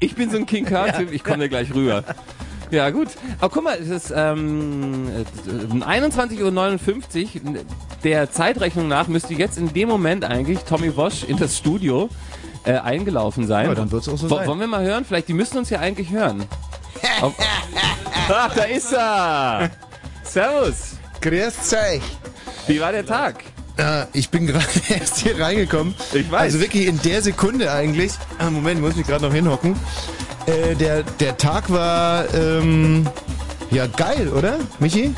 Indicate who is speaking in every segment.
Speaker 1: Ich bin so ein King Card-Typ, ich komme da gleich rüber. Ja, gut. Aber guck mal, es ist ähm, äh, 21.59 Uhr. Der Zeitrechnung nach müsste jetzt in dem Moment eigentlich Tommy Bosch in das Studio äh, eingelaufen sein.
Speaker 2: Ja, dann wird's auch so
Speaker 1: Wo-
Speaker 2: sein.
Speaker 1: Wollen wir mal hören? Vielleicht, die müssen uns ja eigentlich hören. Auf- Ach, da ist er! Servus!
Speaker 2: Grüß euch.
Speaker 1: Wie war der Tag?
Speaker 2: Äh, ich bin gerade erst hier reingekommen.
Speaker 1: Ich weiß.
Speaker 2: Also wirklich in der Sekunde eigentlich. Ah, Moment, ich muss mich gerade noch hinhocken. Äh, der, der Tag war ähm, ja geil, oder, Michi?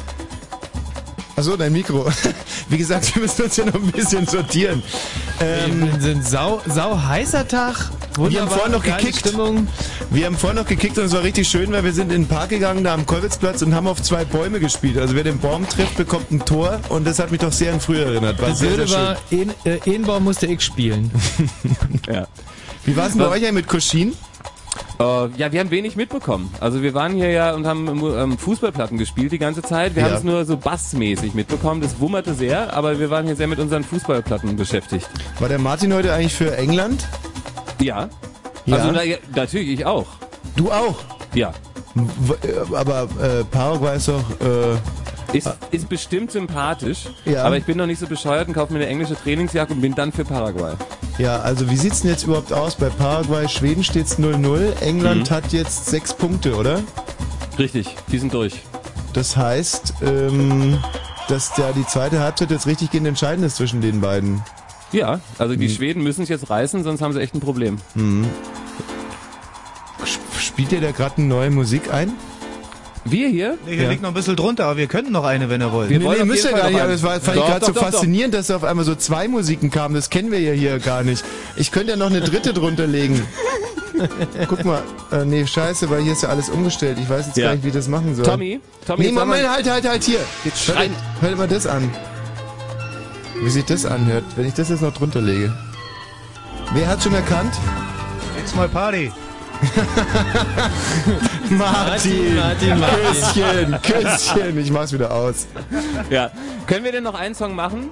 Speaker 2: Achso, dein Mikro. Wie gesagt, wir müssen uns ja noch ein bisschen sortieren. Ähm,
Speaker 3: Ein ein sau, sau heißer Tag. Wunderbar,
Speaker 2: Wir haben vorhin noch
Speaker 3: geile
Speaker 2: gekickt.
Speaker 3: Stimmung.
Speaker 2: Wir haben vorhin noch gekickt und es war richtig schön, weil wir sind in den Park gegangen, da am Kolwitzplatz und haben auf zwei Bäume gespielt. Also wer den Baum trifft, bekommt ein Tor und das hat mich doch sehr an früher erinnert. War
Speaker 3: Das
Speaker 2: sehr, sehr
Speaker 3: Blöde
Speaker 2: schön.
Speaker 3: war, in, äh, Inbaum musste ich spielen.
Speaker 1: Ja.
Speaker 2: Wie war es denn bei euch eigentlich mit Koschin?
Speaker 1: Äh, ja, wir haben wenig mitbekommen. Also wir waren hier ja und haben ähm, Fußballplatten gespielt die ganze Zeit. Wir
Speaker 2: Ja.
Speaker 1: haben es nur so bassmäßig mitbekommen. Das wummerte sehr, aber wir waren hier sehr mit unseren Fußballplatten beschäftigt.
Speaker 2: War der Martin heute eigentlich für England?
Speaker 1: Ja.
Speaker 2: Ja.
Speaker 1: Also na, ja, natürlich ich auch.
Speaker 2: Du auch.
Speaker 1: Ja.
Speaker 2: W- äh, Aber äh, Paraguay ist doch... Äh,
Speaker 1: Ist, ist bestimmt sympathisch,
Speaker 2: Ja.
Speaker 1: aber ich bin noch nicht so bescheuert und kaufe mir eine englische Trainingsjacke und bin dann für Paraguay.
Speaker 2: ja, also wie sieht's denn jetzt überhaupt aus? Bei Paraguay, Schweden steht's 0-0. England hat jetzt sechs Punkte, oder?
Speaker 1: Richtig, die sind durch.
Speaker 2: Das heißt, ähm, dass da die zweite Halbzeit jetzt richtig gehend entscheidend ist zwischen den beiden.
Speaker 1: Ja, also
Speaker 2: Mhm.
Speaker 1: die Schweden müssen es jetzt reißen, sonst haben sie echt ein Problem.
Speaker 2: Sp- Spielt ihr da gerade eine neue Musik ein?
Speaker 1: Wir hier?
Speaker 3: Nee, hier
Speaker 2: Ja.
Speaker 3: liegt noch ein bisschen drunter, aber wir könnten noch eine, wenn ihr wollt.
Speaker 1: Wir
Speaker 2: Nee,
Speaker 1: wollen
Speaker 2: nee,
Speaker 1: auf
Speaker 2: müsst ihr
Speaker 1: jeden
Speaker 2: gar
Speaker 1: Fall
Speaker 2: nicht,
Speaker 1: noch
Speaker 2: aber
Speaker 1: einen.
Speaker 2: es war, fand
Speaker 1: Doch,
Speaker 2: ich gerade
Speaker 1: doch,
Speaker 2: so
Speaker 1: doch, doch.
Speaker 2: faszinierend, dass da auf einmal so zwei Musiken kamen. Das kennen wir ja hier gar nicht. Ich könnte ja noch eine dritte drunter legen. Guck mal, äh, nee, scheiße, weil hier ist ja alles umgestellt. Ich weiß jetzt
Speaker 1: Ja.
Speaker 2: gar nicht, wie ich das machen soll.
Speaker 1: Tommy, Tommy,
Speaker 2: Nee,
Speaker 1: jetzt sag mal-
Speaker 2: Moment, halt, halt, halt, hier.
Speaker 1: Jetzt
Speaker 2: Hört,
Speaker 1: schreit-
Speaker 2: hört mal das an. Wie sich das anhört, wenn ich das jetzt noch drunter lege. Wer hat schon erkannt?
Speaker 3: It's my party.
Speaker 2: Martin!
Speaker 3: Martin,
Speaker 2: Küsschen, Küsschen, ich mach's wieder aus.
Speaker 1: ja. Können wir denn noch einen Song machen?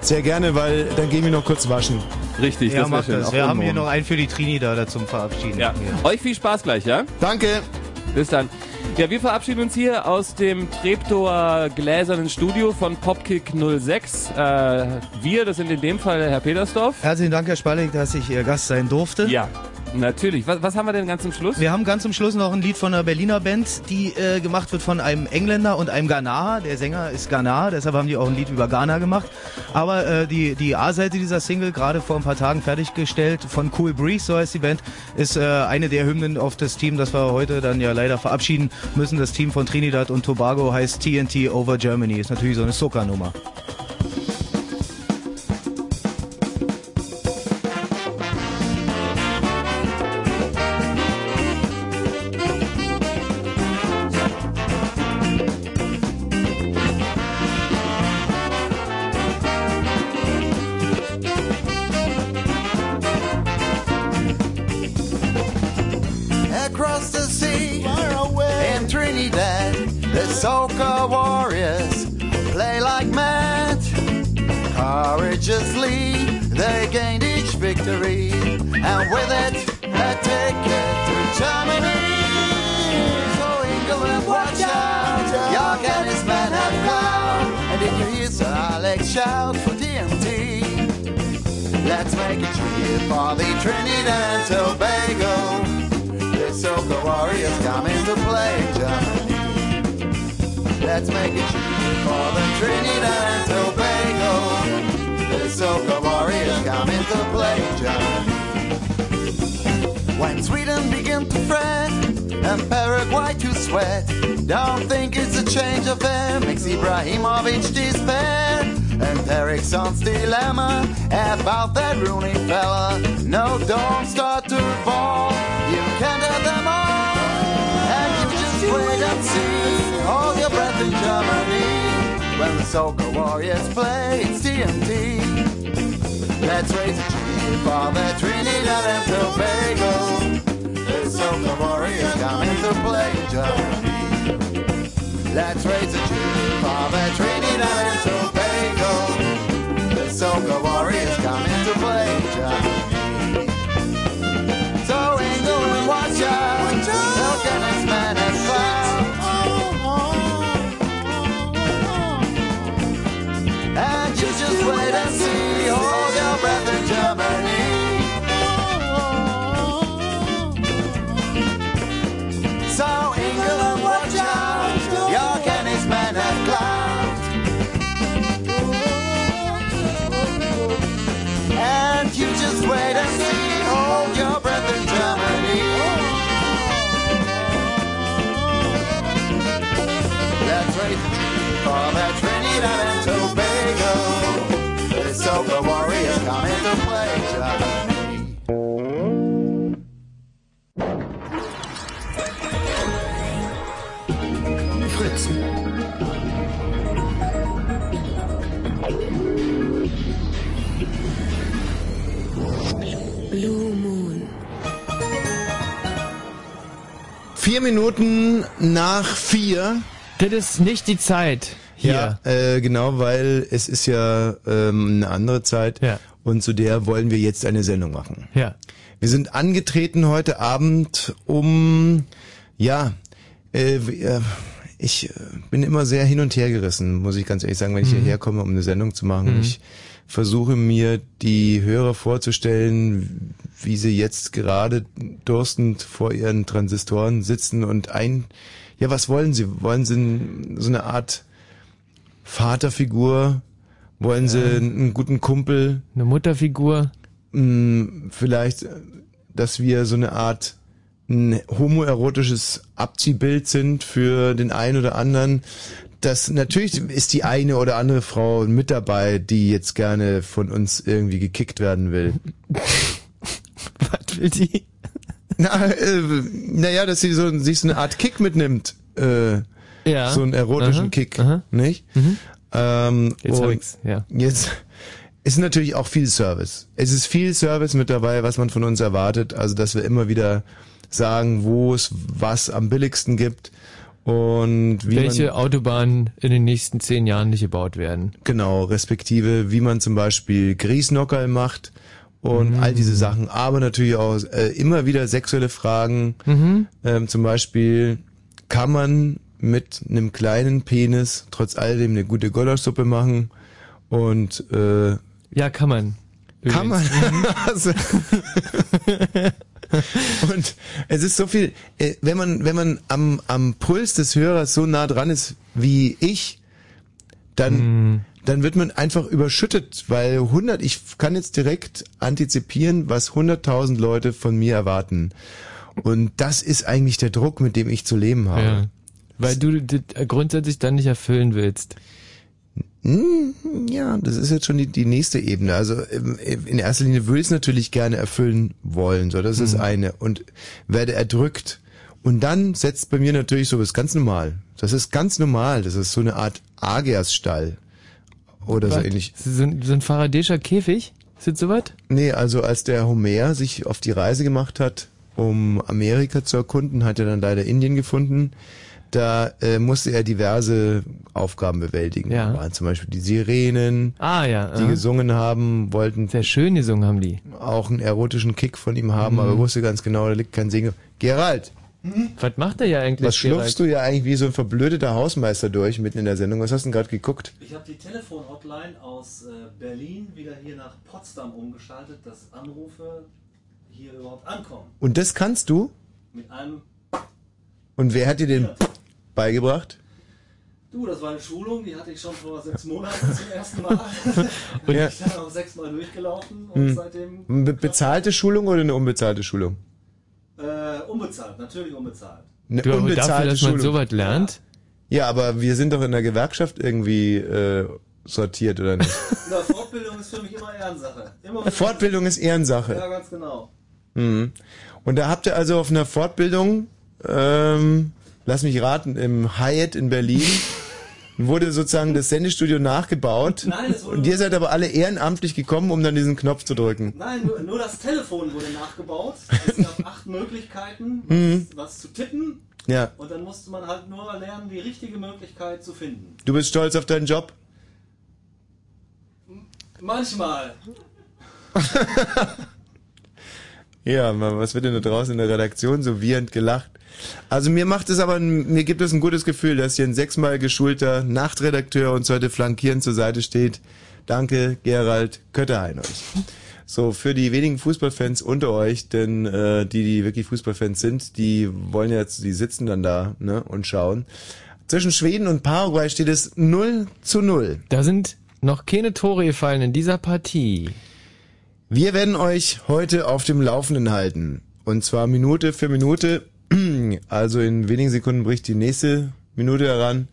Speaker 2: Sehr gerne, weil dann gehen wir noch kurz waschen.
Speaker 1: Richtig,
Speaker 3: Ja,
Speaker 1: das war
Speaker 3: macht
Speaker 1: schön.
Speaker 3: das.
Speaker 1: Auch
Speaker 3: Wir haben
Speaker 1: untenrum.
Speaker 3: hier noch einen für die Trini da, da zum Verabschieden.
Speaker 1: Ja. Euch viel Spaß gleich, ja?
Speaker 2: Danke!
Speaker 1: Bis dann. Ja, wir verabschieden uns hier aus dem Treptower gläsernen Studio von Popkick 06. Äh, wir, das sind in dem Fall Herr Petersdorf.
Speaker 3: Herzlichen Dank, Herr Spallig, dass ich Ihr Gast sein durfte.
Speaker 1: Ja, natürlich. Was, was haben wir denn ganz zum Schluss?
Speaker 3: Wir haben ganz zum Schluss noch ein Lied von einer Berliner Band, die äh, gemacht wird von einem Engländer und einem Ghanaer. Der Sänger ist Ghanaer, deshalb haben die auch ein Lied über Ghana gemacht. Aber äh, die, die A-Seite dieser Single, gerade vor ein paar Tagen fertiggestellt, von Cool Breeze, so heißt die Band, ist äh, eine der Hymnen auf das Team, das wir heute dann ja leider verabschieden müssen. Das Team von Trinidad und Tobago heißt TNT Over Germany. Ist natürlich so eine Zuckernummer.
Speaker 4: across the sea, far away in Trinidad. The Soca Warriors play like mad. Courageously, they gained each victory, and with it, a ticket to Germany. So England, watch out! York and his men have found. And did you hear Sir Alex shout for TNT? Let's make it tricky for the Trinidad and Tobago. The Soca Warriors coming to play in Germany. Let's make it tricky for the Trinidad and Tobago. The Soca Warriors coming to play in Germany. When Sweden begin to fret and Paraguay to sweat, don't think it's a change of air makes Ibrahimovic despair. And Ericsson's dilemma about that Rooney fella. No, don't start to fall. You can't have them all. And you just wait and see. Hold your breath in Germany. When the Soca Warriors play, it's TNT. Let's raise a cheer for the Trinidad and Tobago. The Soca Warriors coming to play in Germany. Let's raise a cheer for the Trinidad and Tobago. The Soca Warriors coming to play in Germany. So England, watch
Speaker 5: your way, Johnny. Fritz.
Speaker 6: Blue Moon.
Speaker 2: Vier Minuten nach vier.
Speaker 7: Das ist nicht die Zeit hier.
Speaker 2: Ja, äh, genau, weil es ist ja ähm, eine andere Zeit
Speaker 7: Ja.
Speaker 2: und zu der wollen wir jetzt eine Sendung machen.
Speaker 7: Ja.
Speaker 2: Wir sind angetreten heute Abend um, ja, äh, w- äh, ich äh, bin immer sehr hin und her gerissen, muss ich ganz ehrlich sagen, wenn ich
Speaker 7: Mhm.
Speaker 2: hierher komme, um eine Sendung zu machen.
Speaker 7: Mhm.
Speaker 2: Ich versuche mir die Hörer vorzustellen, wie sie jetzt gerade durstend vor ihren Transistoren sitzen und ein, ja, was wollen sie? Wollen sie so eine Art Vaterfigur? Wollen sie einen guten Kumpel? Mm,
Speaker 7: Eine Mutterfigur?
Speaker 2: Vielleicht, äh, dass wir so eine Art ein homoerotisches Abziehbild sind für den einen oder anderen. Das natürlich ist die eine oder andere Frau mit dabei, die jetzt gerne von uns irgendwie gekickt werden will.
Speaker 7: Was will die?
Speaker 2: Na, äh, naja, dass sie so, sich so eine Art Kick mitnimmt. Äh,
Speaker 7: Ja.
Speaker 2: So einen erotischen
Speaker 7: Aha,
Speaker 2: Kick,
Speaker 7: aha. Mhm.
Speaker 2: nicht? Ähm,
Speaker 7: Jetzt hab
Speaker 2: und
Speaker 7: ich's, ja.
Speaker 2: Jetzt ist natürlich auch viel Service. Es ist viel Service mit dabei, was man von uns erwartet. Also, dass wir immer wieder sagen, wo es was am billigsten gibt und wie man,
Speaker 7: Welche Autobahnen in den nächsten zehn Jahren nicht gebaut werden?
Speaker 2: Genau, respektive wie man zum Beispiel Grießnockerl macht
Speaker 7: Mhm.
Speaker 2: und all diese Sachen, aber natürlich auch äh, immer wieder sexuelle Fragen.
Speaker 7: Mhm.
Speaker 2: Ähm, zum Beispiel kann man mit einem kleinen Penis trotz alledem eine gute Gulaschsuppe machen und äh,
Speaker 7: Ja, kann man.
Speaker 2: kann man. Also- und es ist so viel, äh, wenn man wenn man am am Puls des Hörers so nah dran ist wie ich, dann dann wird man einfach überschüttet, weil 100 ich kann jetzt direkt antizipieren, was 100.000 Leute von mir erwarten. Und das ist eigentlich der Druck, mit dem ich zu leben habe.
Speaker 7: Ja. Weil du das grundsätzlich dann nicht erfüllen willst.
Speaker 2: Hm, Ja, das ist jetzt schon die, die nächste Ebene. Also ähm, in erster Linie würde ich es natürlich gerne erfüllen wollen. So, das ist eine. Und werde erdrückt. Und dann setzt bei mir natürlich so, das ist ganz normal. Das ist ganz normal. Das ist so eine Art Agersstall. Oder so
Speaker 7: Was?
Speaker 2: ähnlich.
Speaker 7: Ist das So ein, so ein faradäischer Käfig? Ist das sowas?
Speaker 2: Nee, also als der Homer sich auf die Reise gemacht hat, um Amerika zu erkunden, hat er dann leider Indien gefunden. Da äh, musste er diverse Aufgaben bewältigen.
Speaker 7: Ja.
Speaker 2: Da waren zum Beispiel die Sirenen,
Speaker 7: Ah ja.
Speaker 2: die
Speaker 7: aha.
Speaker 2: gesungen haben, wollten
Speaker 7: Sehr schön gesungen haben die. Mhm.
Speaker 2: auch einen erotischen Kick von ihm haben, aber wusste ganz genau, da liegt kein Segen. Gerald,
Speaker 7: Was macht der ja eigentlich?
Speaker 2: was schlurfst du ja eigentlich wie so ein verblödeter Hausmeister durch mitten in der Sendung? Was hast du denn gerade geguckt?
Speaker 8: Ich habe die Telefon-Hotline aus äh, Berlin wieder hier nach Potsdam umgeschaltet, dass Anrufe hier überhaupt ankommen.
Speaker 2: Und das kannst du?
Speaker 8: Mit einem,
Speaker 2: Und wer hat dir den beigebracht?
Speaker 8: du, das war eine Schulung, die hatte ich schon vor sechs Monaten zum ersten Mal.
Speaker 7: Und-
Speaker 8: Und ich bin dann auch sechsmal durchgelaufen und seitdem
Speaker 2: Hm. Eine be- bezahlte Schulung oder eine unbezahlte Schulung?
Speaker 8: äh, unbezahlt, natürlich unbezahlt.
Speaker 2: Eine
Speaker 7: Du, aber dafür, dass man sowas lernt?
Speaker 2: Ja, aber wir sind doch in der Gewerkschaft irgendwie äh, sortiert, oder nicht?
Speaker 8: Na, Fortbildung ist für mich immer Ehrensache. Immer
Speaker 2: Fortbildung ist Ehrensache.
Speaker 8: Ja, ganz genau.
Speaker 2: Mhm. Und da habt ihr also auf einer Fortbildung, ähm, lass mich raten, im Hyatt in Berlin wurde sozusagen das Sendestudio nachgebaut.
Speaker 8: Nein, es wurde-
Speaker 2: und ihr seid aber alle ehrenamtlich gekommen, um dann diesen Knopf zu drücken.
Speaker 8: Nein, nur, nur das Telefon wurde nachgebaut. Es gab acht Möglichkeiten, was,
Speaker 2: Mhm.
Speaker 8: was zu tippen.
Speaker 2: Ja,
Speaker 8: Und dann musste man halt nur lernen, die richtige Möglichkeit zu finden.
Speaker 2: du bist stolz auf deinen Job.
Speaker 8: Manchmal.
Speaker 2: Ja, Mann, was wird denn da draußen in der Redaktion so wiehernd gelacht? Also mir macht es aber, ein- mir gibt es ein gutes Gefühl, dass hier ein sechsmal geschulter Nachtredakteur uns heute flankierend zur Seite steht. Danke, Gerald Kötterhein euch. So, für die wenigen Fußballfans unter euch, denn äh, die, die wirklich Fußballfans sind, die wollen ja jetzt, die sitzen dann da ne, und schauen. Zwischen Schweden und Paraguay steht es 0 zu 0.
Speaker 7: Da sind noch keine Tore gefallen in dieser Partie.
Speaker 2: Wir werden euch heute auf dem Laufenden halten. Und zwar Minute für Minute. Also in wenigen Sekunden bricht die nächste Minute heran.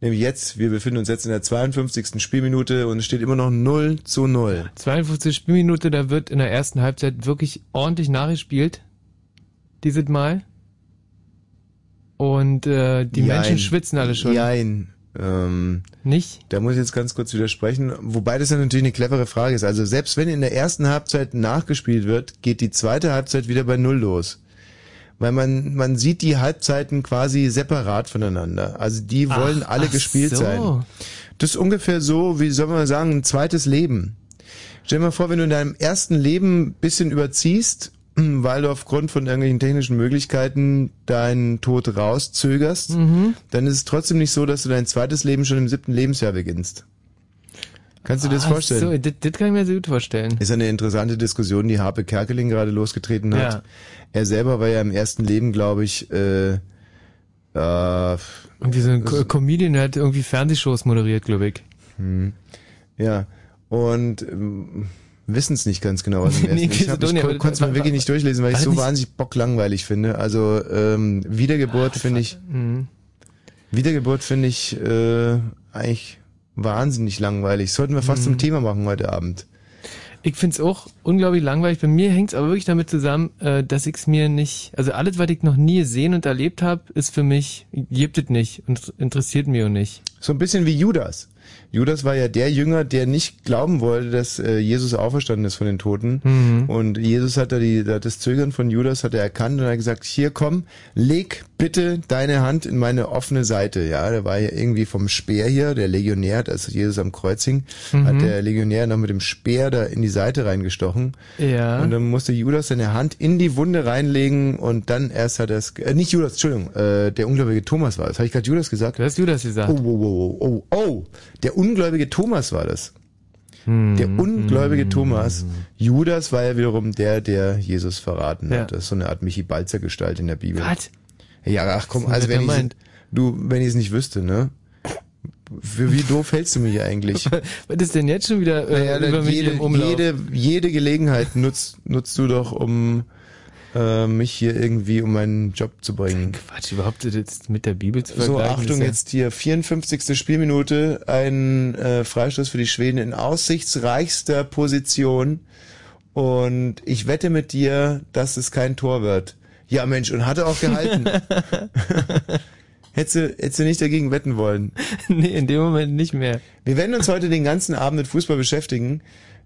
Speaker 2: Nämlich jetzt, wir befinden uns jetzt in der 52. Spielminute und es steht immer noch 0 zu 0.
Speaker 7: 52 Spielminute, da wird in der ersten Halbzeit wirklich ordentlich nachgespielt. Dieses Mal. Und äh, die Menschen schwitzen alle schon.
Speaker 2: Jein. Ähm,
Speaker 7: Nicht?
Speaker 2: Da muss ich jetzt ganz kurz widersprechen, wobei das ja natürlich eine clevere Frage ist. Also selbst wenn in der ersten Halbzeit nachgespielt wird, geht die zweite Halbzeit wieder bei Null los. Weil man, man sieht die Halbzeiten quasi separat voneinander. Also die wollen
Speaker 7: Ach,
Speaker 2: alle
Speaker 7: ach
Speaker 2: gespielt
Speaker 7: so.
Speaker 2: sein. Das ist ungefähr so, wie soll man sagen, ein zweites Leben. Stell dir mal vor, wenn du in deinem ersten Leben ein bisschen überziehst, weil du aufgrund von irgendwelchen technischen Möglichkeiten deinen Tod rauszögerst,
Speaker 7: Mhm.
Speaker 2: dann ist es trotzdem nicht so, dass du dein zweites Leben schon im siebten Lebensjahr beginnst. Kannst du dir das
Speaker 7: Ach
Speaker 2: vorstellen?
Speaker 7: Ah, So, das, das kann ich mir sehr gut vorstellen.
Speaker 2: Ist eine interessante Diskussion, die Harpe Kerkeling gerade losgetreten hat.
Speaker 7: Ja.
Speaker 2: Er selber war ja im ersten Leben, glaube ich, äh, äh,
Speaker 7: Irgendwie so ein Co Comedian der hat irgendwie Fernsehshows moderiert, glaube ich.
Speaker 2: Hm. Ja, und ähm, wissen es nicht ganz genau, was im
Speaker 7: Nee,
Speaker 2: ersten Ich, hab-
Speaker 7: Kisedoni,
Speaker 2: ich
Speaker 7: aber-
Speaker 2: kon- konnte es mir wirklich nicht durchlesen, weil ich
Speaker 7: War
Speaker 2: so
Speaker 7: nicht-
Speaker 2: wahnsinnig bocklangweilig finde. Also ähm, Wiedergeburt finde ich,
Speaker 7: Mhm.
Speaker 2: Wiedergeburt finde ich äh, eigentlich wahnsinnig langweilig. Sollten wir fast
Speaker 7: Mhm.
Speaker 2: zum Thema machen heute Abend.
Speaker 7: Ich find's auch unglaublich langweilig. Bei mir hängt's aber wirklich damit zusammen, äh, dass ich's mir nicht, also alles, was ich noch nie gesehen und erlebt habe, ist für mich, gibt es nicht und interessiert mich auch nicht.
Speaker 2: So ein bisschen wie Judas. Judas war ja der Jünger, der nicht glauben wollte, dass äh, Jesus auferstanden ist von den Toten.
Speaker 7: Mhm.
Speaker 2: Und Jesus hat da die, da das Zögern von Judas hat er erkannt und hat gesagt, hier komm, leg bitte deine Hand in meine offene Seite. Ja, der war ja irgendwie vom Speer hier, der Legionär, als Jesus am Kreuz hing,
Speaker 7: Mhm.
Speaker 2: hat der Legionär noch mit dem Speer da in die Seite reingestochen.
Speaker 7: Ja.
Speaker 2: Und dann musste Judas seine Hand in die Wunde reinlegen und dann erst hat er es, äh, nicht Judas, Entschuldigung, äh, der ungläubige Thomas war das. Habe ich gerade Judas gesagt?
Speaker 7: Du hast Judas gesagt.
Speaker 2: Oh, oh, oh, oh, oh, der ungläubige Thomas war das.
Speaker 7: Hm.
Speaker 2: Der ungläubige Thomas. Judas war ja wiederum der, der Jesus verraten
Speaker 7: Ja.
Speaker 2: hat. Das ist so eine Art Michi Balzer Gestalt in der Bibel.
Speaker 7: Was?
Speaker 2: Ja, ach komm,
Speaker 7: Das ist
Speaker 2: also wenn
Speaker 7: nicht
Speaker 2: ich,
Speaker 7: gemeint.
Speaker 2: du, wenn ich es nicht wüsste, ne? Für wie doof hältst du mich eigentlich?
Speaker 7: Was ist denn jetzt schon wieder äh,
Speaker 2: Naja,
Speaker 7: über
Speaker 2: dann
Speaker 7: mich
Speaker 2: jede,
Speaker 7: im Umlauf?
Speaker 2: jede, jede Gelegenheit nutzt, nutzt du doch, um äh, mich hier irgendwie um meinen Job zu bringen.
Speaker 7: Quatsch, überhaupt das jetzt mit der Bibel zu
Speaker 2: So,
Speaker 7: vergleichen.
Speaker 2: Achtung,
Speaker 7: ist ja-
Speaker 2: jetzt hier 54. Spielminute, ein äh, Freistoß für die Schweden in aussichtsreichster Position. Und ich wette mit dir, dass es kein Tor wird. Ja, Mensch, und hatte auch gehalten. hättest, du, hättest du nicht dagegen wetten wollen.
Speaker 7: Nee, in dem Moment nicht mehr.
Speaker 2: Wir werden uns heute den ganzen Abend mit Fußball beschäftigen.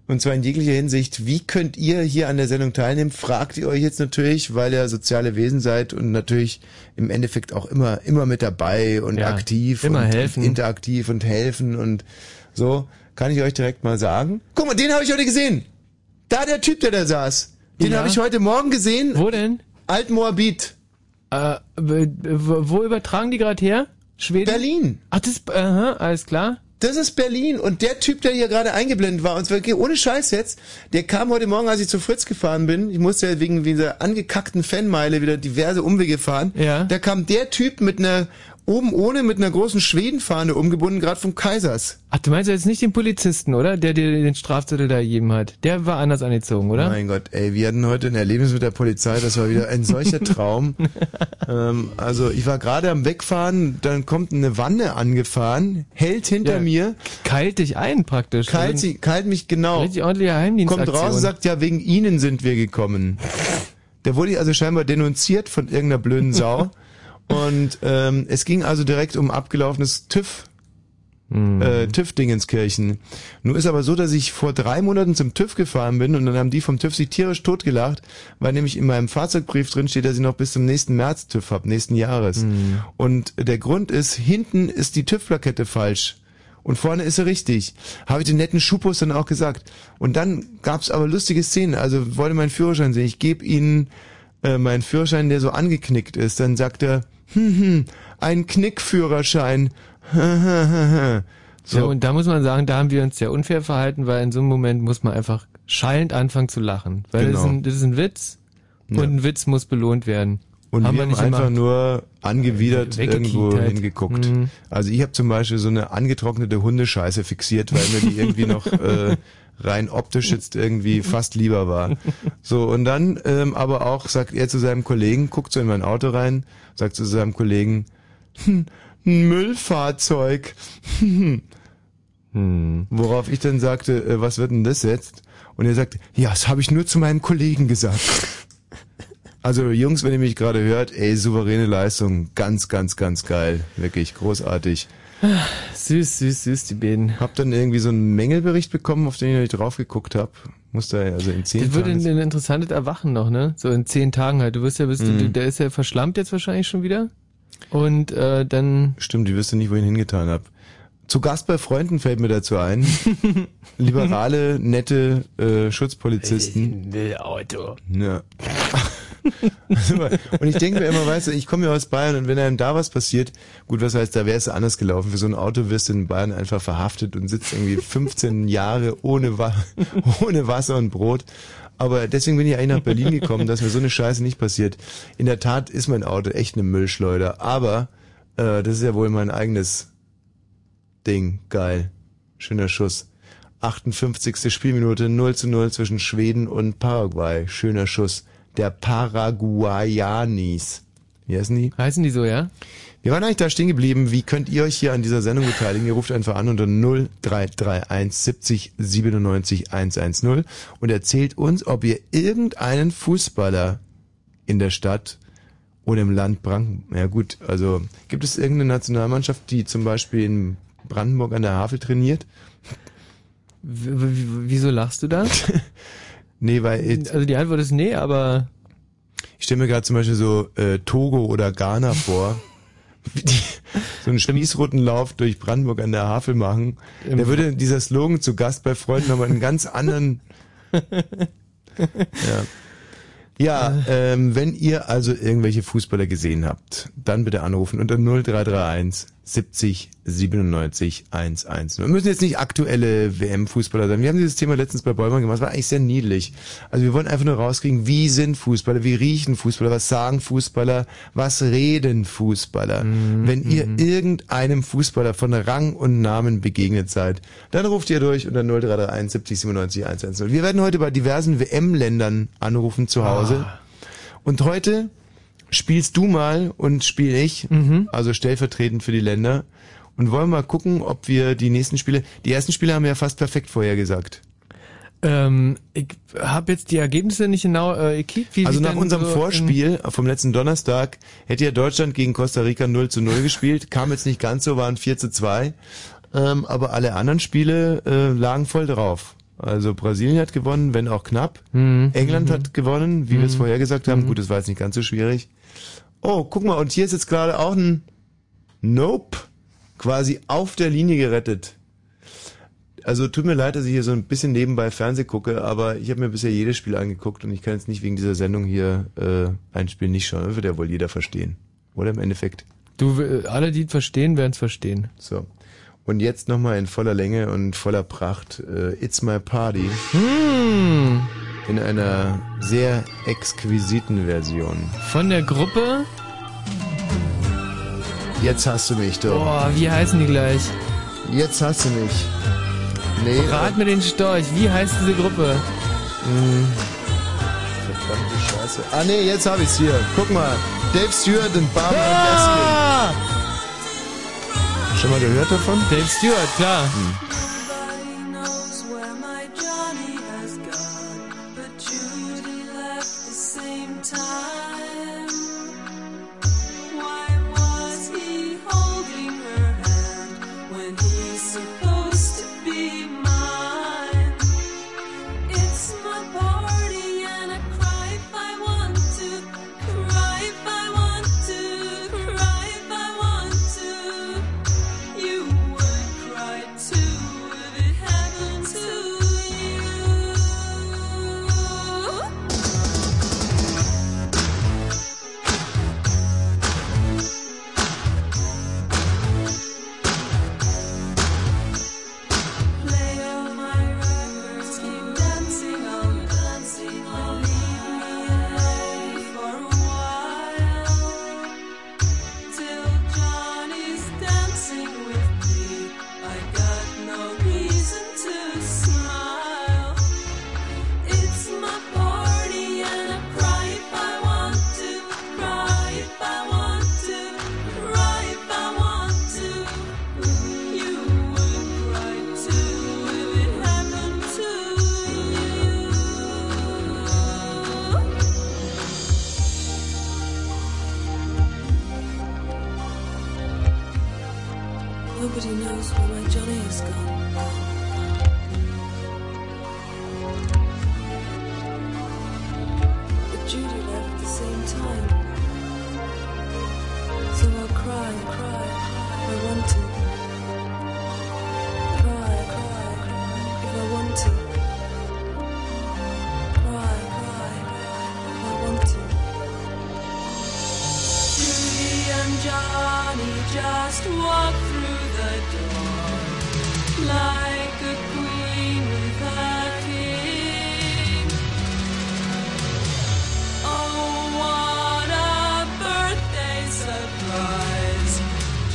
Speaker 2: Und zwar in jeglicher Hinsicht. Wie könnt ihr hier an der Sendung teilnehmen? Fragt ihr euch jetzt natürlich, weil ihr soziale Wesen seid und natürlich im Endeffekt auch immer, immer mit dabei und
Speaker 7: Ja,
Speaker 2: aktiv
Speaker 7: immer
Speaker 2: und
Speaker 7: helfen.
Speaker 2: interaktiv und helfen und so. Kann ich euch direkt mal sagen. Guck mal, den habe ich heute gesehen. Da der Typ, der da saß. Den
Speaker 7: Ja.
Speaker 2: habe ich heute Morgen gesehen.
Speaker 7: Wo denn?
Speaker 2: Altmoabit.
Speaker 7: Äh, w- w- wo übertragen die gerade her? Schweden?
Speaker 2: Berlin.
Speaker 7: Ach, das, aha, alles klar.
Speaker 2: Das ist Berlin und der Typ, der hier gerade eingeblendet war, und zwar wirklich ohne Scheiß jetzt, der kam heute Morgen, als ich zu Fritz gefahren bin, ich musste ja wegen dieser angekackten Fanmeile wieder diverse Umwege fahren,
Speaker 7: Ja.
Speaker 2: da kam der Typ mit einer, oben ohne, mit einer großen Schwedenfahne umgebunden, gerade vom Kaisers.
Speaker 7: Ach, du meinst jetzt nicht den Polizisten, oder? Der dir den Strafzettel da gegeben hat. Der war anders angezogen, oder?
Speaker 2: Mein Gott, ey, wir hatten heute ein Erlebnis mit der Polizei, das war wieder ein solcher Traum. ähm, also ich war gerade am Wegfahren, dann kommt eine Wanne angefahren, hält hinter
Speaker 7: Ja.
Speaker 2: mir,
Speaker 7: Keilt dich ein praktisch.
Speaker 2: kalt, sie, kalt mich genau.
Speaker 7: Richtig ordentliche Geheimdienstaktion.
Speaker 2: kommt raus und sagt, ja, wegen Ihnen sind wir gekommen. Der wurde also scheinbar denunziert von irgendeiner blöden Sau. und ähm, es ging also direkt um abgelaufenes TÜV. Äh, TÜV-Dingenskirchen. Nur ist aber so, dass ich vor drei Monaten zum TÜV gefahren bin und dann haben die vom TÜV sich tierisch totgelacht, weil nämlich in meinem Fahrzeugbrief drin steht, dass ich noch bis zum nächsten März TÜV hab, nächsten Jahres. Und der Grund ist, hinten ist die TÜV-Plakette falsch. Und vorne ist er richtig. Habe ich den netten Schupos dann auch gesagt. Und dann gab's aber lustige Szenen. Also wollte meinen Führerschein sehen. Ich gebe ihnen äh, meinen Führerschein, der so angeknickt ist. Dann sagt er, hm, hm, ein Knickführerschein.
Speaker 7: Ja, und da muss man sagen, da haben wir uns sehr unfair verhalten, weil in so einem Moment muss man einfach schallend anfangen zu lachen. Weil das, ist
Speaker 2: Genau.
Speaker 7: ein, das ist ein Witz und
Speaker 2: Ja.
Speaker 7: ein Witz muss belohnt werden.
Speaker 2: Und wir haben
Speaker 7: nicht
Speaker 2: einfach
Speaker 7: gemacht.
Speaker 2: nur angewidert
Speaker 7: Weggekickt
Speaker 2: irgendwo
Speaker 7: halt.
Speaker 2: hingeguckt.
Speaker 7: Mhm.
Speaker 2: Also ich habe zum Beispiel so eine angetrocknete Hundescheiße fixiert, weil mir die irgendwie noch äh, rein optisch jetzt irgendwie fast lieber war. So, und dann ähm, aber auch sagt er zu seinem Kollegen, guckt so in mein Auto rein, sagt zu seinem Kollegen, hm, ein Müllfahrzeug. Hm,
Speaker 7: Hm.
Speaker 2: Worauf ich dann sagte, äh, was wird denn das jetzt? Und er sagt, ja, das habe ich nur zu meinem Kollegen gesagt. Also Jungs, wenn ihr mich gerade hört, ey, souveräne Leistung, ganz, ganz, ganz geil, wirklich großartig.
Speaker 7: Süß, süß, süß, die beiden.
Speaker 2: Hab dann irgendwie so einen Mängelbericht bekommen, auf den ich noch nicht drauf geguckt habe. Muss da also in zehn
Speaker 7: Das wird
Speaker 2: Tagen.
Speaker 7: ein, ein interessantes Erwachen noch, ne? So in zehn Tagen halt. Du wirst ja, bist du,
Speaker 2: Mhm.
Speaker 7: der ist ja verschlammt jetzt wahrscheinlich schon wieder. Und äh, dann
Speaker 2: Stimmt, die wüsste nicht, wo ich ihn hingetan habe. Zu Gast bei Freunden fällt mir dazu ein. Liberale, nette äh, Schutzpolizisten.
Speaker 7: Auto.
Speaker 2: Ja. und ich denke mir immer, weißt du, ich komme ja aus Bayern und wenn einem da was passiert, gut, was heißt, da wäre es anders gelaufen. Für so ein Auto wirst du in Bayern einfach verhaftet und sitzt irgendwie 15 Jahre ohne, Wa ohne Wasser und Brot. Aber deswegen bin ich eigentlich nach Berlin gekommen, dass mir so eine Scheiße nicht passiert. In der Tat ist mein Auto echt eine Müllschleuder, aber äh, das ist ja wohl mein eigenes Ding. Geil. Schöner Schuss. 58. Spielminute 0 zu 0 zwischen Schweden und Paraguay. Schöner Schuss. Der Paraguayanis. Wie heißen die?
Speaker 7: Heißen die so, ja?
Speaker 2: Wir waren eigentlich da stehen geblieben. Wie könnt ihr euch hier an dieser Sendung beteiligen? Ihr ruft einfach an unter 0331 70 97 110 und erzählt uns, ob ihr irgendeinen Fußballer in der Stadt oder im Land Brandenburg, ja gut, also gibt es irgendeine Nationalmannschaft, die zum Beispiel in Brandenburg an der Havel trainiert?
Speaker 7: W w- wieso lachst du da?
Speaker 2: Nee, weil jetzt,
Speaker 7: also die Antwort ist nee, aber
Speaker 2: ich stelle mir gerade zum Beispiel so äh, Togo oder Ghana vor. wie die so einen Spießrutenlauf durch Brandenburg an der Havel machen. Da würde dieser Slogan zu Gast bei Freunden nochmal einen ganz anderen... ja. Ja, ähm, wenn ihr also irgendwelche Fußballer gesehen habt, dann bitte anrufen unter 0331 70 97 110. Wir müssen jetzt nicht aktuelle WM-Fußballer sein. Wir haben dieses Thema letztens bei Bäumann gemacht. Das war eigentlich sehr niedlich. Also wir wollen einfach nur rauskriegen, wie sind Fußballer, wie riechen Fußballer, was sagen Fußballer, was reden Fußballer. Wenn ihr irgendeinem Fußballer von Rang und Namen begegnet seid, dann ruft ihr durch unter 0331 70 97 110. Wir werden heute bei diversen WM-Ländern anrufen zu Hause. Und heute spielst du mal und spiel ich, also stellvertretend für die Länder. Und wollen mal gucken, ob wir die nächsten Spiele. Die ersten Spiele haben wir ja fast perfekt vorhergesagt.
Speaker 7: ähm, ich habe jetzt die Ergebnisse nicht genau äh, gekriegt. Wie
Speaker 2: Also
Speaker 7: sieht
Speaker 2: nach
Speaker 7: denn
Speaker 2: unserem
Speaker 7: so ähm,
Speaker 2: Vorspiel vom letzten Donnerstag hätte ja Deutschland gegen Costa Rica 0 zu 0 gespielt. Kam jetzt nicht ganz so, waren 4 zu 2. Ähm, aber alle anderen Spiele äh, lagen voll drauf. Also Brasilien hat gewonnen, wenn auch knapp.
Speaker 7: Mhm.
Speaker 2: England hat gewonnen, wie wir es vorhergesagt haben. Gut, das war jetzt nicht ganz so schwierig. Oh, guck mal, und hier ist jetzt gerade auch ein Nope quasi auf der Linie gerettet. Also tut mir leid, dass ich hier so ein bisschen nebenbei Fernseh gucke, aber ich habe mir bisher jedes Spiel angeguckt und ich kann jetzt nicht wegen dieser Sendung hier äh, ein Spiel nicht schauen. Das wird ja wohl jeder verstehen. Oder im Endeffekt.
Speaker 7: Du, äh, alle, die es verstehen, werden es verstehen.
Speaker 2: So. Und jetzt nochmal in voller Länge und voller Pracht. Äh, It's my party.
Speaker 7: Hm.
Speaker 2: In einer sehr exquisiten Version.
Speaker 7: Von der Gruppe,
Speaker 2: Jetzt hast du mich, doch.
Speaker 7: boah, wie heißen die gleich?
Speaker 2: Jetzt hast du mich. Nee. äh,
Speaker 7: Rat mir den Storch, wie heißt diese Gruppe?
Speaker 2: Hm. Verdammte Scheiße. Ah nee, jetzt hab ich's hier. Guck mal. Dave Stewart und Barbara Gaskin. Schon mal gehört davon?
Speaker 7: Ah! Dave Stewart, klar.
Speaker 2: Hm.
Speaker 6: You would cry too Nobody knows where my Johnny has gone. But Judy left at the same time. So I'll cry, cry, if I want to. Cry, cry, if I want to. Cry, cry, if I want to. Judy and Johnny just walk through the door like a queen with a king. Oh, what a birthday surprise!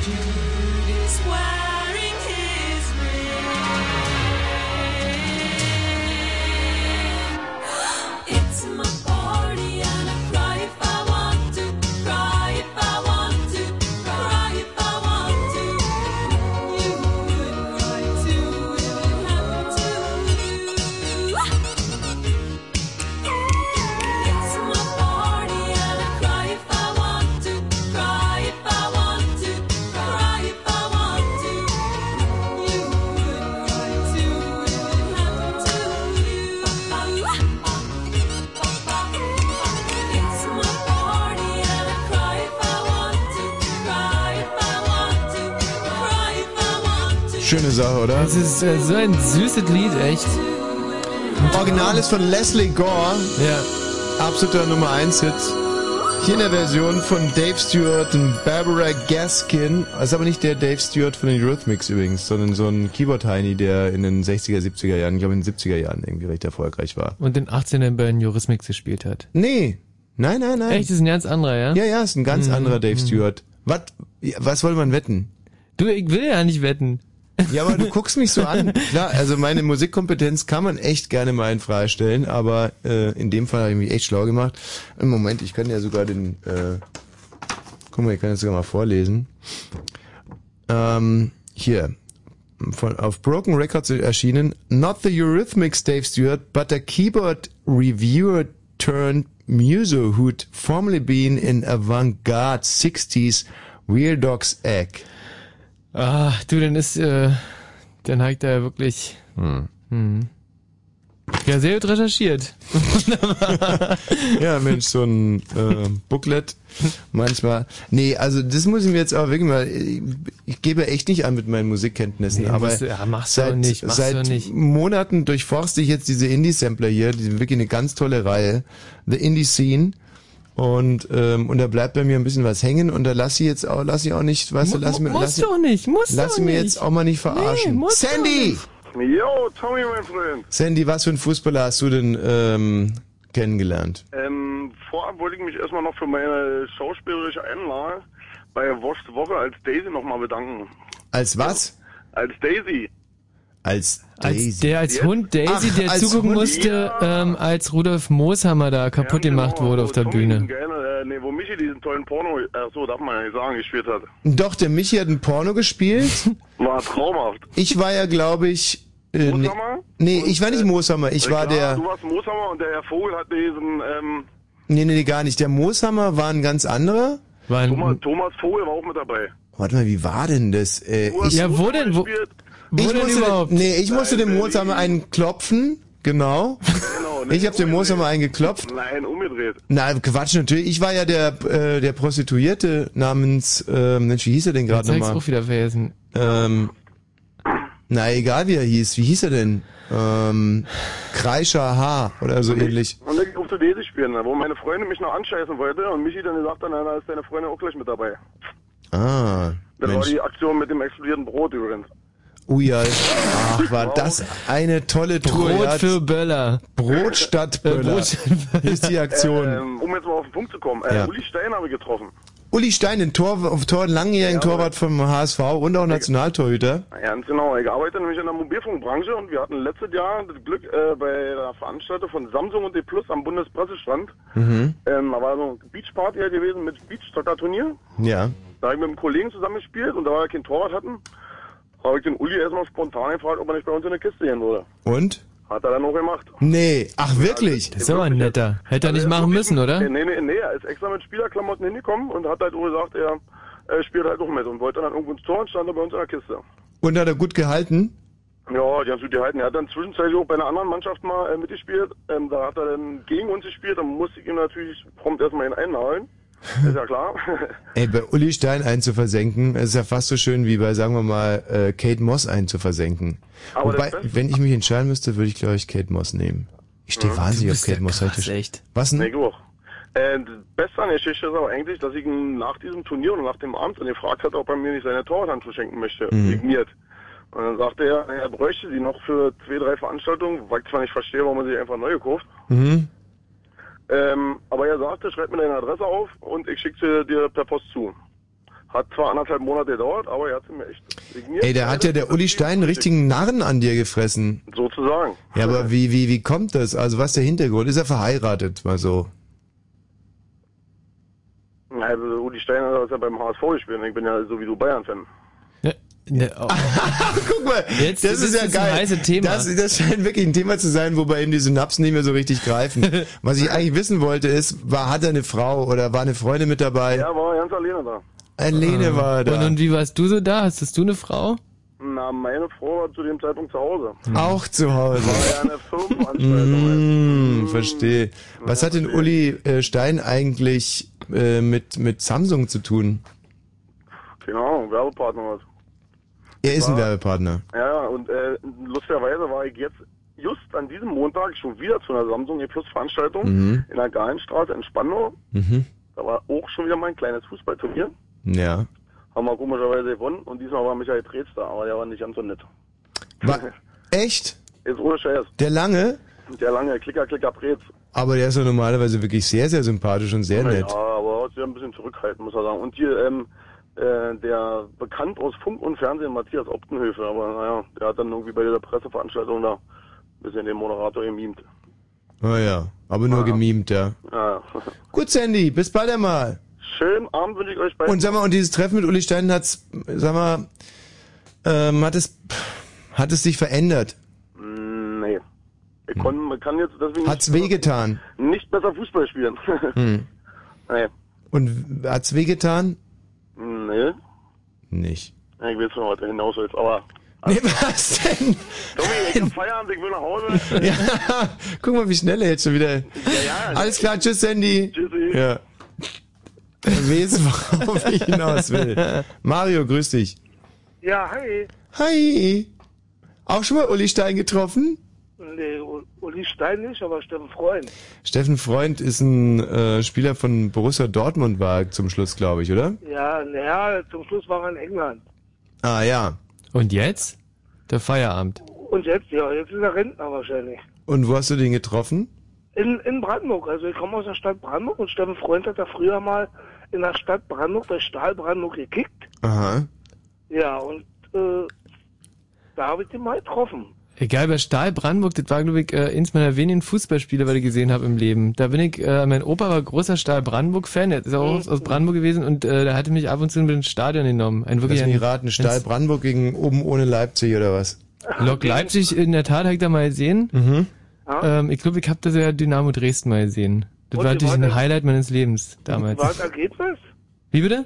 Speaker 6: Judy's wearing his ring. It's my party and I cry if I want to, cry if I want to, cry if I want to. You could cry too if you have to. It's my party and I cry if I want to, cry if I want to, cry if I want to. You could cry too if you have to. It's my party and I cry if I want to, cry if I want to, cry if I want to.
Speaker 2: Schöne Sache, oder?
Speaker 7: Das ist äh, so ein süßes Lied, echt.
Speaker 2: Original ist von Leslie Gore,
Speaker 7: Ja.
Speaker 2: absoluter Nummer 1 Hit. Hier in der Version von Dave Stewart und Barbara Gaskin. Das ist aber nicht der Dave Stewart von den Eurythmics übrigens, sondern so ein Keyboard-Tiny, der in den 60er, 70er Jahren, ich glaube in den 70er Jahren irgendwie recht erfolgreich war.
Speaker 7: Und in 18 bei den Jurismix gespielt hat.
Speaker 2: Nee, nein, nein, nein.
Speaker 7: Echt, das ist ein ganz anderer, ja? Mhm.
Speaker 2: Ja, ja, ist ein ganz anderer Dave Stewart. Was, was wollte man wetten?
Speaker 7: Du, ich will ja nicht wetten.
Speaker 2: Ja, aber du guckst mich so an. Klar, also meine Musikkompetenz kann man echt gerne mal in Frage stellen, aber äh, in dem Fall habe ich mich echt schlau gemacht. Im Moment, ich kann ja sogar den, äh, guck mal, ich kann das sogar mal vorlesen. Ähm, hier, von, auf Broken Records erschienen, not the Eurythmics Dave Stewart, but a keyboard reviewer turned muso who'd formerly been in avant-garde 60s Weird Dogs Egg.
Speaker 7: Ah, du, dann ist, äh, dann hat er ja wirklich.
Speaker 2: Hm.
Speaker 7: Hm. Ja, sehr gut recherchiert.
Speaker 2: Ja, Mensch, so ein äh, Booklet manchmal. Nee, also das muss ich mir jetzt auch wirklich mal. Ich, ich gebe echt nicht an mit meinen Musikkenntnissen,
Speaker 7: Nee,
Speaker 2: aber
Speaker 7: musst du- ja, machst du
Speaker 2: seit,
Speaker 7: auch nicht, machst du
Speaker 2: seit
Speaker 7: auch nicht.
Speaker 2: Monaten durchforste ich jetzt diese Indie-Sampler hier, die sind wirklich eine ganz tolle Reihe. The Indie Scene. Und, ähm, und da bleibt bei mir ein bisschen was hängen und da lass ich jetzt auch, lass ich auch nicht, weißt du, lass mir, lass,
Speaker 7: musst du nicht, musst
Speaker 2: lass
Speaker 7: du
Speaker 2: mir
Speaker 7: nicht.
Speaker 2: jetzt auch mal nicht verarschen.
Speaker 7: musst du
Speaker 2: Sandy!
Speaker 9: Jo, Tommy, mein Freund.
Speaker 2: Sandy, was für einen Fußballer hast du denn ähm, kennengelernt?
Speaker 9: Ähm, vorab wollte ich mich erstmal noch für meine schauspielerische Einlage bei Wurst Woche als Daisy nochmal bedanken.
Speaker 2: Als was?
Speaker 9: Als Daisy.
Speaker 2: Als Daisy.
Speaker 7: Als der als Hund Daisy,
Speaker 2: Ach,
Speaker 7: der
Speaker 2: als
Speaker 7: zugucken
Speaker 2: Hund.
Speaker 7: musste, ähm, als Rudolf Mooshammer da kaputt gemacht
Speaker 9: genau,
Speaker 7: wurde
Speaker 9: wo
Speaker 7: auf der
Speaker 9: Tommy
Speaker 7: Bühne.
Speaker 9: diesen Geilen, äh, nee, wo Michi diesen tollen Porno, ach so, darf man ja nicht sagen, gespielt hat.
Speaker 2: Doch, der Michi hat ein Porno gespielt.
Speaker 9: War traumhaft.
Speaker 2: Ich war ja, glaube ich. Äh, nee,
Speaker 9: Mooshammer?
Speaker 2: nee, ich war nicht Mooshammer. Ich war
Speaker 9: Äh, Klar,
Speaker 2: der.
Speaker 9: Du warst Mooshammer und der Herr Vogel hat diesen, ähm,
Speaker 2: Nee, nee, nee, gar nicht. Der Mooshammer war ein ganz anderer.
Speaker 7: War
Speaker 9: Thomas,
Speaker 7: ein,
Speaker 9: Thomas Vogel war auch mit dabei.
Speaker 2: Warte mal, wie war denn das? Äh,
Speaker 9: Du hast
Speaker 2: ich,
Speaker 7: Ja, wo
Speaker 9: Mooshammer
Speaker 7: denn- wo-
Speaker 9: gespielt.
Speaker 7: wo
Speaker 2: ich
Speaker 7: denn
Speaker 2: musste,
Speaker 7: überhaupt?
Speaker 2: nee, ich musste
Speaker 9: Nein,
Speaker 2: dem
Speaker 9: Berlin.
Speaker 2: Mooshammer einen klopfen. Genau.
Speaker 9: Genau, ne?
Speaker 2: Ich habe dem Mooshammer einen geklopft.
Speaker 9: Nein, umgedreht.
Speaker 2: Na, Quatsch natürlich. Ich war ja der äh, der Prostituierte namens, äh, Mensch, wie hieß er denn
Speaker 7: Jetzt
Speaker 2: gerade
Speaker 7: hab ich's
Speaker 2: nochmal?
Speaker 7: auch wieder vergessen.
Speaker 2: Ähm, na, egal wie er hieß. Wie hieß er denn? Ähm, Kreischer H. oder so ähnlich.
Speaker 9: Und dann auf zu Daisy spielen, ne, wo meine Freundin mich noch anscheißen wollte und Michi dann gesagt hat, na, da ist deine Freundin auch gleich mit dabei.
Speaker 2: Ah,
Speaker 9: Das war
Speaker 2: Mensch.
Speaker 9: die Aktion mit dem explodierenden Brot übrigens.
Speaker 2: Ujal. Ach, war das eine tolle Tour.
Speaker 7: Brot
Speaker 2: ja.
Speaker 7: für Böller. Äh,
Speaker 2: Brot statt Böller.
Speaker 7: Brot
Speaker 2: ist die Aktion.
Speaker 9: Ähm, um jetzt mal auf den Punkt zu kommen, äh,
Speaker 2: Ja.
Speaker 9: Uli Stein habe ich getroffen.
Speaker 2: Uli Stein, den Tor, auf Tor, langjährigen Torwart vom HSV und auch Nationaltorhüter.
Speaker 9: Ja, Ganz genau. Ich arbeite nämlich in der Mobilfunkbranche und wir hatten letztes Jahr das Glück äh, bei der Veranstaltung von Samsung und D Plus am Bundespressestand.
Speaker 2: Mhm.
Speaker 9: Ähm, da war so ein Beachparty halt gewesen mit Beachsoccer-Turnier.
Speaker 2: Ja.
Speaker 9: Da habe ich mit einem Kollegen zusammengespielt und da wir keinen Torwart hatten, habe ich den Uli erstmal spontan gefragt, ob er nicht bei uns in eine Kiste gehen würde.
Speaker 2: Und?
Speaker 9: Hat er dann auch gemacht.
Speaker 2: Nee, ach wirklich?
Speaker 7: Das ist aber ein
Speaker 9: Also,
Speaker 7: netter. Hätte er nicht machen müssen, oder?
Speaker 9: Nee, nee, nee, er ist extra mit Spielerklamotten hingekommen und hat halt auch gesagt, er äh, spielt halt auch mit und wollte dann irgendwo ins Tor und stand da bei uns in der Kiste.
Speaker 2: Und hat er gut gehalten?
Speaker 9: Ja, die haben es gut gehalten. Er hat dann zwischenzeitlich auch bei einer anderen Mannschaft mal äh, mitgespielt. Ähm, da hat er dann gegen uns gespielt. Dann musste ich ihm natürlich prompt erstmal ihn einhauen. Ist ja klar.
Speaker 2: Ey, bei Uli Stein einzuversenken, ist ja fast so schön wie bei, sagen wir mal, äh, Kate Moss einzuversenken.
Speaker 9: Aber
Speaker 2: Wobei,
Speaker 9: das Beste-
Speaker 2: wenn ich mich entscheiden müsste, würde ich, glaube ich, Kate Moss nehmen. Ich stehe wahnsinnig auf Kate Moss heute.
Speaker 7: echt.
Speaker 2: Was denn?
Speaker 9: nee, ich auch. Äh, das Beste an der Geschichte ist aber eigentlich, dass ich ihn nach diesem Turnier und nach dem Abend dann gefragt hat, ob er mir nicht seine Torwarthandschuhe schenken möchte. Signiert. Und dann sagte er, er bräuchte sie noch für zwei, drei Veranstaltungen, weil ich zwar nicht verstehe, warum man sie einfach neu kauft.
Speaker 2: Mhm.
Speaker 9: Ähm, aber er sagte, schreib mir deine Adresse auf und ich schicke sie dir per Post zu. Hat zwar anderthalb Monate gedauert, aber er hat sie mir echt signiert.
Speaker 2: Ey, da hat ja der Uli Stein einen richtigen Narren an dir gefressen.
Speaker 9: Sozusagen.
Speaker 2: Ja, aber wie, wie, wie kommt das? Also was ist der Hintergrund? Ist er verheiratet? Mal so.
Speaker 9: Na, also Uli Steiner hat das ja beim HSV gespielt und ich bin ja sowieso Bayern-Fan.
Speaker 2: Ah. Guck mal,
Speaker 7: Jetzt
Speaker 2: das
Speaker 7: ist
Speaker 2: ist ja
Speaker 7: es ein
Speaker 2: geil.
Speaker 7: heißes Thema.
Speaker 2: Das, das scheint wirklich ein Thema zu sein, wobei ihm die Synapsen nicht mehr so richtig greifen. Was ich eigentlich wissen wollte ist, war, hat er eine Frau oder war eine Freundin mit dabei?
Speaker 9: Er war ganz alleine da.
Speaker 2: Alleine war er da.
Speaker 7: Ah. Und, und wie warst du so da? Hastest du eine Frau?
Speaker 9: Na, meine Frau war zu dem Zeitpunkt zu Hause.
Speaker 2: Auch zu Hause.
Speaker 9: War ja eine Firmenveranstaltung.
Speaker 2: Hm, verstehe. Was hat denn Uli äh, Stein eigentlich äh, mit, mit Samsung zu tun?
Speaker 9: Keine Ahnung, Werbepartner oder was.
Speaker 2: Er ist ein Werbepartner.
Speaker 9: Ja, und äh, lustigerweise war ich jetzt just an diesem Montag schon wieder zu einer Samsung E Plus Veranstaltung in der Galenstraße in Spandau.
Speaker 2: Mhm.
Speaker 9: Da war auch schon wieder mein kleines Fußballturnier.
Speaker 2: Ja.
Speaker 9: Haben wir komischerweise gewonnen und diesmal war Michael Tretz da, aber der war nicht ganz so nett.
Speaker 2: War, echt?
Speaker 9: Jetzt ohne Scheiß.
Speaker 2: Der lange?
Speaker 9: Der lange Klicker, Klicker Pretz.
Speaker 2: Aber der ist ja normalerweise wirklich sehr, sehr sympathisch und sehr nett.
Speaker 9: Ja, aber heute ein bisschen zurückhaltend, muss er sagen. Und hier, ähm, äh, der bekannt aus Funk und Fernsehen, Matthias Optenhöfe, aber naja, der hat dann irgendwie bei der Presseveranstaltung da ein bisschen den Moderator gemimt.
Speaker 2: Ah ja, aber nur gemimt, ja.
Speaker 9: Ja.
Speaker 2: Gut, Sandy, bis bald einmal.
Speaker 9: Schönen Abend wünsche ich euch beiden.
Speaker 2: Und sag mal, und dieses Treffen mit Uli Stein hat's, sag mal, ähm, hat es, hat es dich verändert?
Speaker 9: Mm, nee. Ich kon, man kann jetzt deswegen
Speaker 2: Hm. Hat's
Speaker 9: nicht,
Speaker 2: wehgetan?
Speaker 9: nicht besser Fußball spielen.
Speaker 2: Hm.
Speaker 9: nee.
Speaker 2: Und w- hat's wehgetan?
Speaker 9: Nee.
Speaker 2: Nicht.
Speaker 9: Ich will schon heute hinaus willst, aber.
Speaker 2: Nee, was denn?
Speaker 9: Also Tommy, ich hab Feierabend, ich will nach Hause.
Speaker 2: Ja, guck mal, wie schnell er jetzt schon wieder.
Speaker 9: ja. also
Speaker 2: Alles klar, tschüss, Sandy.
Speaker 9: Tschüssi.
Speaker 2: Ja. Er weiß, worauf ich hinaus will. Mario, grüß dich.
Speaker 10: Ja, hi.
Speaker 2: Hi. Auch schon mal Uli Stein getroffen?
Speaker 10: Nee, U- Uli Stein nicht, aber Steffen Freund.
Speaker 2: Steffen Freund ist ein äh, Spieler von Borussia Dortmund war zum Schluss, glaube ich, oder?
Speaker 10: Ja, naja, zum Schluss war er in England.
Speaker 2: Ah ja.
Speaker 7: Und jetzt? Der Feierabend.
Speaker 10: Und jetzt, ja, jetzt ist er Rentner wahrscheinlich.
Speaker 2: Und wo hast du den getroffen?
Speaker 10: In, in Brandenburg, also ich komme aus der Stadt Brandenburg und Steffen Freund hat ja früher mal in der Stadt Brandenburg bei Stahl Brandenburg gekickt.
Speaker 2: Aha.
Speaker 10: Ja, und äh, da habe ich den mal getroffen.
Speaker 7: Egal, bei Stahl Brandenburg, das war, glaube ich, äh, eins meiner wenigen Fußballspiele, weil ich gesehen habe im Leben. Da bin ich, äh, mein Opa war großer Stahl Brandenburg-Fan, der ist auch
Speaker 2: Mhm.
Speaker 7: aus, aus Brandenburg gewesen und äh, der hatte mich ab und zu mit ins Stadion genommen. Ein wirklich
Speaker 2: Lass mich
Speaker 7: ein
Speaker 2: raten, Stahl Brandenburg gegen oben ohne Leipzig oder was?
Speaker 7: Lok Leipzig in der Tat habe ich da mal gesehen.
Speaker 2: Mhm.
Speaker 7: Ähm, ich glaube, ich habe da sogar Dynamo Dresden mal gesehen. Das
Speaker 10: Und
Speaker 7: war
Speaker 10: wie
Speaker 7: natürlich
Speaker 10: war
Speaker 7: ein
Speaker 10: das?
Speaker 7: Highlight meines Lebens
Speaker 10: Wie war
Speaker 7: damals.
Speaker 10: das Ergebnis?
Speaker 7: Wie bitte?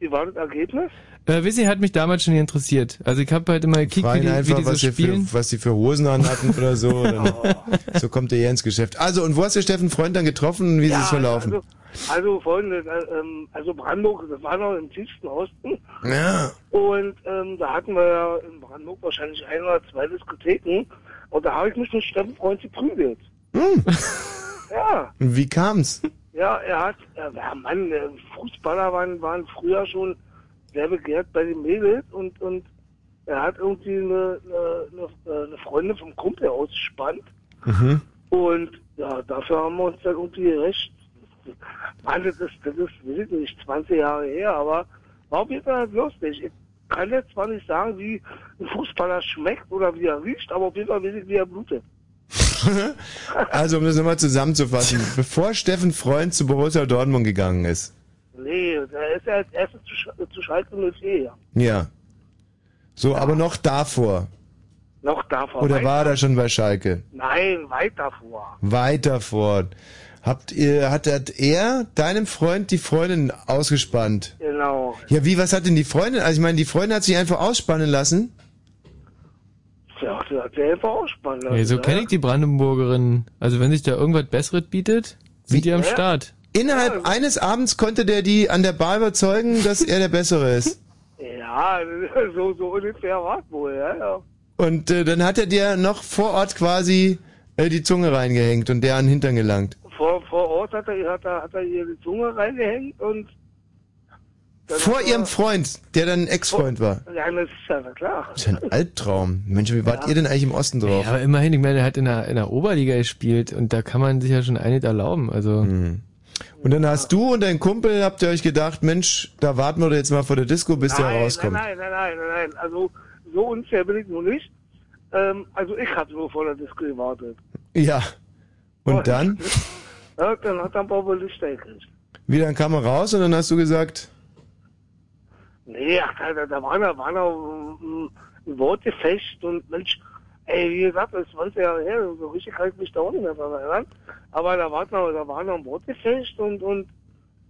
Speaker 10: Wie war das Ergebnis?
Speaker 7: Äh, Wissi hat mich damals schon interessiert. Also ich habe halt immer gekickt, wie
Speaker 2: Fragen
Speaker 7: die, wie
Speaker 2: einfach,
Speaker 7: die so
Speaker 2: was, sie
Speaker 7: spielen.
Speaker 2: für, was sie für Hosen anhatten oder so. Oder so kommt ihr ja ins Geschäft. Also, und wo hast du Steffen Freund dann getroffen und wie ist es verlaufen?
Speaker 10: Also, also folgendes, äh, ähm, also Brandenburg, das war noch im tiefsten Osten.
Speaker 2: ja.
Speaker 10: Und ähm, da hatten wir ja in Brandenburg wahrscheinlich ein oder zwei Diskotheken. Und da habe ich mich mit Steffen Freund geprügelt. Ja,
Speaker 2: Und wie kam's?
Speaker 10: ja, er hat, äh, ja Mann, äh, Fußballer waren, waren früher schon sehr begehrt bei den Mädels und, und er hat irgendwie eine, eine, eine, eine Freundin vom Kumpel ausgespannt.
Speaker 2: Mm-hmm.
Speaker 10: Und ja, dafür haben wir uns dann irgendwie recht. Mann, das ist, das ist wirklich 20 Jahre her, aber war auf jeden Fall lustig. Ich kann jetzt zwar nicht sagen, wie ein Fußballer schmeckt oder wie er riecht, aber auf jeden Fall weiß ich, wie er blutet.
Speaker 2: Also, um das nochmal zusammenzufassen, bevor Steffen Freund zu Borussia Dortmund gegangen ist.
Speaker 10: Nee, da ist er als erstes zu, Sch- zu Schalke 04. ja.
Speaker 2: Ja. So, aber noch davor.
Speaker 10: Noch
Speaker 7: Oh,
Speaker 10: davor.
Speaker 2: Oder
Speaker 10: weit-
Speaker 2: war er schon bei Schalke?
Speaker 10: Nein, weit davor.
Speaker 2: Weiter fort. Habt ihr, hat, hat er deinem Freund die Freundin ausgespannt?
Speaker 10: Genau. Genau.
Speaker 2: Ja, wie, was hat denn die Freundin? Also ich meine, die Freundin hat sich einfach ausspannen lassen.
Speaker 10: Ja, das hat der einfach ausspannen lassen.
Speaker 7: Ja, so
Speaker 10: ne?
Speaker 7: kenne ich die Brandenburgerinnen. Also wenn sich da irgendwas Besseres bietet, sind die am Start.
Speaker 2: Innerhalb eines Abends konnte der die an der Bar überzeugen, dass er der Bessere ist.
Speaker 10: Ja, so, so ungefähr war es wohl, ja, ja.
Speaker 2: Und äh, dann hat er dir noch vor Ort quasi äh, die Zunge reingehängt und der an den Hintern gelangt.
Speaker 10: Vor, vor Ort hat er, hat, er, hat er ihr die Zunge reingehängt und
Speaker 2: Vor ihrem Freund, der dann ein Ex-Freund war.
Speaker 10: ja, das ist ja na klar.
Speaker 2: Das ist ja ein Albtraum. Mensch, wie wart ihr denn eigentlich im Osten drauf?
Speaker 7: Ja, aber immerhin, ich meine, er hat in der, in der Oberliga gespielt und da kann man sich ja schon einiges erlauben. Also
Speaker 2: Hm. Und dann hast du und dein Kumpel, habt ihr euch gedacht, Mensch, da warten wir doch jetzt mal vor der Disco, bis der
Speaker 10: nein,
Speaker 2: rauskommt.
Speaker 10: nein, nein, nein, nein, nein. Also so unfair bin ich nur nicht. Ähm, also ich hatte nur vor der Disco gewartet.
Speaker 2: Ja. Und dann?
Speaker 10: Ja, dann hat er ein paar Lichter gekriegt.
Speaker 2: Wie, dann kam er raus und dann hast du gesagt,
Speaker 10: Nee, ach, da, da war noch, war noch ein, ein Wortgefecht mm, und Mensch, ey, wie gesagt, das ist 20 Jahre her, so richtig kann ich mich da auch nicht mehr dran erinnern. Aber da war noch, da war noch ein Wortgefecht und, und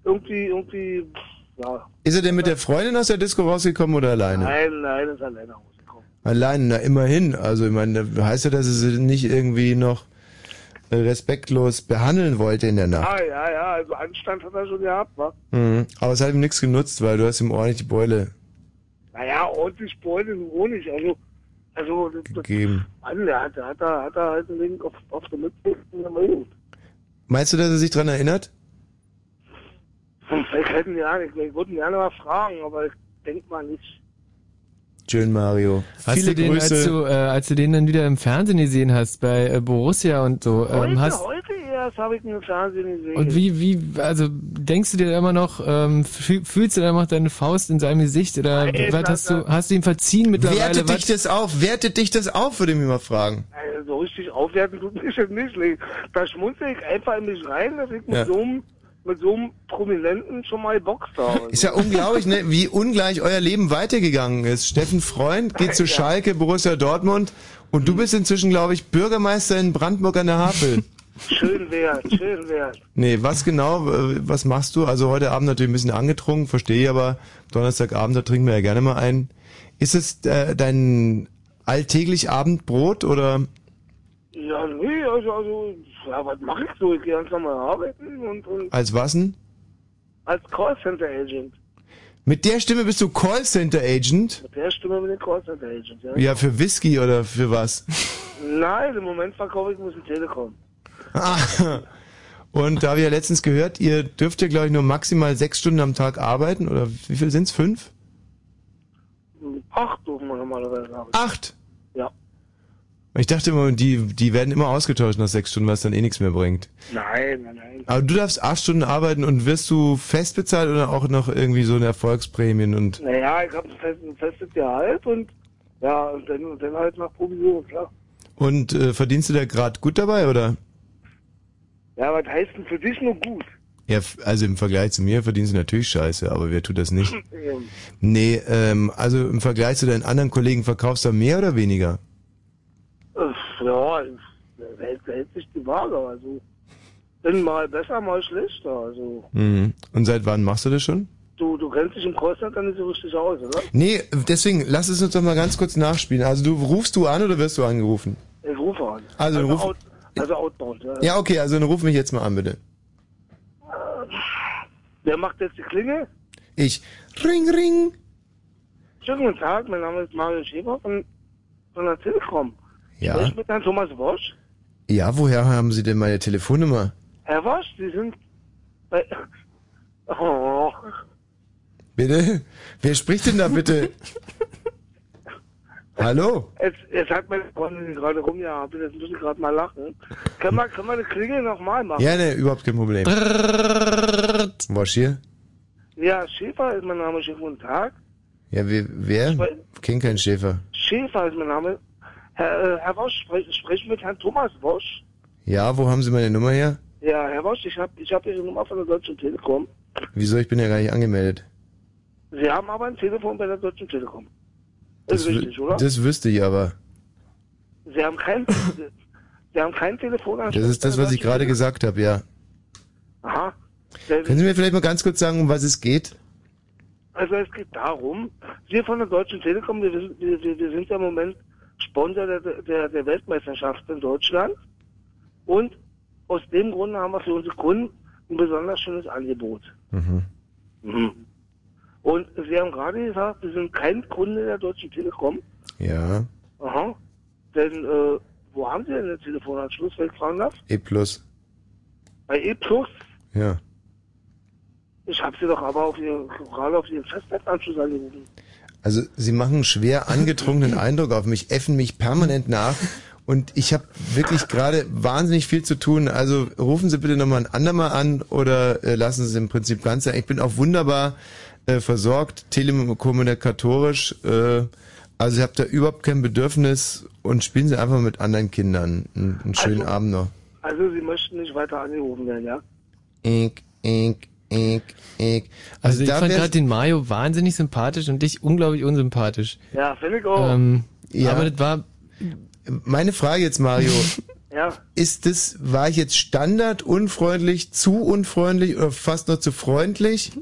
Speaker 10: irgendwie, irgendwie, pff, ja,
Speaker 2: ist er denn mit der Freundin aus der Disco rausgekommen oder alleine?
Speaker 10: nein, nein, ist alleine rausgekommen.
Speaker 2: Alleine, na immerhin. Also ich meine, das heißt ja, dass er sie nicht irgendwie noch äh, respektlos behandeln wollte in der Nacht.
Speaker 10: Ah, ja, ja, also Anstand hat er schon gehabt, wa?
Speaker 2: Mhm. Aber es hat ihm nichts genutzt, weil du hast ihm ordentlich die Beule
Speaker 10: Naja, ordentlich Beute, so nicht, also, also, das, das,
Speaker 2: gegeben.
Speaker 10: Mann, der hat, der hat, er- hat er halt einen Link auf, auf den Mittelpunkt.
Speaker 2: Meinst du, dass er sich dran erinnert?
Speaker 10: Ich hätte ihn ja, ich, ich würde ihn gerne mal fragen, aber ich denke mal nicht.
Speaker 2: Schön, Mario.
Speaker 7: hast du
Speaker 2: Viele
Speaker 7: den,
Speaker 2: Grüße.
Speaker 7: als du, äh, als du den dann wieder im Fernsehen gesehen hast, bei äh, Borussia und so, ähm,
Speaker 10: Heute,
Speaker 7: hast,
Speaker 10: heute erst habe ich ihn im Fernsehen gesehen.
Speaker 7: und wie, wie, also denkst du dir immer noch, ähm, fühl- fühlst du da immer noch deine Faust in seinem Gesicht oder
Speaker 10: Nein,
Speaker 7: was
Speaker 10: das-
Speaker 7: hast du, hast du ihm verziehen mittlerweile?
Speaker 2: Wertet dich
Speaker 7: was?
Speaker 2: das auf? Wertet dich das auf, würde ich mich mal fragen.
Speaker 10: Also, so richtig aufwerten tut mich das nicht. Lee. Da schmunzel ich einfach in mich rein, dass ich mit,
Speaker 2: Ja.
Speaker 10: so, einem, mit so einem Prominenten schon mal geboxt habe.
Speaker 2: Ist ja unglaublich, ne? wie ungleich euer Leben weitergegangen ist. Steffen Freund geht zu Schalke, Borussia Dortmund und du bist inzwischen, glaube ich, Bürgermeister in Brandenburg an der Havel.
Speaker 10: Schön wert, schön wert.
Speaker 2: Nee, was genau, äh, was machst du? Also heute Abend natürlich ein bisschen angetrunken, verstehe ich, aber Donnerstagabend, da trinken wir ja gerne mal ein. Ist es äh, dein alltäglich Abendbrot oder
Speaker 10: Ja, nee, also, also ja, was mache ich so? Ich gehe ganz normal arbeiten und, und
Speaker 2: als was denn?
Speaker 10: als Callcenter-Agent.
Speaker 2: Mit der Stimme bist du Callcenter-Agent?
Speaker 10: Mit der Stimme mit dem Callcenter-Agent, ja.
Speaker 2: Ja, für Whisky oder für was?
Speaker 10: Nein, im Moment verkaufe ich muss ein Telekom.
Speaker 2: Ah, Und da habe ich ja letztens gehört, ihr dürft ja, glaube ich, nur maximal sechs Stunden am Tag arbeiten oder wie viel sind's? Fünf?
Speaker 10: Acht dürfen wir normalerweise haben.
Speaker 2: Acht?
Speaker 10: Ja.
Speaker 2: Ich dachte immer, die, die werden immer ausgetauscht nach sechs Stunden, was dann eh nichts mehr bringt.
Speaker 10: Nein, nein, nein.
Speaker 2: Aber du darfst acht Stunden arbeiten und wirst du fest bezahlt oder auch noch irgendwie so eine Erfolgsprämien und
Speaker 10: Naja, ich habe ein, fest, ein festes Gehalt und ja, und dann, und dann halt nach Provision, klar.
Speaker 2: und äh, verdienst du da gerade gut dabei oder?
Speaker 10: Ja, was heißt denn für dich nur gut?
Speaker 2: Ja, f- also im Vergleich zu mir verdienst du natürlich scheiße, aber wer tut das nicht?
Speaker 10: Ähm,
Speaker 2: Nee, ähm, also im Vergleich zu deinen anderen Kollegen verkaufst du mehr oder weniger?
Speaker 10: äh, ja, da hält, da hält sich die Waage, also. Bin mal besser, mal schlechter, also.
Speaker 2: Mhm. Und seit wann machst du das schon?
Speaker 10: Du, du kennst dich im Kreuzland nicht so richtig aus, oder?
Speaker 2: Nee, deswegen, lass es uns doch mal ganz kurz nachspielen. Also du rufst du an oder wirst du angerufen?
Speaker 10: Ich rufe an.
Speaker 2: Also, ruf-
Speaker 10: out, also outbound, ja.
Speaker 2: Ja, okay, also dann ruf mich jetzt mal an, bitte.
Speaker 10: Wer macht jetzt die Klinge?
Speaker 2: Ich. Ring, ring.
Speaker 10: Schönen guten Tag, mein Name ist Mario Schäfer von, von der Telekom.
Speaker 2: Ja.
Speaker 10: Sprich mit Herrn Thomas Bosch.
Speaker 2: Ja, woher haben Sie denn meine Telefonnummer?
Speaker 10: Herr Bosch, Sie sind bei... Oh,
Speaker 2: Bitte? Wer spricht denn da bitte? Hallo?
Speaker 10: jetzt, jetzt hat meine Freundin gerade rum, ja, bitte, jetzt müssen gerade mal lachen. Können wir, können wir eine Klingel nochmal machen?
Speaker 2: Ja, ne, überhaupt kein Problem. Was hier?
Speaker 10: Ja, Schäfer ist mein Name, schönen guten Tag.
Speaker 2: Ja, wer? wer? Kennt keinen Schäfer.
Speaker 10: Schäfer ist mein Name. Herr, äh, Herr Bosch, sprich, sprich mit Herrn Thomas Bosch.
Speaker 2: Ja, wo haben Sie meine Nummer her?
Speaker 10: Ja, Herr Bosch, ich habe ich hab Ihre Nummer von der Deutschen Telekom.
Speaker 2: Wieso? Ich bin ja gar nicht angemeldet.
Speaker 10: Sie haben aber ein Telefon bei der Deutschen Telekom.
Speaker 2: Das,
Speaker 10: Ist
Speaker 2: wü-
Speaker 10: richtig, oder?
Speaker 2: das wüsste ich aber.
Speaker 10: Sie haben kein, Sie haben kein Telefon.
Speaker 2: Das ist das, was ich gerade gesagt habe, ja.
Speaker 10: Aha.
Speaker 2: Können Sie mir vielleicht mal ganz kurz sagen, um was es geht?
Speaker 10: Also es geht darum, wir von der Deutschen Telekom, wir, wissen- wir, wir, wir sind ja im Moment Sponsor der, der, der Weltmeisterschaft in Deutschland. Und aus dem Grunde haben wir für unsere Kunden ein besonders schönes Angebot. Mhm. Und Sie haben gerade gesagt, wir sind kein Kunde der Deutschen Telekom.
Speaker 2: Ja,
Speaker 10: Aha. Denn äh, wo haben Sie denn den Telefonanschluss, wenn ich fragen darf?
Speaker 2: E plus.
Speaker 10: Bei E Plus.
Speaker 2: Ja.
Speaker 10: Ich habe Sie doch aber auf Ihren, gerade auf Ihren Festnetzanschluss angerufen.
Speaker 2: Also sie machen einen schwer angetrunkenen Eindruck auf mich, äffen mich permanent nach und ich habe wirklich gerade wahnsinnig viel zu tun. Also rufen Sie bitte nochmal ein andermal an oder äh, lassen Sie es im Prinzip ganz sein. Ich bin auch wunderbar äh, versorgt, telekommunikatorisch. Äh, also ich habe da überhaupt kein Bedürfnis und spielen Sie einfach mit anderen Kindern. Einen, einen schönen Abend noch.
Speaker 10: Also Sie möchten nicht weiter angerufen werden, ja?
Speaker 2: Ink, ink, ink, ink.
Speaker 7: Also, ich
Speaker 2: da
Speaker 7: fand
Speaker 2: wär's-
Speaker 7: gerade den Mario wahnsinnig sympathisch und dich unglaublich unsympathisch.
Speaker 10: Ja, finde ich auch.
Speaker 7: Ähm,
Speaker 2: Ja.
Speaker 7: Aber das war.
Speaker 2: Meine Frage jetzt, Mario.
Speaker 10: Ja.
Speaker 2: Ist das, war ich jetzt standard unfreundlich, zu unfreundlich oder fast noch zu freundlich?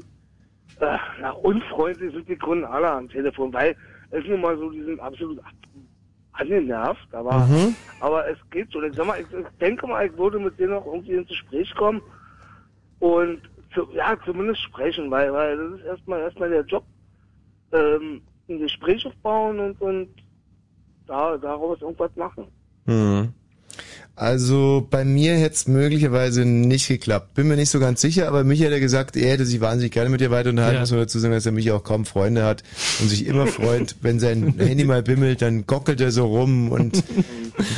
Speaker 10: Äh, na, unfreundlich sind die Kunden alle am Telefon, weil es ist nun mal so, die sind absolut ab- angenervt, aber,
Speaker 2: Mhm.
Speaker 10: aber es geht so. Ich, sag mal, ich, ich denke mal, ich würde mit denen auch irgendwie ins Gespräch kommen und zu, ja, zumindest sprechen, weil, weil das ist erstmal erstmal der Job, ähm, ein Gespräch aufbauen und, und da, daraus irgendwas machen.
Speaker 2: Hm. Also bei mir hätte es möglicherweise nicht geklappt. Bin mir nicht so ganz sicher, aber Michi hat ja gesagt, er hätte sich wahnsinnig gerne mit dir weiter unterhalten.
Speaker 7: Ja.
Speaker 2: Muss man dazu sagen, dass er Michi auch kaum Freunde hat und sich immer freut, wenn sein Handy mal bimmelt, dann gockelt er so rum und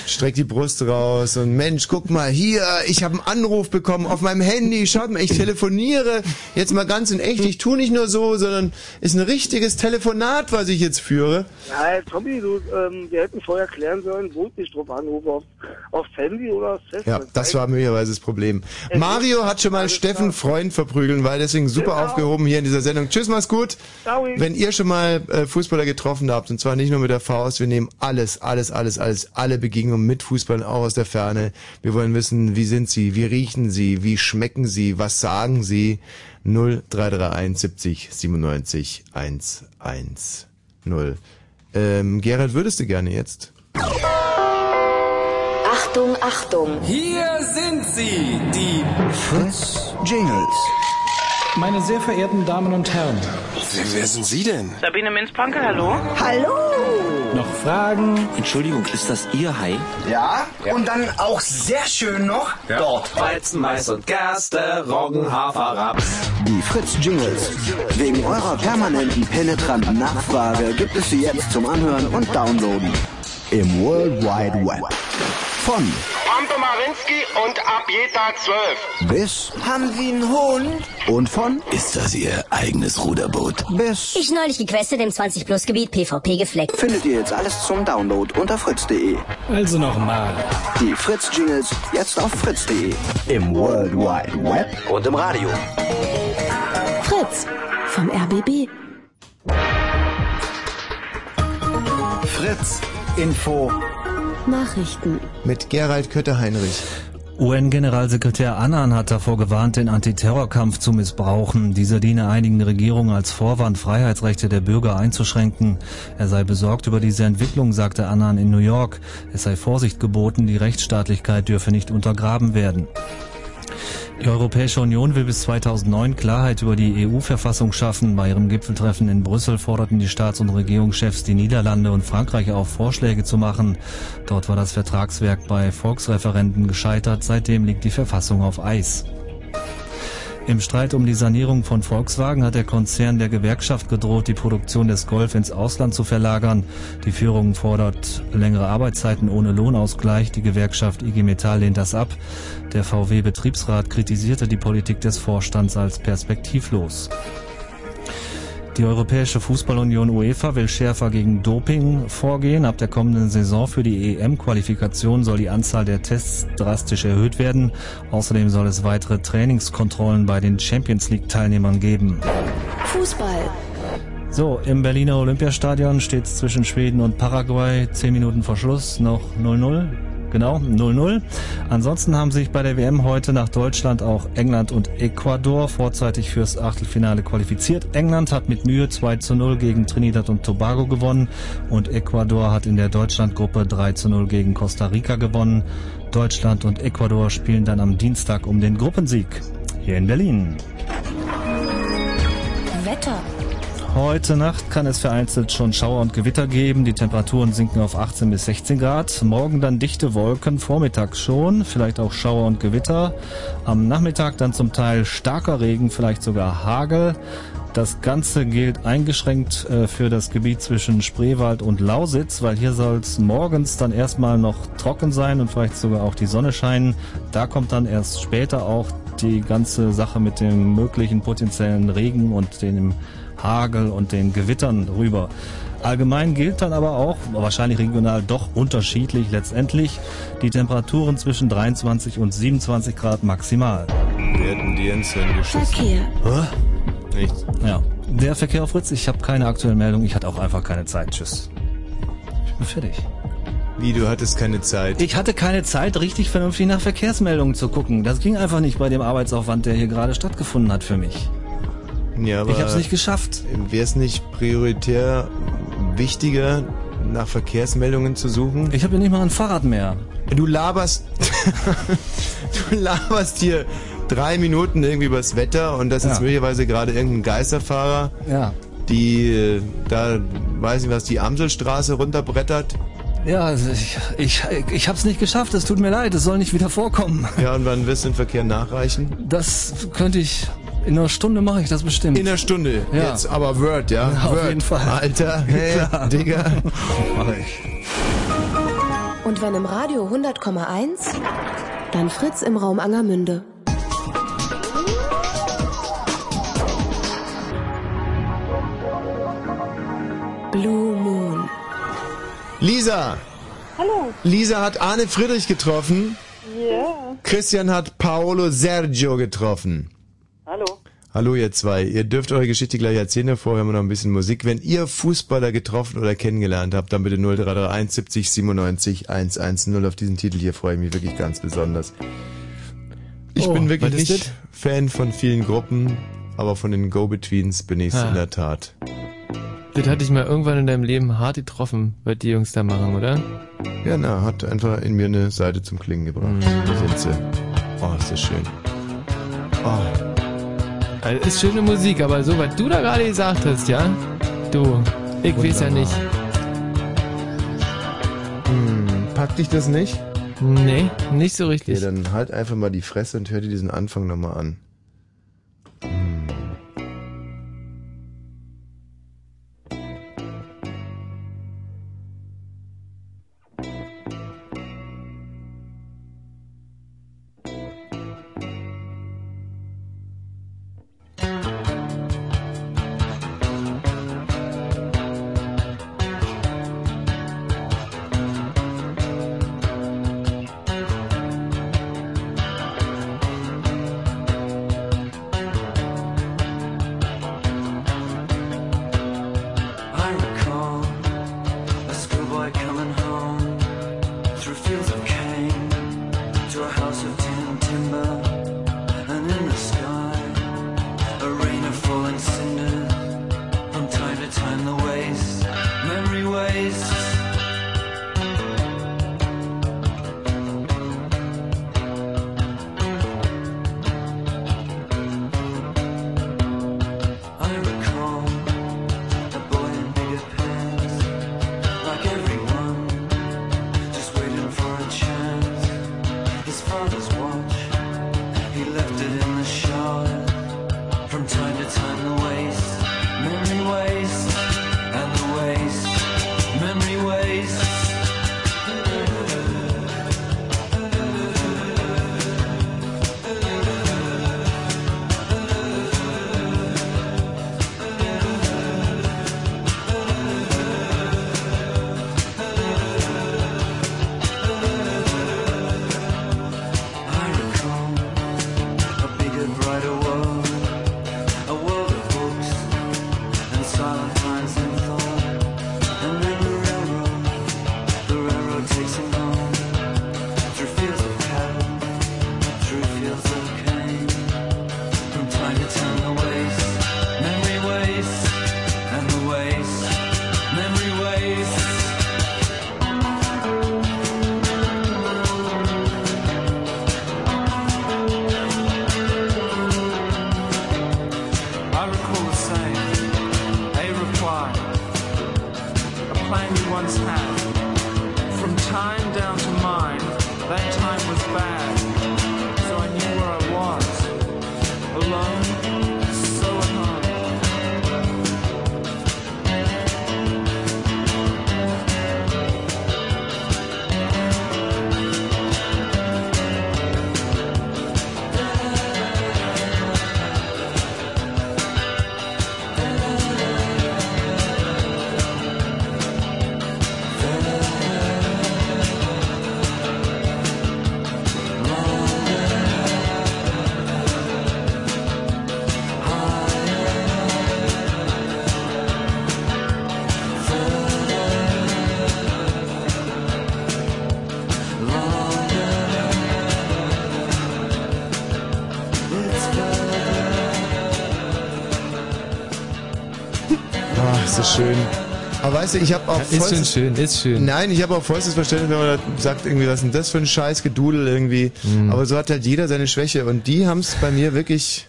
Speaker 2: streckt die Brust raus und Mensch, guck mal hier, ich habe einen Anruf bekommen auf meinem Handy, schaut mal, ich telefoniere jetzt mal ganz in echt. Ich tue nicht nur so, sondern ist ein richtiges Telefonat, was ich jetzt führe.
Speaker 10: Ja, Tommy, du, ähm, wir hätten vorher klären sollen, wo ich dich drauf anrufe, auf, aufs Handy oder aufs Festnetz.
Speaker 2: Ja, das war möglicherweise das Problem. Mario hat schon mal Steffen Freund verprügeln, war deswegen super
Speaker 10: Genau.
Speaker 2: aufgehoben hier in dieser Sendung. Tschüss, mach's gut.
Speaker 10: Ciao.
Speaker 2: Wenn ihr schon mal äh, Fußballer getroffen habt, und zwar nicht nur mit der Faust, wir nehmen alles, alles, alles, alles, alle Begegnungen mit Fußballern auch aus der Ferne. Wir wollen wissen, wie sind sie, wie riechen sie, wie schmecken sie, was sagen sie. 0331 70 97 110. Ähm, Gerald, würdest du gerne jetzt?
Speaker 11: Achtung, Achtung.
Speaker 12: Hier sind sie, die
Speaker 13: Fritz Jingles. Meine sehr verehrten Damen und Herren.
Speaker 14: Wer sind Sie denn?
Speaker 15: Sabine Minzpanke, hallo?
Speaker 13: Hallo! Noch Fragen?
Speaker 14: Entschuldigung, ist das Ihr Hai?
Speaker 13: Ja, und dann auch sehr schön noch dort.
Speaker 14: Weizen, Mais und Gerste, Roggen, Hafer, Raps.
Speaker 13: Die Fritz Jingles. Wegen eurer permanenten penetranten Nachfrage gibt es sie jetzt zum Anhören und Downloaden. Im World Wide Web. Von
Speaker 16: Pampe Marinski und Abjeta 12.
Speaker 13: bis
Speaker 16: Haben Sie einen Hund?
Speaker 13: und von
Speaker 14: Ist das Ihr eigenes Ruderboot?
Speaker 13: bis
Speaker 11: Ich neulich gequestet im 20-Plus-Gebiet PvP gefleckt.
Speaker 13: findet ihr jetzt alles zum Download unter fritz.de.
Speaker 14: Also nochmal.
Speaker 13: Die Fritz Jingles jetzt auf fritz.de. Im World Wide Web und im Radio.
Speaker 11: Fritz vom RBB.
Speaker 13: Fritz Info.
Speaker 11: Nachrichten.
Speaker 2: Mit Gerald Kötter-Heinrich.
Speaker 17: UN-Generalsekretär Annan hat davor gewarnt, den Antiterrorkampf zu missbrauchen. Dieser diene einigen Regierungen als Vorwand, Freiheitsrechte der Bürger einzuschränken. Er sei besorgt über diese Entwicklung, sagte Annan in New York. Es sei Vorsicht geboten, die Rechtsstaatlichkeit dürfe nicht untergraben werden. Die Europäische Union will bis 2009 Klarheit über die EU-Verfassung schaffen. Bei ihrem Gipfeltreffen in Brüssel forderten die Staats- und Regierungschefs die Niederlande und Frankreich auf, Vorschläge zu machen. Dort war das Vertragswerk bei Volksreferenden gescheitert. Seitdem liegt die Verfassung auf Eis. Im Streit um die Sanierung von Volkswagen hat der Konzern der Gewerkschaft gedroht, die Produktion des Golf ins Ausland zu verlagern. Die Führung fordert längere Arbeitszeiten ohne Lohnausgleich. Die Gewerkschaft IG Metall lehnt das ab. Der VW-Betriebsrat kritisierte die Politik des Vorstands als perspektivlos. Die Europäische Fußballunion UEFA will schärfer gegen Doping vorgehen. Ab der kommenden Saison für die EM-Qualifikation soll die Anzahl der Tests drastisch erhöht werden. Außerdem soll es weitere Trainingskontrollen bei den Champions League-Teilnehmern geben.
Speaker 11: Fußball.
Speaker 17: So, im Berliner Olympiastadion steht es zwischen Schweden und Paraguay. Zehn Minuten vor Schluss, noch 0-0. Genau, 0-0. Ansonsten haben sich bei der WM heute nach Deutschland auch England und Ecuador vorzeitig fürs Achtelfinale qualifiziert. England hat mit Mühe 2 zu 0 gegen Trinidad und Tobago gewonnen und Ecuador hat in der Deutschlandgruppe 3 zu 0 gegen Costa Rica gewonnen. Deutschland und Ecuador spielen dann am Dienstag um den Gruppensieg hier in Berlin.
Speaker 11: Wetter.
Speaker 17: Heute Nacht kann es vereinzelt schon Schauer und Gewitter geben. Die Temperaturen sinken auf 18 bis 16 Grad. Morgen dann dichte Wolken, vormittags schon, vielleicht auch Schauer und Gewitter. Am Nachmittag dann zum Teil starker Regen, vielleicht sogar Hagel. Das Ganze gilt eingeschränkt äh, für das Gebiet zwischen Spreewald und Lausitz, weil hier soll es morgens dann erstmal noch trocken sein und vielleicht sogar auch die Sonne scheinen. Da kommt dann erst später auch die ganze Sache mit dem möglichen potenziellen Regen und dem Hagel und den Gewittern rüber. Allgemein gilt dann aber auch, wahrscheinlich regional doch unterschiedlich letztendlich, die Temperaturen zwischen 23 und 27 Grad maximal.
Speaker 2: Wir hätten die ins Hirn geschissen.
Speaker 11: Verkehr.
Speaker 2: Hä? Nichts.
Speaker 17: Ja. Der Verkehr auf Fritz, ich habe keine aktuellen Meldungen, ich hatte auch einfach keine Zeit. Tschüss. Ich bin fertig.
Speaker 2: Wie, du hattest keine Zeit?
Speaker 17: Ich hatte keine Zeit, richtig vernünftig nach Verkehrsmeldungen zu gucken. Das ging einfach nicht bei dem Arbeitsaufwand, der hier gerade stattgefunden hat für mich.
Speaker 2: Ja, aber
Speaker 17: Ich hab's nicht geschafft.
Speaker 2: Wäre es nicht prioritär wichtiger, nach Verkehrsmeldungen zu suchen?
Speaker 17: Ich habe ja nicht mal ein Fahrrad mehr.
Speaker 2: Du laberst, du laberst hier drei Minuten irgendwie übers Wetter und das ist
Speaker 17: Ja.
Speaker 2: möglicherweise gerade irgendein Geisterfahrer,
Speaker 17: Ja.
Speaker 2: die äh, da, weiß nicht was, die Amselstraße runterbrettert.
Speaker 17: Ja, also ich, ich, ich hab's nicht geschafft, es tut mir leid, es soll nicht wieder vorkommen.
Speaker 2: Ja, und wann wirst du den Verkehr nachreichen?
Speaker 17: Das könnte ich. In einer Stunde mache ich das bestimmt.
Speaker 2: In einer Stunde.
Speaker 17: Ja.
Speaker 2: Jetzt aber Word, ja?
Speaker 17: Ja, auf
Speaker 2: Word.
Speaker 17: jeden Fall.
Speaker 2: Alter, hey,
Speaker 17: Klar.
Speaker 2: Digga.
Speaker 17: Mach ich.
Speaker 11: Und wenn im Radio 100,1, dann Fritz im Raum Angermünde. Blue Moon.
Speaker 2: Lisa!
Speaker 15: Hallo.
Speaker 2: Lisa hat Arne Friedrich getroffen.
Speaker 15: Ja.
Speaker 2: Christian hat Paolo Sergio getroffen.
Speaker 15: Hallo.
Speaker 2: Hallo ihr zwei, ihr dürft eure Geschichte gleich erzählen, davor hören wir noch ein bisschen Musik. Wenn ihr Fußballer getroffen oder kennengelernt habt, dann bitte 0331 70 97 110. Auf diesen Titel hier freue ich mich wirklich ganz besonders. Ich
Speaker 7: Oh,
Speaker 2: bin wirklich
Speaker 7: was ist
Speaker 2: nicht Fan von vielen Gruppen, aber von den Go-Betweens bin ich
Speaker 7: Ah.
Speaker 2: in der Tat.
Speaker 7: Das hatte ich mal irgendwann in deinem Leben hart getroffen, was die Jungs da machen, oder?
Speaker 2: Ja, na, hat einfach in mir eine Seite zum Klingen gebracht.
Speaker 7: Mhm.
Speaker 2: Da sind sie. Oh, ist das schön. Oh.
Speaker 7: Also ist schöne Musik, aber so, was du da gerade gesagt hast, ja? Du, ich weiß ja
Speaker 2: Wunderbar.
Speaker 7: nicht.
Speaker 2: Hm, packt dich das nicht?
Speaker 7: Nee, nicht so richtig.
Speaker 2: Okay, dann halt einfach mal die Fresse und hör dir diesen Anfang nochmal an.
Speaker 6: Thank
Speaker 18: playing with one's hand. From time down to mine, that time was bad. So I knew where I was. Alone, so at home.
Speaker 2: Ah, ist das schön. Aber weißt du, ich habe auch
Speaker 7: Ja, ist schon schön, ist schön.
Speaker 2: Nein, ich habe auch vollstes Verständnis, wenn man da sagt, irgendwie, was ist denn das für ein scheiß Gedudel irgendwie.
Speaker 7: Mhm.
Speaker 2: Aber so hat halt jeder seine Schwäche. Und die haben es bei mir wirklich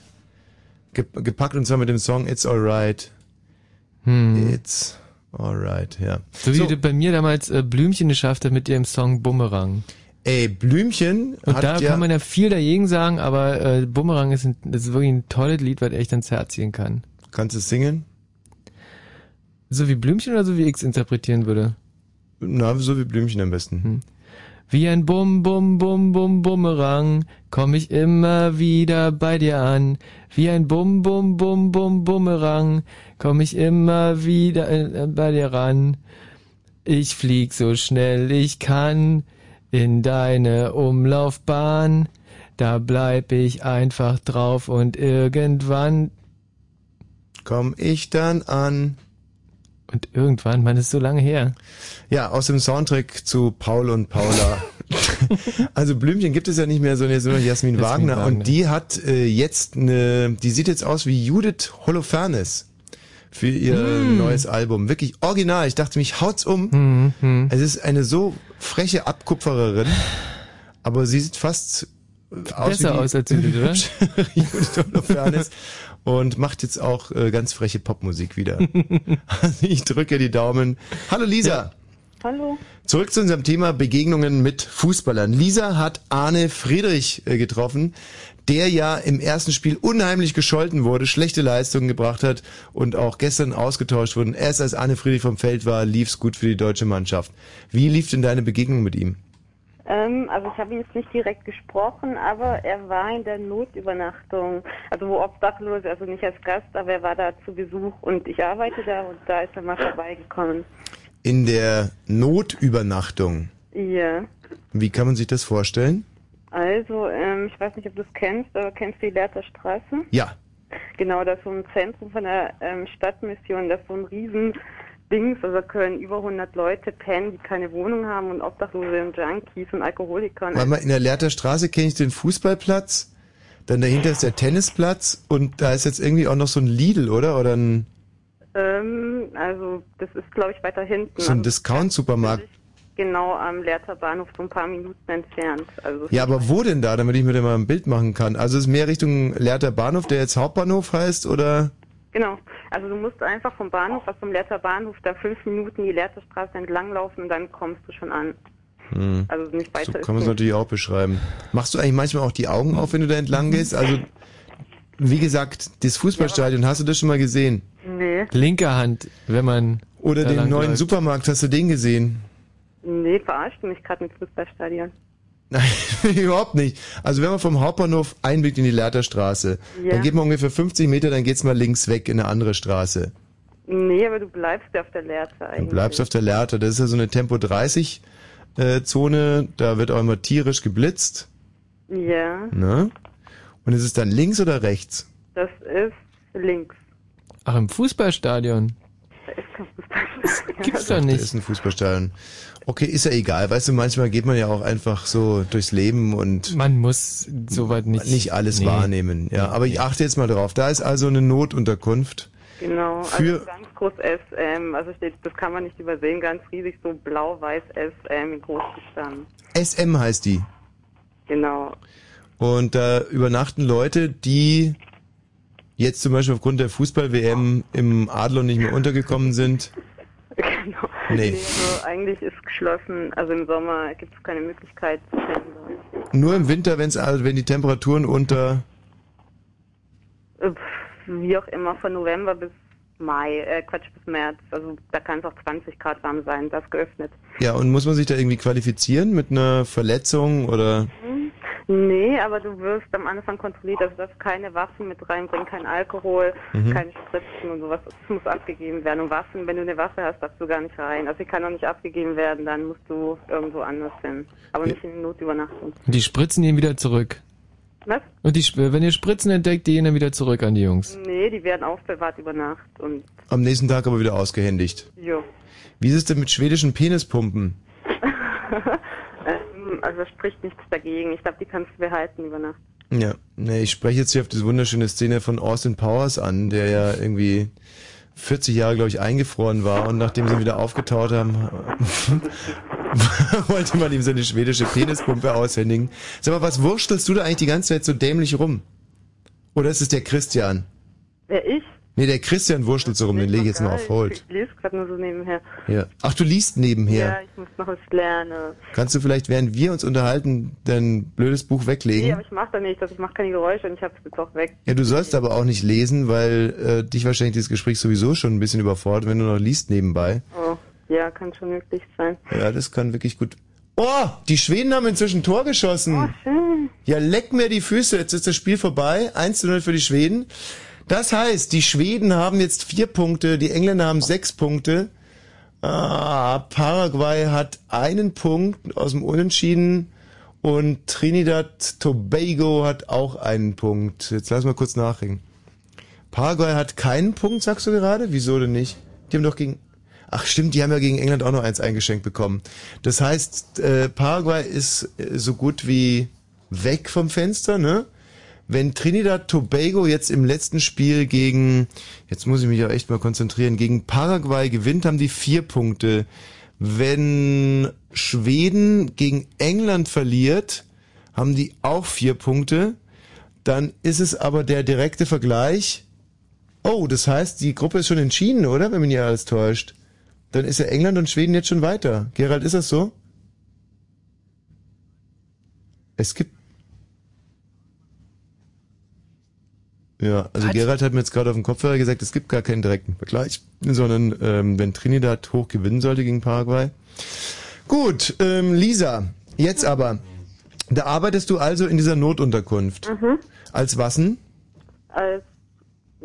Speaker 2: ge gepackt und zwar mit dem Song It's Alright. It's Alright, ja.
Speaker 7: Hm. So wie du bei mir damals äh, Blümchen geschafft hat mit ihrem Song Bumerang.
Speaker 2: Ey, Blümchen
Speaker 7: Und
Speaker 2: hat
Speaker 7: da
Speaker 2: ja-
Speaker 7: kann man ja viel dagegen sagen, aber äh, Bumerang ist, ein, ist wirklich ein tolles Lied, was echt ans Herz gehen kann.
Speaker 2: Kannst du es singen?
Speaker 7: So wie Blümchen oder so wie ich es interpretieren würde? Hm.
Speaker 2: Na, so wie Blümchen am besten.
Speaker 7: Wie ein Bum Bum Bum Bum Bumerang komm ich immer wieder bei dir an. Wie ein Bum Bum Bum Bum Bumerang komm ich immer wieder äh, äh, bei dir ran. Ich flieg so schnell ich kann in deine Umlaufbahn. Da bleib ich einfach drauf und irgendwann
Speaker 2: komm ich dann an.
Speaker 7: Und irgendwann, man ist so lange her.
Speaker 2: Ja, aus dem Soundtrack zu Paul und Paula. also Blümchen gibt es ja nicht mehr, sondern jetzt nur noch Jasmin,
Speaker 7: Jasmin
Speaker 2: Wagner.
Speaker 7: Wagner.
Speaker 2: Und die hat äh, jetzt eine, die sieht jetzt aus wie Judith Holofernes für ihr
Speaker 7: Hm.
Speaker 2: neues Album. Wirklich original. Ich dachte mich, haut's um.
Speaker 7: hm.
Speaker 2: Es ist eine so freche Abkupfererin, aber sie sieht fast aus
Speaker 7: Besser
Speaker 2: wie die
Speaker 7: aus als Judith, oder?
Speaker 2: hübschere Judith Holofernes und macht jetzt auch äh, ganz freche Popmusik wieder. Also ich drücke die Daumen. Hallo Lisa.
Speaker 15: Hallo.
Speaker 2: Zurück zu unserem Thema Begegnungen mit Fußballern. Lisa hat Arne Friedrich äh, getroffen, der ja im ersten Spiel unheimlich gescholten wurde, schlechte Leistungen gebracht hat und auch gestern ausgetauscht wurde. Erst als Arne Friedrich vom Feld war, lief's gut für die deutsche Mannschaft. Wie lief denn deine Begegnung mit ihm?
Speaker 15: Ähm, also ich habe ihn jetzt nicht direkt gesprochen, aber er war in der Notübernachtung, also wo obdachlos, also nicht als Gast, aber er war da zu Besuch und ich arbeite da und da ist er mal vorbeigekommen.
Speaker 2: In der Notübernachtung.
Speaker 15: Ja.
Speaker 2: Wie kann man sich das vorstellen?
Speaker 15: Also, ähm, ich weiß nicht, ob du es kennst, aber kennst du die Lehrter Straße?
Speaker 2: Ja.
Speaker 15: Genau, das ist so ein Zentrum von der ähm, Stadtmission, das ist so ein riesen Dings, also da können über 100 Leute pennen, die keine Wohnung haben und Obdachlose und Junkies und Alkoholiker. und
Speaker 2: Warte mal, in der Lehrter Straße kenne ich den Fußballplatz, dann dahinter ist der Tennisplatz und da ist jetzt irgendwie auch noch so ein Lidl, oder? Oder ein...
Speaker 15: Ähm, also das ist, glaube ich, weiter hinten.
Speaker 2: So ein
Speaker 15: also,
Speaker 2: Discount-Supermarkt.
Speaker 15: genau am Lehrter Bahnhof, so ein paar Minuten entfernt. Also
Speaker 2: Ja, aber wo denn da, damit ich mir da mal ein Bild machen kann? Also es ist mehr Richtung Lehrter Bahnhof, der jetzt Hauptbahnhof heißt, oder?
Speaker 15: genau. Also du musst einfach vom Bahnhof, also vom Lehrter Bahnhof, da fünf Minuten die Lehrter Straße entlang laufen und dann kommst du schon an.
Speaker 2: Hm.
Speaker 15: Also nicht
Speaker 2: So
Speaker 15: weiter
Speaker 2: kann man
Speaker 15: ist
Speaker 2: es natürlich auch beschreiben. Machst du eigentlich manchmal auch die Augen auf, wenn du da entlang gehst? Also, wie gesagt, das Fußballstadion, hast du das schon mal gesehen?
Speaker 15: Nee,
Speaker 7: Linke Hand, wenn man.
Speaker 2: Oder
Speaker 7: da
Speaker 2: den
Speaker 7: lang
Speaker 2: neuen
Speaker 7: läuft.
Speaker 2: Supermarkt, hast du den gesehen?
Speaker 15: nee, verarscht du mich gerade mit Fußballstadion.
Speaker 2: Überhaupt nicht. Also wenn man vom Hauptbahnhof einblickt in die Lehrterstraße,
Speaker 15: Ja.
Speaker 2: dann geht man ungefähr 50 Meter, dann geht's mal links weg in eine andere Straße.
Speaker 15: Nee, aber du bleibst ja auf der Lehrter
Speaker 2: Du
Speaker 15: eigentlich.
Speaker 2: bleibst auf der Lehrter. Das ist ja so eine Tempo 30 äh, Zone, da wird auch immer tierisch geblitzt.
Speaker 15: Ja,
Speaker 2: Ne? Und ist es dann links oder rechts?
Speaker 15: das ist links.
Speaker 7: Ach, im Fußballstadion.
Speaker 15: Da ist kein Fußballstadion.
Speaker 7: Gibt's
Speaker 2: Ach,
Speaker 7: doch
Speaker 2: Da ist
Speaker 7: nicht.
Speaker 2: ein Fußballstadion. Okay, ist ja egal. Weißt du, manchmal geht man ja auch einfach so durchs Leben und
Speaker 7: man muss soweit nicht
Speaker 2: nicht alles
Speaker 7: Nee.
Speaker 2: wahrnehmen. Ja, aber ich achte jetzt mal drauf. Da ist also eine Notunterkunft.
Speaker 15: Genau,
Speaker 2: Für-
Speaker 15: also ganz groß SM, also steht, das kann man nicht übersehen, ganz riesig, so blau-weiß SM in groß gestanden.
Speaker 2: SM heißt die.
Speaker 15: Genau.
Speaker 2: Und da übernachten Leute, die jetzt zum Beispiel aufgrund der Fußball-WM im Adlon nicht mehr untergekommen sind. Nee.
Speaker 15: Genau. Also eigentlich ist geschlossen. Also im Sommer gibt es keine Möglichkeit zu pendeln.
Speaker 2: Nur im Winter, wenn's, also wenn die Temperaturen unter...
Speaker 15: Äh, pf, Wie auch immer, von November bis Mai, äh, Quatsch, bis März. Also da kann es auch 20 Grad warm sein, das geöffnet.
Speaker 2: Ja, und muss man sich da irgendwie qualifizieren mit einer Verletzung oder...
Speaker 15: Hm. Nee, aber du wirst am Anfang kontrolliert, also du darfst keine Waffen mit reinbringen, kein Alkohol,
Speaker 2: Mhm.
Speaker 15: keine Spritzen und sowas. Es muss abgegeben werden. Und Waffen, wenn du eine Waffe hast, darfst du gar nicht rein. Also die kann auch nicht abgegeben werden, dann musst du irgendwo anders hin. Aber nicht in Notübernachtung.
Speaker 7: Und die Spritzen gehen wieder zurück.
Speaker 15: Was?
Speaker 7: Und die, Sp- wenn ihr Spritzen entdeckt, die gehen dann wieder zurück an die Jungs.
Speaker 15: Nee, die werden aufbewahrt über Nacht und
Speaker 2: Am nächsten Tag aber wieder ausgehändigt.
Speaker 15: jo.
Speaker 2: Wie ist es denn mit schwedischen Penispumpen?
Speaker 15: Ähm, Also es spricht nichts dagegen. Ich glaube, die kannst du behalten über Nacht.
Speaker 2: Ja, ne, ich spreche jetzt hier auf diese wunderschöne Szene von Austin Powers an, der ja irgendwie 40 Jahre, glaube ich, eingefroren war und nachdem sie ihn wieder aufgetaut haben, wollte man ihm so eine schwedische Penispumpe aushändigen. Sag mal, was wurstelst du da eigentlich die ganze Zeit so dämlich rum? Oder ist es der Christian?
Speaker 15: Wer ich?
Speaker 2: Nee, der Christian wurschtelt so rum, den lege ich jetzt mal auf Hold.
Speaker 15: Ich lese gerade nur so nebenher.
Speaker 2: Ja. Ach, du liest nebenher.
Speaker 15: Ja, ich muss noch was lernen.
Speaker 2: Kannst du vielleicht, während wir uns unterhalten, dein blödes Buch
Speaker 15: Nee,
Speaker 2: weglegen?
Speaker 15: aber ich mache da nichts. Also ich mache keine Geräusche und ich habe es jetzt auch weg.
Speaker 2: Ja, du sollst aber auch nicht lesen, weil äh, dich wahrscheinlich dieses Gespräch sowieso schon ein bisschen überfordert, wenn du noch liest nebenbei.
Speaker 15: Oh, ja, kann schon möglich sein.
Speaker 2: Ja, das kann wirklich gut. Oh, die Schweden haben inzwischen Tor geschossen. Ja, leck mir die Füße. Jetzt ist das Spiel vorbei. 1 zu 0 für die Schweden. Das heißt, die Schweden haben jetzt vier Punkte, die Engländer haben sechs Punkte. Ah, Paraguay hat einen Punkt aus dem Unentschieden und Trinidad Tobago hat auch einen Punkt. Jetzt lass mal kurz nachregen. Paraguay hat keinen Punkt, sagst du gerade? Wieso denn nicht? Die haben doch gegen. Ach stimmt, die haben ja gegen England auch noch eins eingeschenkt bekommen. Das heißt, äh, Paraguay ist äh, so gut wie weg vom Fenster, ne? Wenn Trinidad Tobago jetzt im letzten Spiel gegen, jetzt muss ich mich auch echt mal konzentrieren, gegen Paraguay gewinnt, haben die vier Punkte. Wenn Schweden gegen England verliert, haben die auch vier Punkte. Dann ist es aber der direkte Vergleich. Oh, das heißt, die Gruppe ist schon entschieden, oder? Wenn mich nicht alles täuscht. Dann ist ja England und Schweden jetzt schon weiter. Gerald, ist das so? Es gibt. Ja, also Gerald hat mir jetzt gerade auf dem Kopfhörer gesagt, es gibt gar keinen direkten Vergleich, sondern ähm, wenn Trinidad hoch gewinnen sollte gegen Paraguay. Gut, ähm, Lisa, jetzt aber. Da arbeitest du also in dieser Notunterkunft.
Speaker 15: Mhm.
Speaker 2: Als Wassen?
Speaker 15: Als,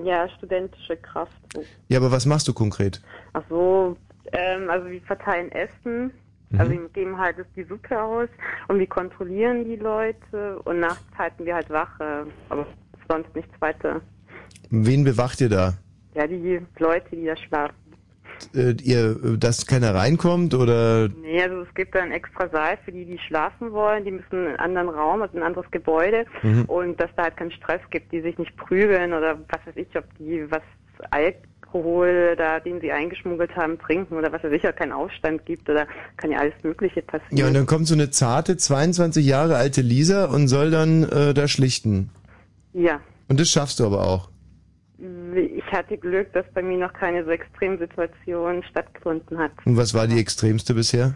Speaker 15: ja, studentische Kraft. So.
Speaker 2: Ja, aber was machst du konkret?
Speaker 15: Ach so, ähm, also wir verteilen Essen.
Speaker 2: Mhm.
Speaker 15: Also wir geben halt die Suppe aus und wir kontrollieren die Leute und nachts halten wir halt Wache. Aber sonst nichts weiter.
Speaker 2: Wen bewacht ihr da?
Speaker 15: Ja, die Leute, die da schlafen.
Speaker 2: Äh, ihr, äh, dass keiner reinkommt oder
Speaker 15: Nee, also es gibt da einen extra Saal für die, die schlafen wollen. Die müssen in einen anderen Raum, also ein anderes Gebäude.
Speaker 2: Mhm.
Speaker 15: Und dass da halt keinen Stress gibt, die sich nicht prügeln oder was weiß ich, ob die was Alkohol da, den sie eingeschmuggelt haben, trinken oder was weiß ich, ob keinen Aufstand gibt oder kann ja alles Mögliche passieren.
Speaker 2: ja und dann kommt so eine zarte 22 Jahre alte Lisa und soll dann äh, da schlichten ne.
Speaker 15: Ja.
Speaker 2: und das schaffst du aber auch
Speaker 15: Ich hatte Glück, dass bei mir noch keine so Extremsituation stattgefunden hat,
Speaker 2: und was war die extremste bisher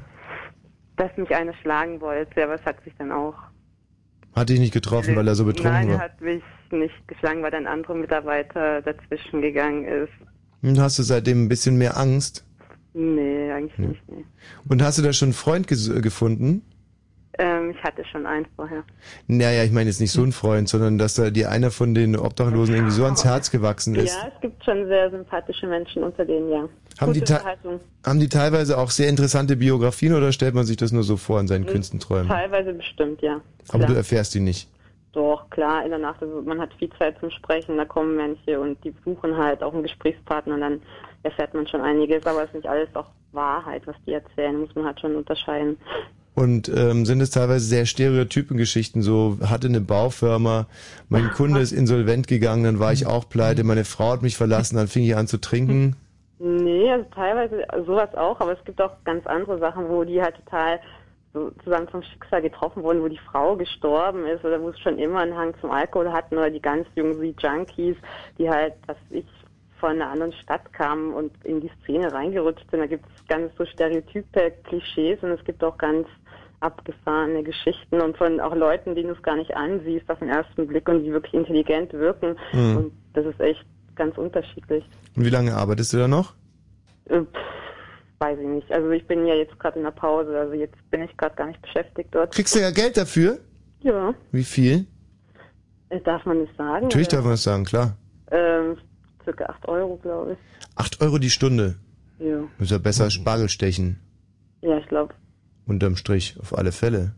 Speaker 15: dass mich einer schlagen wollte, aber es hat sich dann auch
Speaker 2: hat dich nicht getroffen weil er so betrunken
Speaker 15: Nein, er
Speaker 2: war
Speaker 15: hat mich nicht geschlagen, weil ein anderer Mitarbeiter dazwischen gegangen ist.
Speaker 2: und hast du seitdem ein bisschen mehr Angst
Speaker 15: Nee, eigentlich nicht. Nee.
Speaker 2: und hast du da schon einen Freund ges äh, gefunden
Speaker 15: Ähm, ich hatte schon einen vorher.
Speaker 2: naja ich meine jetzt nicht so einen Freund sondern dass da dir einer von den Obdachlosen irgendwie so ans Herz gewachsen ist
Speaker 15: Ja, es gibt schon sehr sympathische Menschen unter denen, ja.
Speaker 2: Haben die
Speaker 15: Gute
Speaker 2: Ta-
Speaker 15: Unterhaltung.
Speaker 2: haben die teilweise auch sehr interessante Biografien oder stellt man sich das nur so vor in seinen
Speaker 15: Mhm.
Speaker 2: Künstenträumen
Speaker 15: Teilweise bestimmt, ja.
Speaker 2: aber du
Speaker 15: Klar.
Speaker 2: erfährst die nicht
Speaker 15: Doch, klar, in der Nacht, also man hat viel Zeit zum Sprechen, da kommen Menschen und die suchen halt auch einen Gesprächspartner und dann erfährt man schon einiges, aber es ist nicht alles auch Wahrheit, was die erzählen, muss man halt schon unterscheiden.
Speaker 2: Und ähm, sind es teilweise sehr Stereotypengeschichten, so hatte eine Baufirma, mein Kunde ist insolvent gegangen, dann war ich auch pleite, meine Frau hat mich verlassen, dann fing ich an zu trinken.
Speaker 15: Nee, also teilweise sowas auch, aber es gibt auch ganz andere Sachen, wo die halt total so zusammen vom Schicksal getroffen wurden, wo die Frau gestorben ist oder wo es schon immer einen Hang zum Alkohol hatten oder die ganz jungen die Junkies, die halt, was weiß ich, von einer anderen Stadt kamen und in die Szene reingerutscht sind. Da gibt es ganz so Stereotype, Klischees und es gibt auch ganz abgefahrene Geschichten und von auch Leuten, denen du es gar nicht ansiehst auf den ersten Blick und die wirklich intelligent wirken.
Speaker 2: Mhm.
Speaker 15: Und das ist echt ganz unterschiedlich.
Speaker 2: Und wie lange arbeitest du da noch?
Speaker 15: Äh, pff, weiß ich nicht. Also ich bin ja jetzt gerade in der Pause, also jetzt bin ich gerade gar nicht beschäftigt dort.
Speaker 2: Kriegst du ja Geld dafür?
Speaker 15: Ja,
Speaker 2: Wie viel?
Speaker 15: äh, darf man nicht sagen.
Speaker 2: Natürlich
Speaker 15: Äh,
Speaker 2: darf man das sagen, klar.
Speaker 15: Ähm, circa 8 Euro, glaube ich.
Speaker 2: 8 Euro die Stunde.
Speaker 15: Ja,
Speaker 2: Ist ja besser als Spargel stechen.
Speaker 15: ja ich glaube.
Speaker 2: Unterm Strich, auf alle Fälle.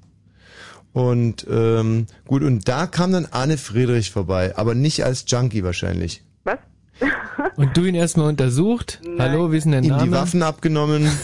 Speaker 2: Und ähm, gut, und da kam dann Arne Friedrich vorbei, aber nicht als Junkie wahrscheinlich.
Speaker 7: Und du ihn erstmal untersucht. Hallo, wie ist denn der
Speaker 2: Ihm
Speaker 7: Name?
Speaker 2: die Waffen abgenommen.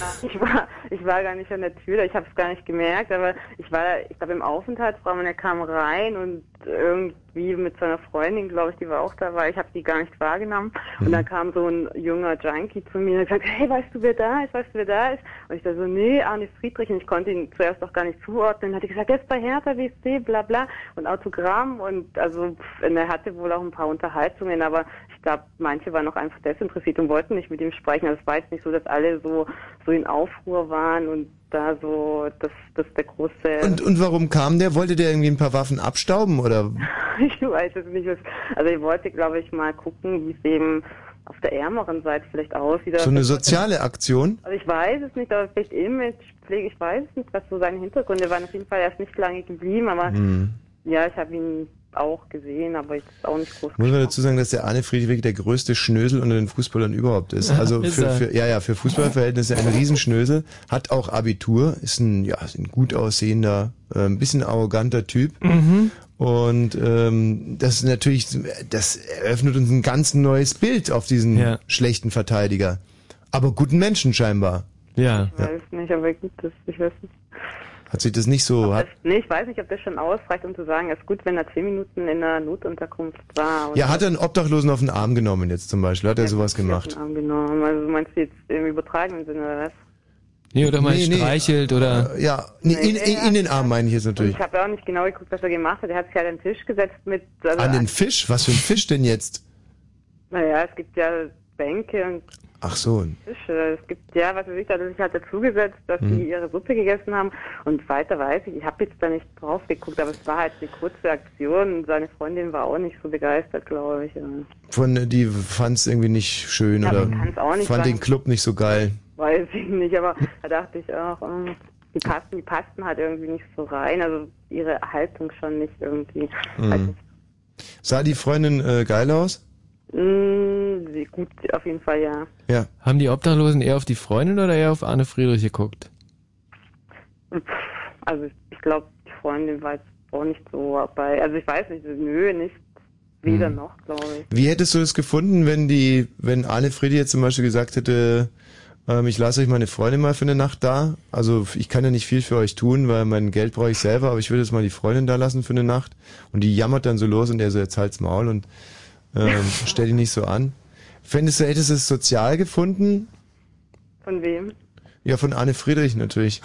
Speaker 15: Ich war, ich war gar nicht an der Tür, ich habe es gar nicht gemerkt, aber ich war, ich glaube, im Aufenthaltsraum und er kam rein und irgendwie mit seiner Freundin, glaube ich, die war auch dabei, ich habe die gar nicht wahrgenommen. Und
Speaker 2: Mhm.
Speaker 15: dann kam so ein junger Junkie zu mir und hat gesagt, hey, weißt du, wer da ist, weißt du, wer da ist? Und ich dachte so, nee, Arne Friedrich, und ich konnte ihn zuerst auch gar nicht zuordnen. Dann hat er gesagt, er ist bei Hertha BSC, bla bla, und Autogramm und also, pff, und er hatte wohl auch ein paar Unterhaltungen, aber ich glaube, manche waren auch einfach desinteressiert und wollten nicht mit ihm sprechen. Also es war jetzt nicht so, dass alle so, so in Aufruhr waren und da so, das, das der große...
Speaker 2: Und, und warum kam der? Wollte der irgendwie ein paar Waffen abstauben oder?
Speaker 15: Ich weiß es nicht. was- Also ich wollte, glaube ich, mal gucken, wie es eben auf der ärmeren Seite vielleicht aussieht.
Speaker 2: So eine soziale Aktion?
Speaker 15: Also ich weiß es nicht, aber vielleicht Imagepflege, ich weiß es nicht, was so seine Hintergründe waren. Auf jeden Fall erst nicht lange geblieben, aber
Speaker 2: Hm.
Speaker 15: ja, ich habe ihn auch gesehen, aber jetzt auch nicht groß.
Speaker 2: Muss man dazu sagen, dass der Arne Friedrich der größte Schnösel unter den Fußballern überhaupt ist.
Speaker 15: Ja,
Speaker 2: Also
Speaker 15: ist
Speaker 2: für,
Speaker 15: er.
Speaker 2: für ja ja für Fußballverhältnisse ein Riesenschnösel, hat auch Abitur, ist ein ja ist ein gut aussehender, äh, ein bisschen arroganter Typ.
Speaker 7: Mhm.
Speaker 2: Und ähm, das ist natürlich, das eröffnet uns ein ganz neues Bild auf diesen
Speaker 7: Ja.
Speaker 2: schlechten Verteidiger, aber guten Menschen scheinbar.
Speaker 7: Ja.
Speaker 15: Ich weiß nicht, aber gut, das, ich weiß nicht.
Speaker 2: Hat sich das nicht so hat,
Speaker 15: Nee, ich weiß nicht, ob das schon ausreicht, um zu sagen, es ist gut, wenn er zehn Minuten in einer Notunterkunft war. und-
Speaker 2: ja hat er einen Obdachlosen auf den Arm genommen jetzt zum Beispiel, hat er sowas gemacht?
Speaker 15: Angenommen. Also meinst du jetzt im übertragenen Sinne oder was?
Speaker 7: Nee, oder mal
Speaker 2: Nee, nee.
Speaker 7: streichelt oder.
Speaker 2: Äh, Ja, nee, in, in, in den Arm meine ich jetzt natürlich.
Speaker 15: Ich habe ja auch nicht genau geguckt, was er gemacht hat. Er hat sich halt an den Tisch gesetzt mit. Also,
Speaker 2: An den Fisch? Was für ein Fisch denn jetzt?
Speaker 15: Naja, es gibt ja Bänke und
Speaker 2: Ach so.
Speaker 15: Tische. Es gibt ja, was weiß ich, da hat er sich halt dazugesetzt, dass
Speaker 2: Mhm.
Speaker 15: die ihre Suppe gegessen haben. Und weiter weiß ich, ich habe jetzt da nicht drauf geguckt, aber es war halt eine kurze Aktion. Seine Freundin war auch nicht so begeistert, glaube ich. Ja.
Speaker 2: Von, die fand es irgendwie nicht schön
Speaker 15: Ja,
Speaker 2: oder
Speaker 15: man kann's auch nicht
Speaker 2: fand
Speaker 15: sagen.
Speaker 2: den Club nicht so geil.
Speaker 15: Weiß ich nicht, aber da dachte ich auch, ähm, die passten, die passten halt irgendwie nicht so rein. Also ihre Haltung schon nicht irgendwie.
Speaker 2: Mhm. Sah die Freundin äh, geil aus?
Speaker 15: Mm, sie- gut, auf jeden Fall ja.
Speaker 2: Ja.
Speaker 7: Haben die Obdachlosen eher auf die Freundin oder eher auf Arne Friedrich geguckt?
Speaker 15: Also ich glaube, die Freundin war jetzt auch nicht so dabei. Also ich weiß nicht, nö, nicht weder noch, glaube ich.
Speaker 2: Mhm. Wie hättest du es gefunden, wenn die, wenn Arne Friedi jetzt zum Beispiel gesagt hätte, ähm, ich lasse euch meine Freundin mal für eine Nacht da. Also ich kann ja nicht viel für euch tun, weil mein Geld brauche ich selber, aber ich würde jetzt mal die Freundin da lassen für eine Nacht. Und die jammert dann so los und der so, jetzt halt's Maul und ähm, stell dich nicht so an. Fändest du, hättest du es sozial gefunden?
Speaker 15: Von wem?
Speaker 2: Ja, von Arne Friedrich natürlich.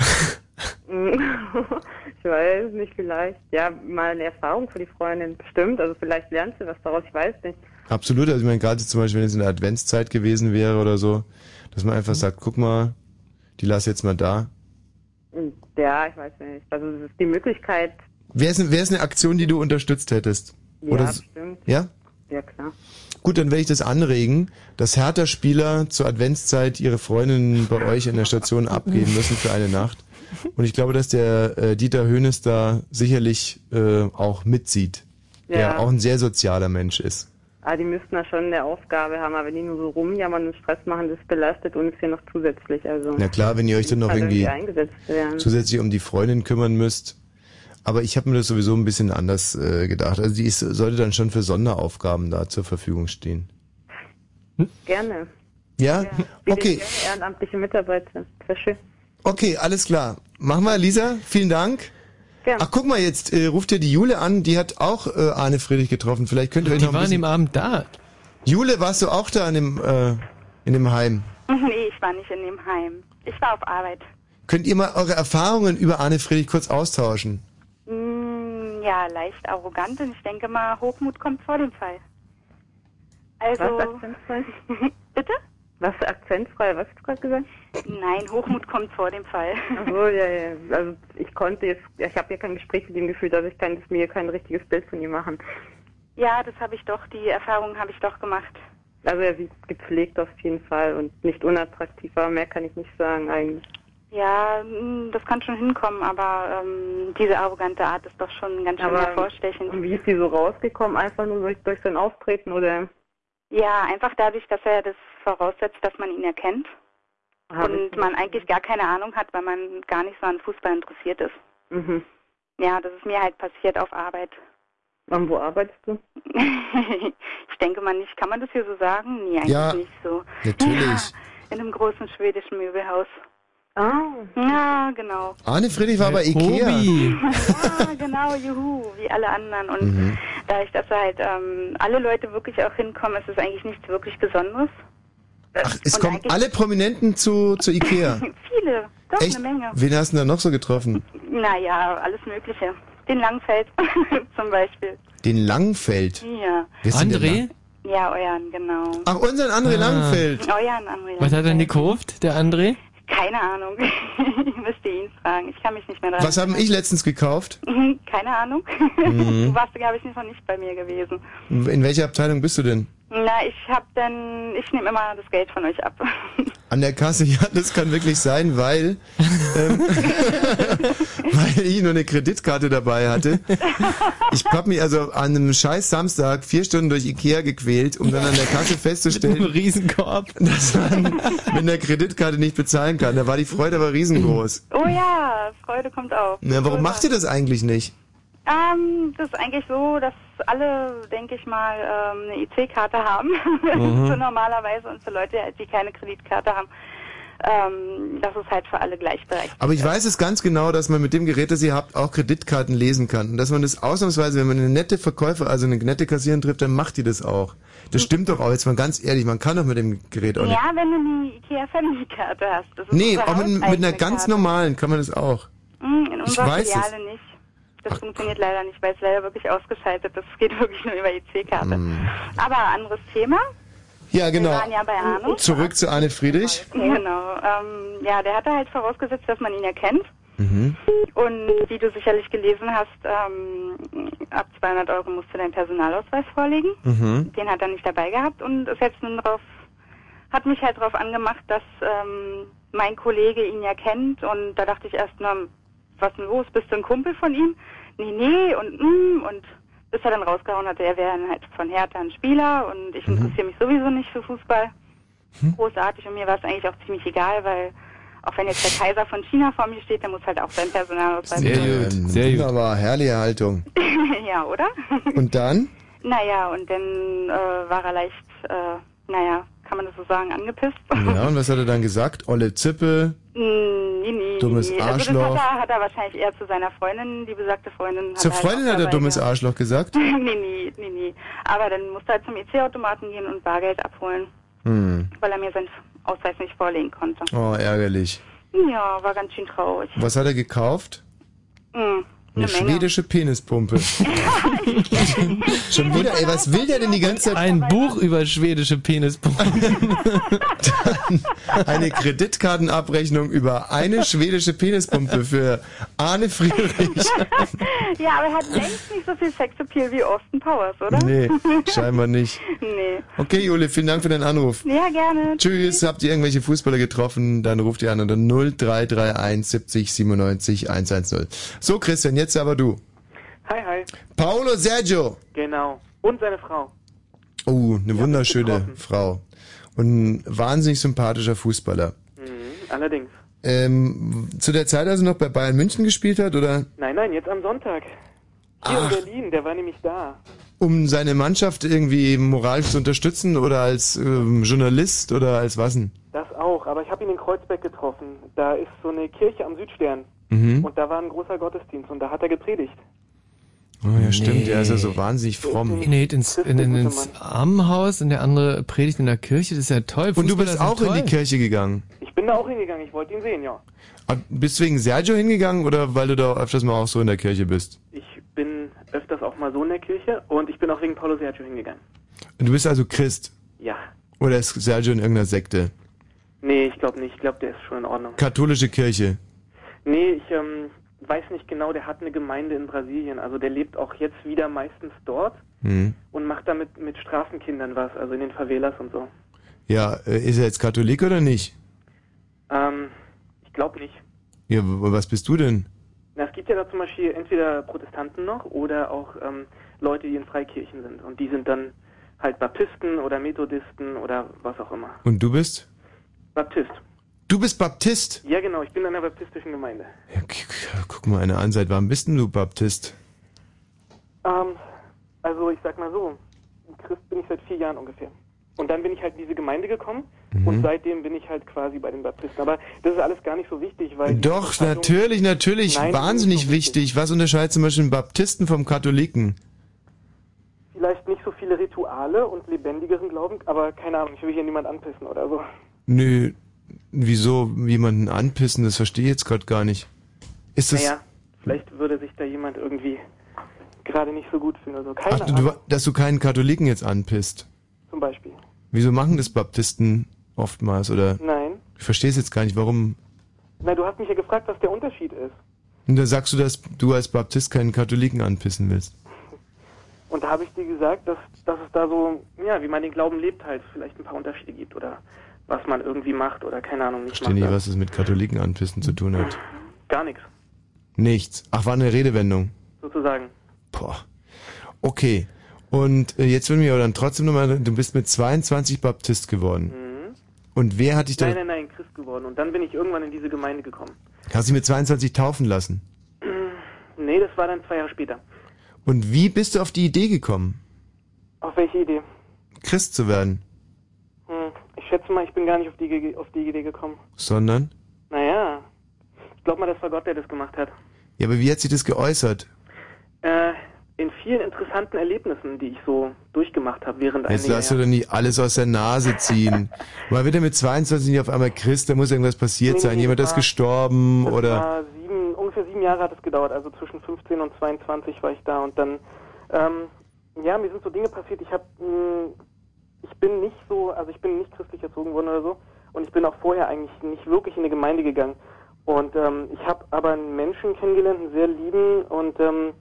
Speaker 15: Mm. ich weiß nicht, vielleicht. Ja, mal eine Erfahrung für die Freundin, bestimmt. Also vielleicht lernt sie was daraus, ich weiß nicht.
Speaker 2: Absolut, also ich meine, gerade zum Beispiel, wenn es in der Adventszeit gewesen wäre oder so, dass man
Speaker 15: Mhm.
Speaker 2: einfach sagt, guck mal, die lass jetzt mal da.
Speaker 15: Ja, ich weiß nicht. Also es ist die Möglichkeit,
Speaker 2: Wäre es, wäre es eine ne, Aktion, die du unterstützt hättest?
Speaker 15: Ja,
Speaker 2: oder s-
Speaker 15: bestimmt.
Speaker 2: Ja?
Speaker 15: ja klar.
Speaker 2: Gut, dann werde ich das anregen, dass Hertha-Spieler zur Adventszeit ihre Freundinnen bei euch in der Station abgeben müssen für eine Nacht. Und ich glaube, dass der äh, Dieter Hönes da sicherlich äh, auch mitzieht.
Speaker 15: Ja.
Speaker 2: Der auch ein sehr sozialer Mensch ist.
Speaker 15: Aber Ah, die müssten da schon eine Aufgabe haben, aber wenn die nur so rumjammern und Stress machen, das belastet uns hier noch zusätzlich. Also
Speaker 2: Na klar, wenn ihr euch dann noch
Speaker 15: Also
Speaker 2: irgendwie
Speaker 15: eingesetzt werden.
Speaker 2: zusätzlich um die Freundin kümmern müsst. Aber ich habe mir das sowieso ein bisschen anders äh, gedacht. Also die ist, sollte dann schon für Sonderaufgaben da zur Verfügung stehen.
Speaker 15: Gerne.
Speaker 2: Ja?
Speaker 15: Biete
Speaker 2: Okay.
Speaker 15: ich gerne ehrenamtliche Mitarbeiter. Sehr schön.
Speaker 2: Okay, alles klar. Machen wir, Lisa. Vielen Dank.
Speaker 15: Gerne.
Speaker 2: Ach, guck mal, jetzt äh, ruft ihr die Jule an. Die hat auch äh, Arne Friedrich getroffen. Vielleicht könnt ihr euch
Speaker 7: Die
Speaker 2: noch ein
Speaker 7: war an
Speaker 2: bisschen...
Speaker 7: dem Abend da.
Speaker 2: Jule, warst du auch da in dem, äh, in dem Heim?
Speaker 19: Nee, ich war nicht in dem Heim. Ich war auf Arbeit.
Speaker 2: Könnt ihr mal eure Erfahrungen über Arne Friedrich kurz austauschen?
Speaker 19: Hm, Mm, ja, leicht arrogant und ich denke mal, Hochmut kommt vor dem Fall. Also.
Speaker 15: Was, akzentfrei? Bitte? Was akzentfrei? Was hast du gerade gesagt?
Speaker 19: Nein, Hochmut kommt vor dem Fall.
Speaker 15: Ach so, ja, ja. Also ich konnte jetzt, ich habe ja kein Gespräch mit ihm geführt, also ich kann jetzt mir kein richtiges Bild von ihm machen.
Speaker 19: Ja, das habe ich doch, die Erfahrung habe ich doch gemacht.
Speaker 15: Also er sieht gepflegt auf jeden Fall und nicht unattraktiv, aber mehr kann ich nicht sagen eigentlich.
Speaker 19: Ja, mh, das kann schon hinkommen, aber ähm, diese arrogante Art ist doch schon ganz schön
Speaker 15: Aber-
Speaker 19: hervorstechend.
Speaker 15: Und wie ist die so rausgekommen? Einfach nur durch, durch sein Auftreten oder?
Speaker 19: Ja, einfach dadurch, dass er das voraussetzt, dass man ihn erkennt
Speaker 15: Hab ich-
Speaker 19: und man eigentlich gar keine Ahnung hat, weil man gar nicht so an Fußball interessiert ist.
Speaker 15: Mhm.
Speaker 19: Ja, das ist mir halt passiert auf Arbeit.
Speaker 15: Und wo arbeitest du?
Speaker 19: ich denke mal nicht, kann man das hier so sagen? Nee, eigentlich
Speaker 15: Ja,
Speaker 19: nicht so.
Speaker 2: natürlich.
Speaker 19: In einem großen schwedischen Möbelhaus.
Speaker 15: Ah.
Speaker 19: Ja, genau.
Speaker 2: Arne Friedrich war bei
Speaker 19: Hey,
Speaker 2: Ikea.
Speaker 19: Tobi. Ja, genau, juhu, wie alle anderen. Und
Speaker 2: Mhm.
Speaker 19: dadurch, dass da halt ähm, alle Leute wirklich auch hinkommen, ist es eigentlich nichts wirklich Besonderes.
Speaker 2: Ach, es
Speaker 19: Und
Speaker 2: kommen
Speaker 19: eigentlich-
Speaker 2: alle Prominenten zu, zu Ikea.
Speaker 19: Viele, doch
Speaker 2: Echt? ne-
Speaker 19: eine Menge.
Speaker 2: Wen hast du denn da noch so getroffen?
Speaker 19: Naja, alles Mögliche. Den Langfeld zum Beispiel.
Speaker 2: Den Langfeld.
Speaker 19: Ja.
Speaker 2: Wer ist denn der Lang-
Speaker 19: Ja, euren, genau.
Speaker 2: Ach, unseren André
Speaker 7: Ah.
Speaker 2: Langfeld.
Speaker 19: Euren, André.
Speaker 7: Was hat er denn gekauft, der André?
Speaker 19: Keine Ahnung. Müsst ihr ihn fragen. Ich kann mich nicht mehr daran
Speaker 2: Was haben ich letztens gekauft?
Speaker 19: erinnern. Keine Ahnung.
Speaker 2: Mhm.
Speaker 19: Du warst, glaube ich, noch nicht bei mir gewesen.
Speaker 2: In welcher Abteilung bist du denn?
Speaker 19: Na, ich hab dann, ich nehme immer das Geld von euch ab.
Speaker 2: An der Kasse, ja, das kann wirklich sein, weil, ähm, weil ich nur eine Kreditkarte dabei hatte. Ich hab mich also an einem scheiß Samstag vier Stunden durch Ikea gequält, um dann an der Kasse festzustellen,
Speaker 7: Mit einem Riesenkorb.
Speaker 2: dass man mit einer Kreditkarte nicht bezahlen kann. Da war die Freude aber riesengroß.
Speaker 19: Oh ja, Freude kommt auf.
Speaker 2: Na, warum macht ihr das eigentlich nicht?
Speaker 19: Ähm, das ist eigentlich so, dass alle, denke ich mal, ähm, eine IC-Karte haben.
Speaker 2: Mhm.
Speaker 19: so normalerweise und für Leute, die keine Kreditkarte haben. Ähm, das ist halt für alle gleichberechtigt.
Speaker 2: Aber ich weiß es ganz genau, dass man mit dem Gerät, das ihr habt, auch Kreditkarten lesen kann. Und dass man das ausnahmsweise, wenn man eine nette Verkäufer, also eine nette Kassiererin trifft, dann macht die das auch. Das stimmt doch auch, jetzt mal ganz ehrlich, man kann doch mit dem Gerät auch nicht.
Speaker 19: Ja, wenn du eine IKEA-Family-Karte hast. Das ist
Speaker 2: Nee,
Speaker 19: unsere
Speaker 2: auch mit, mit einer
Speaker 19: hauseigene
Speaker 2: ganz
Speaker 19: Karte.
Speaker 2: normalen kann man das auch.
Speaker 19: Hm, In
Speaker 2: Ich
Speaker 19: unserer
Speaker 2: weiß es.
Speaker 19: Filiale nicht. Das funktioniert leider nicht, weil es leider wirklich ausgeschaltet ist. Es geht wirklich nur über IC-Karte. Aber anderes Thema.
Speaker 2: Hm. Ja,
Speaker 19: Wir
Speaker 2: Mhm. genau.
Speaker 19: waren ja bei Arno.
Speaker 2: Zurück zu Anne Friedrich.
Speaker 19: Genau. Ähm, ja, der hatte halt vorausgesetzt, dass man ihn erkennt.
Speaker 2: Mhm.
Speaker 19: Und wie du sicherlich gelesen hast, ähm, ab 200 Euro musst du deinen Personalausweis vorlegen.
Speaker 2: Mhm.
Speaker 19: Den hat er nicht dabei gehabt und ist jetzt nun drauf, hat mich halt darauf angemacht, dass ähm, mein Kollege ihn ja kennt. Und da dachte ich erst, na, was denn los? Bist du ein Kumpel von ihm? Nee, nee und mm, und bis er dann rausgehauen hatte, er wäre dann halt von Hertha ein Spieler und ich interessiere mich sowieso nicht für Fußball. Großartig und mir war es eigentlich auch ziemlich egal, weil auch wenn jetzt der Kaiser von China vor mir steht, der muss halt auch sein Personalausweis
Speaker 2: gut, sehr gut. Wunderbar, herrliche Haltung.
Speaker 19: ja, oder?
Speaker 2: Und dann?
Speaker 19: Naja, und dann äh, war er leicht, äh, naja, kann man das so sagen, angepisst.
Speaker 2: Ja, und was hat er dann gesagt? Olle Zippe.
Speaker 19: Mm, nee, nee,
Speaker 2: Dummes
Speaker 19: nee. Also das
Speaker 2: Arschloch.
Speaker 19: hat er, hat er wahrscheinlich eher zu seiner Freundin, die besagte Freundin.
Speaker 2: Zur
Speaker 19: er halt
Speaker 2: Freundin
Speaker 19: auch
Speaker 2: hat er
Speaker 19: dabei
Speaker 2: dummes
Speaker 19: gehabt.
Speaker 2: Arschloch gesagt.
Speaker 19: nee, nee, nee, nee. Aber dann musste er zum EC-Automaten gehen und Bargeld abholen,
Speaker 2: Hm.
Speaker 19: weil er mir seinen Ausweis nicht vorlegen konnte.
Speaker 2: Oh, ärgerlich.
Speaker 19: Ja, war ganz schön traurig.
Speaker 2: Was hat er gekauft?
Speaker 19: Mm,
Speaker 2: Eine schwedische Penispumpe. Schon wieder, ey, was will der denn die ganze Zeit?
Speaker 7: Ein Buch über schwedische Penispumpen.
Speaker 2: Eine Kreditkartenabrechnung über eine schwedische Penispumpe für Arne Friedrich.
Speaker 19: ja, aber er hat längst nicht so viel Sexappeal wie Austin Powers, oder?
Speaker 2: Nee, scheinbar nicht.
Speaker 19: nee.
Speaker 2: Okay, Jule, vielen Dank für deinen Anruf.
Speaker 19: Ja, gerne.
Speaker 2: Tschüss, habt ihr irgendwelche Fußballer getroffen, dann ruft ihr an unter 0331 70 97 110. So, Christian, jetzt aber du.
Speaker 20: Hi, hi.
Speaker 2: Paolo Sergio.
Speaker 20: Genau. Und seine Frau.
Speaker 2: Oh, eine wunderschöne Frau. Und ein wahnsinnig sympathischer Fußballer.
Speaker 20: Mhm. Allerdings.
Speaker 2: Ähm, zu der Zeit, als er noch bei Bayern München gespielt hat, oder?
Speaker 20: Nein, nein, jetzt am Sonntag. Hier in Berlin, der war nämlich da.
Speaker 2: Um seine Mannschaft irgendwie moralisch zu unterstützen oder als ähm, Journalist oder als was denn?
Speaker 20: Das auch, aber ich habe ihn in Kreuzberg getroffen. Da ist so eine Kirche am Südstern.
Speaker 2: Mhm.
Speaker 20: Und da war ein großer Gottesdienst und da hat er gepredigt.
Speaker 2: Oh, ja, stimmt, er ist ja so wahnsinnig fromm.
Speaker 7: Nee, ins, in, in, ins Armenhaus und der andere predigt in der Kirche, das ist ja toll.
Speaker 2: Und du
Speaker 7: Fußballer
Speaker 2: bist
Speaker 7: sind
Speaker 2: auch in
Speaker 7: toll.
Speaker 2: die Kirche gegangen.
Speaker 20: Ich bin da auch hingegangen, ich wollte ihn sehen, ja.
Speaker 2: Ah, Bist du wegen Sergio hingegangen oder weil du da öfters mal auch so in der Kirche bist?
Speaker 20: Ich bin öfters auch mal so in der Kirche und ich bin auch wegen Paulo Sergio hingegangen.
Speaker 2: Und du bist also Christ?
Speaker 20: Ja.
Speaker 2: Oder ist Sergio in irgendeiner Sekte?
Speaker 20: Nee, ich glaube nicht. Ich glaube, der ist schon in Ordnung.
Speaker 2: Katholische Kirche.
Speaker 20: Nee, ich ähm, weiß nicht genau, der hat eine Gemeinde in Brasilien. Also der lebt auch jetzt wieder meistens dort
Speaker 2: Hm.
Speaker 20: und macht damit mit Straßenkindern was, also in den Favelas und so.
Speaker 2: Ja, äh, ist er jetzt Katholik oder nicht?
Speaker 20: Ähm, ich glaube nicht.
Speaker 2: Ja, w- was bist du denn?
Speaker 20: Na, es gibt ja da zum Beispiel entweder Protestanten noch oder auch ähm, Leute, die in Freikirchen sind. Und die sind dann halt Baptisten oder Methodisten oder was auch immer.
Speaker 2: Und du bist?
Speaker 20: Baptist.
Speaker 2: Du bist Baptist?
Speaker 20: Ja, genau, ich bin in einer baptistischen Gemeinde.
Speaker 2: Guck mal eine an, seit wann bist denn du Baptist?
Speaker 20: Ähm, also ich sag mal so, Christ bin ich seit vier Jahren ungefähr. Und dann bin ich halt in diese Gemeinde gekommen
Speaker 2: Mhm.
Speaker 20: und seitdem bin ich halt quasi bei den Baptisten. Aber das ist alles gar nicht so wichtig, weil... die
Speaker 2: Doch,
Speaker 20: Unterscheidung-
Speaker 2: natürlich, natürlich,
Speaker 20: Nein,
Speaker 2: wahnsinnig wichtig. Was unterscheidet zum Beispiel einen Baptisten vom Katholiken?
Speaker 20: Vielleicht nicht so viele Rituale und lebendigeren Glauben, aber keine Ahnung, ich will hier niemand anpissen oder so.
Speaker 2: Nö, wieso jemanden anpissen, das verstehe ich jetzt gerade gar nicht. Ist das,
Speaker 20: naja, vielleicht würde sich da jemand irgendwie gerade nicht so gut fühlen oder so. Keine
Speaker 2: ach, du,
Speaker 20: Ahnung,
Speaker 2: du, dass du keinen Katholiken jetzt anpisst?
Speaker 20: zum Beispiel.
Speaker 2: Wieso machen das Baptisten oftmals, oder?
Speaker 20: Nein.
Speaker 2: Ich verstehe es jetzt gar nicht, warum.
Speaker 20: Na, du hast mich ja gefragt, was der Unterschied ist.
Speaker 2: Und da sagst du, dass du als Baptist keinen Katholiken anpissen willst.
Speaker 20: Und da habe ich dir gesagt, dass, dass es da so, ja, wie man den Glauben lebt, halt vielleicht ein paar Unterschiede gibt oder was man irgendwie macht oder keine Ahnung, nicht
Speaker 2: Ich verstehe nicht,
Speaker 20: macht.
Speaker 2: was es mit Katholiken anpissen zu tun hat.
Speaker 20: Gar nichts,
Speaker 2: Nichts. Ach, war eine Redewendung.
Speaker 20: sozusagen.
Speaker 2: Boah. Okay. Und äh, jetzt würden wir aber dann trotzdem nochmal, du bist mit 22 Baptist geworden.
Speaker 20: Mhm.
Speaker 2: Und wer hat dich da,
Speaker 20: Nein, nein, nein, Christ geworden. Und dann bin ich irgendwann in diese Gemeinde gekommen.
Speaker 2: hast dich mit 22 taufen lassen?
Speaker 20: nee, das war dann zwei Jahre später.
Speaker 2: Und wie bist du auf die Idee gekommen,
Speaker 20: Auf welche Idee?
Speaker 2: Christ zu werden?
Speaker 20: Hm, ich schätze mal, ich bin gar nicht auf die, Ge- auf die Idee gekommen.
Speaker 2: Sondern?
Speaker 20: Naja, ich glaube mal, das war Gott, der das gemacht hat.
Speaker 2: Ja, aber wie hat sich das geäußert?
Speaker 20: Äh, in vielen interessanten Erlebnissen, die ich so durchgemacht habe während
Speaker 2: Jetzt
Speaker 20: einiger
Speaker 2: lass du doch nicht alles aus der Nase ziehen. Mal wieder mit 22 nicht auf einmal Christ, da muss irgendwas passiert
Speaker 20: Nee,
Speaker 2: sein.
Speaker 20: nee,
Speaker 2: Jemand
Speaker 20: das
Speaker 2: ist
Speaker 20: war-
Speaker 2: gestorben
Speaker 20: Das
Speaker 2: oder...
Speaker 20: war sieben, ungefähr sieben Jahre hat es gedauert, also zwischen 15 und 22 war ich da und dann, ähm, ja, mir sind so Dinge passiert. Ich habe, ich bin nicht so, also ich bin nicht christlich erzogen worden oder so und ich bin auch vorher eigentlich nicht wirklich in eine Gemeinde gegangen. Und ähm, ich habe aber einen Menschen kennengelernt, einen sehr lieben und ähm,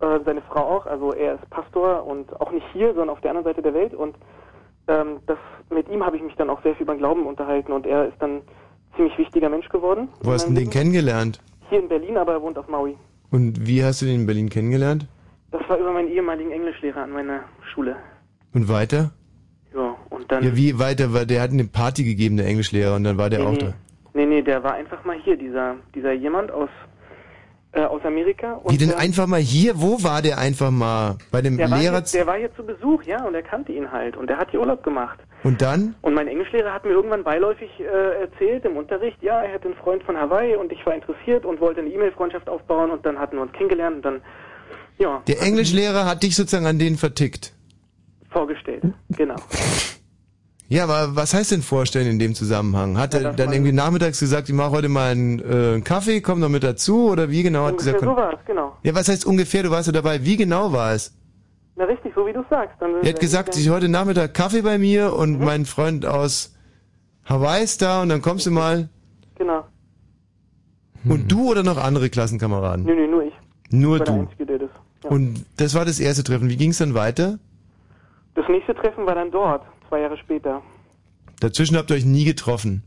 Speaker 20: äh, seine Frau auch. Also er ist Pastor und auch nicht hier, sondern auf der anderen Seite der Welt. Und ähm, das, mit ihm habe ich mich dann auch sehr viel über den Glauben unterhalten und er ist dann ein ziemlich wichtiger Mensch geworden.
Speaker 2: Wo hast du denn den kennengelernt?
Speaker 20: Hier in Berlin, aber er wohnt auf Maui.
Speaker 2: Und wie hast du den in Berlin kennengelernt?
Speaker 20: Das war über meinen ehemaligen Englischlehrer an meiner Schule.
Speaker 2: Und weiter?
Speaker 20: Ja, und dann.
Speaker 2: Ja, wie weiter? Weil der hat eine Party gegeben, der Englischlehrer, und dann war der
Speaker 20: nee,
Speaker 2: auch
Speaker 20: nee.
Speaker 2: da.
Speaker 20: Nee, nee, der war einfach mal hier, dieser, dieser jemand aus, äh, aus Amerika. Und
Speaker 2: Wie denn
Speaker 20: der,
Speaker 2: einfach mal hier? Wo war der einfach mal? Bei dem
Speaker 20: der, war hier,
Speaker 2: Lehrer?
Speaker 20: der war hier zu Besuch, ja, und er kannte ihn halt. Und er hat hier Urlaub gemacht.
Speaker 2: Und dann?
Speaker 20: Und mein Englischlehrer hat mir irgendwann beiläufig äh, erzählt im Unterricht, ja, er hätte einen Freund von Hawaii und ich war interessiert und wollte eine E-Mail-Freundschaft aufbauen und dann hatten wir uns kennengelernt und dann, ja,
Speaker 2: Der Englischlehrer hat dich sozusagen an den vertickt.
Speaker 20: vorgestellt. Genau.
Speaker 2: Ja, aber was heißt denn vorstellen in dem Zusammenhang? Hat er dann irgendwie nachmittags gesagt, ich mache heute mal einen, äh, einen Kaffee, komm doch mit dazu? Oder wie genau hat
Speaker 20: Ungefähr
Speaker 2: gesagt?
Speaker 20: so war es, genau.
Speaker 2: Ja, was heißt ungefähr? Du warst ja dabei. Wie genau war es?
Speaker 20: Na richtig, so wie du sagst. Dann
Speaker 2: Er hat gesagt, ich heute Nachmittag Kaffee bei mir und
Speaker 20: Mhm.
Speaker 2: mein Freund aus Hawaii ist da und dann kommst
Speaker 20: Mhm.
Speaker 2: du mal.
Speaker 20: Genau.
Speaker 2: Und du oder noch andere Klassenkameraden?
Speaker 20: Mhm. Nö, nö, nur ich.
Speaker 2: Nur
Speaker 20: Ich war der
Speaker 2: du.
Speaker 20: Einzige, der das. Ja.
Speaker 2: Und das war das erste Treffen. Wie ging es dann weiter?
Speaker 20: Das nächste Treffen war dann dort, zwei Jahre später.
Speaker 2: Dazwischen habt ihr euch nie getroffen.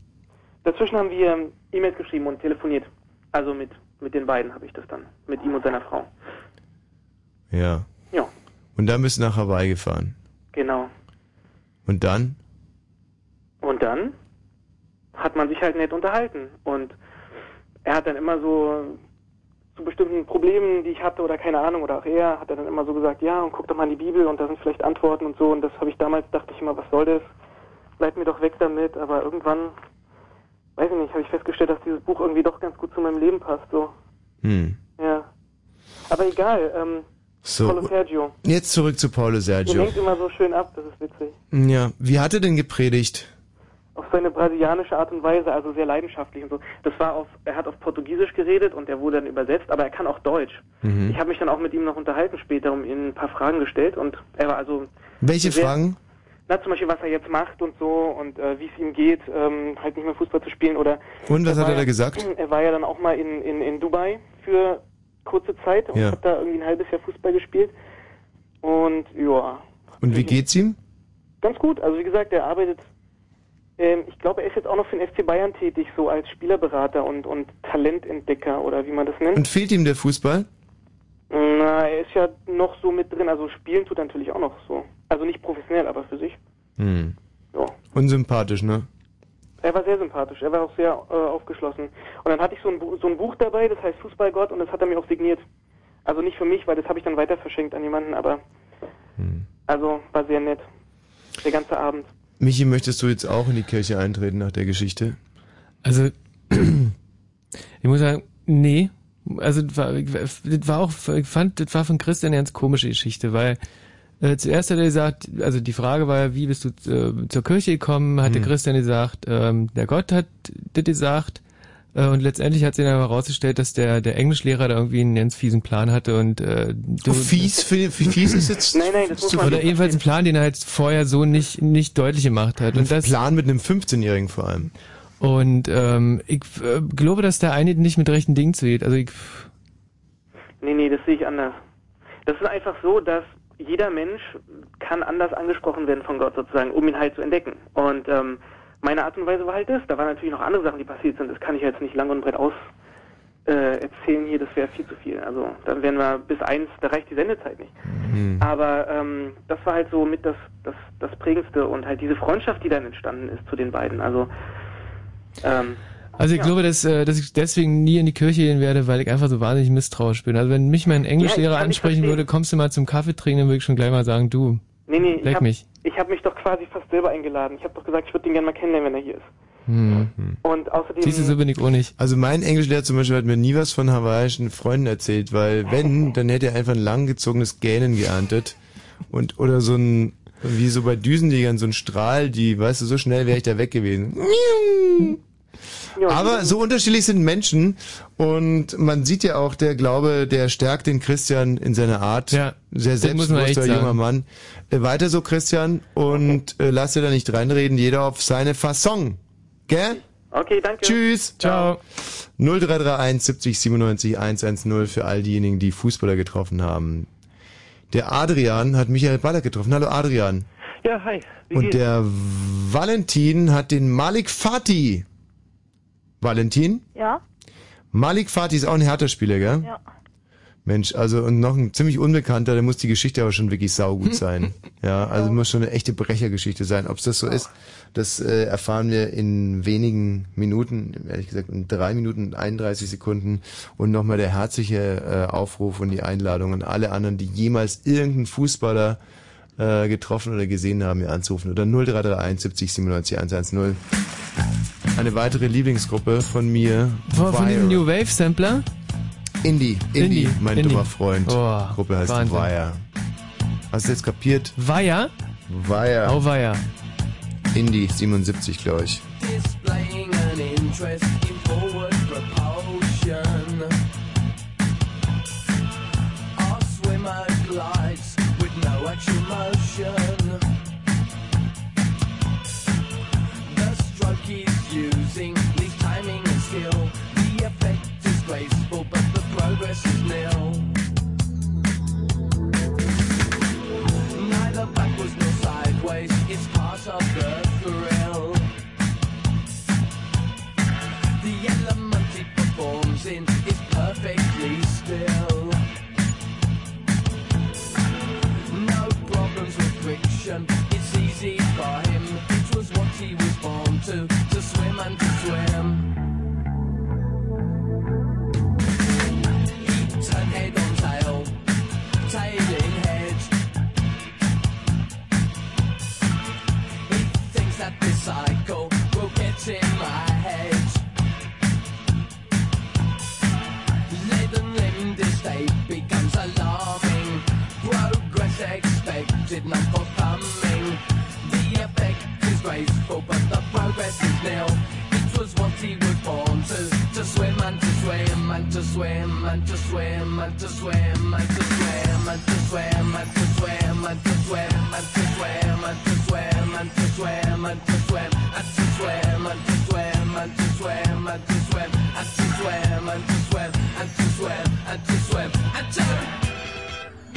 Speaker 20: Dazwischen haben wir ähm, E-Mails geschrieben und telefoniert. Also mit, mit den beiden habe ich das dann. Mit ihm und seiner Frau.
Speaker 2: Ja.
Speaker 20: Ja.
Speaker 2: Und dann bist du nach Hawaii gefahren.
Speaker 20: Genau.
Speaker 2: Und dann?
Speaker 20: Und dann hat man sich halt nett unterhalten. Und er hat dann immer so zu bestimmten Problemen, die ich hatte oder keine Ahnung, oder auch er, hat er dann immer so gesagt, ja, und guck doch mal in die Bibel und da sind vielleicht Antworten und so. Und das habe ich damals, dachte ich immer, was soll das? Bleib mir doch weg damit. Aber irgendwann, weiß ich nicht, habe ich festgestellt, dass dieses Buch irgendwie doch ganz gut zu meinem Leben passt. So,
Speaker 2: Hm.
Speaker 20: ja. Aber egal, ähm, Paulo
Speaker 2: So.
Speaker 20: Sergio.
Speaker 2: Jetzt zurück zu Paulo
Speaker 20: Ihr
Speaker 2: Sergio.
Speaker 20: lenkt immer so schön ab, das ist witzig.
Speaker 2: Ja. Wie hat er denn gepredigt?
Speaker 20: Auf seine brasilianische Art und Weise, also sehr leidenschaftlich und so. Das war auf, er hat auf Portugiesisch geredet und er wurde dann übersetzt, aber er kann auch Deutsch.
Speaker 2: Mhm.
Speaker 20: Ich habe mich dann auch mit ihm noch unterhalten später, um ihm ein paar Fragen gestellt und er war also
Speaker 2: Welche
Speaker 20: sehr-
Speaker 2: Fragen?
Speaker 20: Na, zum Beispiel, was er jetzt macht und so und äh, wie es ihm geht, ähm, halt nicht mehr Fußball zu spielen oder.
Speaker 2: Und was hat
Speaker 20: war
Speaker 2: er da
Speaker 20: ja-
Speaker 2: gesagt?
Speaker 20: Er war ja dann auch mal in, in, in Dubai für kurze Zeit und
Speaker 2: Ja.
Speaker 20: hat da irgendwie ein halbes Jahr Fußball gespielt. Und ja,
Speaker 2: Und wie geht's ihm?
Speaker 20: ganz gut. Also wie gesagt, er arbeitet. Ähm, ich glaube, er ist jetzt auch noch für den FC Bayern tätig, so als Spielerberater und, und Talententdecker oder wie man das nennt.
Speaker 2: Und fehlt ihm der Fußball?
Speaker 20: Na, er ist ja noch so mit drin. Also spielen tut er natürlich auch noch so. Also nicht professionell, aber für sich.
Speaker 2: Hm.
Speaker 20: Ja.
Speaker 2: Unsympathisch, ne?
Speaker 20: Er war sehr sympathisch, er war auch sehr äh, aufgeschlossen. Und dann hatte ich so ein, Bu- so ein Buch dabei, das heißt Fußballgott, und das hat er mir auch signiert. Also nicht für mich, weil das habe ich dann weiter verschenkt an jemanden, aber
Speaker 2: Hm.
Speaker 20: also war sehr nett. Der ganze Abend.
Speaker 2: Michi, möchtest du jetzt auch in die Kirche eintreten nach der Geschichte?
Speaker 7: Also, ich muss sagen, nee. Also, das war, das war auch, ich fand, das war von Christian eine ganz komische Geschichte, weil äh, zuerst hat er gesagt, also die Frage war ja, wie bist du äh, zur Kirche gekommen, hatte
Speaker 2: Mhm.
Speaker 21: Hm.
Speaker 7: Christian gesagt, ähm, der Gott hat das gesagt. Äh, und letztendlich hat sich dann herausgestellt, dass der, der Englischlehrer da irgendwie einen ganz fiesen Plan hatte und äh, du,
Speaker 2: fies, Philipp, wie fies ist jetzt- Nein, nein, das muss man
Speaker 7: Oder
Speaker 2: nicht
Speaker 7: jedenfalls einen Plan, den er halt vorher so nicht, nicht deutlich gemacht hat. Und das,
Speaker 2: Plan mit einem 15-Jährigen vor allem.
Speaker 7: Und ähm, ich äh, glaube, dass der eine nicht mit rechten Dingen zugeht. Also ich,
Speaker 20: Nee, nee, das sehe ich anders. Das ist einfach so, dass jeder Mensch kann anders angesprochen werden von Gott sozusagen, um ihn halt zu entdecken. Und ähm, meine Art und Weise war halt das. Da waren natürlich noch andere Sachen, die passiert sind. Das kann ich jetzt nicht lang und breit aus äh, erzählen hier, das wäre viel zu viel. Also dann wären wir bis eins, da reicht die Sendezeit nicht.
Speaker 7: Mhm.
Speaker 20: Aber ähm, das war halt so mit das, das, das Prägendste und halt diese Freundschaft, die dann entstanden ist zu den beiden. Also ähm,
Speaker 7: also ich glaube, dass, äh, dass ich deswegen nie in die Kirche gehen werde, weil ich einfach so wahnsinnig misstrauisch bin. Also wenn mich mein Englischlehrer
Speaker 20: Ja, ich kann dich
Speaker 7: ansprechen würde, kommst du mal zum Kaffee trinken, dann würde ich schon gleich mal sagen, du,
Speaker 20: nee, nee, ich
Speaker 7: leck
Speaker 20: habe
Speaker 7: mich.
Speaker 20: hab mich doch quasi fast selber eingeladen. Ich habe doch gesagt, ich würde ihn gerne mal kennenlernen, wenn er hier ist.
Speaker 7: Hm.
Speaker 20: Und außerdem.
Speaker 7: bin ich auch nicht.
Speaker 2: Also mein Englischlehrer zum Beispiel hat mir nie was von hawaiischen Freunden erzählt, weil wenn, dann hätte er einfach ein langgezogenes Gähnen geerntet und oder so ein wie so bei Düsenjägern so ein Strahl, die, weißt du, so schnell wäre ich da weg gewesen. Aber so unterschiedlich sind Menschen und man sieht ja auch, der Glaube, der stärkt den Christian in seiner Art. Ja, Sehr
Speaker 7: das muss man echt
Speaker 2: selbstbewusster junger
Speaker 7: sagen.
Speaker 2: Mann. Äh, Weiter so, Christian, und äh, lass dir da nicht reinreden, jeder auf seine Fasson. Gell?
Speaker 20: Okay, danke.
Speaker 2: Tschüss.
Speaker 7: Ciao.
Speaker 2: 0331 70 97 110 für all diejenigen, die Fußballer getroffen haben. Der Adrian hat Michael Ballack getroffen. Hallo Adrian.
Speaker 22: Ja, hi. Wie
Speaker 2: Und
Speaker 22: geht's?
Speaker 2: der Valentin hat den Malik Fatih. Valentin?
Speaker 4: Ja?
Speaker 2: Malik Fatih ist auch ein Hertha-Spieler, gell?
Speaker 4: Ja.
Speaker 2: Mensch, also und noch ein ziemlich unbekannter, der muss die Geschichte aber schon wirklich saugut sein. ja, also muss schon eine echte Brechergeschichte sein. Ob es das so ist, das äh, erfahren wir in wenigen Minuten, ehrlich gesagt in drei Minuten und 31 Sekunden. Und nochmal der herzliche äh, Aufruf und die Einladung an alle anderen, die jemals irgendeinen Fußballer äh, getroffen oder gesehen haben, hier anzurufen. Oder 0331 70 97 110. Eine weitere Lieblingsgruppe von mir.
Speaker 7: Von, von
Speaker 2: Wire.
Speaker 7: dem New Wave Sampler?
Speaker 2: Indie, Indie,
Speaker 7: Indie,
Speaker 2: mein
Speaker 7: Indie.
Speaker 2: dummer Freund.
Speaker 7: Oh,
Speaker 2: Gruppe heißt
Speaker 7: Wahnsinn.
Speaker 2: Wire. Hast du jetzt kapiert?
Speaker 7: Wire?
Speaker 2: Wire.
Speaker 7: Oh, Wire.
Speaker 2: Indie, 77, glaube ich.
Speaker 18: displaying an interest in forward propulsion. Our swimmer glides with no actual motion. The stroke he's using needs timing and skill. The effect is graceful, but the progress is nil. Neither backwards nor sideways, it's part of the thrill. The element it performs in is perfectly still. No problems with friction, it's easy for him. It was what he was born to, to swim and to swim. He turned head on tail, tail in head. He thinks that this cycle will get him ahead. Leaden limb this state becomes alarming. Progress expected, none forthcoming. The effect is graceful, but the progress is swim, I just swim, I just swim, I just swim, I just swim, I just swim, I just swim, I just swim, I just swim, I just swim, I just swim, I just swim, I just swim, I just swim, I just swim, I just swim, I just swim, I just swim, I just swim, I just swim.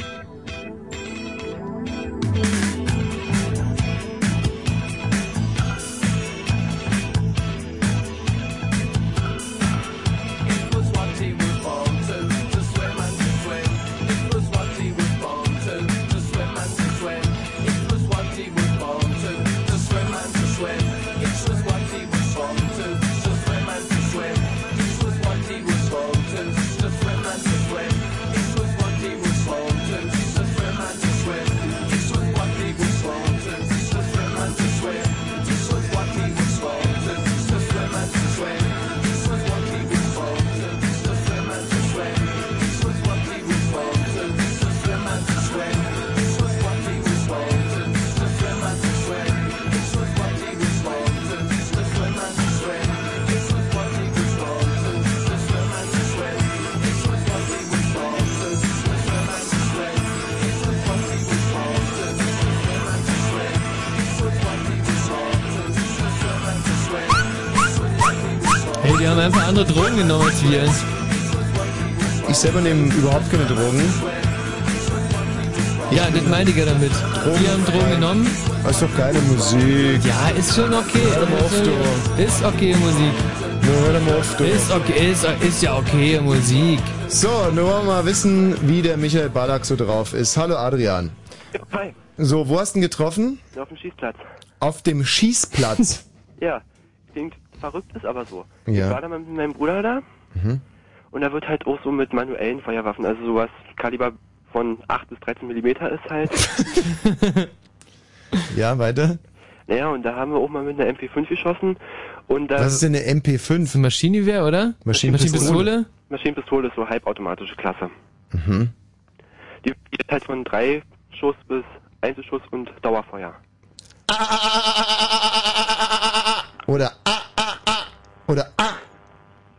Speaker 18: It was what he was born to, to swim and to swim. It was what he was born to, to swim and to swim. It was what he was born to, to swim and to swim. It was what he was born to, to swim and to swim. It was what he was born to, to swim and to swim. It was what he was born to, to swim and to swim. It was what he was born to, to swim and to swim. It was what he was born to, to swim and to swim. It was what he was born to, to swim and to swim. It was what he was born to, to swim and to swim. It was what he was born to, to swim and to swim. It was what he was born to, to swim and to swim. It was what he was born to, to swim and to swim. It was what he was born to, to swim and to swim. It was what he was born to, to swim and to swim. It was what he was born to, to swim and to swim. It was what he was born
Speaker 7: Hey, die haben einfach andere Drogen genommen als wir.
Speaker 2: Ich selber nehme überhaupt keine Drogen.
Speaker 7: Ja, das meine ich ja damit. Wir haben Drogen genommen.
Speaker 2: Das ist doch geile Musik.
Speaker 7: Ja, ist schon okay.
Speaker 2: Hör doch mal auf, du.
Speaker 7: Ist okay Musik.
Speaker 2: Nur hör doch mal auf, du.
Speaker 7: Ist okay, ist, ist ja okay Musik.
Speaker 2: So, nur wollen wir mal wissen, wie der Michael Ballack so drauf ist. Hallo Adrian.
Speaker 21: Hi,
Speaker 2: So, wo hast du ihn getroffen?
Speaker 21: auf dem Schießplatz.
Speaker 2: Auf dem Schießplatz.
Speaker 21: Ja, klingt verrückt, ist aber so.
Speaker 2: Ja.
Speaker 21: Ich war da mit meinem Bruder da
Speaker 2: mhm.
Speaker 21: und da wird halt auch so mit manuellen Feuerwaffen, also sowas Kaliber von 8 bis 13 Millimeter ist halt.
Speaker 2: Ja, weiter.
Speaker 21: naja, und da haben wir auch mal mit einer MP5 geschossen und da...
Speaker 2: Was ist denn eine MP5?
Speaker 7: Ein Maschinengewehr, oder?
Speaker 2: Maschinenpistole.
Speaker 21: Maschinenpistole ist so halbautomatische Klasse.
Speaker 2: Mhm.
Speaker 21: Die geht halt von 3 Schuss bis Einzelschuss und Dauerfeuer.
Speaker 2: Oder ah, ah, ah. Oder ah.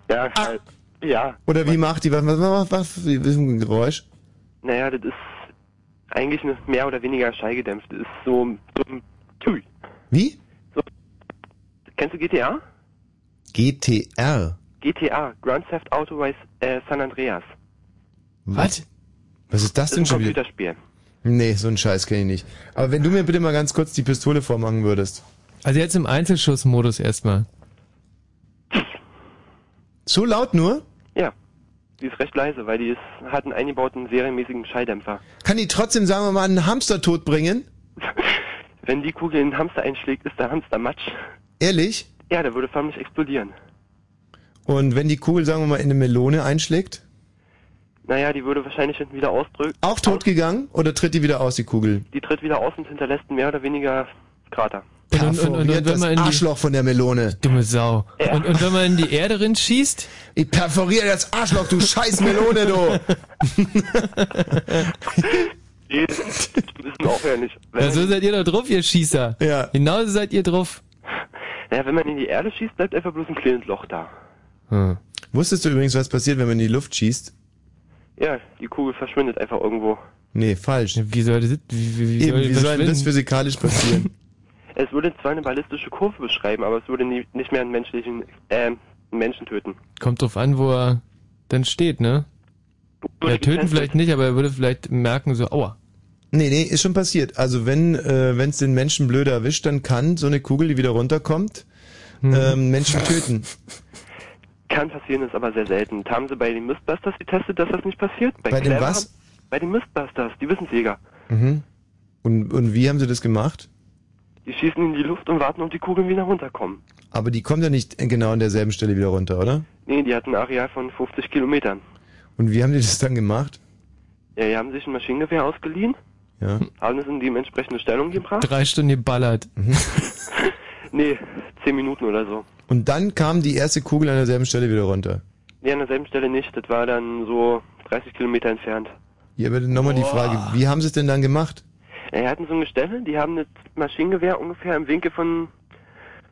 Speaker 21: Ja, halt. Ja,
Speaker 2: Oder wie macht die? Was, was, was, was, wie- was ist ein Geräusch?
Speaker 21: naja, das ist eigentlich eine mehr oder weniger schallgedämpft. Das ist so, so ein... Tui.
Speaker 2: Wie?
Speaker 21: Kennst du GTA?
Speaker 2: GTR.
Speaker 21: GTA, Grand Theft Auto Rise, äh, San Andreas.
Speaker 2: Was? Was ist
Speaker 21: Das
Speaker 2: das denn
Speaker 21: ist ein
Speaker 2: schon wieder?
Speaker 21: Computerspiel.
Speaker 2: Nee, so einen Scheiß kenne ich nicht. Aber wenn du mir bitte mal ganz kurz die Pistole vormachen würdest.
Speaker 7: Also jetzt im Einzelschussmodus erstmal.
Speaker 2: So laut nur?
Speaker 21: Ja. Die ist recht leise, weil die ist, hat einen eingebauten serienmäßigen Schalldämpfer.
Speaker 2: Kann die trotzdem, sagen wir mal, einen Hamster tot bringen?
Speaker 21: Wenn die Kugel in den Hamster einschlägt, ist der Hamster matsch.
Speaker 2: Ehrlich?
Speaker 21: Ja, der würde förmlich explodieren.
Speaker 2: Und wenn die Kugel, sagen wir mal, in eine Melone einschlägt?
Speaker 21: Naja, die würde wahrscheinlich hinten wieder ausdrücken.
Speaker 2: Auch tot gegangen? Oder tritt die wieder aus, die Kugel?
Speaker 21: Die tritt wieder aus und hinterlässt mehr oder weniger Krater.
Speaker 2: Perforiert
Speaker 7: und- und wenn
Speaker 2: das
Speaker 7: man in die-
Speaker 2: Arschloch von der Melone.
Speaker 7: Dumme Sau. Und, und wenn man in die Erde rin schießt?
Speaker 2: Ich perforiere das Arschloch, du scheiß Melone, du.
Speaker 21: Die müssen aufhören nicht.
Speaker 7: Ja, so Also seid ihr doch drauf, ihr Schießer.
Speaker 2: Ja.
Speaker 7: Genauso seid ihr drauf.
Speaker 21: Naja, wenn man in die Erde schießt, bleibt einfach bloß ein kleines Loch da.
Speaker 7: Hm.
Speaker 2: Wusstest du übrigens, was passiert, wenn man in die Luft schießt?
Speaker 21: Ja, die Kugel verschwindet einfach irgendwo.
Speaker 2: Nee, falsch.
Speaker 7: Wie soll das, wie, wie
Speaker 2: Eben,
Speaker 7: soll die
Speaker 2: wie soll denn das
Speaker 7: verschwinden?
Speaker 2: physikalisch passieren?
Speaker 21: Es würde zwar eine ballistische Kurve beschreiben, aber es würde nie, nicht mehr einen menschlichen, äh, einen Menschen töten.
Speaker 7: Kommt drauf an, wo er dann steht, ne? Ja, töten vielleicht nicht, aber er würde vielleicht merken, so, aua.
Speaker 2: nee, nee, ist schon passiert. Also wenn äh, es den Menschen blöd erwischt, dann kann so eine Kugel, die wieder runterkommt,
Speaker 7: Mhm.
Speaker 2: ähm, Menschen töten.
Speaker 21: Kann passieren, ist aber sehr selten. Da haben sie bei den Mistbusters getestet, dass das nicht passiert.
Speaker 2: Bei den
Speaker 21: Clever-
Speaker 2: was?
Speaker 21: Bei den Mistbusters, die Wissensjäger.
Speaker 2: Mhm. Und, und wie haben sie das gemacht?
Speaker 21: Die schießen in die Luft und warten, ob die Kugeln wieder runterkommen.
Speaker 2: Aber die kommt ja nicht genau an derselben Stelle wieder runter, oder?
Speaker 21: Nee, die hatten ein Areal von 50 Kilometern.
Speaker 2: Und wie haben die das dann gemacht?
Speaker 21: Ja, die haben sich ein Maschinengewehr ausgeliehen,
Speaker 2: Ja.
Speaker 21: haben es in die entsprechende Stellung gebracht.
Speaker 7: Drei Stunden geballert.
Speaker 2: Mhm.
Speaker 21: Nee, 10 Minuten oder so.
Speaker 2: Und dann kam die erste Kugel an derselben Stelle wieder runter.
Speaker 21: Nee, an derselben Stelle nicht. Das war dann so 30 Kilometer entfernt.
Speaker 2: Hier aber nochmal die Frage, wie haben sie es denn dann gemacht?
Speaker 21: Ja, die hatten Äh, so ein Gestelle, die haben das Maschinengewehr ungefähr im Winkel von,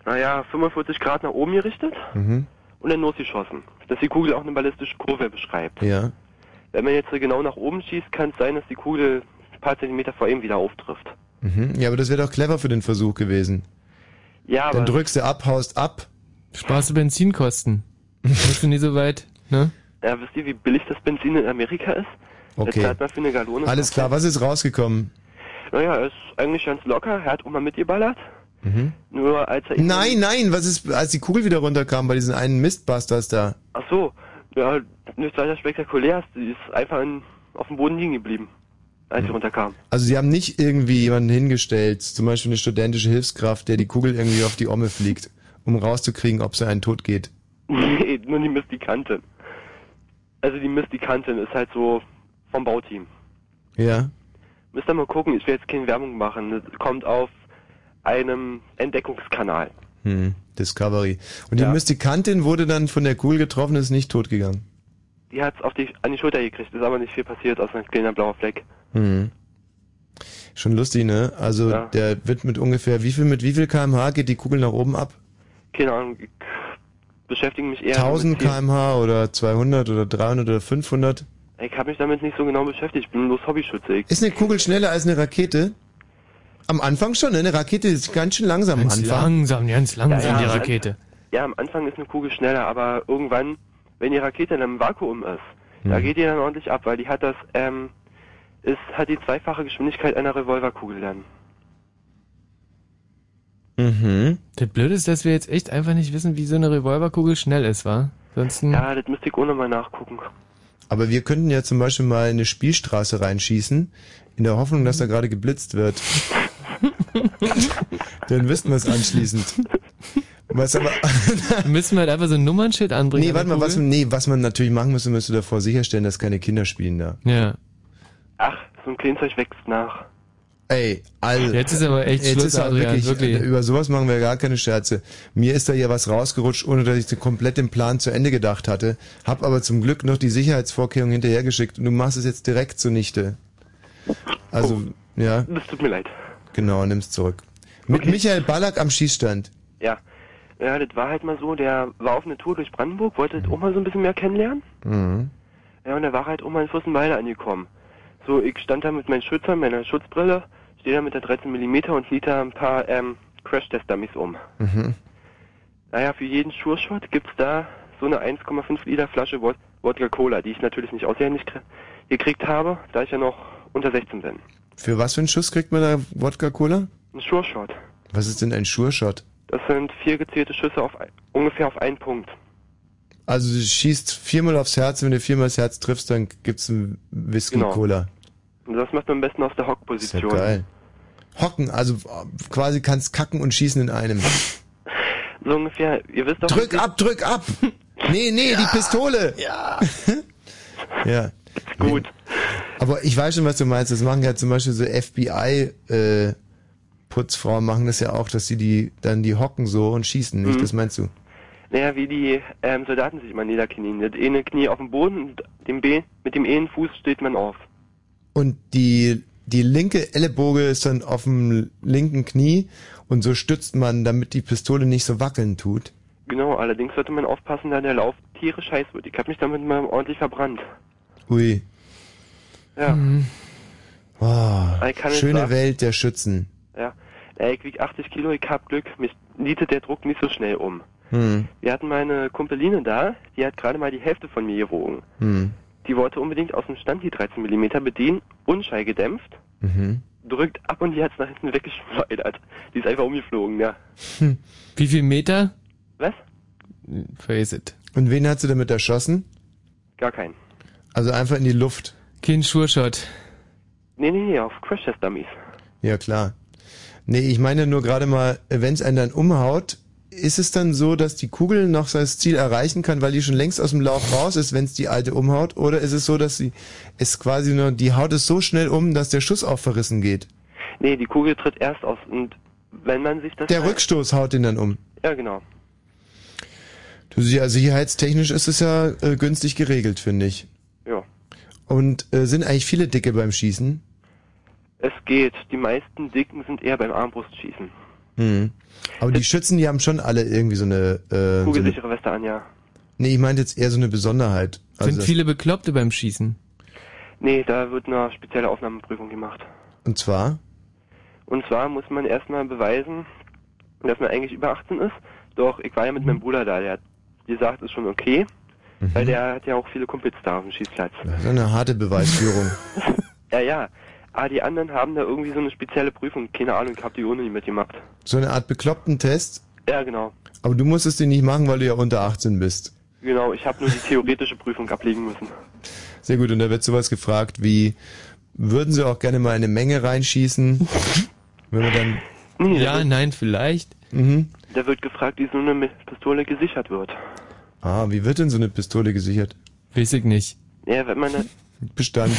Speaker 21: naja, 45 Grad nach oben gerichtet.
Speaker 2: Mhm.
Speaker 21: und in den Nose geschossen, dass die Kugel auch eine ballistische Kurve beschreibt.
Speaker 2: Ja.
Speaker 21: Wenn man jetzt so genau nach oben schießt, kann es sein, dass die Kugel ein paar Zentimeter vor ihm wieder auftrifft.
Speaker 2: Mhm. Ja, aber das wäre doch clever für den Versuch gewesen.
Speaker 21: Ja,
Speaker 2: Dann
Speaker 21: aber
Speaker 2: drückst du ab, haust ab.
Speaker 7: Sparst du Benzinkosten. Bist du nie so weit, ne?
Speaker 21: ja, wisst ihr, wie billig das Benzin in Amerika ist?
Speaker 2: Okay.
Speaker 21: Jetzt hat man für eine Gallone.
Speaker 2: Alles klar, was ist rausgekommen?
Speaker 21: Naja, er ist eigentlich ganz locker. Er hat auch mal mitgeballert.
Speaker 2: Mhm.
Speaker 21: Nur als er.
Speaker 2: Nein, nein, was ist, als die Kugel wieder runterkam bei diesen einen Mistbusters da?
Speaker 21: Ach so. Ja, nichts weiter spektakuläres. Die ist einfach in, auf dem Boden liegen geblieben, als sie runterkam.
Speaker 2: Also sie haben nicht irgendwie jemanden hingestellt, zum Beispiel eine studentische Hilfskraft, der die Kugel irgendwie auf die Omme fliegt, um rauszukriegen, ob sie einen tot geht.
Speaker 21: Nee, nur die Mystikantin. Also die Mystikantin ist halt so vom Bauteam.
Speaker 2: Ja.
Speaker 21: Müsst ihr mal gucken, ich will jetzt keine Werbung machen. Das kommt auf einem Entdeckungskanal.
Speaker 2: Hm. Discovery. Und
Speaker 21: Ja.
Speaker 2: die Mystikantin wurde dann von der Kugel getroffen, ist nicht tot gegangen.
Speaker 21: Die hat's auf die, an die Schulter gekriegt, ist aber nicht viel passiert, außer ein kleiner blauer Fleck.
Speaker 2: Hm. Schon lustig, ne? Also
Speaker 21: Ja.
Speaker 2: der wird mit ungefähr wie viel mit wie viel kmh geht die Kugel nach oben ab?
Speaker 21: Keine Ahnung, ich beschäftige mich eher
Speaker 2: 1000
Speaker 21: mit Tieren.
Speaker 2: kmh oder 200 oder 300 oder 500?
Speaker 21: Ich habe mich damit nicht so genau beschäftigt, ich bin bloß hobbyschützig.
Speaker 2: Ist eine Kugel schneller als eine Rakete? Am Anfang schon, ne? Eine Rakete ist ganz schön langsam am
Speaker 7: Ganz
Speaker 2: Anfang.
Speaker 7: langsam, ganz langsam
Speaker 21: Ja, ja.
Speaker 7: die Rakete.
Speaker 21: Ja, am Anfang ist eine Kugel schneller, aber irgendwann, wenn die Rakete in einem Vakuum ist, da
Speaker 2: Mhm.
Speaker 21: geht die dann ordentlich ab, weil die hat das, ähm, ist, hat die zweifache Geschwindigkeit einer Revolverkugel dann.
Speaker 2: Mhm.
Speaker 7: Das Blöde ist, dass wir jetzt echt einfach nicht wissen, wie so eine Revolverkugel schnell ist, wa? Ansonsten.
Speaker 21: Ja, das müsste ich auch nochmal nachgucken.
Speaker 2: Aber wir könnten ja zum Beispiel mal in eine Spielstraße reinschießen, in der Hoffnung, dass da gerade geblitzt wird. Dann wissen wir es anschließend. Was aber
Speaker 7: müssen wir halt einfach so ein Nummernschild anbringen.
Speaker 2: Nee,
Speaker 7: an
Speaker 2: warte
Speaker 7: der
Speaker 2: mal, was,
Speaker 7: Kugel?
Speaker 2: nee, was man natürlich machen müsste, müsste davor sicherstellen, dass keine Kinder spielen da.
Speaker 7: Ja.
Speaker 21: Ach, so ein Kleinzeug wächst nach.
Speaker 2: Ey, also.
Speaker 7: Jetzt ist aber echt
Speaker 2: jetzt
Speaker 7: Schluss,
Speaker 2: ist auch
Speaker 7: Adrian,
Speaker 2: wirklich, äh,
Speaker 7: wirklich.
Speaker 2: Über sowas machen wir gar keine Scherze. Mir ist da ja was rausgerutscht, ohne dass ich komplett den Plan zu Ende gedacht hatte. Hab aber zum Glück noch die Sicherheitsvorkehrung hinterhergeschickt und du machst es jetzt direkt zunichte. Also, ja.
Speaker 21: Das tut mir leid.
Speaker 2: Genau, nimm's zurück. Mit Michael Ballack am Schießstand.
Speaker 21: Ja. Ja, das war halt mal so, der war auf eine Tour durch Brandenburg, wollte
Speaker 7: Mhm.
Speaker 21: das auch mal so ein bisschen mehr kennenlernen.
Speaker 2: Mhm.
Speaker 21: Ja, und da war halt auch mal in Fürstenwalde angekommen. So, ich stand da mit meinen Schützern, meiner Schutzbrille, stehe da mit der 13mm und lieg da ein paar ähm, Crash-Test-Dummies um.
Speaker 2: Mhm.
Speaker 21: Naja, für jeden Sure-Shot gibt's da so eine 1,5 Liter Flasche Wod- Wodka Cola, die ich natürlich nicht aushändig krie- gekriegt habe, da ich ja noch unter 16 bin.
Speaker 2: Für was für einen Schuss kriegt man da Wodka-Cola?
Speaker 21: Ein Sure-Shot.
Speaker 2: Was ist denn ein Sure-Shot?
Speaker 21: Das sind vier gezielte Schüsse auf ein, ungefähr auf einen Punkt.
Speaker 2: Also du schießt viermal aufs Herz, wenn du viermal das Herz triffst, dann gibt's einen Whisky-Cola.
Speaker 21: Und das macht man am besten aus der Hockposition.
Speaker 2: Ja, geil. Hocken, also äh, quasi kannst kacken und schießen in einem.
Speaker 21: So ungefähr, ihr wisst doch...
Speaker 2: Drück ab, drück ab! Nee, nee, die Pistole!
Speaker 21: Ja!
Speaker 2: Ja.
Speaker 21: Gut.
Speaker 2: Aber ich weiß schon, was du meinst. Das machen ja zum Beispiel so FBI-Putzfrauen äh, machen das ja auch, dass die, die dann die hocken so und schießen, nicht?
Speaker 21: Mhm.
Speaker 2: Das meinst du?
Speaker 21: Naja, wie die ähm, Soldaten sich mal niederknien. Das eine Knie auf dem Boden und dem Be mit dem einen Fuß steht man auf.
Speaker 2: Und die, die linke Ellenboge ist dann auf dem linken Knie und so stützt man, damit die Pistole nicht so wackeln tut.
Speaker 21: Genau, allerdings sollte man aufpassen, da der Lauf Tiere scheiß wird. Ich hab mich damit mal ordentlich verbrannt.
Speaker 2: Ui.
Speaker 21: Ja,
Speaker 2: Wow.
Speaker 21: Ich kann nicht
Speaker 2: Schöne
Speaker 21: sagen.
Speaker 2: Welt der Schützen.
Speaker 21: ja. Äh, ich wieg 80 Kilo, ich hab Glück. Mich nietet der Druck nicht so schnell um.
Speaker 2: Hm.
Speaker 21: Wir hatten meine Kumpeline da, die hat gerade mal die Hälfte von mir gewogen.
Speaker 2: Hm.
Speaker 21: Die wollte unbedingt aus dem Stand die 13 mm bedienen, unschall gedämpft,
Speaker 2: Mhm.
Speaker 21: drückt ab und die hat's nach hinten weggeschleudert. Die ist einfach umgeflogen, ja.
Speaker 7: Wie viel Meter?
Speaker 21: Was?
Speaker 7: Face it.
Speaker 2: Und wen hat sie damit erschossen?
Speaker 21: Gar keinen.
Speaker 2: Also einfach in die Luft.
Speaker 7: Kein Schurshot.
Speaker 21: Nee, nee, nee, auf Crash Test Dummies.
Speaker 2: Ja, klar. Nee, ich meine nur gerade mal, wenn es einen dann umhaut, ist es dann so, dass die Kugel noch sein Ziel erreichen kann, weil die schon längst aus dem Lauf raus ist, wenn es die alte umhaut? Oder ist es so, dass sie es quasi nur, die haut es so schnell um, dass der Schuss auch verrissen geht?
Speaker 21: Nee, die Kugel tritt erst aus und wenn man sich das...
Speaker 2: Der Rückstoß haut ihn dann um.
Speaker 21: Ja, genau.
Speaker 2: Du siehst ja, sicherheitstechnisch ist es ja äh, günstig geregelt, finde ich.
Speaker 21: Ja.
Speaker 2: Und äh, sind eigentlich viele Dicke beim Schießen?
Speaker 21: Es geht. Die meisten Dicken sind eher beim Armbrustschießen.
Speaker 2: Mhm. Aber die Schützen, die haben schon alle irgendwie so eine, äh, so eine
Speaker 21: Kugelsichere Weste an, ja.
Speaker 2: Nee, ich meinte jetzt eher so eine Besonderheit. Also
Speaker 7: Sind viele Bekloppte beim Schießen?
Speaker 21: Nee, da wird eine spezielle Aufnahmeprüfung gemacht.
Speaker 2: Und zwar?
Speaker 21: Und zwar muss man erstmal beweisen, dass man eigentlich über 18 ist. Doch ich war ja mit meinem Bruder da, der hat gesagt, ist schon okay, weil der hat ja auch viele Kumpels da auf dem Schießplatz.
Speaker 2: Das ist eine harte Beweisführung.
Speaker 21: Ja, ja. Aber die anderen haben da irgendwie so eine spezielle Prüfung. Keine Ahnung, ich hab die ohne nie mitgemacht.
Speaker 2: so eine Art bekloppten Test.
Speaker 21: Ja, genau.
Speaker 2: Aber du musstest den nicht machen, weil du ja unter 18 bist.
Speaker 21: Genau, ich habe nur die theoretische Prüfung ablegen müssen.
Speaker 2: Sehr gut, und da wird sowas gefragt wie, würden sie auch gerne mal eine Menge reinschießen? Wenn wir dann...
Speaker 7: Ja, nein, vielleicht.
Speaker 2: Mhm.
Speaker 21: Da wird gefragt, wie so eine Mi- Pistole gesichert wird.
Speaker 2: Ah, wie wird denn so eine Pistole gesichert?
Speaker 7: Weiß ich nicht.
Speaker 21: Ja, wenn man,
Speaker 2: Bestanden.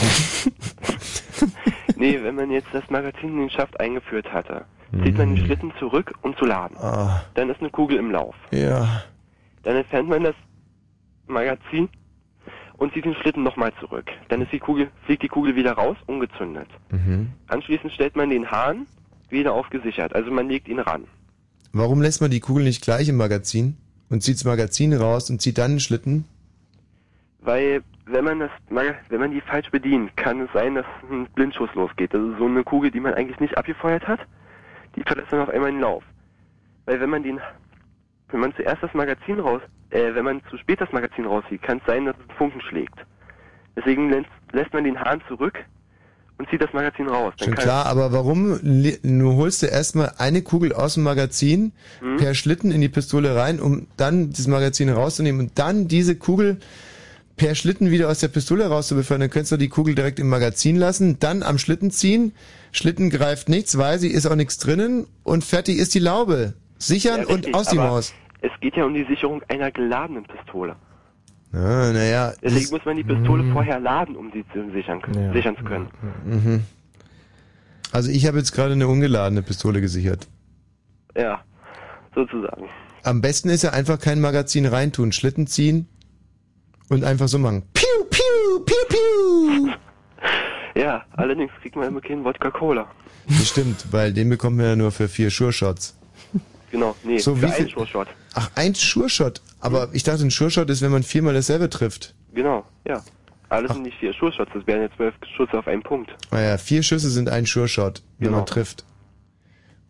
Speaker 21: nee, wenn man jetzt das Magazin in den Schaft eingeführt hatte, zieht man
Speaker 7: Hm.
Speaker 21: den Schlitten zurück, um zu laden.
Speaker 2: Ah,
Speaker 21: Dann ist eine Kugel im Lauf.
Speaker 2: ja.
Speaker 21: Dann entfernt man das Magazin und zieht den Schlitten nochmal zurück. Dann ist die Kugel, fliegt die Kugel wieder raus, ungezündet.
Speaker 2: Mhm.
Speaker 21: Anschließend stellt man den Hahn wieder aufgesichert. Also man legt ihn ran.
Speaker 2: Warum lässt man die Kugel nicht gleich im Magazin und zieht das Magazin raus und zieht dann den Schlitten?
Speaker 21: Weil wenn man das Maga- wenn man die falsch bedient, kann es sein, dass ein Blindschuss losgeht. Das ist so eine Kugel, die man eigentlich nicht abgefeuert hat, die verlässt dann auf einmal den Lauf. Weil wenn man den wenn man zuerst das Magazin raus äh, wenn man zu spät das Magazin rauszieht, kann es sein, dass es einen Funken schlägt. Deswegen lässt, lässt man den Hahn zurück und zieht das Magazin raus. Dann
Speaker 2: Schon
Speaker 21: kann
Speaker 2: klar, aber warum li- nur holst du erstmal eine Kugel aus dem Magazin
Speaker 21: Hm?
Speaker 2: per Schlitten in die Pistole rein, um dann das Magazin rauszunehmen und dann diese Kugel per Schlitten wieder aus der Pistole rauszubefördern? Dann könntest du die Kugel direkt im Magazin lassen, dann am Schlitten ziehen, Schlitten greift nichts, weil sie ist auch nichts drinnen und fertig ist die Laube. Sichern
Speaker 21: Ja,
Speaker 2: und
Speaker 21: richtig,
Speaker 2: aus die
Speaker 21: aber
Speaker 2: Maus.
Speaker 21: Es geht ja um die Sicherung einer geladenen Pistole.
Speaker 2: Ah, naja.
Speaker 21: Deswegen muss man die Pistole vorher laden, um sie zu sichern, sichern zu können.
Speaker 2: Mhm. Also ich habe jetzt gerade eine ungeladene Pistole gesichert.
Speaker 21: Ja, sozusagen.
Speaker 2: Am besten ist ja einfach kein Magazin reintun, Schlitten ziehen und einfach so machen. Piu, piu, piu, piu.
Speaker 21: Ja, allerdings kriegt man immer keinen Wodka Cola.
Speaker 2: Das stimmt, weil den bekommt man ja nur für vier Sure-Shots.
Speaker 21: Genau, nee,
Speaker 2: So,
Speaker 21: für
Speaker 2: wie
Speaker 21: einen
Speaker 2: viel-
Speaker 21: Shot.
Speaker 2: Ach, ein Sure-Shot. Aber ich dachte, ein Sure-Shot ist, wenn man viermal dasselbe trifft.
Speaker 21: Genau, ja. Alles sind nicht vier Schussshots, das wären jetzt zwölf Schüsse auf einen Punkt.
Speaker 2: Naja, Ah vier Schüsse sind ein Sure-Shot, wenn man trifft.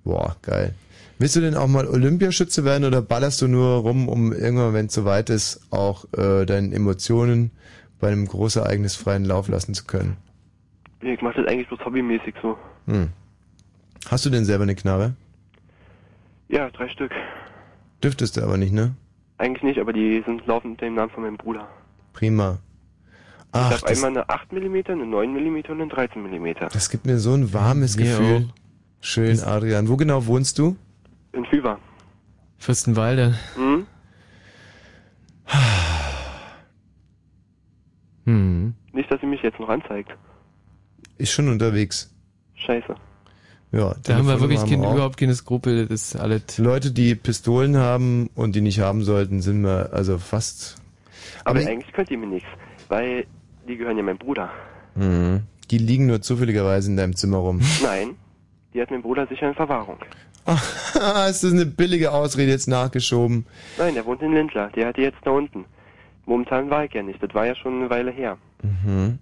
Speaker 2: Boah, geil. Willst du denn auch mal Olympiaschütze werden oder ballerst du nur rum, um irgendwann, wenn es soweit ist, auch äh, deinen Emotionen bei einem Großereignis freien Lauf lassen zu können?
Speaker 21: Ich mache das eigentlich bloß hobbymäßig so.
Speaker 2: Hm. Hast du denn selber eine Knarre?
Speaker 21: Ja, drei Stück.
Speaker 2: Dürftest du aber nicht, ne?
Speaker 21: Eigentlich nicht, aber die sind laufend unter dem Namen von meinem Bruder.
Speaker 2: Prima.
Speaker 21: Ich
Speaker 2: Ach,
Speaker 21: habe
Speaker 2: das,
Speaker 21: einmal eine 8 mm, eine 9 mm und eine 13 mm.
Speaker 2: das gibt mir so ein warmes
Speaker 21: Mir
Speaker 2: Gefühl. Schön, Adrian. Wo genau wohnst du?
Speaker 21: In Fieber.
Speaker 7: Fürstenwalde.
Speaker 21: Hm?
Speaker 7: Hm.
Speaker 21: Nicht, dass sie mich jetzt noch anzeigt.
Speaker 2: Ist schon unterwegs.
Speaker 21: Scheiße.
Speaker 2: Ja,
Speaker 7: Da haben wir
Speaker 2: Telefonnummer
Speaker 7: wirklich kein,
Speaker 2: auch.
Speaker 7: überhaupt keine Skrupel. Das ist alles.
Speaker 2: Leute, die Pistolen haben und die nicht haben sollten, sind wir also fast.
Speaker 21: Aber, eigentlich könnt ihr mir nichts, weil die gehören ja meinem Bruder.
Speaker 7: Hm.
Speaker 2: Mhm. Die liegen nur zufälligerweise in deinem Zimmer rum.
Speaker 21: Nein, die hat mein Bruder sicher in Verwahrung.
Speaker 2: es ist eine billige Ausrede jetzt nachgeschoben.
Speaker 21: Nein, der wohnt in Lindler. Der hat die jetzt da unten. Momentan war ich ja nicht. Das war ja schon eine Weile her.
Speaker 2: Mhm.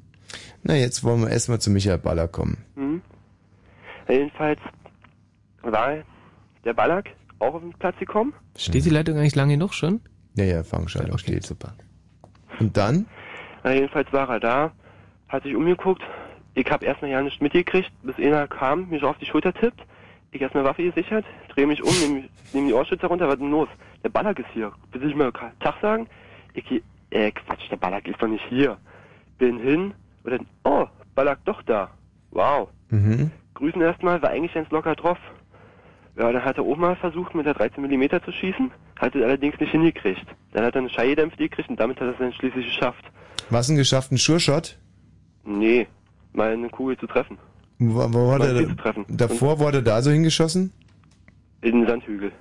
Speaker 2: Na, jetzt wollen wir erstmal zu Michael Baller kommen.
Speaker 21: Hm? Jedenfalls war der Ballack auch auf den Platz gekommen.
Speaker 7: Steht die Leitung eigentlich lange genug schon?
Speaker 2: Ja, ja, Fangschaltung steht. Super. Und dann?
Speaker 21: Na, jedenfalls war er da, hat sich umgeguckt. Ich hab erstmal ja nichts mitgekriegt, bis einer kam, mich auf die Schulter tippt. Ich erstmal Waffe gesichert, drehe mich um, nehme nehm die Ohrschützer runter, was ist denn los? Der Ballack ist hier. Will ich mal Ka- Tag sagen? Ich geh, äh, Quatsch, der Ballack ist doch nicht hier. Bin hin und dann, oh, Ballack doch da. Wow.
Speaker 2: Mhm.
Speaker 21: Grüßen erstmal, war eigentlich ganz locker drauf. Ja, dann hat er auch mal versucht, mit der 13 mm zu schießen, hat es allerdings nicht hingekriegt. Dann hat er eine Scheibe dämpft gekriegt und damit hat er es dann schließlich geschafft.
Speaker 2: Was einen geschafften Sure-Shot?
Speaker 21: Nee, mal eine Kugel zu treffen.
Speaker 2: Wo, wo hat
Speaker 21: Mal
Speaker 2: er,
Speaker 21: zu treffen.
Speaker 2: davor wurde er da so hingeschossen?
Speaker 21: In den Sandhügel.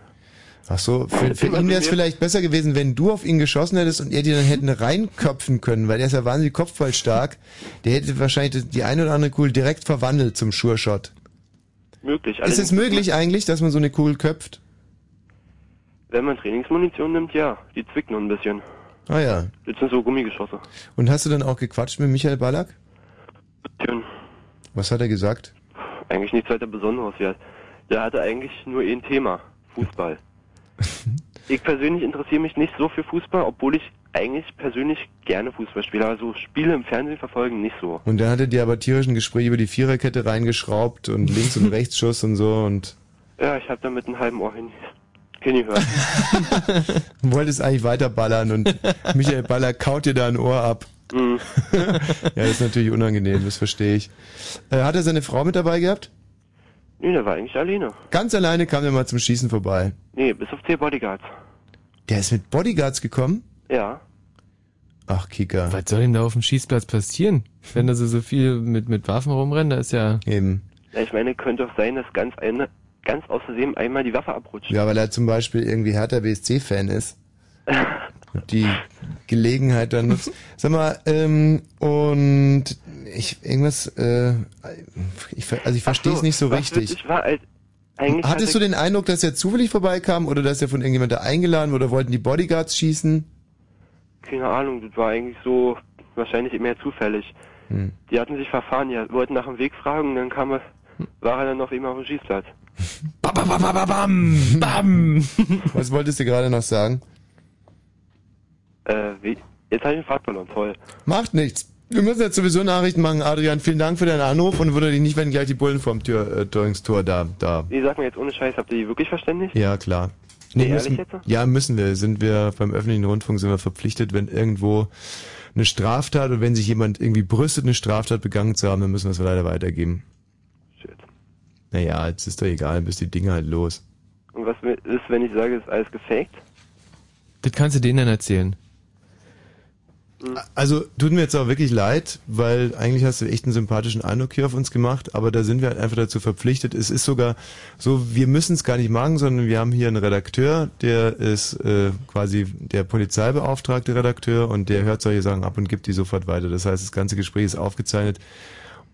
Speaker 2: Ach so, für, für
Speaker 21: Immer
Speaker 2: ihn
Speaker 21: so
Speaker 2: wäre es
Speaker 21: mir-
Speaker 2: vielleicht besser gewesen, wenn du auf ihn geschossen hättest und er dir dann hätten reinköpfen können, weil der ist ja wahnsinnig kopfballstark. Der hätte wahrscheinlich die eine oder andere Kugel direkt verwandelt zum Sure-Shot.
Speaker 21: Möglich.
Speaker 2: Ist es
Speaker 21: Allerdings,
Speaker 2: möglich eigentlich, dass man so eine Kugel köpft?
Speaker 21: Wenn man Trainingsmunition nimmt, ja. Die zwicken nur ein bisschen.
Speaker 2: Ah ja.
Speaker 21: Das sind so Gummigeschosse.
Speaker 2: Und hast du dann auch gequatscht mit Michael Ballack?
Speaker 21: Schön.
Speaker 2: Was hat er gesagt?
Speaker 21: Eigentlich nichts weiter Besonderes. Ja. Der hatte eigentlich nur ein Thema, Fußball. ich persönlich interessiere mich nicht so für Fußball, obwohl ich eigentlich persönlich gerne Fußball spiele. Also Spiele im Fernsehen verfolgen nicht so.
Speaker 2: Und dann hatte dir aber tierischen Gespräch über die Viererkette reingeschraubt und links und rechts Schuss und so und
Speaker 21: Ja, ich habe da mit einem halben Ohr hin, hingehört.
Speaker 2: wolltest eigentlich weiterballern und Michael Ballack kaut dir da ein Ohr ab.
Speaker 21: Mhm.
Speaker 2: ja, das ist natürlich unangenehm, das verstehe ich. Äh, hat er seine Frau mit dabei gehabt?
Speaker 21: nee, der war eigentlich alleine.
Speaker 2: Ganz alleine kam er mal zum Schießen vorbei.
Speaker 21: Nee, bis auf zehn Bodyguards.
Speaker 2: Der ist mit Bodyguards gekommen?
Speaker 21: Ja.
Speaker 2: Ach, Kika.
Speaker 7: Was soll ihm da auf dem Schießplatz passieren? Wenn da so, so viel mit, mit Waffen rumrennen, da ist ja...
Speaker 2: Eben.
Speaker 21: Ja, Ich meine, könnte doch sein, dass ganz eine, ganz aus Versehen einmal die Waffe abrutscht.
Speaker 2: Ja, weil er zum Beispiel irgendwie Hertha BSC-Fan ist. Und die Gelegenheit dann nutzt. Sag mal, ähm, und ich, irgendwas, äh, ich, ver- also ich verstehe es nicht so
Speaker 21: was
Speaker 2: richtig.
Speaker 21: witzig war, als eigentlich hatte-
Speaker 2: Hattest du den Eindruck, dass er zufällig vorbeikam oder dass er von irgendjemandem eingeladen wurde, wollten die Bodyguards schießen?
Speaker 21: Keine Ahnung, das war eigentlich so wahrscheinlich mehr zufällig.
Speaker 2: Hm.
Speaker 21: Die hatten sich verfahren, die wollten nach dem Weg fragen und dann kam er,
Speaker 2: Hm.
Speaker 21: war er dann noch immer auf dem Schießplatz.
Speaker 7: Bam, bam.
Speaker 2: Was wolltest du gerade noch sagen?
Speaker 21: Äh, wie, jetzt habe ich den Fahrt verloren, toll.
Speaker 2: Macht nichts. Wir müssen jetzt sowieso Nachrichten machen, Adrian. Vielen Dank für deinen Anruf und würde dich nicht, wenn gleich die Bullen vorm Tür, äh, Tor da, da.
Speaker 21: Wie sagt man jetzt ohne Scheiß, habt ihr die wirklich verständigt?
Speaker 2: Ja, klar.
Speaker 21: Nee, ehrlich
Speaker 2: müssen,
Speaker 21: jetzt?
Speaker 2: ja, müssen wir. Sind wir beim öffentlichen Rundfunk sind wir verpflichtet, wenn irgendwo eine Straftat oder wenn sich jemand irgendwie brüstet, eine Straftat begangen zu haben, dann müssen wir es leider weitergeben. Shit. Naja, jetzt ist doch egal, bis die Dinge halt los.
Speaker 21: Und was wi- ist, wenn ich sage, ist alles gefaked?
Speaker 7: Das kannst du denen dann erzählen.
Speaker 2: Also tut mir jetzt auch wirklich leid, weil eigentlich hast du echt einen sympathischen Eindruck hier auf uns gemacht, aber da sind wir halt einfach dazu verpflichtet. Es ist sogar so, wir müssen es gar nicht machen, sondern wir haben hier einen Redakteur, der ist äh, quasi der polizeibeauftragte Redakteur und der hört solche Sachen ab und gibt die sofort weiter. Das heißt, das ganze Gespräch ist aufgezeichnet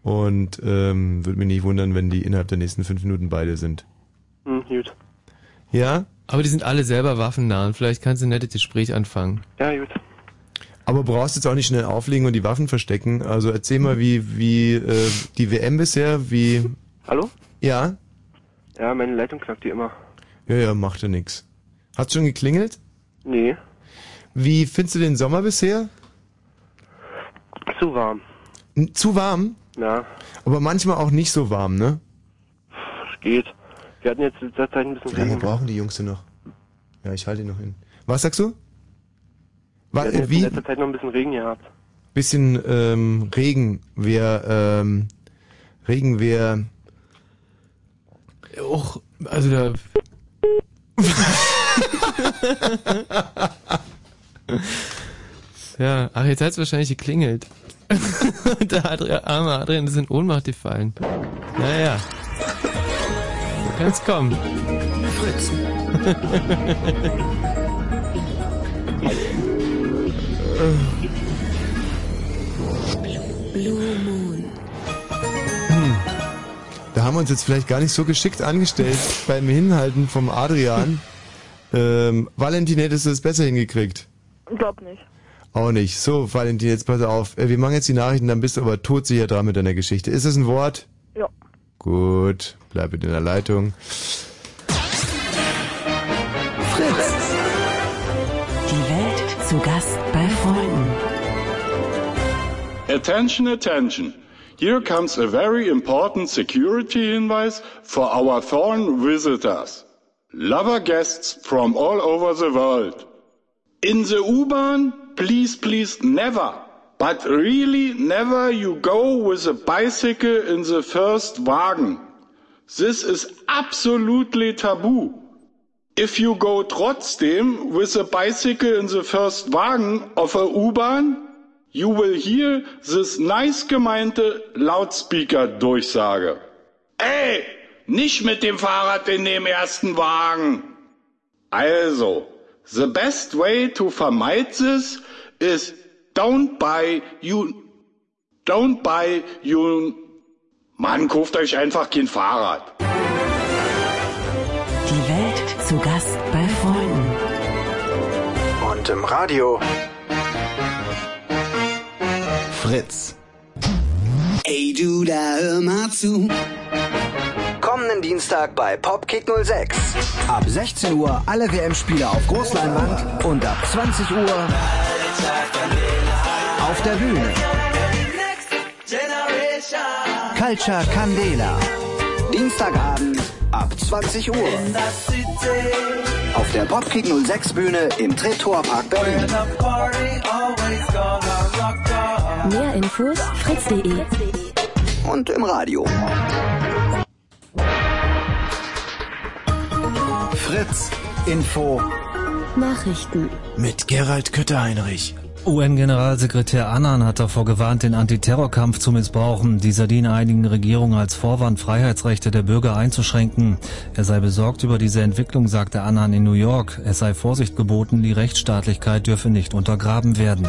Speaker 2: und ähm, würde mich nicht wundern, wenn die innerhalb der nächsten fünf Minuten beide sind.
Speaker 21: Hm, gut.
Speaker 2: Ja?
Speaker 7: Aber die sind alle selber waffennah und vielleicht kannst du ein nettes Gespräch anfangen.
Speaker 21: Ja, gut.
Speaker 2: Aber brauchst jetzt auch nicht schnell auflegen und die Waffen verstecken. Also erzähl mal, wie, wie äh, die WM bisher, wie...
Speaker 21: Hallo?
Speaker 2: Ja?
Speaker 21: Ja, meine Leitung knackt die immer.
Speaker 2: Ja, ja, macht ja nix. Hat's schon geklingelt?
Speaker 21: Nee,
Speaker 2: Wie findest du den Sommer bisher?
Speaker 21: zu warm.
Speaker 2: N- Zu warm,
Speaker 21: Ja,
Speaker 2: aber manchmal auch nicht so warm, ne?
Speaker 21: es geht. Wir hatten jetzt in letzter Zeit ein bisschen
Speaker 2: Wie lange
Speaker 21: Regen.
Speaker 2: brauchen die Jungs denn noch? Ja, ich halte ihn noch hin. Was sagst du? Wa
Speaker 21: Wir hatten
Speaker 2: äh,
Speaker 21: jetzt in
Speaker 2: wie?
Speaker 21: letzter Zeit noch ein bisschen Regen gehabt.
Speaker 2: Bisschen ähm, Regen. Wer, ähm, Regen, wer...
Speaker 7: Och, also da... ja, ach, jetzt hat's wahrscheinlich geklingelt. Und der Adrian, arme Adrian ist in Ohnmacht gefallen. Naja. Kann's kommen.
Speaker 18: Fritz.
Speaker 7: äh,
Speaker 11: Blue Moon.
Speaker 2: Hm. Da haben wir uns jetzt vielleicht gar nicht so geschickt angestellt beim Hinhalten vom Adrian. ähm, Valentin, hättest du es besser hingekriegt?
Speaker 22: Glaub nicht.
Speaker 2: Auch nicht. So, Valentin, jetzt pass auf. Äh, Wir machen jetzt die Nachrichten, dann bist du aber todsicher dran mit deiner Geschichte. Ist das ein Wort?
Speaker 22: Ja.
Speaker 2: Gut, bleib bitte in der Leitung.
Speaker 4: Die Welt zu Gast bei Freunden.
Speaker 23: Attention, attention. Here comes a very important security advice for our foreign visitors. Lover guests from all over the world. In the U-Bahn, please, please, never, but really never you go with a bicycle in the first wagon. This is absolutely taboo. If you go trotzdem with a bicycle in the first wagon of a U-Bahn, you will hear this nice gemeinte Loudspeaker-Durchsage. Ey, nicht mit dem Fahrrad in dem ersten Wagen. Also, the best way to vermeid this is don't buy you, don't buy you, Mann, kauft euch einfach kein Fahrrad.
Speaker 4: Die Welt zu Gast bei Freunden.
Speaker 24: Und im Radio
Speaker 13: Fritz. Ey, du da hör mal zu. Kommenden Dienstag bei Popkick 06. Ab 16 Uhr alle WM-Spiele auf Großleinwand und ab 20 Uhr auf der Bühne. Culture Candela. Dienstagabend ab 20 Uhr. Auf der Popkick 06 Bühne im Treptower Park Berlin.
Speaker 11: Mehr Infos fritz.de
Speaker 13: und im Radio. Fritz Info
Speaker 11: Nachrichten.
Speaker 17: Mit Gerald Kötter-Heinrich. UN-Generalsekretär Annan hat davor gewarnt, den Antiterrorkampf zu missbrauchen. Dieser diene einigen Regierungen als Vorwand, Freiheitsrechte der Bürger einzuschränken. Er sei besorgt über diese Entwicklung, sagte Annan in New York. Es sei Vorsicht geboten, die Rechtsstaatlichkeit dürfe nicht untergraben werden.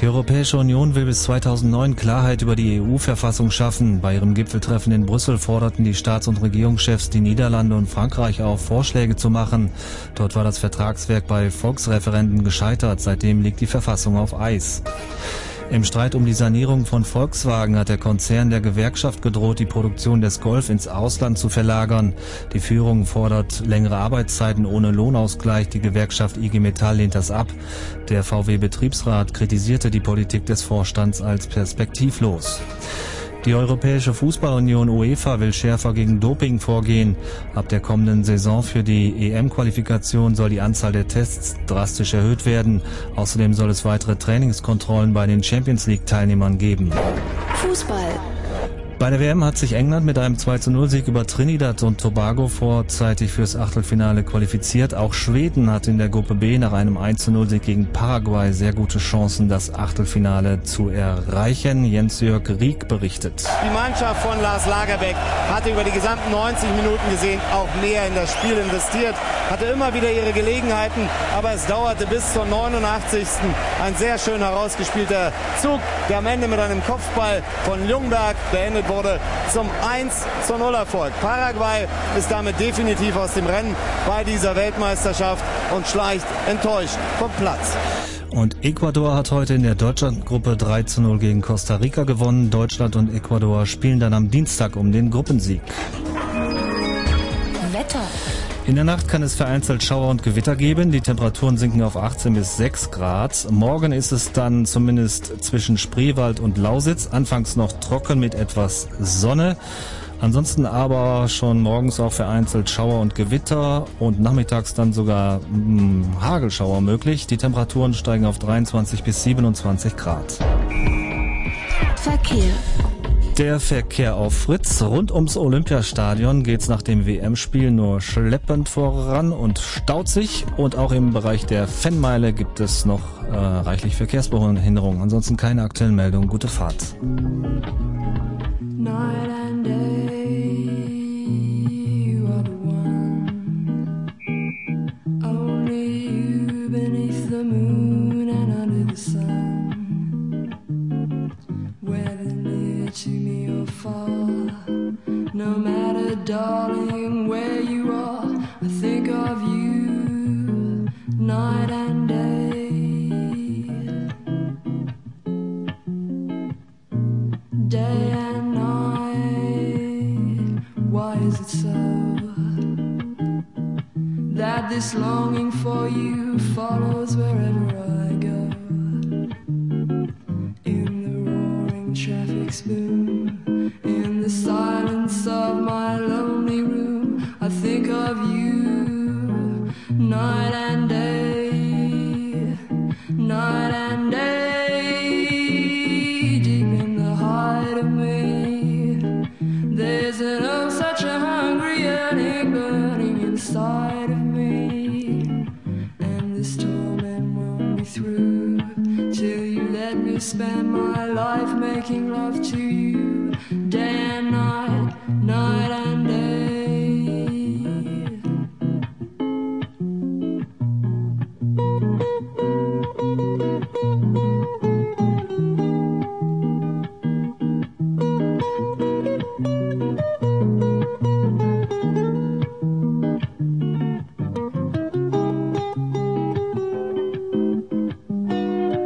Speaker 17: Die Europäische Union will bis 2009 Klarheit über die EU-Verfassung schaffen. Bei ihrem Gipfeltreffen in Brüssel forderten die Staats- und Regierungschefs die Niederlande und Frankreich auf, Vorschläge zu machen. Dort war das Vertragswerk bei Volksreferenden gescheitert. Seitdem liegt die Verfassung auf Eis. Im Streit um die Sanierung von Volkswagen hat der Konzern der Gewerkschaft gedroht, die Produktion des Golf ins Ausland zu verlagern. Die Führung fordert längere Arbeitszeiten ohne Lohnausgleich. Die Gewerkschaft IG Metall lehnt das ab. Der VW-Betriebsrat kritisierte die Politik des Vorstands als perspektivlos. Die Europäische Fußballunion UEFA will schärfer gegen Doping vorgehen. Ab der kommenden Saison für die EM-Qualifikation soll die Anzahl der Tests drastisch erhöht werden. Außerdem soll es weitere Trainingskontrollen bei den Champions League-Teilnehmern geben.
Speaker 11: Fußball.
Speaker 17: Bei der WM hat sich England mit einem 20 Sieg über Trinidad und Tobago vorzeitig fürs Achtelfinale qualifiziert. Auch Schweden hat in der Gruppe B nach einem 1 0 Sieg gegen Paraguay sehr gute Chancen, das Achtelfinale zu erreichen. Jens-Jörg Rieck berichtet.
Speaker 25: Die Mannschaft von Lars Lagerbeck hatte über die gesamten 90 Minuten gesehen auch mehr in das Spiel investiert, hatte immer wieder ihre Gelegenheiten, aber es dauerte bis zur 89. Ein sehr schön herausgespielter Zug, der am Ende mit einem Kopfball von Ljungberg beendet wurde zum 1 zu 0 Erfolg. Paraguay ist damit definitiv aus dem Rennen bei dieser Weltmeisterschaft und schleicht enttäuscht vom Platz.
Speaker 17: Und Ecuador hat heute in der Deutschlandgruppe 3 zu 0 gegen Costa Rica gewonnen. Deutschland und Ecuador spielen dann am Dienstag um den Gruppensieg.
Speaker 11: Wetter.
Speaker 17: In der Nacht kann es vereinzelt Schauer und Gewitter geben. Die Temperaturen sinken auf 18 bis 6 Grad. Morgen ist es dann zumindest zwischen Spreewald und Lausitz anfangs noch trocken mit etwas Sonne. Ansonsten aber schon morgens auch vereinzelt Schauer und Gewitter und nachmittags dann sogar mm, Hagelschauer möglich. Die Temperaturen steigen auf 23 bis 27 Grad.
Speaker 11: Verkehr.
Speaker 17: Der Verkehr auf Fritz rund ums Olympiastadion geht's nach dem WM-Spiel nur schleppend voran und staut sich. Und auch im Bereich der Fanmeile gibt es noch äh, reichlich Verkehrsbehinderungen. Ansonsten keine aktuellen Meldungen. Gute Fahrt.
Speaker 22: Night and day, you are the one. Only you beneath the moon and under the sun. Whether near to me or far, no matter, darling, where you are, I think of you night and day. Day and night, why is it so? That this longing for you follows wherever I go. In the roaring traffic's boom, in the silence of my lonely room, I think of you night and day, night and day. Deep in the heart of me, there's an oh such a hungry yearning burning inside of me, and this torment won't be through till you let me spend my life making love to you, day and night, night and day. Thank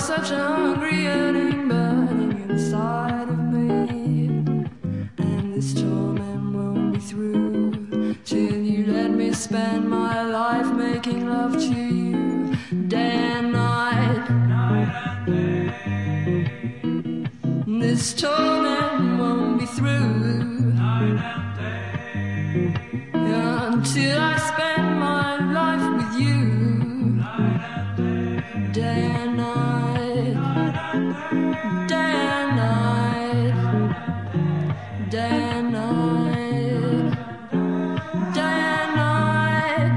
Speaker 22: such a hungry yearning burning inside of me. And this torment won't be through till you let me spend my life making love to you day and night. This torment won't be through until I spend my life with you day and night, day and night, day and night, day and night.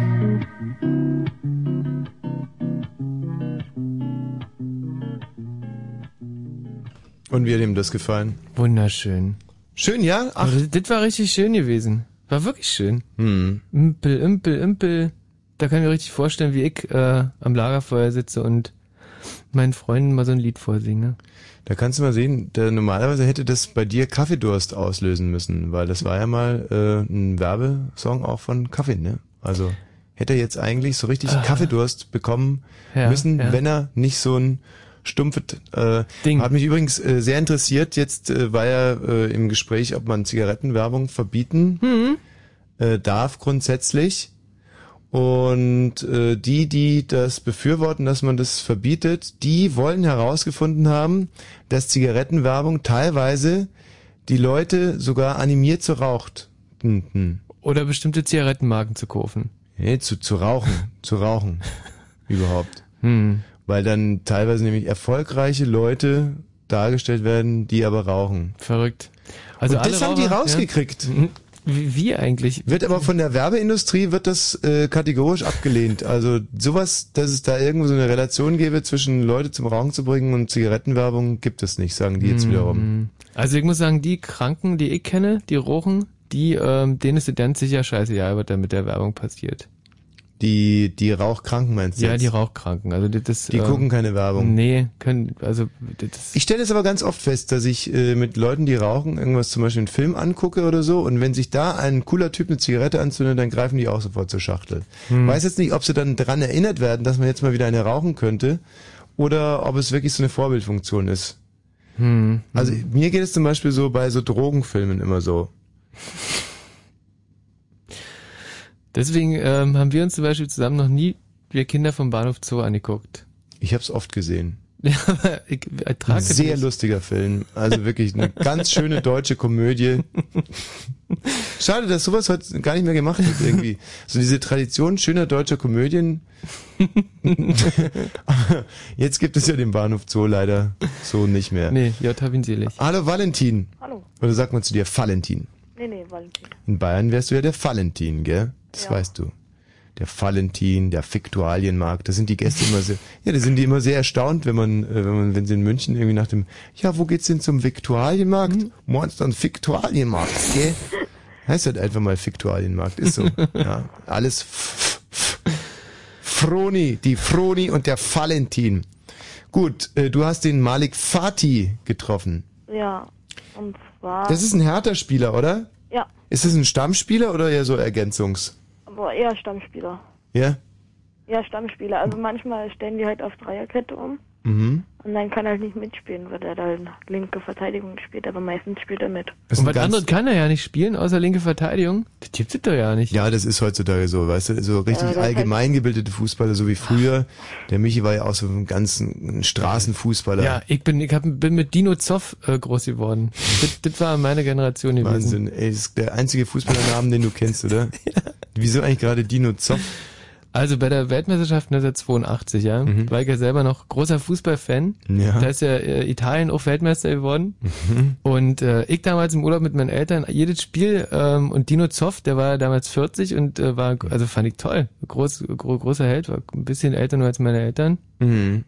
Speaker 2: Und wie hat ihm das gefallen?
Speaker 7: Wunderschön.
Speaker 2: Schön, ja?
Speaker 7: Ach. Das war richtig schön gewesen. War wirklich schön.
Speaker 2: Hm.
Speaker 7: Impel, Impel, Impel. Da kann ich mir richtig vorstellen, wie ich äh, am Lagerfeuer sitze und meinen Freunden mal so ein Lied vorsinge.
Speaker 2: Da kannst du mal sehen, da, normalerweise hätte das bei dir Kaffeedurst auslösen müssen, weil das war ja mal äh, ein Werbesong auch von Kaffee, ne? Also hätte er jetzt eigentlich so richtig Kaffeedurst bekommen
Speaker 7: Ah. Ja,
Speaker 2: müssen,
Speaker 7: ja.
Speaker 2: wenn er nicht so ein stumpfes äh, Ding. Hat mich übrigens äh, sehr interessiert, jetzt äh, war ja äh, im Gespräch, ob man Zigarettenwerbung verbieten äh, darf grundsätzlich. Und äh, die, die das befürworten, dass man das verbietet, die wollen herausgefunden haben, dass Zigarettenwerbung teilweise die Leute sogar animiert zu raucht. Hm, hm.
Speaker 7: Oder bestimmte Zigarettenmarken zu kaufen.
Speaker 2: Nee, zu, zu rauchen, zu rauchen überhaupt.
Speaker 7: Hm.
Speaker 2: Weil dann teilweise nämlich erfolgreiche Leute dargestellt werden, die aber rauchen.
Speaker 7: Verrückt.
Speaker 2: Also Und das haben die
Speaker 7: Raucher, ja. Hm.
Speaker 2: rausgekriegt.
Speaker 7: Wie, wie eigentlich?
Speaker 2: Wird aber von der Werbeindustrie wird das äh, kategorisch abgelehnt. Also sowas, dass es da irgendwo so eine Relation gäbe zwischen Leute zum Rauchen zu bringen und Zigarettenwerbung, gibt es nicht, sagen die jetzt
Speaker 7: Mhm.
Speaker 2: wiederum.
Speaker 7: Also ich muss sagen, die Kranken, die ich kenne, die rochen, die, ähm, denen ist es ganz sicher scheißegal, was da mit der Werbung passiert.
Speaker 2: Die, die Rauchkranken meinst du
Speaker 7: Ja,
Speaker 2: jetzt?
Speaker 7: die Rauchkranken. Also das, das,
Speaker 2: Die
Speaker 7: ähm,
Speaker 2: gucken keine Werbung.
Speaker 7: Nee, können, also das,
Speaker 2: Ich stelle es aber ganz oft fest, dass ich äh, mit Leuten, die rauchen, irgendwas zum Beispiel einen Film angucke oder so, und wenn sich da ein cooler Typ eine Zigarette anzündet, dann greifen die auch sofort zur Schachtel.
Speaker 7: Hm.
Speaker 2: Weiß jetzt nicht, ob sie dann dran erinnert werden, dass man jetzt mal wieder eine rauchen könnte, oder ob es wirklich so eine Vorbildfunktion ist.
Speaker 7: hm,
Speaker 2: Also mir geht es zum Beispiel so bei so Drogenfilmen immer so.
Speaker 7: deswegen ähm, haben wir uns zum Beispiel zusammen noch nie wir Kinder vom Bahnhof Zoo angeguckt.
Speaker 2: Ich habe es oft gesehen.
Speaker 7: Ja, aber ich ertrage
Speaker 2: Ein
Speaker 7: das
Speaker 2: sehr
Speaker 7: nicht.
Speaker 2: lustiger Film. Also wirklich eine ganz schöne deutsche Komödie. Schade, dass sowas heute gar nicht mehr gemacht wird irgendwie. So diese Tradition schöner deutscher Komödien. Jetzt gibt es ja den Bahnhof Zoo leider so nicht mehr.
Speaker 7: Nee, J. hab ihn selig.
Speaker 2: Hallo Valentin.
Speaker 5: Hallo.
Speaker 2: Oder sagt man zu dir Valentin?
Speaker 5: Nee, nee, Valentin.
Speaker 2: In Bayern wärst du ja der Valentin, gell? Das weißt du. Der Valentin, der Fiktualienmarkt, da sind die Gäste immer sehr, ja, da sind die immer sehr erstaunt, wenn man, äh, wenn man, wenn sie in München irgendwie nach dem, ja, wo geht's denn zum Viktualienmarkt? Monster und Fiktualienmarkt, gell? Heißt halt einfach mal Fiktualienmarkt, ist so. ja, alles F- F- Froni, die Froni und der Valentin. Gut, äh, du hast den Malik Fatih getroffen.
Speaker 5: Ja, und zwar.
Speaker 2: Das ist ein härter Spieler, oder?
Speaker 5: Ja,
Speaker 2: Ist es ein Stammspieler oder eher so Ergänzungs?
Speaker 5: aber eher Stammspieler.
Speaker 2: Ja?
Speaker 5: Ja, Stammspieler. Also manchmal stellen die halt auf Dreierkette um
Speaker 2: Mhm.
Speaker 5: und dann kann er halt nicht mitspielen, weil er da in linke Verteidigung spielt, aber meistens spielt er mit.
Speaker 7: Und was anderes kann er ja nicht spielen, außer linke Verteidigung. Das gibt es doch ja nicht.
Speaker 2: Ja, das ist heutzutage so, weißt du, so
Speaker 5: Ja,
Speaker 2: richtig
Speaker 5: das
Speaker 2: allgemein gebildete Fußballer, so wie früher. Der Michi war ja auch so ein ganzen Straßenfußballer.
Speaker 7: Ja, ich bin, ich hab, bin mit Dino Zoff äh, groß geworden. Das, das war meine Generation gewesen.
Speaker 2: Wahnsinn, ey, das ist der einzige Fußballernamen, den du kennst, oder? Wieso eigentlich gerade Dino Zoff?
Speaker 7: Also bei der Weltmeisterschaft 1982, ja, war ich ja selber noch großer Fußballfan.
Speaker 2: Mhm. Ja.
Speaker 7: Da ist ja äh, Italien auch Weltmeister geworden.
Speaker 2: Mhm.
Speaker 7: Und äh, ich damals im Urlaub mit meinen Eltern, jedes Spiel ähm, und Dino Zoff, der war damals 40 und äh, war, also fand ich toll. Groß, gro großer Held, war ein bisschen älter nur als meine Eltern.
Speaker 2: Mhm.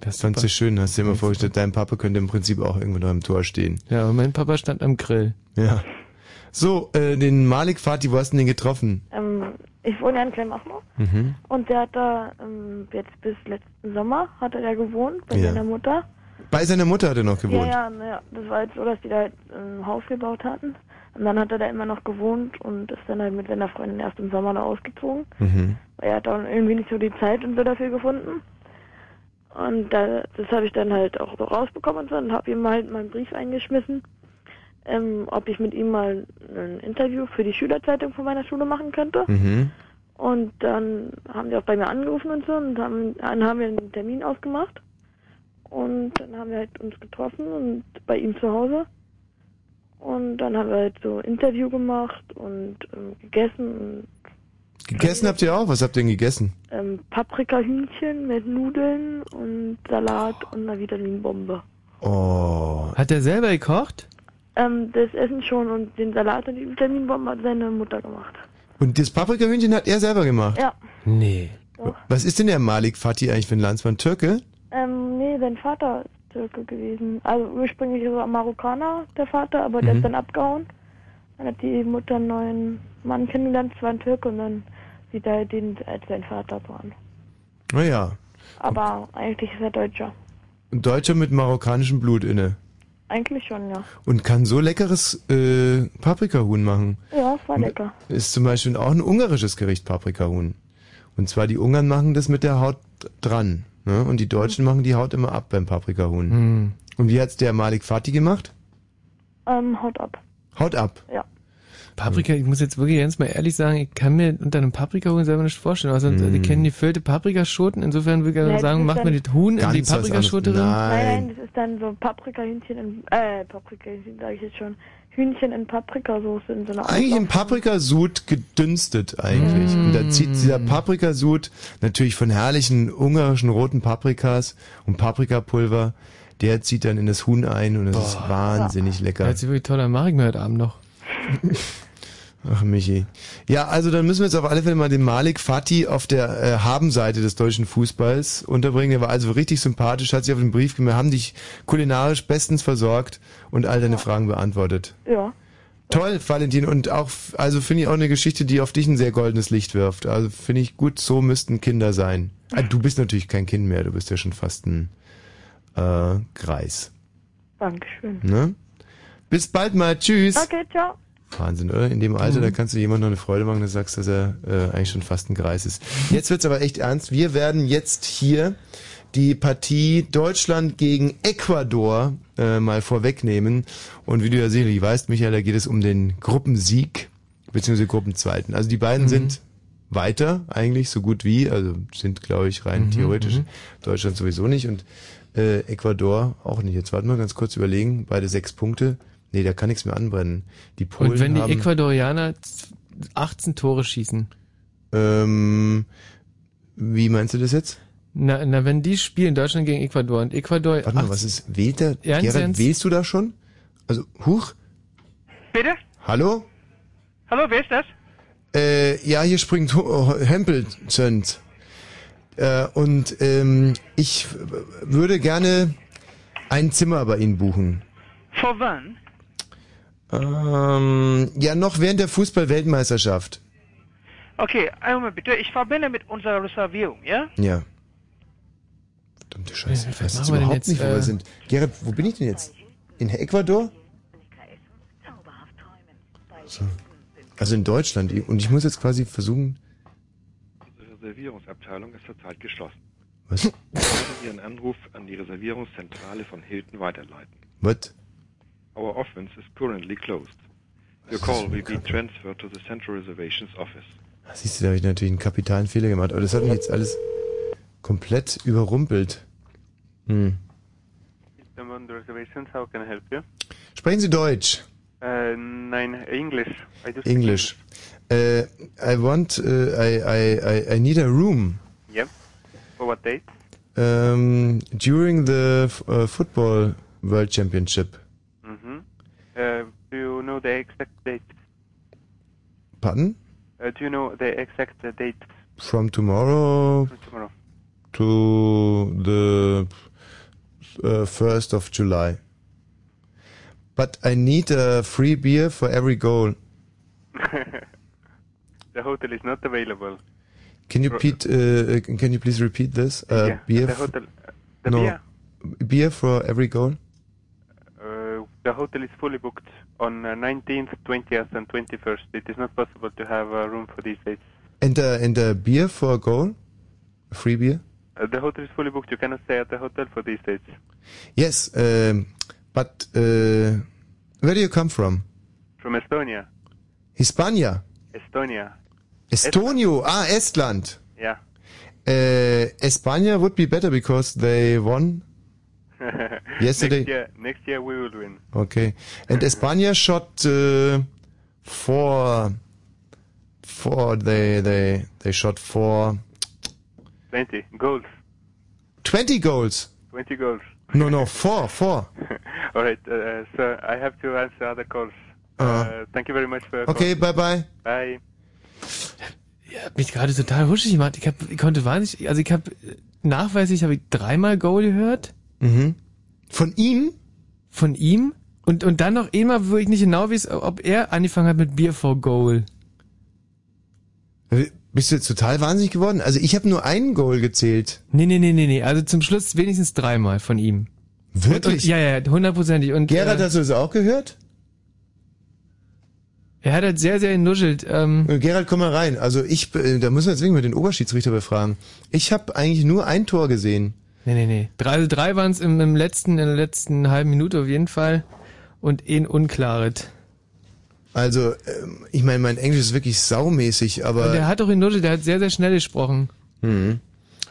Speaker 7: Das
Speaker 2: fandst
Speaker 7: super.
Speaker 2: du schön, hast dir immer vorgestellt, dein Papa könnte im Prinzip auch irgendwo noch im Tor stehen.
Speaker 7: Ja, und mein Papa stand am Grill.
Speaker 2: Ja. So, äh, den Malik Fatih, wo hast du denn den getroffen?
Speaker 5: Ähm, ich wohne ja in Kleinmachnow
Speaker 2: Mhm.
Speaker 5: und der hat da ähm, jetzt bis letzten Sommer hat er da gewohnt bei
Speaker 2: Ja.
Speaker 5: seiner Mutter.
Speaker 2: Bei seiner Mutter hat er noch gewohnt.
Speaker 5: Ja, ja, naja, das war halt so, dass die da halt ein Haus gebaut hatten. Und dann hat er da immer noch gewohnt und ist dann halt mit seiner Freundin erst im Sommer da ausgezogen.
Speaker 2: Mhm.
Speaker 5: Weil er hat dann irgendwie nicht so die Zeit und so dafür gefunden. Und da, das habe ich dann halt auch so rausbekommen und so und habe ihm halt meinen Brief eingeschmissen, ähm, ob ich mit ihm mal ein Interview für die Schülerzeitung von meiner Schule machen könnte.
Speaker 18: Hm.
Speaker 2: Mhm.
Speaker 5: Und dann haben die auch bei mir angerufen und so und haben, dann haben wir einen Termin ausgemacht. Und dann haben wir halt uns getroffen und bei ihm zu Hause. Und dann haben wir halt so Interview gemacht und ähm, gegessen und
Speaker 2: Gegessen habt ihr auch? Was habt ihr denn gegessen?
Speaker 5: ähm, Paprikahühnchen mit Nudeln und Salat und einer Vitaminbombe.
Speaker 2: Oh.
Speaker 7: Hat er selber gekocht?
Speaker 5: Ähm, das Essen schon und den Salat und die Vitaminbombe hat seine Mutter gemacht.
Speaker 2: Und das Paprikahühnchen hat er selber gemacht?
Speaker 5: Ja.
Speaker 7: Nee.
Speaker 2: Was ist denn der Malik Fatih eigentlich für ein Landsmann? Türke?
Speaker 5: Ähm, nee, sein Vater ist Türke gewesen. Also ursprünglich war er Marokkaner, der Vater, aber der
Speaker 2: Mhm.
Speaker 5: ist dann abgehauen. Dann hat die Mutter einen neuen Mann kennengelernt, zwar ein Türke, und dann sieht er den als sein Vater so an.
Speaker 2: Naja.
Speaker 5: Aber eigentlich ist er Deutscher.
Speaker 2: Ein Deutscher mit marokkanischem Blut inne.
Speaker 5: Eigentlich schon, ja.
Speaker 2: Und kann so leckeres äh, Paprikahuhn machen. Hm?
Speaker 5: Ja, es war
Speaker 2: Ne-
Speaker 5: lecker.
Speaker 2: Ist zum Beispiel auch ein ungarisches Gericht, Paprikahuhn. Und zwar die Ungarn machen das mit der Haut dran. Ne? Und die
Speaker 5: Hm.
Speaker 2: Deutschen machen die Haut immer ab beim Paprikahuhn. Und wie hat's der Malik Fatih gemacht?
Speaker 5: Ähm, haut ab.
Speaker 2: Haut ab.
Speaker 5: Ja.
Speaker 7: Paprika, ich muss jetzt wirklich ganz mal ehrlich sagen, ich kann mir unter einem Paprikahuhn selber nicht vorstellen. Also,
Speaker 2: Hm.
Speaker 7: die kennen die füllte Paprikaschoten. Insofern würde ich
Speaker 5: Nee,
Speaker 7: also
Speaker 5: das
Speaker 7: sagen,
Speaker 5: ist
Speaker 7: macht
Speaker 5: dann-
Speaker 7: mir das Huhn in die
Speaker 2: Ganz was
Speaker 7: Paprikaschote
Speaker 2: anderes.
Speaker 7: drin.
Speaker 5: Nein, nein, das ist dann so Paprikahühnchen in, äh, Paprikahühnchen sage ich jetzt schon. Hühnchen in Paprikasoße in so einer
Speaker 2: Eigentlich im Paprikasud gedünstet eigentlich. Und da zieht dieser Paprikasud natürlich von herrlichen ungarischen roten Paprikas und Paprikapulver, der zieht dann in das Huhn ein und es ist wahnsinnig lecker.
Speaker 7: Hört sich wirklich toll an. Mach ich mir heute Abend noch.
Speaker 2: Ach, Michi. Ja, also dann müssen wir jetzt auf alle Fälle mal den Malik Fatih auf der äh, Habenseite des deutschen Fußballs unterbringen. Der war also richtig sympathisch, hat sich auf den Brief gemacht, haben dich kulinarisch bestens versorgt und all deine Fragen beantwortet.
Speaker 5: Ja.
Speaker 2: Toll, Valentin. Und auch, also finde ich auch eine Geschichte, die auf dich ein sehr goldenes Licht wirft. Also finde ich gut, so müssten Kinder sein. Ah, du bist natürlich kein Kind mehr, du bist ja schon fast ein äh, Greis.
Speaker 5: Dankeschön.
Speaker 2: Ne? Bis bald mal, tschüss.
Speaker 5: Okay, ciao.
Speaker 2: Wahnsinn, oder? In dem Alter,
Speaker 5: Mhm.
Speaker 2: da kannst du jemandem noch eine Freude machen, dass du sagst, dass er äh, eigentlich schon fast ein Greis ist. Jetzt wird's aber echt ernst. Wir werden jetzt hier die Partie Deutschland gegen Ecuador äh, mal vorwegnehmen. Und wie du ja sicherlich weißt, Michael, da geht es um den Gruppensieg beziehungsweise Gruppenzweiten. Also die
Speaker 7: Mhm.
Speaker 2: beiden sind weiter eigentlich, so gut wie, also sind, glaube ich, rein
Speaker 7: Mhm,
Speaker 2: theoretisch.
Speaker 7: mhm.
Speaker 2: Deutschland sowieso nicht und äh, Ecuador auch nicht. Jetzt warten wir ganz kurz überlegen, beide sechs Punkte. Nee, da kann nichts mehr anbrennen. Die Polen
Speaker 7: Und wenn die
Speaker 2: haben,
Speaker 7: Ecuadorianer 18 Tore schießen.
Speaker 2: ähm, wie meinst du das jetzt?
Speaker 7: Na, na, wenn die spielen, Deutschland gegen Ecuador und Ecuador.
Speaker 2: Warte mal, was ist, wählt der,
Speaker 7: Ernst,
Speaker 2: Gerald,
Speaker 7: ernst?
Speaker 2: wählst du da schon? Also, huch,
Speaker 8: Bitte?
Speaker 2: hallo?
Speaker 8: Hallo, wer ist das?
Speaker 2: Äh, ja, hier springt Ho- Hempelton. Äh, und ähm, ich w- würde gerne ein Zimmer bei Ihnen buchen.
Speaker 8: Vor wann?
Speaker 2: Ähm, ja, noch während der Fußball-Weltmeisterschaft.
Speaker 8: Okay, einen Moment bitte. Ich verbinde mit unserer Reservierung, ja?
Speaker 2: Ja. Verdammte Scheiße, ich weiß
Speaker 7: machen
Speaker 2: jetzt
Speaker 7: wir denn
Speaker 2: überhaupt
Speaker 7: jetzt,
Speaker 2: nicht, wo
Speaker 7: äh,
Speaker 2: wir sind. Gerrit, wo bin ich denn jetzt? In Ecuador? So. Also in Deutschland. Und ich muss jetzt quasi versuchen...
Speaker 9: Unsere Reservierungsabteilung ist zurzeit geschlossen.
Speaker 2: Was?
Speaker 9: Sie können Ihren Anruf an die Reservierungszentrale von Hilton weiterleiten.
Speaker 2: What?
Speaker 9: Our office is currently closed. Your call will be transferred to the Central Reservations Office.
Speaker 2: Siehst du, da habe ich natürlich einen kapitalen Fehler gemacht. Aber das hat mich jetzt alles komplett überrumpelt. Hm.
Speaker 24: System on the reservations, how can I help you?
Speaker 2: Sprechen Sie Deutsch.
Speaker 24: Uh, nein, English. I do speak
Speaker 2: Englisch. Äh, I want, äh, I, I, I, I need a room.
Speaker 24: English. Yep. For what date?
Speaker 2: Ähm, during the äh, Football World Championship.
Speaker 24: Mm-hmm. Uh, do you know the exact date?
Speaker 2: Pardon?
Speaker 24: Uh, do you know the exact uh, date
Speaker 2: From tomorrow
Speaker 24: tomorrow?
Speaker 2: to the uh, 1st of July. But I need a free beer for every goal.
Speaker 24: the hotel is not available.
Speaker 2: Can you
Speaker 24: Ro-
Speaker 2: repeat? Uh, can you please repeat this? Uh,
Speaker 24: Yeah,
Speaker 2: beer.
Speaker 24: the
Speaker 2: f-
Speaker 24: hotel- the
Speaker 2: no,
Speaker 24: beer.
Speaker 2: beer for every goal.
Speaker 24: Uh, the hotel is fully booked on uh, 19th, 20th, and 21st. It is not possible to have a room for these dates.
Speaker 2: And uh, and a beer for a goal. Free beer.
Speaker 24: Uh, Uh, the hotel is fully booked. You cannot stay at the hotel for these dates.
Speaker 2: Yes, um, but uh, where do you come from?
Speaker 24: From Estonia.
Speaker 2: Hispania.
Speaker 24: Estonia.
Speaker 2: Estonio. Ah, Estland.
Speaker 24: Yeah.
Speaker 2: Uh, España would be better because they won. Yesterday-
Speaker 24: next, year, next year we will win.
Speaker 2: Okay. And España shot uh, four. Four. They they they shot four.
Speaker 24: 20 goals.
Speaker 2: Twenty goals.
Speaker 24: 20 goals.
Speaker 2: No, no, four, four.
Speaker 24: All right, uh, so I have to answer other calls.
Speaker 2: Uh.
Speaker 24: Uh, thank you very much for. your
Speaker 2: Okay,
Speaker 24: call.
Speaker 2: bye-bye.
Speaker 24: Bye.
Speaker 7: Hat mich gerade total huschig gemacht. Ich, hab, ich konnte wahnsinnig, also ich habe nachweislich habe ich dreimal Goal gehört.
Speaker 2: Mhm. Von ihm?
Speaker 7: Von ihm? Und, und dann noch immer, wo ich nicht genau weiß, ob er angefangen hat mit Bier vor Goal.
Speaker 2: Äh, Bist du jetzt total wahnsinnig geworden? Also ich habe nur einen Goal gezählt.
Speaker 7: Nee, nee, nee, nee, nee. Also zum Schluss wenigstens dreimal von ihm.
Speaker 2: Wirklich?
Speaker 7: Und, und, ja, ja, hundertprozentig. Und, äh,
Speaker 2: Gerhard, hast du das auch gehört?
Speaker 7: Er hat halt sehr, sehr genuschelt. Ähm.
Speaker 2: Gerald, komm mal rein. Also ich, äh, da müssen wir jetzt wirklich mal den Oberschiedsrichter befragen. Ich habe eigentlich nur ein Tor gesehen.
Speaker 7: Nee, nee, nee. Drei, also drei waren es im, im letzten, in der letzten halben Minute auf jeden Fall. Und eh ein unklaret.
Speaker 2: Also, ähm, ich meine, mein Englisch ist wirklich saumäßig,
Speaker 7: Und der
Speaker 2: aber...
Speaker 7: hat auch genuschelt, der hat sehr, sehr schnell gesprochen.
Speaker 2: Mhm.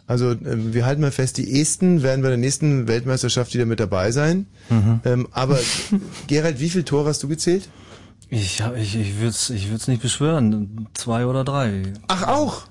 Speaker 2: Also, ähm, wir halten mal fest, die Esten werden bei der nächsten Weltmeisterschaft wieder mit dabei sein.
Speaker 17: Mhm.
Speaker 2: Ähm, aber, Gerald, wie viel Tore hast du gezählt?
Speaker 17: Ich, hab- ich, ich würde es ich würd's nicht beschwören. Zwei oder drei.
Speaker 2: Ach, auch?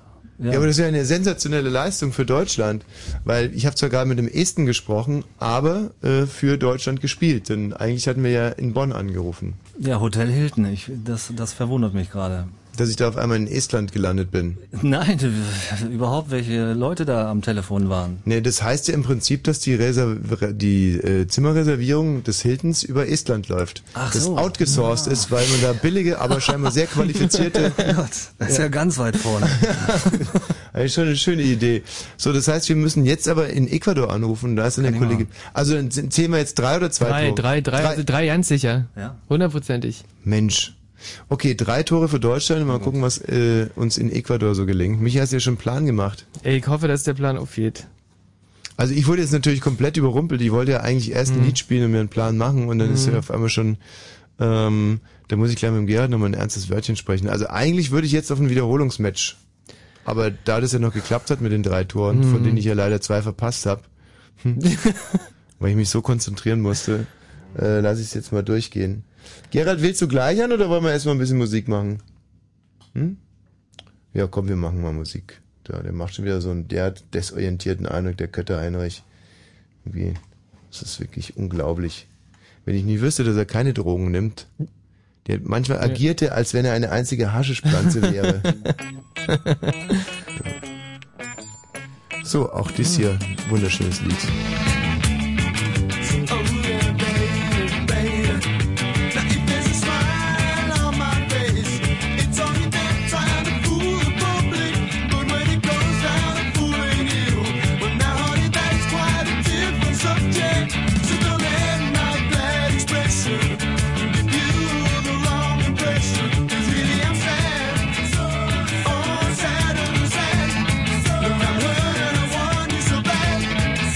Speaker 2: Ja. aber das ist ja eine sensationelle Leistung für Deutschland, weil ich habe zwar gerade mit dem Esten gesprochen, aber äh, für Deutschland gespielt, denn eigentlich hatten wir ja in Bonn angerufen,
Speaker 17: Ja, Hotel Hilton. Ich, das, das verwundert mich gerade.
Speaker 2: dass ich da auf einmal in Estland gelandet bin.
Speaker 17: Nein, überhaupt welche Leute da am Telefon waren.
Speaker 2: Nee, das heißt ja im Prinzip, dass die, Reserv die äh, Zimmerreservierung des Hiltons über Estland läuft.
Speaker 17: Ach
Speaker 2: das
Speaker 17: so.
Speaker 2: outgesourced ist, weil man da billige, aber scheinbar sehr qualifizierte...
Speaker 17: Gott, das ist ja ganz weit vorne.
Speaker 2: Eigentlich schon eine schöne Idee. So, das heißt, wir müssen jetzt aber in Ecuador anrufen. Da ist dann der
Speaker 7: ich
Speaker 2: Kollege. Also dann sind- zählen wir jetzt drei oder zwei
Speaker 7: Drei,
Speaker 2: Tore?
Speaker 7: drei, drei, also drei ganz sicher.
Speaker 17: Ja.
Speaker 7: Hundertprozentig.
Speaker 2: Mensch. Okay, drei Tore für Deutschland. Mal gucken, was äh, uns in Ecuador so gelingt. Micha, hast du ja schon einen Plan gemacht?
Speaker 7: Ey, ich hoffe, dass der Plan aufgeht.
Speaker 2: Also ich wurde jetzt natürlich komplett überrumpelt. Ich wollte ja eigentlich erst ein
Speaker 7: Mhm.
Speaker 2: Lied spielen und mir einen Plan machen und dann ist
Speaker 7: Mhm.
Speaker 2: ja auf einmal schon... Ähm, da muss ich gleich mit dem Gerhard nochmal ein ernstes Wörtchen sprechen. Also eigentlich würde ich jetzt auf ein Wiederholungsmatch. Aber da das ja noch geklappt hat mit den drei Toren, von
Speaker 7: Mhm.
Speaker 2: denen ich ja leider zwei verpasst habe, hm, weil ich mich so konzentrieren musste, äh, lasse ich es jetzt mal durchgehen. Gerhard, willst du gleich an oder wollen wir erstmal ein bisschen Musik machen? Hm? Ja, komm, wir machen mal Musik. Da, der macht schon wieder so einen, der hat desorientierten Eindruck, der Kötter Heinrich. Irgendwie, das ist wirklich unglaublich. Wenn ich nie wüsste, dass er keine Drogen nimmt. Der manchmal
Speaker 7: Ja.
Speaker 2: agiert er, als wenn er eine einzige Haschischpflanze wäre. so, auch dies hier, wunderschönes Lied.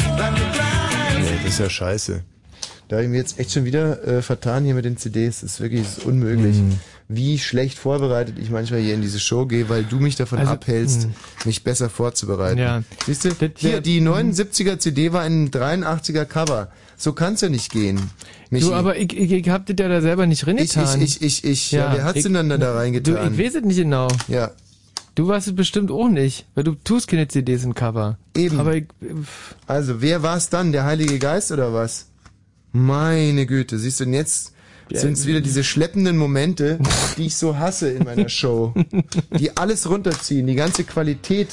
Speaker 2: Nee, das ist ja scheiße. Da habe ich mir jetzt echt schon wieder äh, vertan hier mit den CDs. Das ist wirklich das ist unmöglich. Wie schlecht vorbereitet ich manchmal hier in diese Show gehe, weil du mich davon
Speaker 7: Also,
Speaker 2: abhältst,
Speaker 7: mh.
Speaker 2: mich besser vorzubereiten.
Speaker 7: Ja.
Speaker 2: Siehst du, hier, die 79er CD war ein 83er Cover. So kann's ja nicht gehen. Michi.
Speaker 7: Du, aber ich, ich, ich hab das ja da selber nicht
Speaker 2: ich,
Speaker 7: reingetan.
Speaker 2: ich, ich, ich, ja, wer hat's denn dann da- da reingetan?
Speaker 7: Du, ich weiß es nicht genau.
Speaker 2: Ja.
Speaker 7: Du warst es bestimmt auch nicht, weil du tust keine CDs im Cover.
Speaker 2: Eben.
Speaker 7: Aber ich,
Speaker 2: also, wer war's dann? Der Heilige Geist oder was? Meine Güte, siehst du, und jetzt
Speaker 7: Ja,
Speaker 2: sind's wieder diese schleppenden Momente, die ich so hasse in meiner Show. Die alles runterziehen, die ganze Qualität,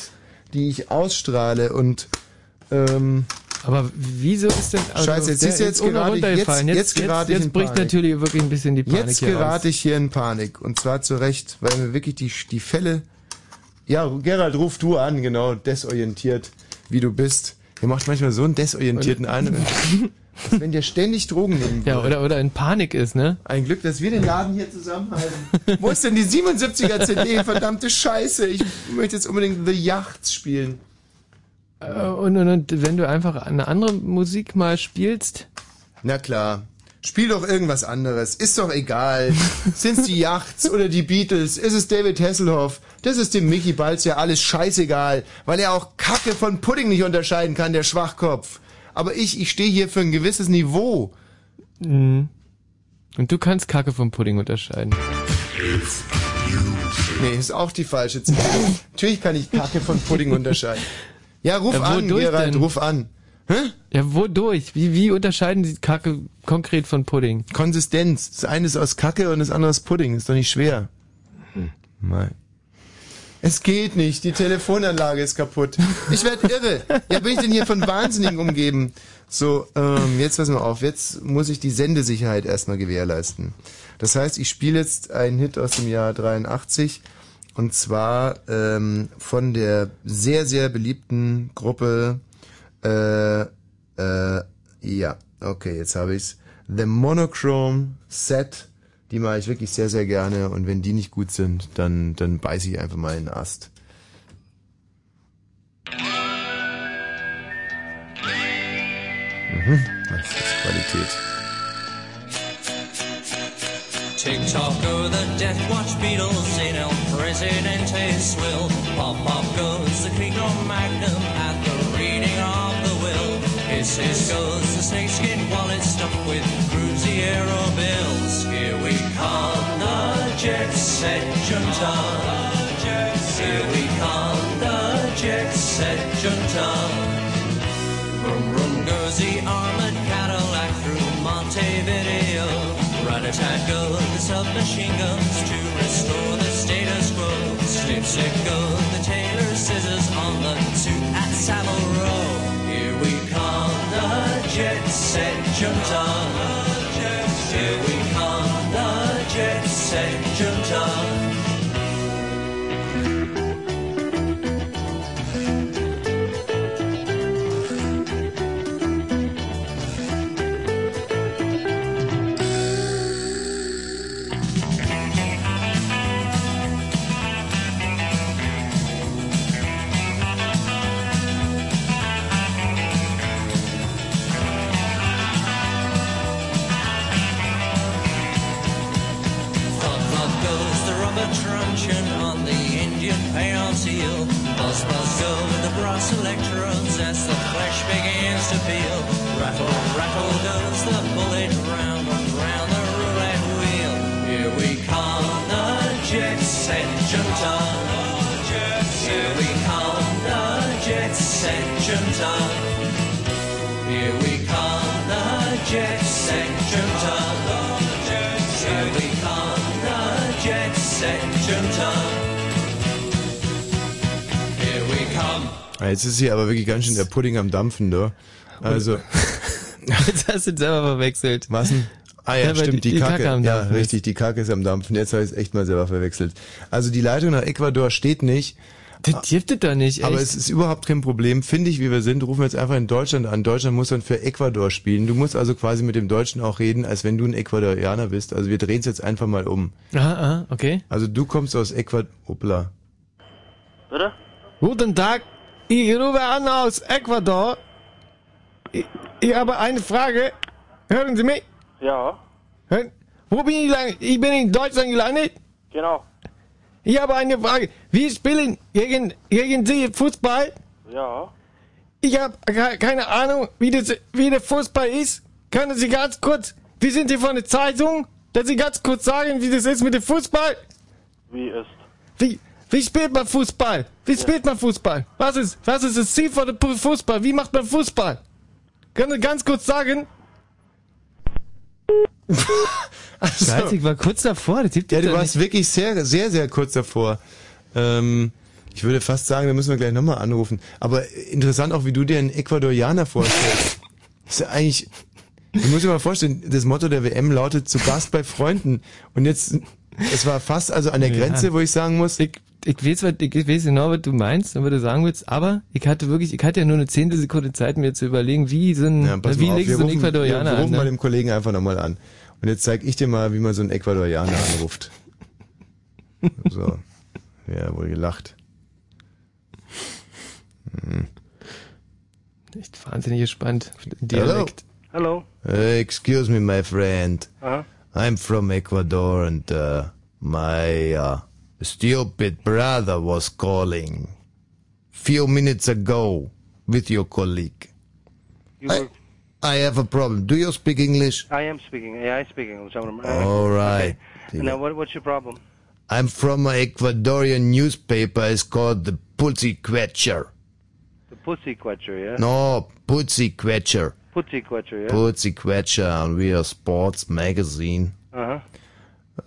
Speaker 2: die ich ausstrahle und ähm,
Speaker 7: aber wieso ist denn... also
Speaker 2: Scheiße, jetzt
Speaker 7: der
Speaker 2: siehst du,
Speaker 7: ist
Speaker 2: jetzt
Speaker 7: ohne
Speaker 2: gerate ich-
Speaker 7: runtergefallen.
Speaker 2: jetzt-
Speaker 7: jetzt,
Speaker 2: jetzt gerate ich
Speaker 7: jetzt
Speaker 2: in
Speaker 7: bricht
Speaker 2: Panik.
Speaker 7: natürlich wirklich ein bisschen die Panik
Speaker 2: Jetzt
Speaker 7: hier
Speaker 2: gerate ich hier in Panik. Und zwar zu Recht, weil mir wirklich die, die Fälle. Ja, Gerald, ruf du an, genau, desorientiert, wie du bist. Ihr macht manchmal so einen desorientierten Eindruck. als wenn der ständig Drogen nehmen
Speaker 7: Ja, oder, oder in Panik ist, ne?
Speaker 2: Ein Glück, dass wir den Laden hier zusammenhalten. Wo ist denn die 77er CD? Verdammte Scheiße. Ich möchte jetzt unbedingt The Yachts spielen.
Speaker 7: Äh, Und, und, und wenn du einfach eine andere Musik mal spielst.
Speaker 2: Na klar. Spiel doch irgendwas anderes. Ist doch egal. Sind's die Yachts oder die Beatles? Ist es David Hasselhoff? Das ist dem Mickey Balz ja alles scheißegal, weil er auch Kacke von Pudding nicht unterscheiden kann, der Schwachkopf. Aber ich, ich stehe hier für ein gewisses Niveau.
Speaker 7: Mhm. Und du kannst Kacke vom Pudding unterscheiden.
Speaker 2: Nee, ist auch die falsche Zeit. Natürlich kann ich Kacke von Pudding unterscheiden. Ja, ruf
Speaker 7: Ja,
Speaker 2: an,
Speaker 7: wodurch
Speaker 2: Gerald,
Speaker 7: denn?
Speaker 2: ruf an. Hä?
Speaker 7: Ja, wodurch? Wie, wie unterscheiden die Kacke konkret von Pudding?
Speaker 2: Konsistenz. Das eine ist aus Kacke und das andere aus Pudding. Ist doch nicht schwer. Nein. Es geht nicht. Die Telefonanlage ist kaputt. Ich werde irre. Ja, bin ich denn hier von Wahnsinnigen umgeben? So, ähm, jetzt pass mal auf. Jetzt muss ich die Sendesicherheit erstmal gewährleisten. Das heißt, ich spiele jetzt einen Hit aus dem Jahr 83. Und zwar ähm, von der sehr, sehr beliebten Gruppe. Äh, äh, ja, okay, jetzt habe ich's. The Monochrome Set. Die mache ich wirklich sehr, sehr gerne. Und wenn die nicht gut sind, dann, dann beiße ich einfach mal in den Ast. Mhm, das ist Qualität.
Speaker 12: Tick tock go the death watch Beatles in El Presidente's will. Pop pop goes the King of Magnum at the reading of the will. Hiss hiss goes the snakeskin wallet stuffed with Cruzeiro bills. Here we come, the jet set junta. Here we come, the jet set junta. Vroom, vroom goes the armored Cadillac through Montevideo. Rat-a-tat go the submachine guns to restore the status quo. Slipstick go the tailor scissors on the suit at Savile Row. Here we come, the jet set junta. Here we come, the jet set junta. Thud, thud goes the rubber truncheon on the Indian payoff's heel. Buzz, buzz go the brass electrodes as the flesh begins to peel. Rattle, rattle goes the bullet round and round the roulette wheel. Here we come, the jet set junta. Here we come, the jet set junta. Here we come, the jet set junta. Here we come, the jet set junta. Here we come.
Speaker 2: Ah, Jetzt ist hier aber wirklich ganz schön der Pudding am Dampfen, da. Also.
Speaker 7: Jetzt hast du selber verwechselt.
Speaker 2: Was denn? Ah ja,
Speaker 7: Ja, weil
Speaker 2: stimmt, die,
Speaker 7: die- die
Speaker 2: Kacke.
Speaker 7: Kacke am
Speaker 2: ja,
Speaker 7: Dampfen ist.
Speaker 2: richtig, die Kacke ist am Dampfen. Jetzt habe ich es echt mal selber verwechselt. Also die Leitung nach Ecuador steht nicht.
Speaker 7: Das gibt es doch nicht,
Speaker 2: Aber
Speaker 7: echt.
Speaker 2: es ist überhaupt kein Problem. Finde ich, wie wir sind, rufen wir jetzt einfach in Deutschland an. Deutschland muss dann für Ecuador spielen. Du musst also quasi mit dem Deutschen auch reden, als wenn du ein Ecuadorianer bist. Also wir drehen es jetzt einfach mal um.
Speaker 7: Aha, aha, Ah, okay.
Speaker 2: Also du kommst aus Ecuador. Hoppla.
Speaker 7: Oder? Guten Tag, ich rufe an aus Ecuador. Ich, ich habe eine Frage. Hören Sie mich?
Speaker 20: Ja,
Speaker 7: Hören? Wo bin ich gelandet? Ich bin in Deutschland gelandet.
Speaker 20: genau.
Speaker 7: Ich habe eine Frage. Wir spielen gegen, gegen Sie Fußball.
Speaker 20: Ja.
Speaker 7: Ich habe ke- keine Ahnung, wie, das, wie der Fußball ist. Können Sie ganz kurz, wir sind hier von der Zeitung, dass Sie ganz kurz sagen, wie das ist mit dem Fußball?
Speaker 20: Wie ist?
Speaker 7: Wie, wie spielt man Fußball? Wie spielt man Fußball? Was ist, was ist das Ziel von dem Pu- Fußball? Wie macht man Fußball? Können Sie ganz kurz sagen? Scheiße, ich war kurz davor. Das
Speaker 2: Also, ja, du warst wirklich sehr, sehr, sehr kurz davor. Ähm, ich würde fast sagen, da müssen wir gleich nochmal anrufen. Aber interessant auch, wie du dir einen Ecuadorianer vorstellst. ist ja eigentlich, ich muss dir mal vorstellen, das Motto der WM lautet zu Gast bei Freunden. Und jetzt, es war fast also an der Grenze, wo ich sagen muss.
Speaker 7: Ich, ich, weiß, was, ich weiß genau, was du meinst und was du sagen willst, aber ich hatte wirklich, ich hatte ja nur eine Zehntelsekunde Zeit, mir zu überlegen, wie so ein,
Speaker 2: Pass
Speaker 7: wie
Speaker 2: mal auf,
Speaker 7: legst du so
Speaker 2: wir
Speaker 7: einen
Speaker 2: rufen, wir
Speaker 7: Ecuadorianer
Speaker 2: rufen
Speaker 7: an.
Speaker 2: mal
Speaker 7: Ne?
Speaker 2: dem Kollegen einfach nochmal an. Und jetzt zeige ich dir mal, wie man so einen Ecuadorianer anruft.
Speaker 26: Mhm.
Speaker 2: So. Ja, wohl gelacht. Hm.
Speaker 8: Echt wahnsinnig gespannt. auf den Dialekt.
Speaker 7: Hello.
Speaker 26: Uh, excuse me, my friend.
Speaker 7: Uh-huh.
Speaker 26: I'm from Ecuador and uh, my uh, stupid brother was calling few minutes ago with your colleague. I, I have a problem. Do you speak English?
Speaker 14: I am speaking. Yeah, I speak English. I'm,
Speaker 26: All right.
Speaker 14: Now, what, what's your problem?
Speaker 26: I'm from an Ecuadorian newspaper. It's called the Pussy Quetcher.
Speaker 14: The pussy quetcher, yeah?
Speaker 26: No, Pussy Quetcher.
Speaker 14: Pussy quetcher, yeah?
Speaker 26: Pussy Quetcher. We are a sports magazine.
Speaker 14: Uh-huh.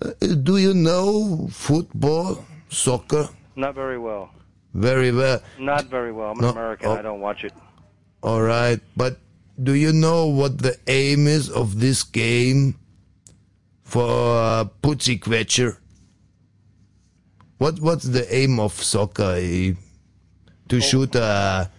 Speaker 26: Uh, do you know football, soccer?
Speaker 14: Not very well.
Speaker 26: Very well.
Speaker 14: Not very well. I'm an
Speaker 26: No,
Speaker 14: American.
Speaker 26: oh.
Speaker 14: I don't watch it.
Speaker 26: All right, but do you know what the aim is of this game for uh, Pussy Quetcher? What what's the aim of soccer? eh?
Speaker 14: Oh.
Speaker 26: To shoot a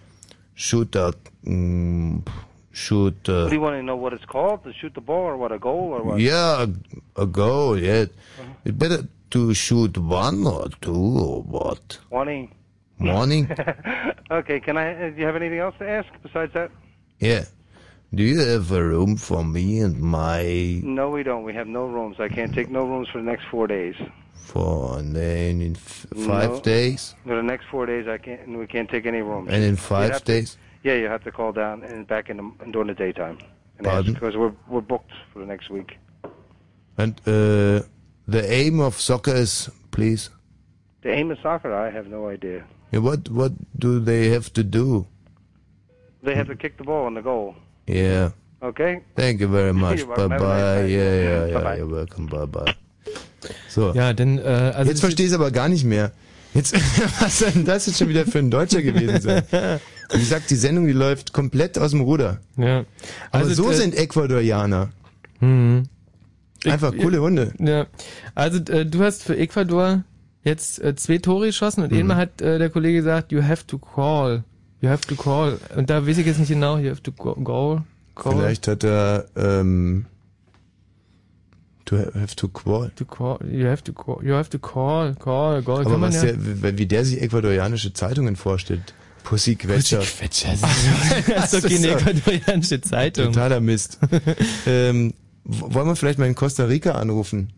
Speaker 26: shoot a mm, shoot.
Speaker 14: What do you
Speaker 26: A,
Speaker 14: want to know what it's called? To shoot the ball or what? A goal or what?
Speaker 26: yeah, a, a goal. Yeah,
Speaker 14: Uh-huh.
Speaker 26: it better to shoot one or two or what?
Speaker 14: 20.
Speaker 26: Morning.
Speaker 14: okay, can I? uh, Do you have anything else to ask besides that?
Speaker 26: yeah. Do you have a room for me and my
Speaker 14: No, we don't. We have no rooms. I can't take no rooms for the next four days.
Speaker 26: for and then in f- five
Speaker 14: No.
Speaker 26: days
Speaker 14: For the next four days, I can't. We can't take any rooms.
Speaker 26: and in
Speaker 14: You'd have
Speaker 26: five
Speaker 14: to-
Speaker 26: days.
Speaker 14: yeah, you have to call down and back in the, during the daytime. And
Speaker 26: Pardon?
Speaker 14: Because we're we're booked for the next week.
Speaker 26: And uh, the aim of soccer is, please.
Speaker 14: The aim of soccer, I have no idea.
Speaker 26: Yeah, What what do they have to do?
Speaker 14: They have to kick the ball in the goal.
Speaker 26: Yeah.
Speaker 14: Okay.
Speaker 26: Thank you very much.
Speaker 14: You're
Speaker 26: bye
Speaker 14: welcome. Have a nice
Speaker 26: bye.
Speaker 14: day.
Speaker 26: Yeah, yeah, yeah.
Speaker 14: Bye-bye.
Speaker 26: You're welcome. Bye bye. So.
Speaker 8: Ja, denn, äh, also
Speaker 2: Jetzt verstehe ich es aber gar nicht mehr. Jetzt, was soll denn das jetzt schon wieder für ein Deutscher gewesen sein? Wie gesagt, die Sendung, die läuft komplett aus dem Ruder.
Speaker 8: Ja.
Speaker 2: Aber
Speaker 8: Also,
Speaker 2: so
Speaker 8: äh,
Speaker 2: sind Ecuadorianer. Mhm. Einfach coole Hunde.
Speaker 8: Ja. Also äh, du hast für Ecuador jetzt äh, zwei Tore geschossen und
Speaker 2: Mhm.
Speaker 8: einmal hat äh, der Kollege gesagt, you have to call. You have to call. Und da weiß ich jetzt nicht genau, you have to go. go call.
Speaker 2: Vielleicht hat er, ähm, to have to call.
Speaker 8: To call. You have to call. You have to call. Call. Call.
Speaker 2: Aber
Speaker 8: Kann man
Speaker 2: was
Speaker 8: ja.
Speaker 2: der, wie- wie der sich ecuadorianische Zeitungen vorstellt. Also, Pussyquetscher.
Speaker 8: Pussyquetscher, das ist- das ist doch keine ecuadorianische Zeitung.
Speaker 2: Totaler Mist. ähm, w- wollen wir vielleicht mal in Costa Rica anrufen?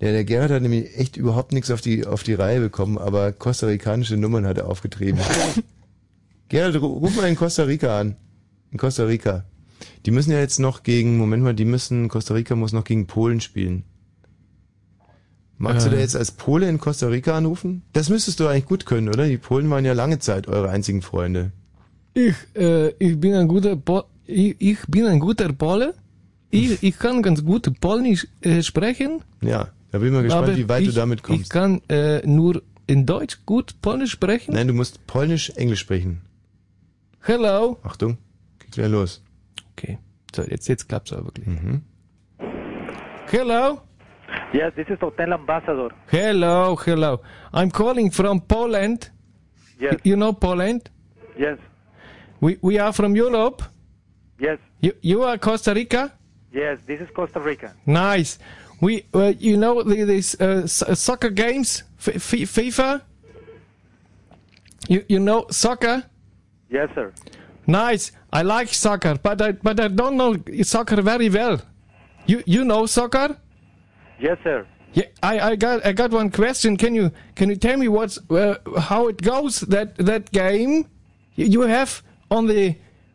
Speaker 2: Der, der Gerhard hat nämlich echt überhaupt nichts auf die, auf die Reihe bekommen, aber costa-ricanische Nummern hat er aufgetrieben. Gerhard, ru- ruf mal in Costa Rica an. In Costa Rica. Die müssen ja jetzt noch gegen, Moment mal, die müssen, Costa Rica muss noch gegen Polen spielen. Magst
Speaker 8: Äh.
Speaker 2: du da jetzt als Pole in Costa Rica anrufen? Das müsstest du eigentlich gut können, oder? Die Polen waren ja lange Zeit eure einzigen Freunde.
Speaker 8: Ich, äh, ich bin ein guter Pol ich, ich bin ein guter Pole. Ich, ich kann ganz gut Polnisch äh, sprechen.
Speaker 2: Ja, da bin ich mal gespannt,
Speaker 8: aber
Speaker 2: wie weit
Speaker 8: ich,
Speaker 2: du damit kommst.
Speaker 8: Ich kann äh, nur in Deutsch gut Polnisch sprechen.
Speaker 2: Nein, du musst Polnisch, Englisch sprechen.
Speaker 8: Hello.
Speaker 2: Achtung, geht gleich los.
Speaker 8: Okay, so jetzt, jetzt klappt's aber wirklich.
Speaker 2: Mhm.
Speaker 8: Hello.
Speaker 27: Yes, this is Hotel Ambassador.
Speaker 8: Hello, hello. I'm calling from Poland.
Speaker 27: Yes.
Speaker 8: You know Poland?
Speaker 27: Yes,
Speaker 8: We we are from Europe.
Speaker 27: yes,
Speaker 8: You you are Costa Rica?
Speaker 27: yes, this is Costa Rica.
Speaker 8: Nice. We uh, you know the, these uh, s- soccer games F- F- FIFA? You you know soccer?
Speaker 27: Yes, sir.
Speaker 8: Nice. I like soccer, but I but I don't know soccer very well. You you know soccer?
Speaker 27: Yes, sir.
Speaker 8: Yeah, I, I got I got one question. Can you can you tell me what's uh, how it goes that that game? You you have on the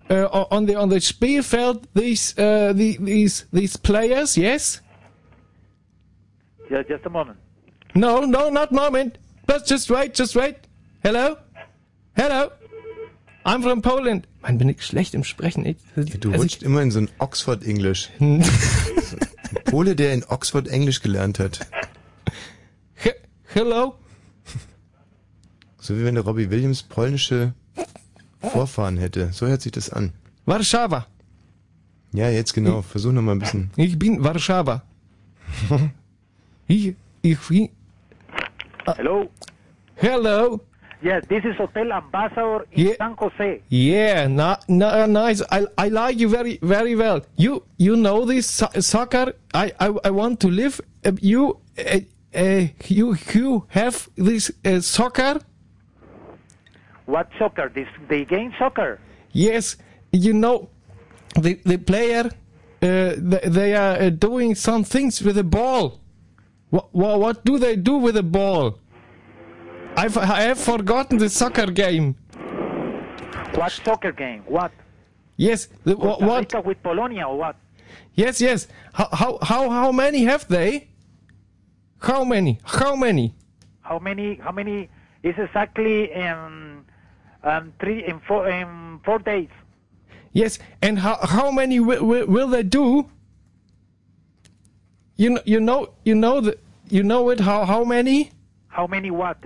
Speaker 8: uh, on the on the Spielfeld these uh, the, these these players, yes?
Speaker 27: Yeah, just a moment.
Speaker 8: No, no, not moment. But just wait, just wait. Hello, hello. I'm from Poland. Man, bin ich schlecht im Sprechen. Ich,
Speaker 2: Du
Speaker 8: Also
Speaker 2: rutscht immer in so ein Oxford-Englisch.
Speaker 8: Ein
Speaker 2: Pole, der in Oxford Englisch gelernt hat.
Speaker 8: hello.
Speaker 2: So wie wenn der Robbie Williams polnische Vorfahren hätte. So hört sich das an.
Speaker 8: Warschauer.
Speaker 2: Ja, jetzt genau. Versuch noch mal ein bisschen.
Speaker 8: Ich bin Warschauer. ich ich bin.
Speaker 27: Hello.
Speaker 8: Hello.
Speaker 27: Yes, this is Hotel Ambassador in
Speaker 8: Yeah.
Speaker 27: San Jose.
Speaker 8: Yeah, no, no, nice. I, I like you very, very well. You, you know this so- soccer. I, I, I want to live. Uh, you, uh, uh, you, you have this uh, soccer.
Speaker 27: What soccer? This the game soccer?
Speaker 8: Yes, you know, the the player, uh, th- they are uh, doing some things with the ball. What, what what do they do with the ball? I've, I have forgotten the soccer game.
Speaker 27: What soccer game? What?
Speaker 8: Yes, the, wha-
Speaker 27: Costa
Speaker 8: what?
Speaker 27: Rica with Polonia or what?
Speaker 8: Yes, yes. How how how how many have they? How many? How many?
Speaker 27: How many? How many? It's exactly um, um, three in four in four days.
Speaker 8: Yes, and how how many will, will, will they do? You know, you know you know the you know it how how many?
Speaker 27: How many what?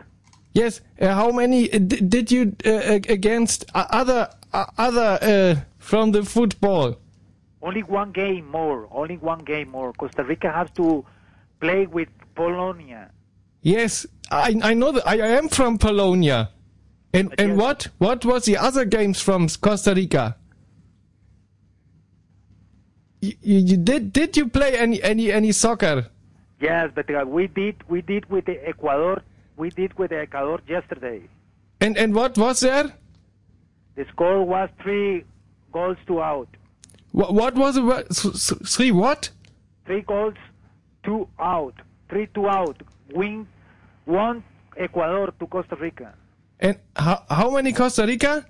Speaker 8: Yes, uh, how many uh, di- did you uh, ag- against uh, other uh, other uh, from the football?
Speaker 27: Only one game more. Only one game more. Costa Rica has to play with Polonia.
Speaker 8: Yes, I I know that I I am from Polonia. And and what what was the other games from Costa Rica? You, you, you did did you play any any any soccer?
Speaker 27: Yes, but uh, we did we did with the Ecuador. We did with the Ecuador yesterday.
Speaker 8: And and what was there?
Speaker 27: The score was three goals to out.
Speaker 8: What, what was it? What- s- s- Three what?
Speaker 27: Three goals, two out. Three two out. Win one Ecuador to Costa Rica.
Speaker 8: And how, how many Costa Rica?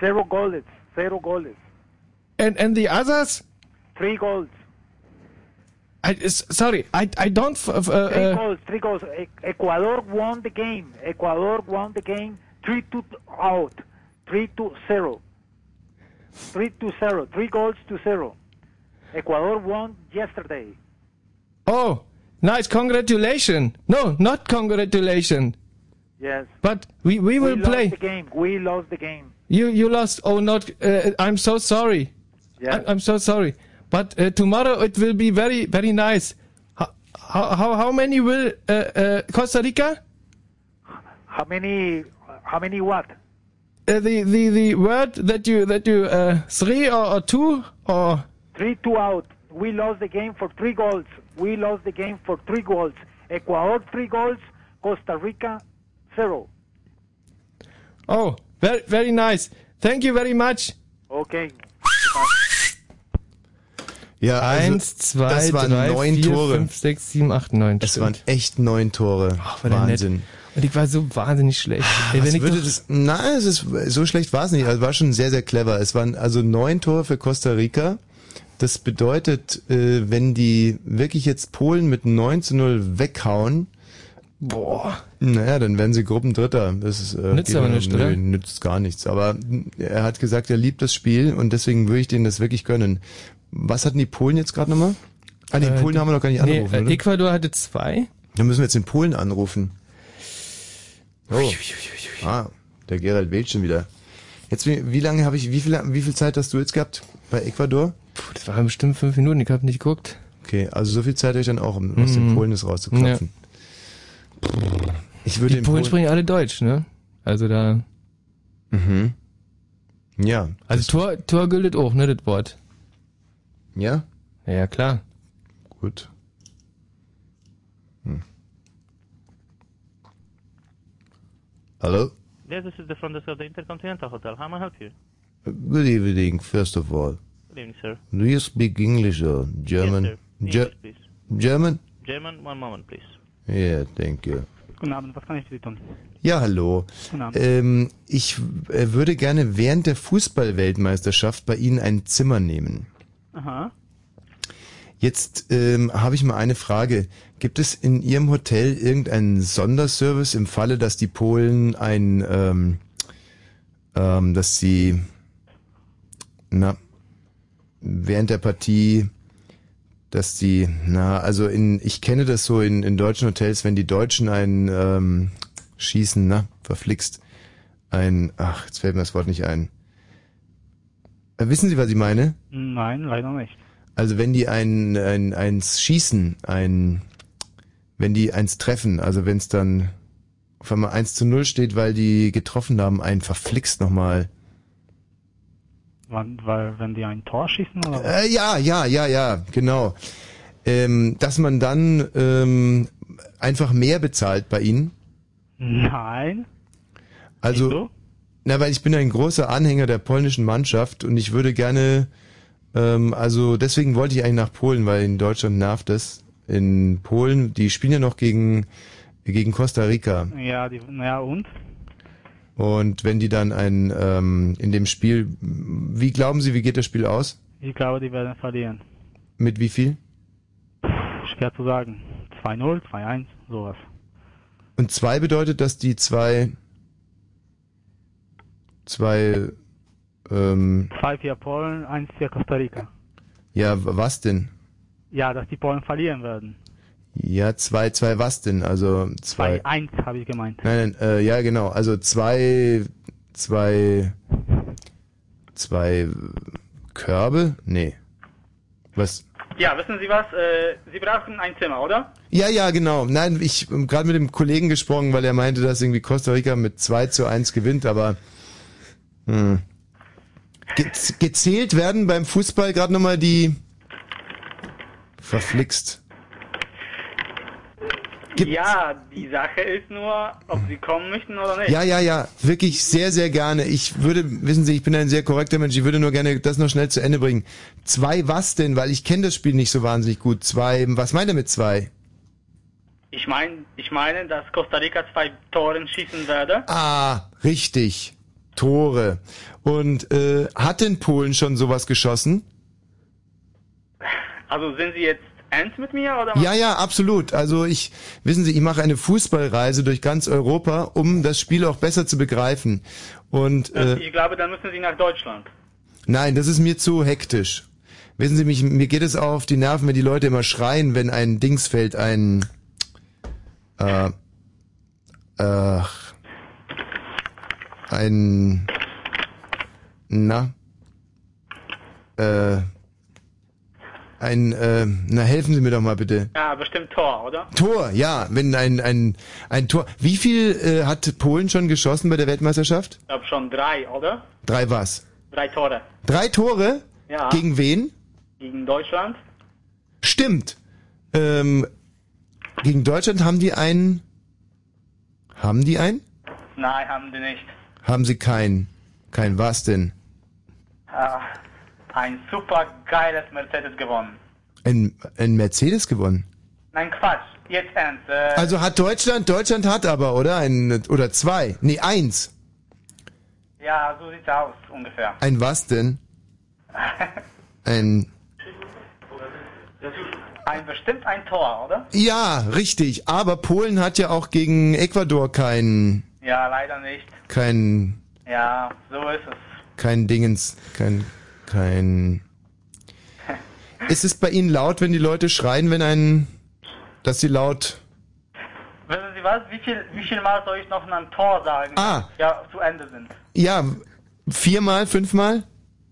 Speaker 27: Zero goals. Zero goals.
Speaker 8: And and the others?
Speaker 27: Three goals.
Speaker 8: I, s- sorry, I I don't. F- f- uh,
Speaker 27: three
Speaker 8: uh,
Speaker 27: goals, three goals. E- Ecuador won the game. Ecuador won the game. Three to out. Three to zero. Three to zero. Three goals to zero. Ecuador won yesterday.
Speaker 8: oh, nice! Congratulations. No, not congratulations.
Speaker 27: Yes.
Speaker 8: But we we will
Speaker 27: lost
Speaker 8: play.
Speaker 27: the game. We lost the game.
Speaker 8: You you lost. Oh, not. Uh, I'm so sorry.
Speaker 27: Yeah.
Speaker 8: I, am so sorry. But uh, tomorrow it will be very very nice. Ho- How how how many will uh, uh, Costa Rica?
Speaker 27: How many? How many? What?
Speaker 8: Uh, the the the word that you that you uh, three or, or two or
Speaker 27: Three two out. We lost the game for three goals. We lost the game for three goals. Ecuador three goals. Costa Rica zero.
Speaker 8: oh very very nice. Thank you very much.
Speaker 27: Okay.
Speaker 2: Ja, also,
Speaker 8: Eins, zwei,
Speaker 2: das waren
Speaker 8: drei,
Speaker 2: neun
Speaker 8: vier,
Speaker 2: Tore.
Speaker 8: fünf, sechs, sieben, acht, neun.
Speaker 2: Das waren echt neun Tore.
Speaker 8: war der
Speaker 2: Wahnsinn.
Speaker 8: nett. Und ich war so wahnsinnig schlecht. Ey,
Speaker 2: Was
Speaker 8: wenn ich
Speaker 2: würde
Speaker 8: doch-
Speaker 2: das, na, es ist, so schlecht war es nicht. Also war schon sehr, sehr clever. Es waren also neun Tore für Costa Rica. Das bedeutet, äh, wenn die wirklich jetzt Polen mit 9 zu 0 weghauen,
Speaker 8: boah.
Speaker 2: Naja, dann werden sie Gruppendritter. Das ist, äh,
Speaker 8: Nützt
Speaker 2: geht-
Speaker 8: aber nichts,
Speaker 2: nö,
Speaker 8: oder?
Speaker 2: Nützt gar nichts. Aber mh, er hat gesagt, er liebt das Spiel und deswegen würde ich denen das wirklich gönnen. Was hatten die Polen jetzt gerade nochmal? Ah, die
Speaker 8: Äh,
Speaker 2: Polen haben wir noch gar nicht
Speaker 8: nee,
Speaker 2: angerufen,
Speaker 8: äh,
Speaker 2: oder?
Speaker 8: Ecuador hatte zwei.
Speaker 2: Dann müssen wir jetzt den Polen anrufen. Oh. Ah, der Gerald wählt schon wieder. Jetzt, wie, wie lange habe ich, wie viel, wie viel Zeit hast du jetzt gehabt bei Ecuador?
Speaker 8: Puh, das waren bestimmt fünf Minuten, ich habe nicht geguckt.
Speaker 2: Okay, also so viel Zeit habe ich dann auch, um aus dem
Speaker 8: Mhm.
Speaker 2: Polen das rauszuklopfen. Ich würde
Speaker 8: Die
Speaker 2: den
Speaker 8: Polen
Speaker 2: Polen-
Speaker 8: sprechen alle Deutsch, ne? Also da.
Speaker 2: Mhm. Ja.
Speaker 8: Also Tor, Tor gilt auch, ne, das Wort.
Speaker 2: Ja?
Speaker 8: Ja, klar.
Speaker 2: Gut. Hello?
Speaker 28: Yes, this is the front desk of the Intercontinental Hotel. How may I help you?
Speaker 26: Good evening, first of all.
Speaker 28: Good evening, sir.
Speaker 26: Do you speak English or German?
Speaker 28: Yes, sir. English,
Speaker 26: Ge-
Speaker 28: please.
Speaker 26: German?
Speaker 28: German, one moment, please.
Speaker 26: Yeah, thank you.
Speaker 28: Guten Abend, was kann ich für Sie tun?
Speaker 2: Ja, hallo.
Speaker 28: Guten Abend.
Speaker 2: Ähm, ich äh, würde gerne während der Fußballweltmeisterschaft bei Ihnen ein Zimmer nehmen.
Speaker 28: Aha.
Speaker 2: Jetzt ähm, habe ich mal eine Frage. Gibt es in Ihrem Hotel irgendeinen Sonderservice im Falle, dass die Polen ein, ähm, ähm, dass sie, na, während der Partie, dass die, na, also in, ich kenne das so in, in deutschen Hotels, wenn die Deutschen ein ähm, schießen, na, verflixt, ein, ach, jetzt fällt mir das Wort nicht ein. Äh, wissen Sie, was ich meine?
Speaker 28: Nein, leider nicht.
Speaker 2: Also wenn die ein, ein eins schießen, ein wenn die eins treffen, also wenn es dann auf einmal 1 zu 0 steht, weil die getroffen haben, ein verflixt nochmal.
Speaker 28: Wann, weil, wenn die ein Tor schießen oder was?
Speaker 2: Äh, ja, ja, ja, ja, genau. Ähm, dass man dann ähm, einfach mehr bezahlt bei ihnen.
Speaker 28: Nein.
Speaker 2: Also, Na, weil ich bin ein großer Anhänger der polnischen Mannschaft und ich würde gerne, ähm, also deswegen wollte ich eigentlich nach Polen, weil in Deutschland nervt es. In Polen, die spielen ja noch gegen, gegen Costa Rica.
Speaker 6: Ja, die, naja, und?
Speaker 2: Und wenn die dann ein, ähm, in dem Spiel, wie glauben Sie, wie geht das Spiel aus?
Speaker 6: Ich glaube, die werden verlieren.
Speaker 2: Mit wie viel?
Speaker 6: Schwer zu sagen. 2-0, 2-1, sowas.
Speaker 2: Und zwei bedeutet, dass die zwei, zwei, ähm,
Speaker 6: 2-4 Polen, 1-4 Costa Rica.
Speaker 2: ja, w- was denn?
Speaker 6: Ja, dass die Polen verlieren werden.
Speaker 2: Ja, zwei, zwei, was denn? Also zwei.
Speaker 6: 2-1 habe ich gemeint.
Speaker 2: Nein, nein, äh, ja, genau. Also zwei, zwei, zwei Körbe? Nee. Was?
Speaker 15: Ja, wissen Sie was? Äh, Sie brauchen ein Zimmer, oder?
Speaker 2: Ja, ja, genau. Nein, ich bin gerade mit dem Kollegen gesprochen, weil er meinte, dass irgendwie Costa Rica mit 2 zu 1 gewinnt, aber hm. Gez gezählt werden beim Fußball gerade nochmal die verflixt.
Speaker 15: Ja, die Sache ist nur, ob Sie kommen möchten oder nicht.
Speaker 2: Ja, ja, ja, wirklich sehr, sehr gerne. Ich würde, wissen Sie, ich bin ein sehr korrekter Mensch, ich würde nur gerne das noch schnell zu Ende bringen. Zwei was denn? Weil ich kenne das Spiel nicht so wahnsinnig gut. Zwei, was meint er mit zwei?
Speaker 15: Ich meine, ich meine, dass Costa Rica zwei Toren schießen werde.
Speaker 2: Ah, richtig. Tore. Und äh, hat denn Polen schon sowas geschossen?
Speaker 15: Also sind Sie jetzt ernst mit mir oder?
Speaker 2: Ja, ja, absolut. Also ich, wissen Sie, ich mache eine Fußballreise durch ganz Europa, um das Spiel auch besser zu begreifen. Und äh,
Speaker 15: Ich glaube, dann müssen Sie nach Deutschland.
Speaker 2: Nein, das ist mir zu hektisch. Wissen Sie, mich, mir geht es auch auf die Nerven, wenn die Leute immer schreien, wenn ein Dings fällt, ein... Äh, ach, ein... Na? Äh, ein... Äh, na, helfen Sie mir doch mal bitte.
Speaker 15: Ja, bestimmt Tor, oder?
Speaker 2: Tor, ja, wenn ein, ein, ein Tor... Wie viel äh, hat Polen schon geschossen bei der Weltmeisterschaft?
Speaker 15: Ich glaube schon drei, oder?
Speaker 2: Drei was?
Speaker 15: Drei Tore.
Speaker 2: Drei Tore?
Speaker 15: Ja.
Speaker 2: Gegen wen?
Speaker 15: Gegen Deutschland?
Speaker 2: Stimmt. Ähm, gegen Deutschland haben die einen. Haben die einen?
Speaker 15: Nein, haben die nicht.
Speaker 2: Haben sie keinen. Kein was denn?
Speaker 15: Ah, ein super geiles Mercedes gewonnen.
Speaker 2: Ein, ein Mercedes gewonnen.
Speaker 15: Nein, Quatsch. Jetzt ernst. Äh,
Speaker 2: Also hat Deutschland, Deutschland hat aber, oder? Ein oder zwei. Nee, eins.
Speaker 15: ja, so sieht's aus ungefähr.
Speaker 2: Ein was denn? Ein.
Speaker 15: Ein bestimmt ein Tor, oder?
Speaker 2: Ja, richtig. Aber Polen hat ja auch gegen Ecuador kein.
Speaker 15: Ja, leider nicht.
Speaker 2: kein.
Speaker 15: Ja, so ist es.
Speaker 2: kein Dingens. kein. kein. Ist es bei Ihnen laut, wenn die Leute schreien, wenn ein. dass sie laut.
Speaker 15: Wissen Sie was? Wie viel, wie viel Mal soll ich noch ein Tor sagen?
Speaker 2: Ah.
Speaker 15: Ja, zu Ende sind.
Speaker 2: Ja, viermal, fünfmal?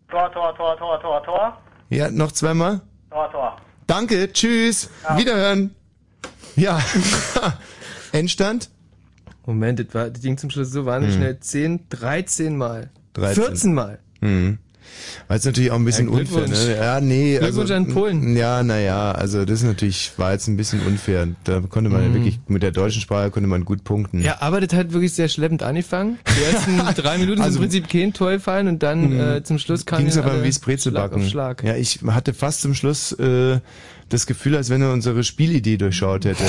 Speaker 15: Tor, Tor, Tor, Tor, Tor, Tor.
Speaker 2: Ja, noch zweimal?
Speaker 15: Tor, Tor.
Speaker 2: Danke, tschüss, wiederhören. Ja, Endstand?
Speaker 7: Moment, das, war, das ging zum Schluss so wahnsinnig
Speaker 2: Hm.
Speaker 7: schnell. 10, 13 Mal.
Speaker 2: 13.
Speaker 7: 14 Mal.
Speaker 2: Mhm. Weil es natürlich auch ein bisschen
Speaker 7: Ja,
Speaker 2: unfair,
Speaker 7: Glückwunsch.
Speaker 2: ne? Ja, nee.
Speaker 7: Glückwunsch an
Speaker 2: Polen. Ja, naja, also das ist natürlich, war jetzt ein bisschen unfair. Da konnte man
Speaker 7: Mhm.
Speaker 2: ja wirklich, mit der deutschen Sprache konnte man gut punkten.
Speaker 7: Ja, aber das hat halt wirklich sehr schleppend angefangen. Die ersten drei Minuten ist
Speaker 2: Also-
Speaker 7: im Prinzip kein Tor gefallen und dann
Speaker 2: Mhm.
Speaker 7: äh, zum Schluss kam
Speaker 2: Ging es
Speaker 7: dann
Speaker 2: aber
Speaker 7: alle
Speaker 2: wie es Brezelbacken.
Speaker 7: Schlag auf Schlag.
Speaker 2: Ja, ich hatte fast zum Schluss äh, das Gefühl, als wenn er unsere Spielidee durchschaut hätte.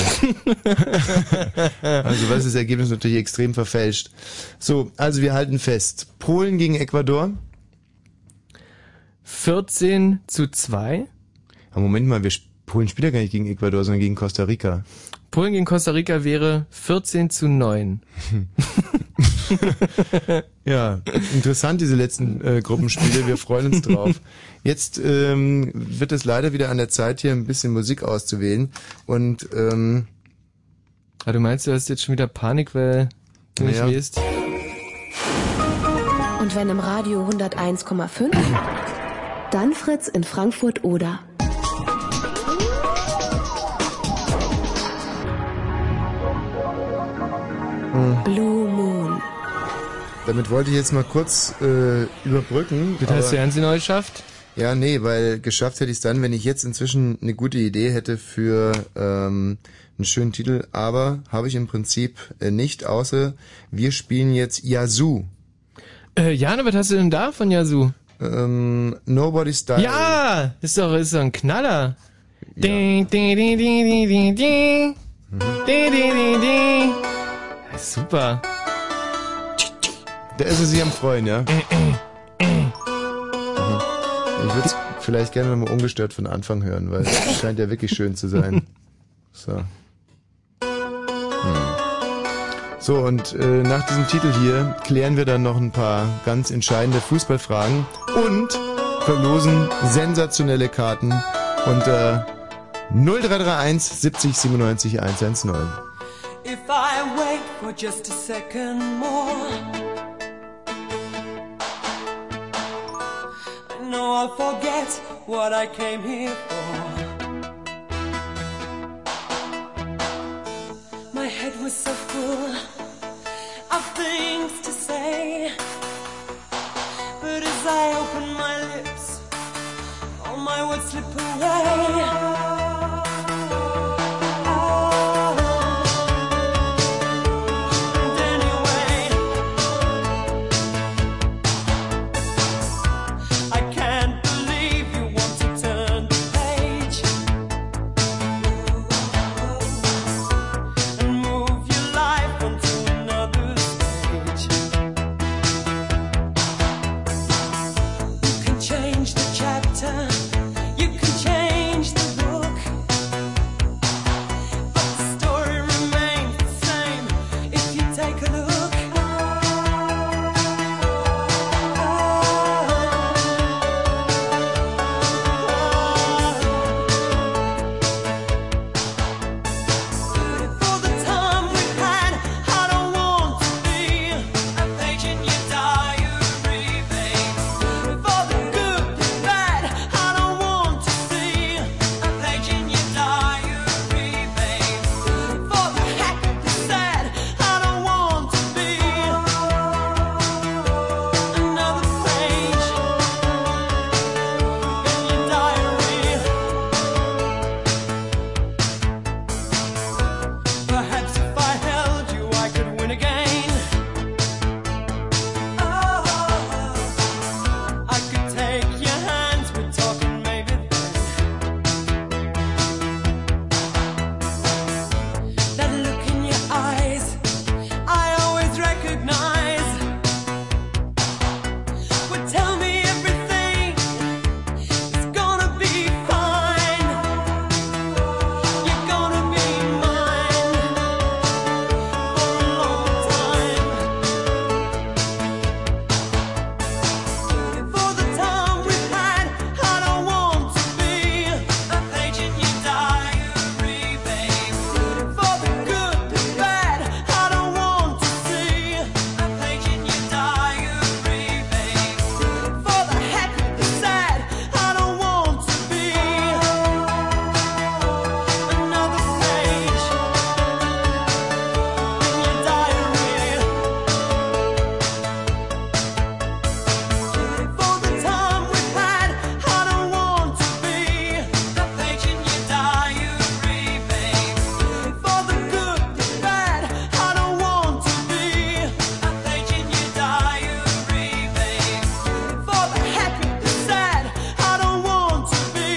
Speaker 2: also was das Ergebnis natürlich extrem verfälscht. So, also wir halten fest. Polen gegen Ecuador.
Speaker 7: 14 zu 2.
Speaker 2: Aber Moment mal, wir sp- Polen spielt ja gar nicht gegen Ecuador, sondern gegen Costa Rica.
Speaker 7: Polen gegen Costa Rica wäre 14 zu 9.
Speaker 2: Ja, interessant diese letzten äh, Gruppenspiele. Wir freuen uns drauf. Jetzt ähm, wird es leider wieder an der Zeit, hier ein bisschen Musik auszuwählen. Und ähm,
Speaker 7: Ah, du meinst, du hast jetzt schon wieder Panik, weil du nicht
Speaker 2: Naja.
Speaker 7: wirst?
Speaker 11: Und wenn im Radio 101,5, dann Fritz in Frankfurt oder. Blue Moon.
Speaker 2: Damit wollte ich jetzt mal kurz äh, überbrücken.
Speaker 7: Das hast
Speaker 2: aber-
Speaker 7: du ja neu geschafft?
Speaker 2: Ja, nee, weil geschafft hätte ich es dann, wenn ich jetzt inzwischen eine gute Idee hätte für ähm, einen schönen Titel, aber habe ich im Prinzip äh, nicht, außer wir spielen jetzt Yazoo.
Speaker 7: Äh, Jana, was hast du denn da von Yasu?
Speaker 2: Ähm, Nobody's Diary.
Speaker 7: Ja, ist doch, ist doch ein Knaller. Ding, ding, ding, ding, ding, ding, ding. Ding, ding, ding, ding. Ja, Super.
Speaker 2: Da ist sie sich am Freuen, ja? Mhm. Ich würde es vielleicht gerne nochmal ungestört von Anfang hören, weil es scheint ja wirklich schön zu sein. So. Hm. So, und äh, nach diesem Titel hier klären wir dann noch ein paar ganz entscheidende Fußballfragen und verlosen sensationelle Karten unter 0331 70 97 110.
Speaker 6: If I wait for just a second more, I know I'll forget what I came here for. My head was so full of things to say, but as I open my lips, all my words slip away. I can't believe you want to turn the page and move your life onto another stage. You can change the chapter, you can change the book, but the story remains the same if you take a look. For the time we had, I don't want to be a page in your diary, babe. For the good and bad, I don't want to see a page in your diary, babe. For the happy and sad, I don't want to be another page in your diary. Perhaps if I held you, I could win again. Oh, I could take your hands, we're talking maybe then. That look in your eyes, I always recognize. Would tell me everything is gonna be fine. You're gonna be mine for a long time. For the time we've had, I don't want to be a page in your diary, babe. For the good and bad, I don't want to see a page in your diary, babe. For the happy and sad, I don't want to be. Another page in your diary. For the time we've had, I don't want to be a page in your diary, babe. For the good and bad, I don't want to be a page in your diary, babe. For the happy and sad, I don't want to be.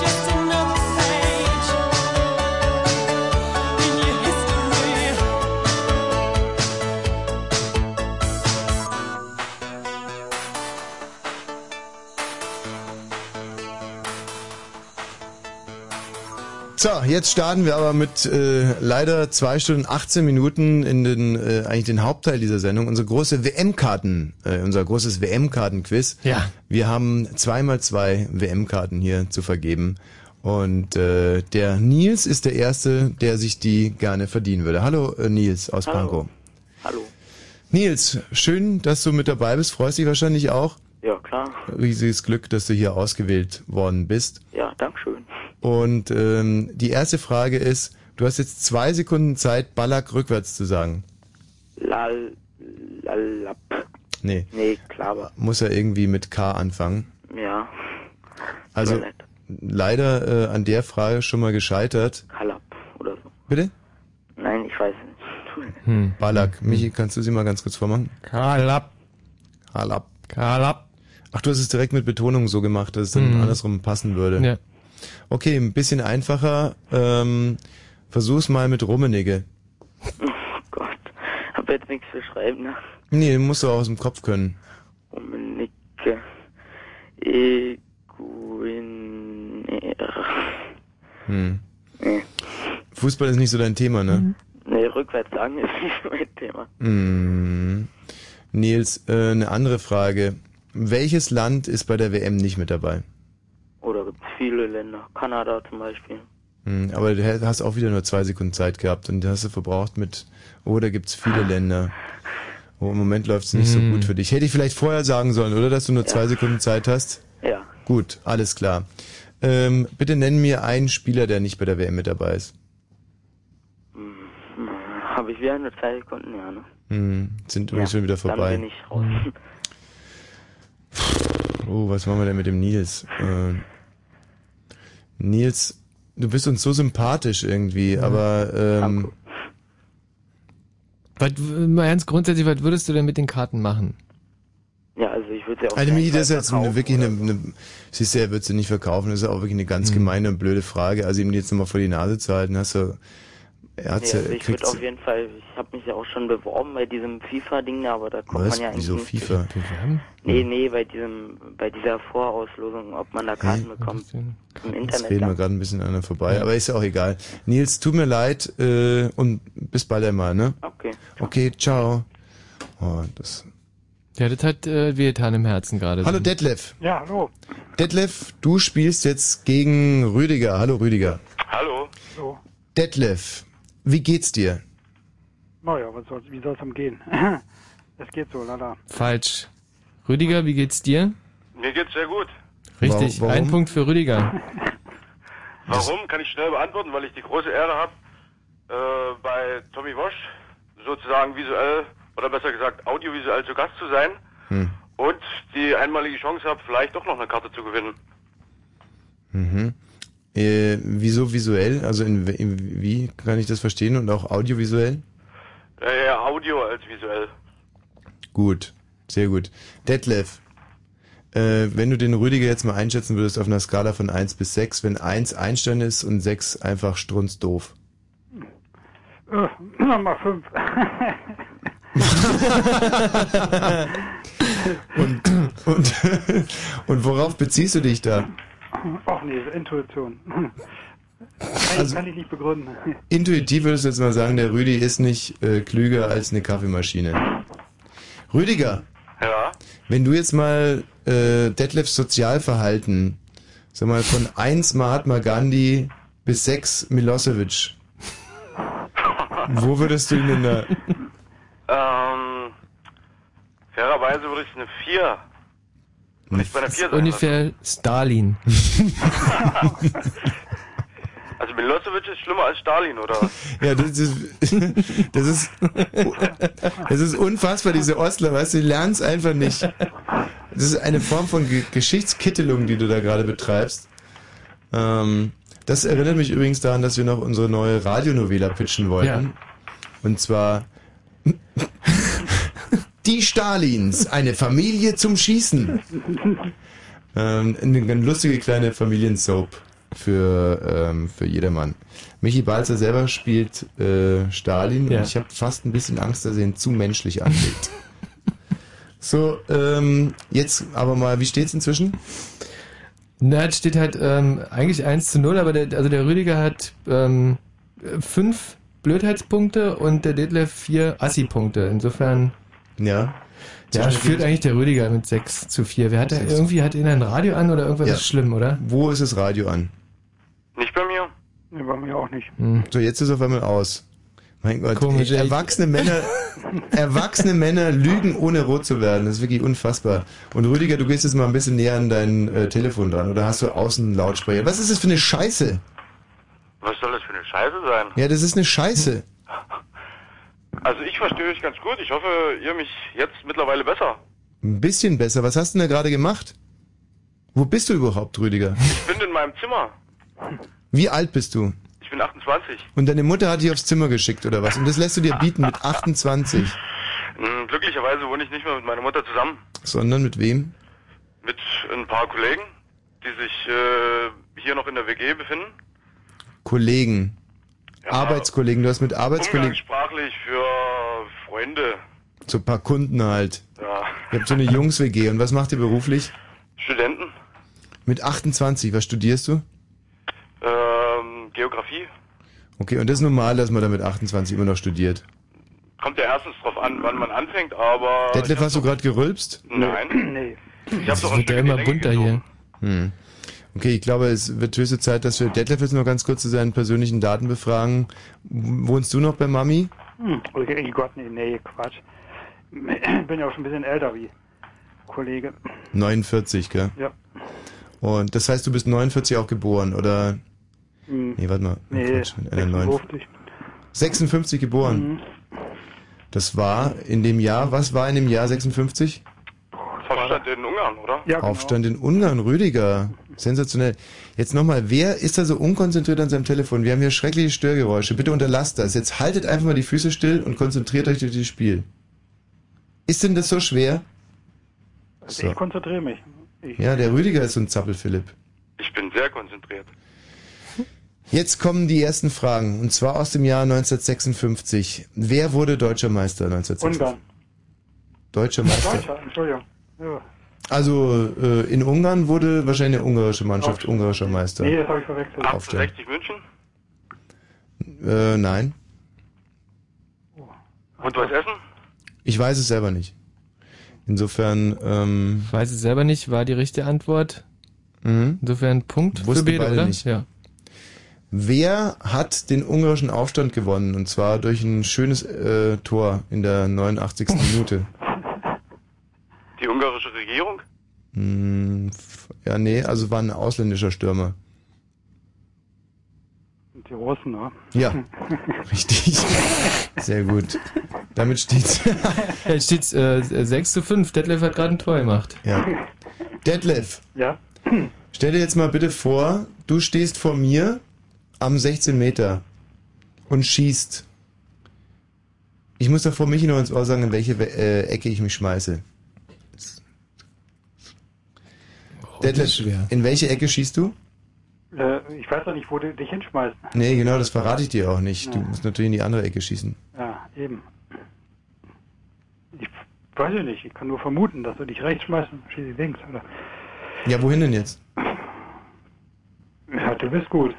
Speaker 6: Just another page in your history.
Speaker 2: So, jetzt starten wir aber mit äh, leider zwei Stunden 18 Minuten in den äh, eigentlich den Hauptteil dieser Sendung. Unsere große WM-Karten, äh, unser großes WM-Karten-Quiz.
Speaker 7: Ja.
Speaker 2: Wir haben zweimal zwei WM-Karten hier zu vergeben und äh, der Nils ist der erste, der sich die gerne verdienen würde. Hallo äh, Nils aus
Speaker 18: Hallo.
Speaker 2: Pankow.
Speaker 18: Hallo.
Speaker 2: Nils, schön, dass du mit dabei bist. Freust dich wahrscheinlich auch.
Speaker 18: Ja, klar.
Speaker 2: Riesiges Glück, dass du hier ausgewählt worden bist.
Speaker 18: Ja, Dankeschön.
Speaker 2: Und ähm, die erste Frage ist, du hast jetzt zwei Sekunden Zeit, Ballack rückwärts zu sagen.
Speaker 18: Lal, lalap.
Speaker 2: Nee,
Speaker 18: Nee, Klaber.
Speaker 2: muss ja irgendwie mit K anfangen.
Speaker 18: Ja,
Speaker 2: Also leider äh, an der Frage schon mal gescheitert.
Speaker 18: Kalab oder so.
Speaker 2: Bitte?
Speaker 18: Nein, ich weiß nicht.
Speaker 2: Hm. Balak. Michi, kannst du sie mal ganz kurz vormachen? Kalab. Kalab. Kalab. Ach, du hast es direkt mit Betonung so gemacht, dass es dann
Speaker 7: Hm.
Speaker 2: andersrum passen würde.
Speaker 7: Ja.
Speaker 2: Okay, ein bisschen einfacher. Ähm, versuch's mal mit Rummenigge.
Speaker 18: Hab jetzt nichts zu schreiben. Ne?
Speaker 2: Nee, den musst du auch aus dem Kopf können.
Speaker 18: Rummenicke. Eguinera.
Speaker 2: Hm. Fußball ist nicht so dein Thema, ne?
Speaker 18: Nee, rückwärts sagen ist nicht mein Thema.
Speaker 2: Hm. Nils, äh, eine andere Frage. Welches Land ist bei der WM nicht mit dabei?
Speaker 18: Oder gibt's viele Länder. Kanada zum Beispiel.
Speaker 2: Hm, aber du hast auch wieder nur zwei Sekunden Zeit gehabt und die hast du verbraucht mit, oh, da gibt's viele Länder. Oh, im Moment läuft's nicht so gut für dich. Hätte ich vielleicht vorher sagen sollen, oder, dass du nur zwei Sekunden Zeit hast?
Speaker 18: Ja.
Speaker 2: Gut, alles klar. Ähm, bitte nenn mir einen Spieler, der nicht bei der WM mit dabei ist.
Speaker 18: Habe ich wieder nur zwei Sekunden, ja, ne?
Speaker 2: Hm, sind übrigens schon wieder vorbei.
Speaker 18: Dann bin ich raus.
Speaker 2: Oh, was machen wir denn mit dem Nils? Äh, Nils, du bist uns so sympathisch irgendwie, aber ähm,
Speaker 7: Was, w- mal ganz grundsätzlich, was würdest du denn mit den Karten machen?
Speaker 18: Ja, also ich würde ja auch.
Speaker 2: Alter,
Speaker 18: keinen
Speaker 2: Michi, das ist
Speaker 18: Fall
Speaker 2: jetzt eine, wirklich eine, eine siehst du, er wird sie nicht verkaufen, das ist auch wirklich eine ganz gemeine und blöde Frage. Also ihm die jetzt nochmal vor die Nase zu halten, hast du, er
Speaker 18: Nee,
Speaker 2: hat's ja,
Speaker 18: also ich
Speaker 2: kriegt
Speaker 18: würde auf jeden Fall, ich habe mich ja auch schon beworben bei diesem FIFA-Ding, da, aber da kommt
Speaker 2: was,
Speaker 18: man ja eigentlich
Speaker 2: wieso
Speaker 18: nicht-
Speaker 2: FIFA?
Speaker 18: Nee, nee, bei diesem, bei dieser Vorauslosung, ob man da Karten bekommt im
Speaker 2: Jetzt
Speaker 18: Internet.
Speaker 2: reden
Speaker 18: da.
Speaker 2: wir gerade ein bisschen aneinander vorbei, aber ist ja auch egal. Nils, tut mir leid äh, und bis bald einmal, ne?
Speaker 18: Okay.
Speaker 2: Okay, ciao. Oh, das.
Speaker 7: Ja, das hat äh, wehgetan im Herzen gerade.
Speaker 2: Hallo Detlef.
Speaker 19: Ja, hallo.
Speaker 2: Detlef, du spielst jetzt gegen Rüdiger. Hallo Rüdiger.
Speaker 19: Hallo.
Speaker 16: So,
Speaker 2: Detlef, wie geht's dir?
Speaker 16: naja, was soll's, wie soll's am gehen? Es geht so, lala.
Speaker 7: Falsch. Rüdiger, wie geht's dir?
Speaker 19: Mir geht's sehr gut.
Speaker 7: Richtig,
Speaker 19: Wa- warum?
Speaker 7: ein Punkt für Rüdiger.
Speaker 19: Warum? Kann ich schnell beantworten, weil ich die große Ehre habe, äh, bei Tommy Walsh sozusagen visuell oder besser gesagt audiovisuell zu Gast zu sein
Speaker 2: Hm.
Speaker 19: und die einmalige Chance habe, vielleicht doch noch eine Karte zu gewinnen.
Speaker 2: Mhm. Äh, wieso visuell? Also in, we- in, wie kann ich das verstehen und auch audiovisuell?
Speaker 19: Äh, ja, Audio als visuell.
Speaker 2: Gut, sehr gut. Detlef, äh, wenn du den Rüdiger jetzt mal einschätzen würdest auf einer Skala von 1 bis 6, wenn 1 Einstein ist und 6 einfach strunzdoof.
Speaker 16: Äh, Nummer fünf.
Speaker 2: Und, und, und worauf beziehst du dich da?
Speaker 16: Ach nee, Intuition. Kann, ich-
Speaker 2: Also-
Speaker 16: kann ich nicht begründen.
Speaker 2: Intuitiv würdest du jetzt mal sagen, der Rüdi ist nicht äh, klüger als eine Kaffeemaschine. Rüdiger,
Speaker 19: Ja.
Speaker 2: wenn du jetzt mal äh, Detlefs Sozialverhalten, sag mal von 1 Mahatma Gandhi bis 6 Milosevic, wo würdest du ihn denn da...
Speaker 19: Ähm, fairerweise würde ich eine 4. Würde ich bei einer 4 sein.
Speaker 7: Ungefähr Stalin.
Speaker 19: Also Milosevic ist schlimmer als Stalin, oder?
Speaker 2: Ja, das ist, das ist, das ist unfassbar, diese Ostler, weißt du, die lernen es einfach nicht. Das ist eine Form von Ge Geschichtskittelung, die du da gerade betreibst. Ähm, das erinnert mich übrigens daran, dass wir noch unsere neue Radionovela pitchen wollten. Und zwar Die Stalins, eine Familie zum Schießen. Ähm, eine ganz lustige kleine Familiensoap für, ähm, für jedermann. Michi Balzer selber spielt äh, Stalin
Speaker 7: Ja.
Speaker 2: und ich habe fast ein bisschen Angst, dass er ihn zu menschlich anlegt. so, ähm, jetzt aber mal, wie steht's inzwischen?
Speaker 7: Na, es steht halt ähm, eigentlich 1 zu 0, aber der, also der Rüdiger hat 5 ähm, fünf Blödheitspunkte und der Detlef 4 Assi-Punkte. Insofern.
Speaker 2: Ja.
Speaker 7: Ja,
Speaker 2: Ja,
Speaker 7: führt
Speaker 2: stimmt.
Speaker 7: eigentlich der Rüdiger mit 6 zu 4. Wer hat da
Speaker 2: Sechs.
Speaker 7: irgendwie hat ihn ein Radio an oder irgendwas
Speaker 2: Ja.
Speaker 7: ist schlimm, oder?
Speaker 2: Wo ist das Radio an?
Speaker 19: Nicht bei mir.
Speaker 16: Nee, bei mir auch nicht.
Speaker 2: So, jetzt ist es auf einmal aus. Mein Gott,
Speaker 7: Hm. Komisch,
Speaker 2: ey,
Speaker 7: echt.
Speaker 2: erwachsene Männer, erwachsene Männer lügen ohne rot zu werden. Das ist wirklich unfassbar. Und Rüdiger, du gehst jetzt mal ein bisschen näher an dein äh, Telefon dran oder hast du außen einen Lautsprecher? Was ist das für eine Scheiße?
Speaker 19: Was soll das für eine Scheiße sein?
Speaker 2: Ja, das ist eine Scheiße.
Speaker 19: Also ich verstehe euch ganz gut. Ich hoffe, ihr mich jetzt mittlerweile besser.
Speaker 2: Ein bisschen besser. Was hast du denn da gerade gemacht? Wo bist du überhaupt, Rüdiger?
Speaker 19: Ich bin in meinem Zimmer.
Speaker 2: Wie alt bist du?
Speaker 19: Ich bin 28.
Speaker 2: Und deine Mutter hat dich aufs Zimmer geschickt oder was? Und das lässt du dir bieten mit 28,
Speaker 19: Hm, Glücklicherweise wohne ich nicht mehr mit meiner Mutter zusammen,
Speaker 2: sondern mit wem?
Speaker 19: mit ein paar Kollegen, die sich äh, hier noch in der WG befinden.
Speaker 2: Kollegen. Arbeitskollegen. Du hast mit Arbeitskollegen
Speaker 19: Umgangssprachlich für Freunde.
Speaker 2: so ein paar Kunden halt.
Speaker 19: Ja.
Speaker 2: Ihr habt so eine Jungs-WG. Und was macht ihr beruflich?
Speaker 19: Studenten,
Speaker 2: Mit 28, was studierst du?
Speaker 19: ähm, Geografie.
Speaker 2: Okay, und das ist normal, dass man da mit 28 immer noch studiert.
Speaker 19: Kommt ja erstens drauf an, wann man anfängt, aber
Speaker 2: Detlef, hast du gerade gerülpst?
Speaker 19: nein. Nee. Ich hab doch ein
Speaker 2: wird ja
Speaker 19: Stück in
Speaker 2: immer
Speaker 19: die Länge
Speaker 2: bunter hier. Hm. Okay, ich glaube, es wird höchste Zeit, dass wir Detlef jetzt noch ganz kurz zu seinen persönlichen Daten befragen. Wohnst du noch bei Mami?
Speaker 16: Hm, okay, Gott, nee, nee, Quatsch. Bin ja auch schon ein bisschen älter wie Kollege.
Speaker 2: 49, gell?
Speaker 16: Ja.
Speaker 2: Und das heißt, du bist 49 auch geboren, oder?
Speaker 16: Hm.
Speaker 2: Nee, warte mal. Oh,
Speaker 16: Nee,
Speaker 2: Quatsch, mit einer 9.
Speaker 16: 56.
Speaker 2: 56 geboren.
Speaker 16: Mhm.
Speaker 2: Das war in dem Jahr, was war in dem Jahr 56?
Speaker 19: Verstand in Ungarn, oder?
Speaker 16: genau.
Speaker 2: Aufstand in Ungarn, Rüdiger. Sensationell. Jetzt nochmal, wer ist da so unkonzentriert an seinem Telefon? Wir haben hier schreckliche Störgeräusche. Bitte unterlasst das. Jetzt haltet einfach mal die Füße still und konzentriert euch auf das Spiel. Ist denn das so schwer?
Speaker 16: Also ich konzentriere mich. Ich,
Speaker 2: Ja, der Rüdiger ist so ein Zappel-Philipp.
Speaker 19: Ich bin sehr konzentriert.
Speaker 2: Jetzt kommen die ersten Fragen, und zwar aus dem Jahr 1956. Wer wurde deutscher Meister 1956?
Speaker 16: Ungarn.
Speaker 2: Deutscher Meister.
Speaker 16: Deutscher, Entschuldigung. Ja.
Speaker 2: Also äh, in Ungarn wurde wahrscheinlich eine ungarische Mannschaft ungarischer Meister.
Speaker 16: Nee, das habe ich verwechselt.
Speaker 2: Aufstellen.
Speaker 19: 60 München?
Speaker 2: Äh, nein,
Speaker 19: Und was essen?
Speaker 2: ich weiß es selber nicht. Insofern, ähm,
Speaker 7: Ich weiß es selber nicht, war die richtige Antwort. Insofern Punkt
Speaker 2: Mhm. Wussten
Speaker 7: für Bede,
Speaker 2: beide
Speaker 7: oder?
Speaker 2: nicht.
Speaker 7: Ja.
Speaker 2: wer hat den ungarischen Aufstand gewonnen? Und zwar durch ein schönes äh, Tor in der 89. Minute.
Speaker 19: Die ungarische Regierung?
Speaker 2: Hm, f- ja, nee, also war ein ausländischer Stürmer.
Speaker 16: Die Russen, ne?
Speaker 2: Ja, richtig. Sehr gut. Damit steht's.
Speaker 7: Jetzt steht's äh, 6 zu 5. Detlef hat gerade ein Tor gemacht.
Speaker 2: Ja. Detlef.
Speaker 16: Ja.
Speaker 2: Stell dir jetzt mal bitte vor, du stehst vor mir am 16 Meter und schießt. Ich muss davor Michi noch ins Ohr sagen, in welche äh, Ecke ich mich schmeiße. Detlef, in welche Ecke schießt du?
Speaker 16: Äh, ich weiß doch nicht, wo du dich hinschmeißt.
Speaker 2: Nee, genau, das verrate ich dir auch nicht. Du musst natürlich in die andere Ecke schießen.
Speaker 16: Ja, eben. Ich weiß ja nicht, ich kann nur vermuten, dass du dich rechts schmeißt und schießt links, oder?
Speaker 2: Ja, wohin denn jetzt?
Speaker 16: Ja, du bist gut.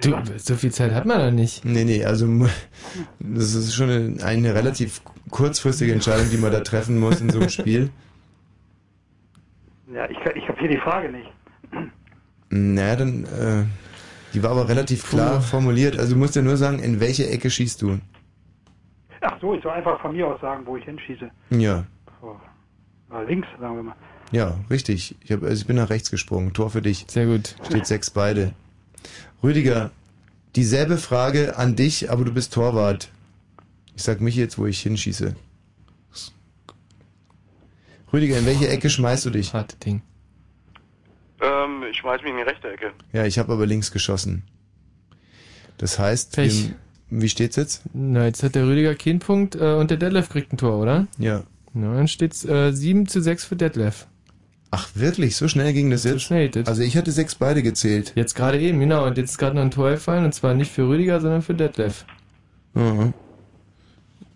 Speaker 2: Du, so viel Zeit hat man da nicht. Nee, nee, also mu- das ist schon eine, eine relativ kurzfristige Entscheidung, die man da treffen muss in so einem Spiel.
Speaker 16: Ja, ich, kann- ich habe hier die Frage nicht.
Speaker 2: Naja, dann, äh, die war aber relativ klar formuliert. Also du musst ja nur sagen, in welche Ecke schießt du?
Speaker 16: Ach so, ich soll einfach von mir aus sagen, wo ich hinschieße.
Speaker 2: Ja,
Speaker 16: So. Na, links, sagen wir mal.
Speaker 2: ja, richtig. Ich, hab, also ich bin nach rechts gesprungen. Tor für dich. Sehr gut. Steht sechs beide. Rüdiger, dieselbe Frage an dich, aber du bist Torwart. Ich sag mich jetzt, wo ich hinschieße. Rüdiger, in welche Ecke schmeißt du dich? Harte Ding.
Speaker 19: Ähm, ich schmeiß mich in die rechte Ecke.
Speaker 2: Ja, ich habe aber links geschossen. Das heißt,
Speaker 7: Pech.
Speaker 2: wir- wie steht's jetzt?
Speaker 7: Na, jetzt hat der Rüdiger keinen Punkt äh, und der Detlef kriegt ein Tor, oder?
Speaker 2: Ja.
Speaker 7: Na, dann steht's äh, 7 zu 6 für Detlef.
Speaker 2: Ach wirklich, so schnell ging das jetzt?
Speaker 7: Schnell, das
Speaker 2: also ich hatte sechs beide gezählt.
Speaker 7: Jetzt gerade eben, genau. Und jetzt ist gerade noch ein Tor gefallen und zwar nicht für Rüdiger, sondern für Detlef.
Speaker 2: Mhm.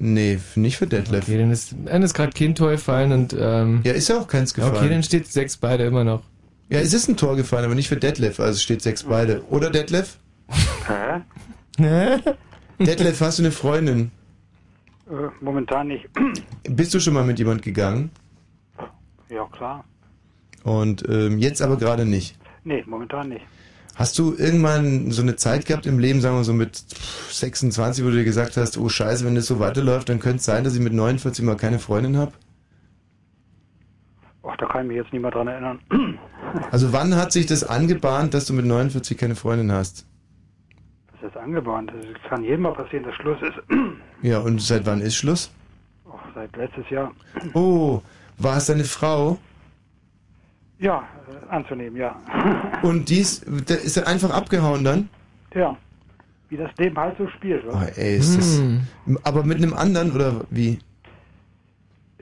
Speaker 2: Nee, nicht für Detlef.
Speaker 7: Okay, dann ist, dann ist gerade kein Tor gefallen und ähm,
Speaker 2: Ja, ist ja auch keins gefallen.
Speaker 7: Okay, dann steht 6 beide immer noch.
Speaker 2: Ja, es ist ein Tor gefallen, aber nicht für Detlef, also es steht sechs beide. Oder Detlef?
Speaker 16: Hä?
Speaker 2: Detlef, hast du eine Freundin?
Speaker 16: Äh, momentan nicht.
Speaker 2: Bist du schon mal mit jemand gegangen?
Speaker 16: ja, klar.
Speaker 2: Und ähm, jetzt aber gerade nicht.
Speaker 16: Nee, momentan nicht.
Speaker 2: Hast du irgendwann so eine Zeit gehabt im Leben, sagen wir so mit 26, wo du dir gesagt hast, oh scheiße, wenn das so weiterläuft, dann könnte es sein, dass ich mit 49 mal keine Freundin habe?
Speaker 16: Ach, da kann ich mich jetzt nicht mehr dran erinnern.
Speaker 2: Also wann hat sich das angebahnt, dass du mit 49 keine Freundin hast?
Speaker 16: Das ist angebahnt. Das kann jedem mal passieren, dass Schluss ist.
Speaker 2: Ja, und seit wann ist Schluss?
Speaker 16: Ach, seit letztes Jahr.
Speaker 2: Oh, war es deine Frau?
Speaker 16: Ja, äh, anzunehmen, ja.
Speaker 2: Und dies, der ist dann einfach abgehauen dann?
Speaker 16: Tja, wie das Leben halt so spielt. wa?
Speaker 2: Oh, ey, ist das, aber mit einem anderen oder wie?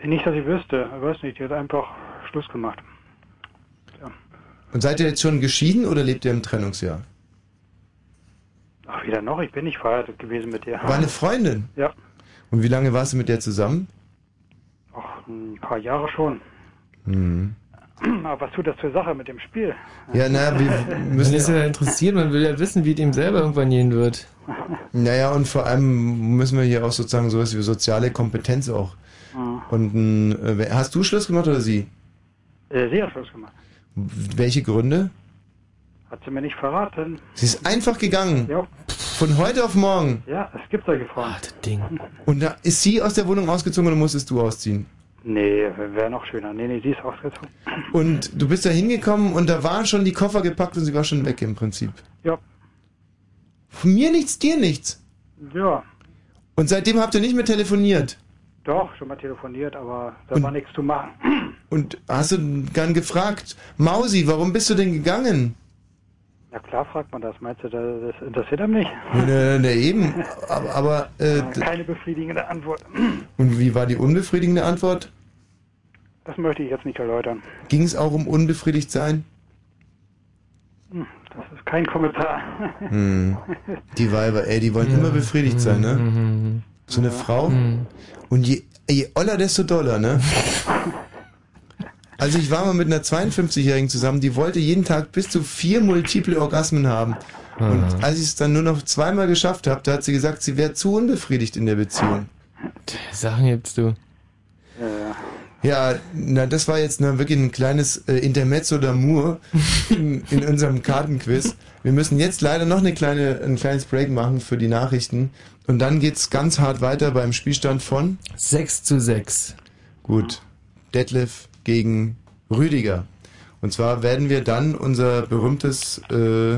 Speaker 16: Nicht, dass ich wüsste, ich weiß nicht, die hat einfach Schluss gemacht.
Speaker 2: Und seid ihr jetzt schon geschieden oder lebt ihr im Trennungsjahr?
Speaker 16: Ach, wieder noch, ich bin nicht verheiratet gewesen mit ihr.
Speaker 2: War eine Freundin?
Speaker 16: Ja.
Speaker 2: Und wie lange warst du mit der zusammen?
Speaker 16: Ach, ein paar Jahre schon.
Speaker 2: Mhm.
Speaker 16: Aber was tut das zur Sache mit dem Spiel?
Speaker 2: Ja, naja, wir müssen.
Speaker 7: Man ist ja interessiert, man will ja wissen, wie es ihm selber irgendwann gehen wird.
Speaker 2: Naja, und vor allem müssen wir hier auch sozusagen sowas wie soziale Kompetenz auch.
Speaker 16: Mhm.
Speaker 2: Und ein, äh, wer- hast du Schluss gemacht oder sie?
Speaker 16: Äh, Sie hat Schluss gemacht.
Speaker 2: Welche Gründe?
Speaker 16: Hat sie mir nicht verraten.
Speaker 2: Sie ist einfach gegangen.
Speaker 16: Ja.
Speaker 2: Von heute auf morgen.
Speaker 16: Ja, es gibt solche Frauen.
Speaker 7: Ding.
Speaker 2: Und da ist sie aus der Wohnung ausgezogen oder musstest du ausziehen?
Speaker 16: Nee, wäre noch schöner. Nee, nee, sie ist ausgezogen.
Speaker 2: Und du bist da hingekommen und da waren schon die Koffer gepackt und sie war schon weg im Prinzip.
Speaker 16: Ja.
Speaker 2: Von mir nichts, dir nichts.
Speaker 16: Ja,
Speaker 2: Und seitdem habt ihr nicht mehr telefoniert.
Speaker 16: doch, schon mal telefoniert, aber da
Speaker 2: Und-
Speaker 16: war nichts zu machen.
Speaker 2: Und hast du dann gefragt, Mausi, warum bist du denn gegangen?
Speaker 16: Na klar fragt man das. Meinst du, das das interessiert einem nicht?
Speaker 2: Na, na eben, aber, aber äh,
Speaker 16: Keine befriedigende Antwort.
Speaker 2: und wie war die unbefriedigende Antwort?
Speaker 16: Das möchte ich jetzt nicht erläutern.
Speaker 2: Ging es auch um unbefriedigt sein?
Speaker 16: Hm, Das ist kein Kommentar.
Speaker 2: Hm. Die Weiber, ey, die wollen immer befriedigt sein,
Speaker 7: Mhm,
Speaker 2: ne? So eine Frau. Und je, je oller, desto doller, ne? Also ich war mal mit einer 52-Jährigen zusammen, die wollte jeden Tag bis zu vier multiple Orgasmen haben.
Speaker 7: Ah.
Speaker 2: Und als ich es dann nur noch zweimal geschafft habe, da hat sie gesagt, sie wäre zu unbefriedigt in der Beziehung.
Speaker 7: Sachen gibst du.
Speaker 2: Ja, na, das war jetzt na, wirklich ein kleines äh, Intermezzo d'amour in, in unserem Kartenquiz. Wir müssen jetzt leider noch eine kleine, ein kleines Break machen für die Nachrichten. Und dann geht's ganz hart weiter beim Spielstand von
Speaker 7: 6 zu 6.
Speaker 2: Gut. Detlef gegen Rüdiger. Und zwar werden wir dann unser berühmtes, äh,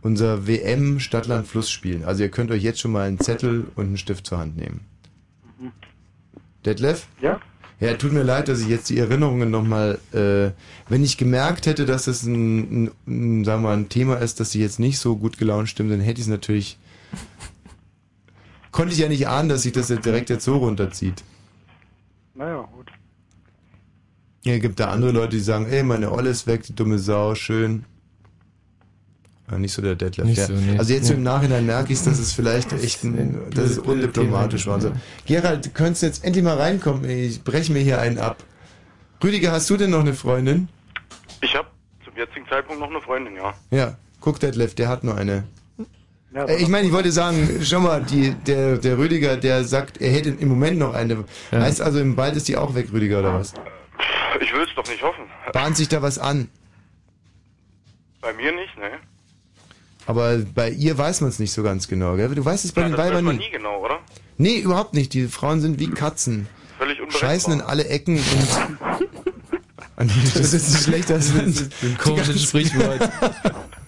Speaker 2: unser WM Stadtland Fluss spielen. Also ihr könnt euch jetzt schon mal einen Zettel und einen Stift zur Hand nehmen. Detlef?
Speaker 16: Ja?
Speaker 2: Ja, tut mir leid, dass ich jetzt die Erinnerungen nochmal, äh, wenn ich gemerkt hätte, dass das ein, ein, ein, sagen wir mal, ein Thema ist, dass sie jetzt nicht so gut gelaunt stimmt, dann hätte ich es natürlich, konnte ich ja nicht ahnen, dass sich das jetzt direkt jetzt so runterzieht.
Speaker 16: Naja, gut.
Speaker 2: Ja, gibt da andere Leute, die sagen, ey, meine Olle ist weg, die dumme Sau, schön. Ja, nicht so der Detlef.
Speaker 7: Nicht
Speaker 2: ja.
Speaker 7: so, nee.
Speaker 2: Also jetzt so
Speaker 7: Nee.
Speaker 2: im Nachhinein merke ich, dass es vielleicht echt, ein, dass es undiplomatisch war. Also, Gerald, du könntest jetzt endlich mal reinkommen, ey, ich breche mir hier einen ab. Rüdiger, hast du denn noch eine Freundin?
Speaker 19: Ich habe zum jetzigen Zeitpunkt noch eine Freundin, ja.
Speaker 2: Ja, guck Detlef, der hat nur eine.
Speaker 16: Ja,
Speaker 2: Äh, Ich meine, ich wollte sagen, schau mal, die, der, der Rüdiger, der sagt, er hätte im Moment noch eine. Heißt also, im Wald ist die auch weg, Rüdiger, oder was?
Speaker 19: Ich will es doch nicht hoffen.
Speaker 2: Bahnt sich da was an?
Speaker 19: Bei mir nicht, ne?
Speaker 2: Aber bei ihr weiß man es nicht so ganz genau, gell? Du weißt es bei
Speaker 19: Ja,
Speaker 2: den
Speaker 19: das weiß
Speaker 2: Weibern
Speaker 19: man
Speaker 2: nie.
Speaker 19: nie genau, oder?
Speaker 2: Nee, überhaupt nicht. Die Frauen sind wie Katzen.
Speaker 19: Völlig unberechenbar.
Speaker 2: Scheißen in alle Ecken und. und das ist ein schlechter das ist ein
Speaker 7: komisches Sprichwort.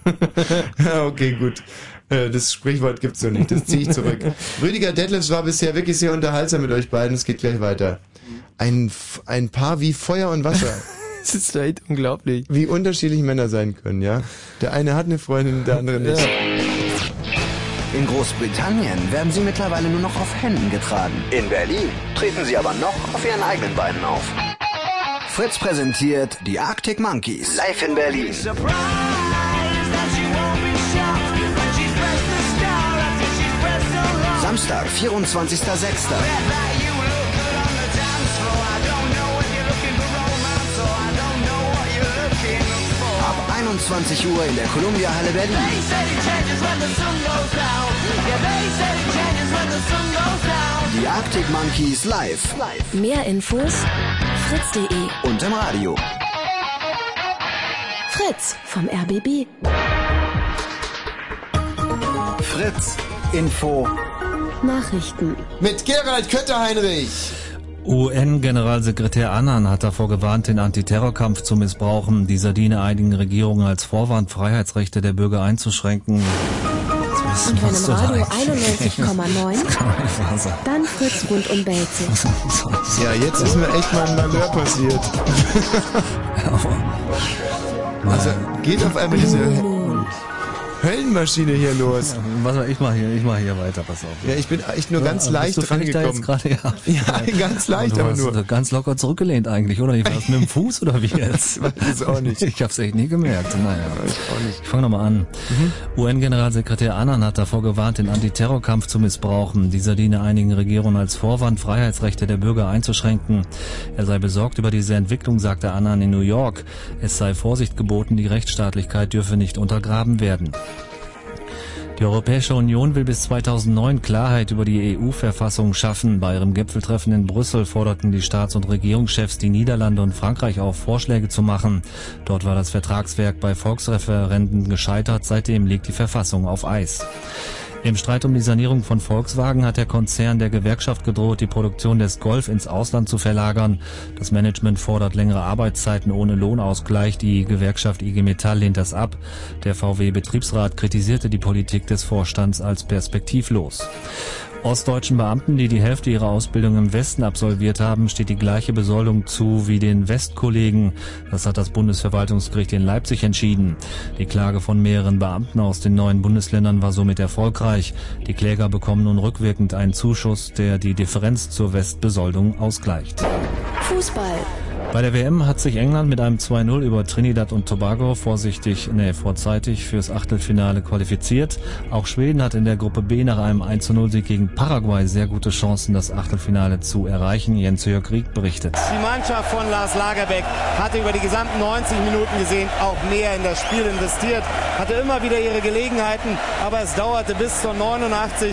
Speaker 2: ja, okay, gut. Äh, Das Sprichwort gibt's so nicht, das ziehe ich zurück. Rüdiger Detlefs war bisher wirklich sehr unterhaltsam mit euch beiden, es geht gleich weiter. Ein, F- ein Paar wie Feuer und Wasser.
Speaker 7: Das ist echt unglaublich.
Speaker 2: Wie unterschiedlich Männer sein können, ja? Der eine hat eine Freundin, der andere nicht.
Speaker 13: In Großbritannien werden sie mittlerweile nur noch auf Händen getragen. In Berlin treten sie aber noch auf ihren eigenen Beinen auf. Fritz präsentiert die Arctic Monkeys live in Berlin. Samstag, 24.06. Ab 21 Uhr in der Columbia Halle Berlin. Die Arctic Monkeys live
Speaker 11: Mehr Infos fritz.de
Speaker 13: und im Radio.
Speaker 11: Fritz vom RBB.
Speaker 13: Fritz, Info.
Speaker 11: Nachrichten.
Speaker 2: Mit Gerald Kötter-Heinrich.
Speaker 17: UN-Generalsekretär Annan hat davor gewarnt, den Antiterrorkampf zu missbrauchen. Dieser diene einigen Regierungen als Vorwand, Freiheitsrechte der Bürger einzuschränken. Jetzt Das
Speaker 11: Und wenn
Speaker 17: machst
Speaker 11: im
Speaker 17: du
Speaker 11: Radio
Speaker 17: da eigentlich?
Speaker 11: 91,9,
Speaker 17: Kann man nicht wahr sein.
Speaker 11: dann Fritz rund um Belzig.
Speaker 2: Ja, jetzt ist mir echt mal ein Malheur passiert. also geht auf einmal diese Höllenmaschine hier los.
Speaker 17: Warte mal, ich mach hier, ich mach hier weiter, pass auf.
Speaker 2: Ja, ich bin echt nur
Speaker 17: Ja,
Speaker 2: ganz
Speaker 17: bist
Speaker 2: leicht
Speaker 17: du vielleicht da
Speaker 2: rangekommen.
Speaker 17: jetzt gerade,
Speaker 2: ja. ganz leicht,
Speaker 17: du
Speaker 2: aber
Speaker 17: hast
Speaker 2: nur.
Speaker 17: so Ganz locker zurückgelehnt eigentlich, oder? Ich war das mit dem Fuß oder wie jetzt?
Speaker 2: Ich weiß es auch nicht.
Speaker 17: Ich hab's echt nie gemerkt. Naja. Ich, ich fange nochmal an.
Speaker 2: Mhm.
Speaker 17: UN-Generalsekretär Annan hat davor gewarnt, den Antiterrorkampf zu missbrauchen. Dieser diene einigen Regierungen als Vorwand, Freiheitsrechte der Bürger einzuschränken. Er sei besorgt über diese Entwicklung, sagte Annan in New York. Es sei Vorsicht geboten, die Rechtsstaatlichkeit dürfe nicht untergraben werden. Die Europäische Union will bis 2009 Klarheit über die EU-Verfassung schaffen. Bei ihrem Gipfeltreffen in Brüssel forderten die Staats- und Regierungschefs die Niederlande und Frankreich auf, Vorschläge zu machen. Dort war das Vertragswerk bei Volksreferenden gescheitert. Seitdem liegt die Verfassung auf Eis. Im Streit um die Sanierung von Volkswagen hat der Konzern der Gewerkschaft gedroht, die Produktion des Golf ins Ausland zu verlagern. Das Management fordert längere Arbeitszeiten ohne Lohnausgleich. Die Gewerkschaft IG Metall lehnt das ab. Der VW-Betriebsrat kritisierte die Politik des Vorstands als perspektivlos. Ostdeutschen Beamten, die die Hälfte ihrer Ausbildung im Westen absolviert haben, steht die gleiche Besoldung zu wie den Westkollegen. Das hat das Bundesverwaltungsgericht in Leipzig entschieden. Die Klage von mehreren Beamten aus den neuen Bundesländern war somit erfolgreich. Die Kläger bekommen nun rückwirkend einen Zuschuss, der die Differenz zur Westbesoldung ausgleicht.
Speaker 11: Fußball.
Speaker 17: Bei der WM hat sich England mit einem 2-0 über Trinidad und Tobago vorsichtig, nee, vorzeitig fürs Achtelfinale qualifiziert. Auch Schweden hat in der Gruppe B nach einem 1-0-Sieg gegen Paraguay sehr gute Chancen, das Achtelfinale zu erreichen. Jens Jörg Rieck berichtet.
Speaker 25: Die Mannschaft von Lars Lagerbeck hatte über die gesamten 90 Minuten gesehen auch mehr in das Spiel investiert, hatte immer wieder ihre Gelegenheiten, aber es dauerte bis zur 89.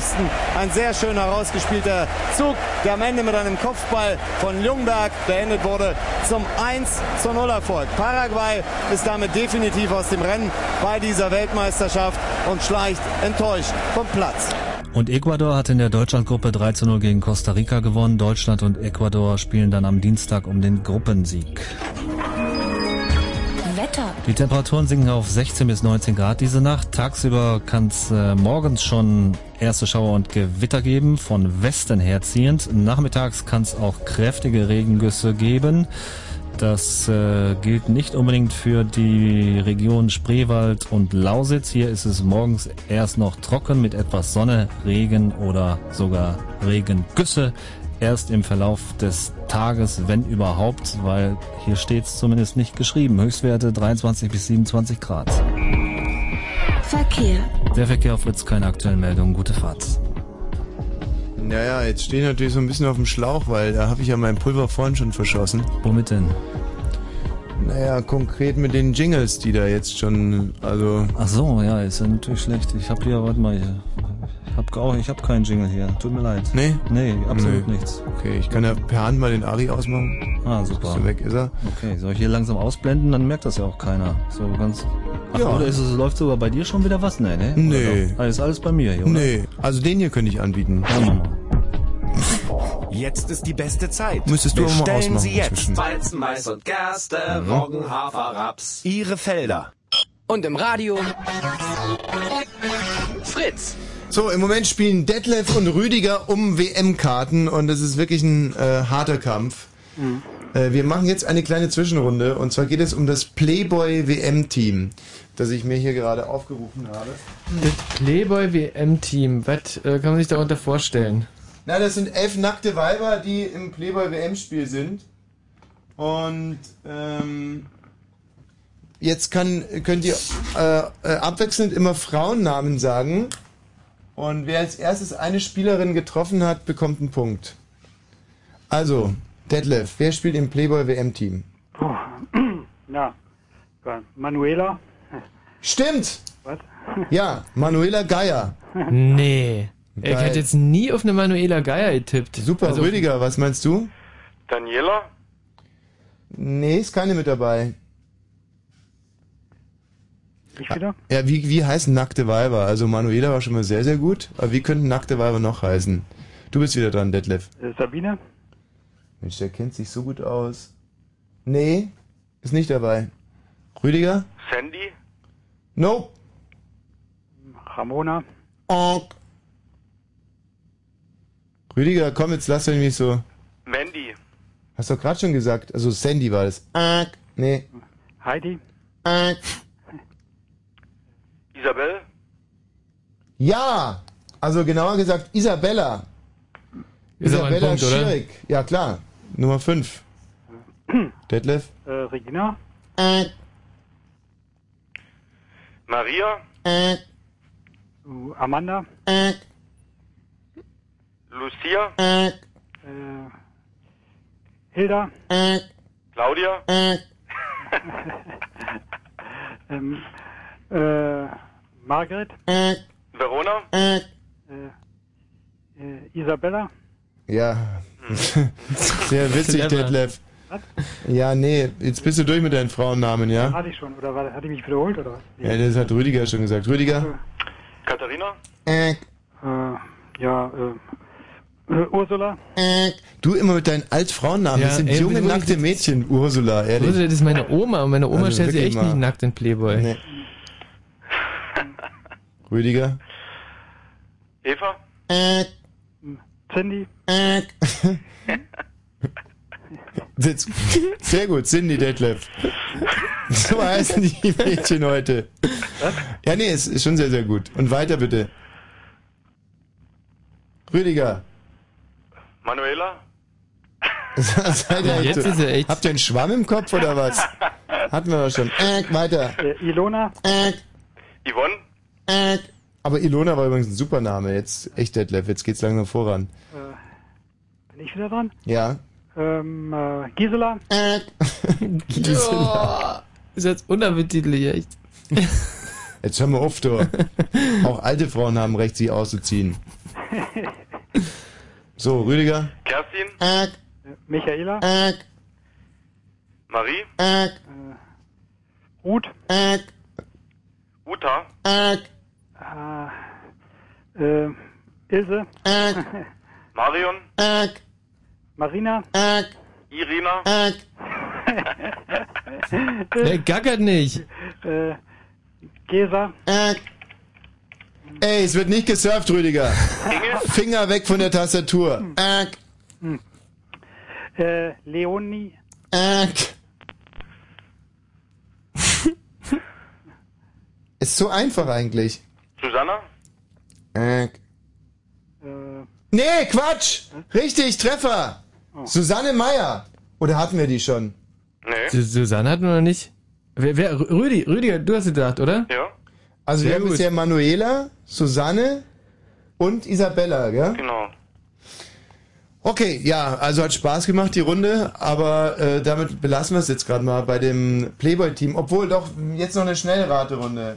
Speaker 25: Ein sehr schön herausgespielter Zug, der am Ende mit einem Kopfball von Ljungberg beendet wurde zum 1 zu 0 Erfolg. Paraguay ist damit definitiv aus dem Rennen bei dieser Weltmeisterschaft und schleicht enttäuscht vom Platz.
Speaker 17: Und Ecuador hat in der Deutschlandgruppe 3-0 gegen Costa Rica gewonnen. Deutschland und Ecuador spielen dann am Dienstag um den Gruppensieg.
Speaker 11: Wetter.
Speaker 17: Die Temperaturen sinken auf 16 bis 19 Grad diese Nacht. Tagsüber kann es äh, morgens schon erste Schauer und Gewitter geben, von Westen herziehend. Nachmittags kann es auch kräftige Regengüsse geben. Das äh, gilt nicht unbedingt für die Region Spreewald und Lausitz. Hier ist es morgens erst noch trocken mit etwas Sonne, Regen oder sogar Regengüsse erst im Verlauf des Tages, wenn überhaupt, weil hier steht es zumindest nicht geschrieben. Höchstwerte 23 bis 27 Grad.
Speaker 11: Verkehr.
Speaker 17: Der Verkehr auf Fritz, keine aktuellen Meldungen, gute Fahrt.
Speaker 2: Naja, jetzt stehe ich natürlich so ein bisschen auf dem Schlauch, weil da habe ich ja mein Pulver vorhin schon verschossen.
Speaker 17: Womit denn?
Speaker 2: Naja, konkret mit den Jingles, die da jetzt schon, also...
Speaker 17: Ach so, ja, ist ja natürlich schlecht. Ich habe hier, warte mal, hier. ich habe auch, ich habe keinen Jingle hier. Tut mir leid.
Speaker 2: Nee?
Speaker 17: Nee, absolut
Speaker 2: Nö.
Speaker 17: nichts.
Speaker 2: Okay, ich kann ja per Hand mal den Ari ausmachen.
Speaker 17: Ah, super.
Speaker 2: So weg ist er.
Speaker 17: Okay, soll ich hier langsam ausblenden, dann merkt das ja auch keiner. So ganz. Ach,
Speaker 2: Ja.
Speaker 17: oder ist es, läuft sogar bei dir schon wieder was? Nee, ne?
Speaker 2: Nee.
Speaker 17: Alles, alles bei mir hier, oder?
Speaker 2: Nee, also den hier könnte ich anbieten.
Speaker 21: Jetzt ist die beste Zeit.
Speaker 2: Müsstest du aber mal
Speaker 21: Bestellen
Speaker 2: ausmachen Mhm.
Speaker 21: Sie jetzt
Speaker 2: inzwischen.
Speaker 21: Weizen, Mais und Gerste, Roggen, Hafer, Raps. Ihre Felder.
Speaker 13: Und im Radio. Fritz.
Speaker 2: So, im Moment spielen Detlef und Rüdiger um WM-Karten und es ist wirklich ein äh, harter Kampf. Äh, wir machen jetzt eine kleine Zwischenrunde und zwar geht es um das Playboy WM-Team, das ich mir hier gerade aufgerufen habe.
Speaker 7: Das Playboy WM-Team, was äh, kann man sich darunter vorstellen?
Speaker 2: Na, das sind elf nackte Weiber, die im Playboy WM-Spiel sind. Und ähm, jetzt kann, könnt ihr äh, äh, abwechselnd immer Frauennamen sagen. Und wer als erstes eine Spielerin getroffen hat, bekommt einen Punkt. Also, Detlef, wer spielt im Playboy WM-Team?
Speaker 16: Na, geil. Hm. Manuela.
Speaker 2: Stimmt!
Speaker 16: Was?
Speaker 2: Ja, Manuela Geier.
Speaker 7: Nee. Ich
Speaker 2: Geil.
Speaker 7: hätte jetzt nie auf eine Manuela Geier getippt.
Speaker 2: Super,
Speaker 7: Also-
Speaker 2: Rüdiger, was meinst du?
Speaker 19: Daniela?
Speaker 2: Nee, ist keine mit dabei.
Speaker 16: Ich wieder?
Speaker 2: Ja, wie, wie heißen nackte Weiber? Also Manuela war schon mal sehr, sehr gut. Aber wie könnten nackte Weiber noch heißen? Du bist wieder dran, Detlef.
Speaker 16: Äh, Sabine?
Speaker 2: Mensch, der kennt sich so gut aus. Nee, ist nicht dabei. Rüdiger?
Speaker 19: Sandy?
Speaker 2: Nope.
Speaker 16: Ramona?
Speaker 2: Onk. Rüdiger, komm, jetzt lass mich nicht so.
Speaker 19: Mandy.
Speaker 2: Hast du doch gerade schon gesagt. Also Sandy war das. Onk. Nee.
Speaker 24: Heidi.
Speaker 2: Onk.
Speaker 19: Isabel.
Speaker 2: Ja. Also genauer gesagt Isabella.
Speaker 7: Ist aber ein
Speaker 2: Isabella
Speaker 7: Punkt, oder?
Speaker 2: Schierig. Ja, klar. Nummer 5. Detlef.
Speaker 16: Äh, Regina?
Speaker 19: Maria.
Speaker 16: Äh, Amanda?
Speaker 19: Lucia.
Speaker 16: Äh, Hilda?
Speaker 2: Äh.
Speaker 19: Claudia.
Speaker 16: Äh. ähm, äh, Margret?
Speaker 19: Verona.
Speaker 16: Äh, äh, Isabella?
Speaker 2: Ja. Sehr witzig,
Speaker 16: Clever.
Speaker 2: Detlef.
Speaker 16: Was?
Speaker 2: Ja, nee, jetzt bist du durch mit deinen Frauennamen, ja?
Speaker 16: Hatte ich schon, oder war, hatte ich mich wiederholt, oder was?
Speaker 2: Ja, das hat Rüdiger schon gesagt. Rüdiger?
Speaker 19: Katharina?
Speaker 2: Äh,
Speaker 16: ja, äh, äh, Ursula?
Speaker 2: Du immer mit deinen Altfrauennamen.
Speaker 7: Ja,
Speaker 2: das sind
Speaker 7: ey,
Speaker 2: junge,
Speaker 7: wirklich,
Speaker 2: nackte Mädchen, Ursula, ehrlich. Also
Speaker 7: Ursula, das ist meine Oma und meine Oma stellt sich
Speaker 2: wirklich
Speaker 7: echt nicht
Speaker 2: mal.
Speaker 7: nackt in Playboy.
Speaker 2: Nee. Rüdiger?
Speaker 19: Eva?
Speaker 16: Cindy?
Speaker 2: Sitz. Sehr gut, Cindy Detlef. So heißen die Mädchen heute. Ja, nee, es ist schon sehr, sehr gut. Und weiter bitte. Rüdiger.
Speaker 19: Manuela?
Speaker 2: Seid ihr
Speaker 19: Jetzt ist er
Speaker 2: Habt ihr einen Schwamm im Kopf oder was? Hatten wir doch schon. Äh, weiter.
Speaker 16: Ilona?
Speaker 2: Äh,
Speaker 19: Yvonne?
Speaker 2: äh. Aber Ilona war übrigens ein super Name. Jetzt echt Detlef, jetzt geht's langsam voran.
Speaker 16: Äh, bin ich wieder dran?
Speaker 2: Ja.
Speaker 16: Ähm, äh, Gisela?
Speaker 7: Gisela. Ist jetzt unappetitlich, echt.
Speaker 2: Jetzt hören wir auf, du. Auch alte Frauen haben Recht, sie auszuziehen. So, Rüdiger.
Speaker 19: Kerstin?
Speaker 16: Michaela?
Speaker 19: Marie?
Speaker 16: Äh, Ruth?
Speaker 19: Uta?
Speaker 16: Äh, äh, Ilse?
Speaker 19: Marion?
Speaker 16: Marina?
Speaker 19: Irina?
Speaker 7: Der gackert nicht.
Speaker 16: Äh, Gesa?
Speaker 2: Ey, es wird nicht gesurft, Rüdiger. Finger weg von der Tastatur.
Speaker 16: Hm. Äh, Leonie?
Speaker 2: Ist so einfach eigentlich.
Speaker 19: Susanna?
Speaker 2: Nee, Quatsch! Richtig, Treffer!
Speaker 7: Oh.
Speaker 2: Susanne Meyer. Oder hatten wir die schon?
Speaker 7: Su- Susanne hatten wir noch nicht. Wer, wer, Rü- Rüdi, Rüdiger, du hast gedacht, oder?
Speaker 19: Ja.
Speaker 2: Also
Speaker 7: Sehr
Speaker 2: wir haben
Speaker 7: gut.
Speaker 2: bisher Manuela, Susanne und Isabella, gell?
Speaker 19: Genau.
Speaker 2: Okay, ja, also hat Spaß gemacht die Runde, aber äh, damit belassen wir es jetzt gerade mal bei dem Playboy-Team. Obwohl doch jetzt noch eine Schnellraterunde.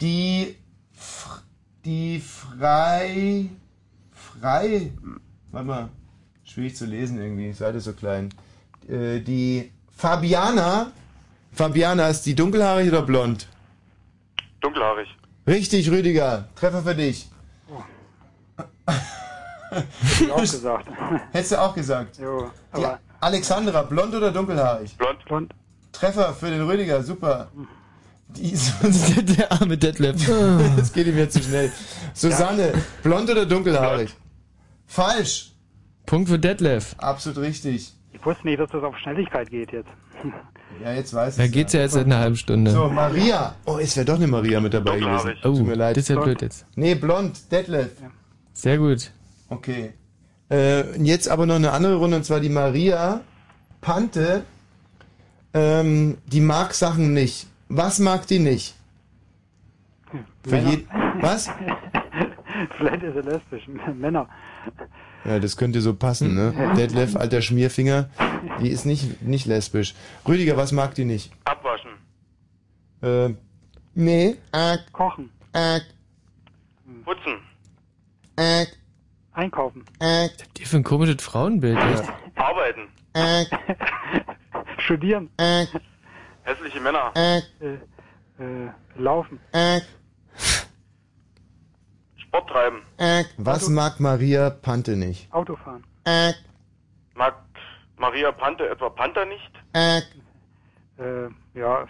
Speaker 2: Die Fr- die frei frei warte mal schwierig zu lesen irgendwie Seite so klein. Äh, die Fabiana Fabiana ist die dunkelhaarig oder blond?
Speaker 19: Dunkelhaarig.
Speaker 2: Richtig, Rüdiger. Treffer für dich.
Speaker 16: Hätte ich auch gesagt.
Speaker 2: Hättest du auch gesagt.
Speaker 16: Jo,
Speaker 2: Die Alexandra, blond oder dunkelhaarig?
Speaker 19: Blond.
Speaker 16: Blond.
Speaker 2: Treffer für den Rüdiger, super. Die, der, der arme Detlef. Das geht ihm jetzt zu schnell. Susanne, blond oder dunkelhaarig? Falsch.
Speaker 7: Punkt für Detlef.
Speaker 2: Absolut richtig.
Speaker 16: Ich wusste nicht, dass das auf Schnelligkeit geht jetzt.
Speaker 2: Ja, jetzt weiß
Speaker 7: Da
Speaker 2: ich.
Speaker 7: geht's ja jetzt seit einer halben Stunde.
Speaker 2: So, Maria. Oh, es wäre doch eine Maria mit dabei gewesen.
Speaker 7: Oh,
Speaker 2: Tut mir leid.
Speaker 7: das ist ja blöd jetzt.
Speaker 2: Nee, blond, Detlef.
Speaker 7: Sehr gut.
Speaker 2: Okay. Äh, jetzt aber noch eine andere Runde, und zwar die Maria Pante. Ähm, die mag Sachen nicht. Was mag die nicht? Für
Speaker 16: Männer.
Speaker 2: je Was?
Speaker 16: Vielleicht ist er lesbisch. Männer.
Speaker 2: Ja, das könnte so passen, ne? Detlef, alter Schmierfinger, die ist nicht, nicht lesbisch. Rüdiger, was mag die nicht?
Speaker 19: Abwaschen.
Speaker 2: Äh, nee.
Speaker 16: Kochen.
Speaker 19: Putzen.
Speaker 2: Äh,
Speaker 16: Einkaufen.
Speaker 7: Dir für ein komisches Frauenbild, echt?
Speaker 19: Arbeiten.
Speaker 16: Studieren.
Speaker 19: Hässliche Männer.
Speaker 16: Äh, äh, laufen.
Speaker 19: Sport treiben.
Speaker 2: Was
Speaker 16: Also-
Speaker 2: mag Maria Pante nicht?
Speaker 16: Autofahren.
Speaker 19: Mag Maria Panther etwa Panther nicht?
Speaker 16: Äh, ja,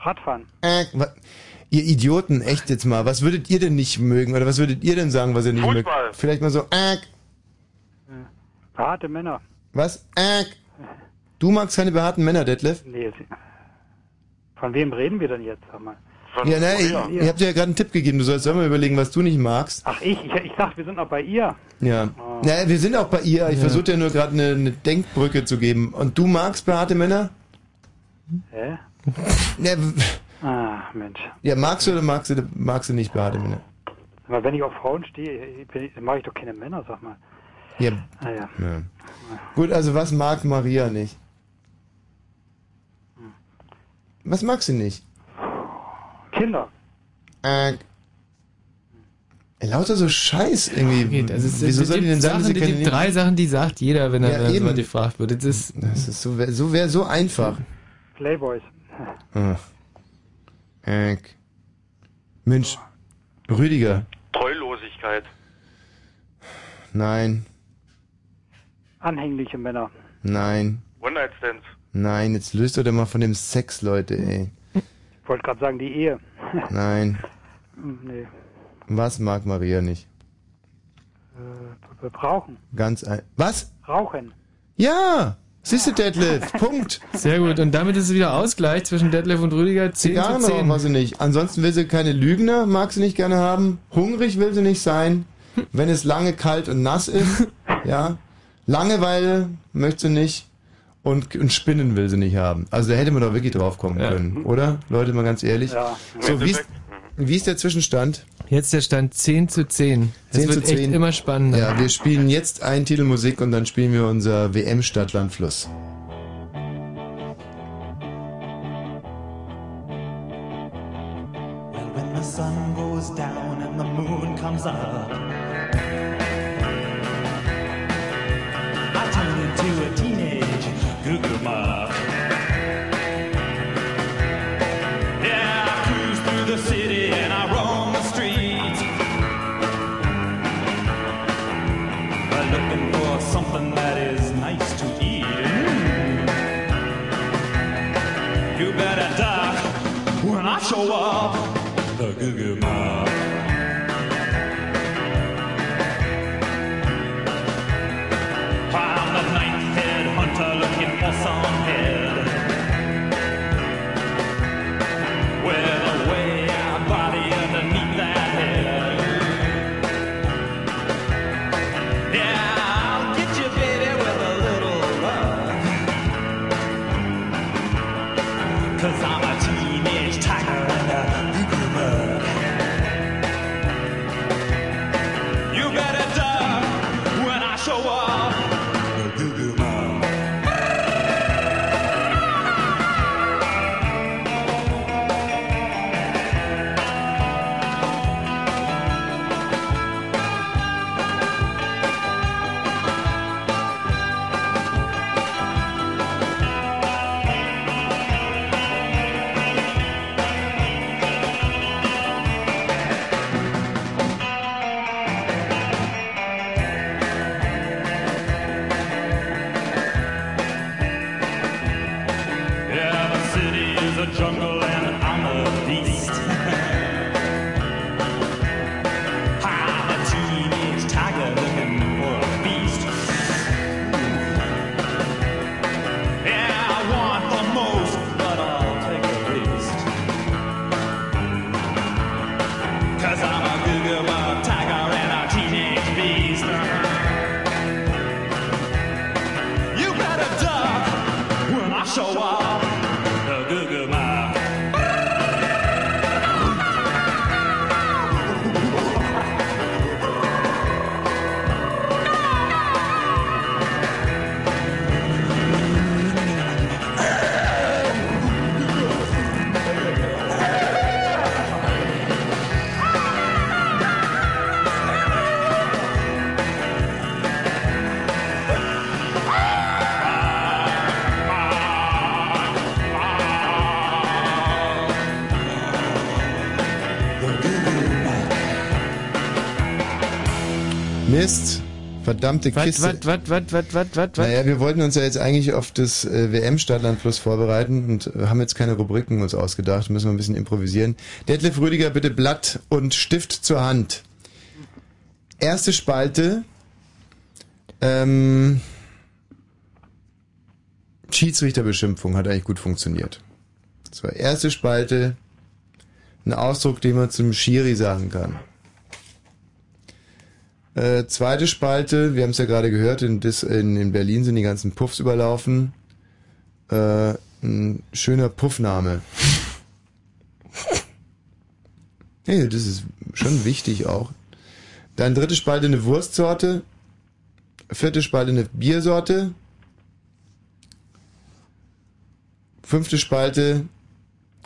Speaker 16: Radfahren.
Speaker 2: Äh, wa- ihr Idioten, echt jetzt mal. Was würdet ihr denn nicht mögen? Oder was würdet ihr denn sagen, was ihr nicht mögt?
Speaker 16: Fußball.
Speaker 2: Vielleicht mal so, äh,
Speaker 16: Harte Männer.
Speaker 2: was? Äh. Du magst keine behaarten Männer, Detlef?
Speaker 16: Nee, sie- von wem reden wir denn jetzt? Sag mal.
Speaker 2: Ja, ne, ich, ihr habt dir ja gerade einen Tipp gegeben. Du sollst selber mal überlegen, was du nicht magst.
Speaker 16: Ach, ich, ich, ich dachte, wir sind auch bei ihr.
Speaker 2: Ja. Naja, wir sind auch bei ihr. Ich
Speaker 16: Ja.
Speaker 2: versuche dir nur gerade eine, eine Denkbrücke zu geben. Und du magst behaarte Männer?
Speaker 16: Hä?
Speaker 2: Ja, w-
Speaker 16: Ah, Mensch.
Speaker 2: ja magst du oder magst du, magst du nicht behaarte Männer?
Speaker 16: Aber wenn ich auf Frauen stehe, ich bin- dann mache ich doch keine Männer, sag mal.
Speaker 2: Ja.
Speaker 16: Naja.
Speaker 2: ja. Gut, also was mag Maria nicht? Was mag sie nicht?
Speaker 16: Kinder.
Speaker 2: Äh, lauter so Scheiß irgendwie.
Speaker 7: Also es
Speaker 2: Wieso
Speaker 7: gibt
Speaker 2: soll die denn sagen,
Speaker 7: Sachen,
Speaker 2: sie
Speaker 7: es
Speaker 2: können
Speaker 7: gibt drei Sachen, die sagt jeder, wenn
Speaker 2: Ja,
Speaker 7: er wenn
Speaker 2: eben.
Speaker 7: jemand gefragt wird. Das ist,
Speaker 2: das ist so, wär- so wäre so einfach.
Speaker 16: Playboys.
Speaker 2: Ach. Äh, Mensch, Rüdiger,
Speaker 29: Treulosigkeit.
Speaker 2: nein,
Speaker 16: Anhängliche Männer.
Speaker 2: nein,
Speaker 29: One-Night-Stands.
Speaker 2: nein, jetzt löst doch mal von dem Sex, Leute, ey.
Speaker 16: Ich wollte gerade sagen, die Ehe.
Speaker 2: Nein,
Speaker 16: Hm, nee.
Speaker 2: was mag Maria nicht?
Speaker 16: Äh, wir brauchen.
Speaker 2: Ganz ein. Was?
Speaker 16: Rauchen.
Speaker 2: Ja! Ah, Siehst du, Detlef, Punkt.
Speaker 7: Sehr gut. Und damit ist es wieder Ausgleich zwischen Detlef und Rüdiger. 10 zu
Speaker 2: Zigarren
Speaker 7: 10.
Speaker 2: rauchen sie nicht. Ansonsten will sie keine Lügner, mag sie nicht gerne haben. Hungrig will sie nicht sein, wenn es lange kalt und nass ist. ja. Langeweile möchte sie nicht. Und, und Spinnen will sie nicht haben. Also da hätte man doch wirklich drauf kommen können, oder? Leute, mal ganz ehrlich.
Speaker 7: Ja.
Speaker 2: So, wie ist, wie ist der Zwischenstand?
Speaker 7: Jetzt der Stand 10 zu 10. Es
Speaker 2: 10 zu
Speaker 7: wird echt
Speaker 2: 10.
Speaker 7: immer spannender.
Speaker 2: Ja, wir spielen jetzt einen Titel Musik und dann spielen wir unser WM Stadtland Fluss.
Speaker 6: When the sun goes down and the moon comes up, I turn into a teenage Google Muff. Yeah, I cruise through the city and I roam the streets. But looking for something that is nice to eat. Mm. You better duck when I show up. The Goo Goo Mob. I'm the ninth-head hunter looking for some head. With a way out body underneath that head. Yeah, I'll get you, baby, with a little love. Cause I'm a teenage tiger and a Goo Mug. You better duck when I show up. The Goo Goo Mug. Yeah, the city is a jungle and I'm a beast. I'm a teenage tiger looking for a feast. Yeah, I want the most, but I'll take the least. Cause I'm a Google tiger and a teenage beast. You better duck when I show up. The Goo Goo Mile.
Speaker 2: Mist. Verdammte
Speaker 7: Was,
Speaker 2: Kiste.
Speaker 7: was, was, was, was, was, was, was?
Speaker 2: Naja, wir wollten uns ja jetzt eigentlich auf das äh, WM-Startland plus vorbereiten und äh, haben jetzt keine Rubriken uns ausgedacht, müssen wir ein bisschen improvisieren. Detlef Rüdiger, bitte Blatt und Stift zur Hand. Erste Spalte. Ähm, Schiedsrichterbeschimpfung hat eigentlich gut funktioniert. So, erste Spalte. Ein Ausdruck, den man zum Schiri sagen kann. Äh, zweite Spalte, wir haben es ja gerade gehört, in, Dis, in, in Berlin sind die ganzen Puffs überlaufen. Äh, ein schöner Puffname. Hey, das ist schon wichtig auch. Dann dritte Spalte eine Wurstsorte. Vierte Spalte eine Biersorte. Fünfte Spalte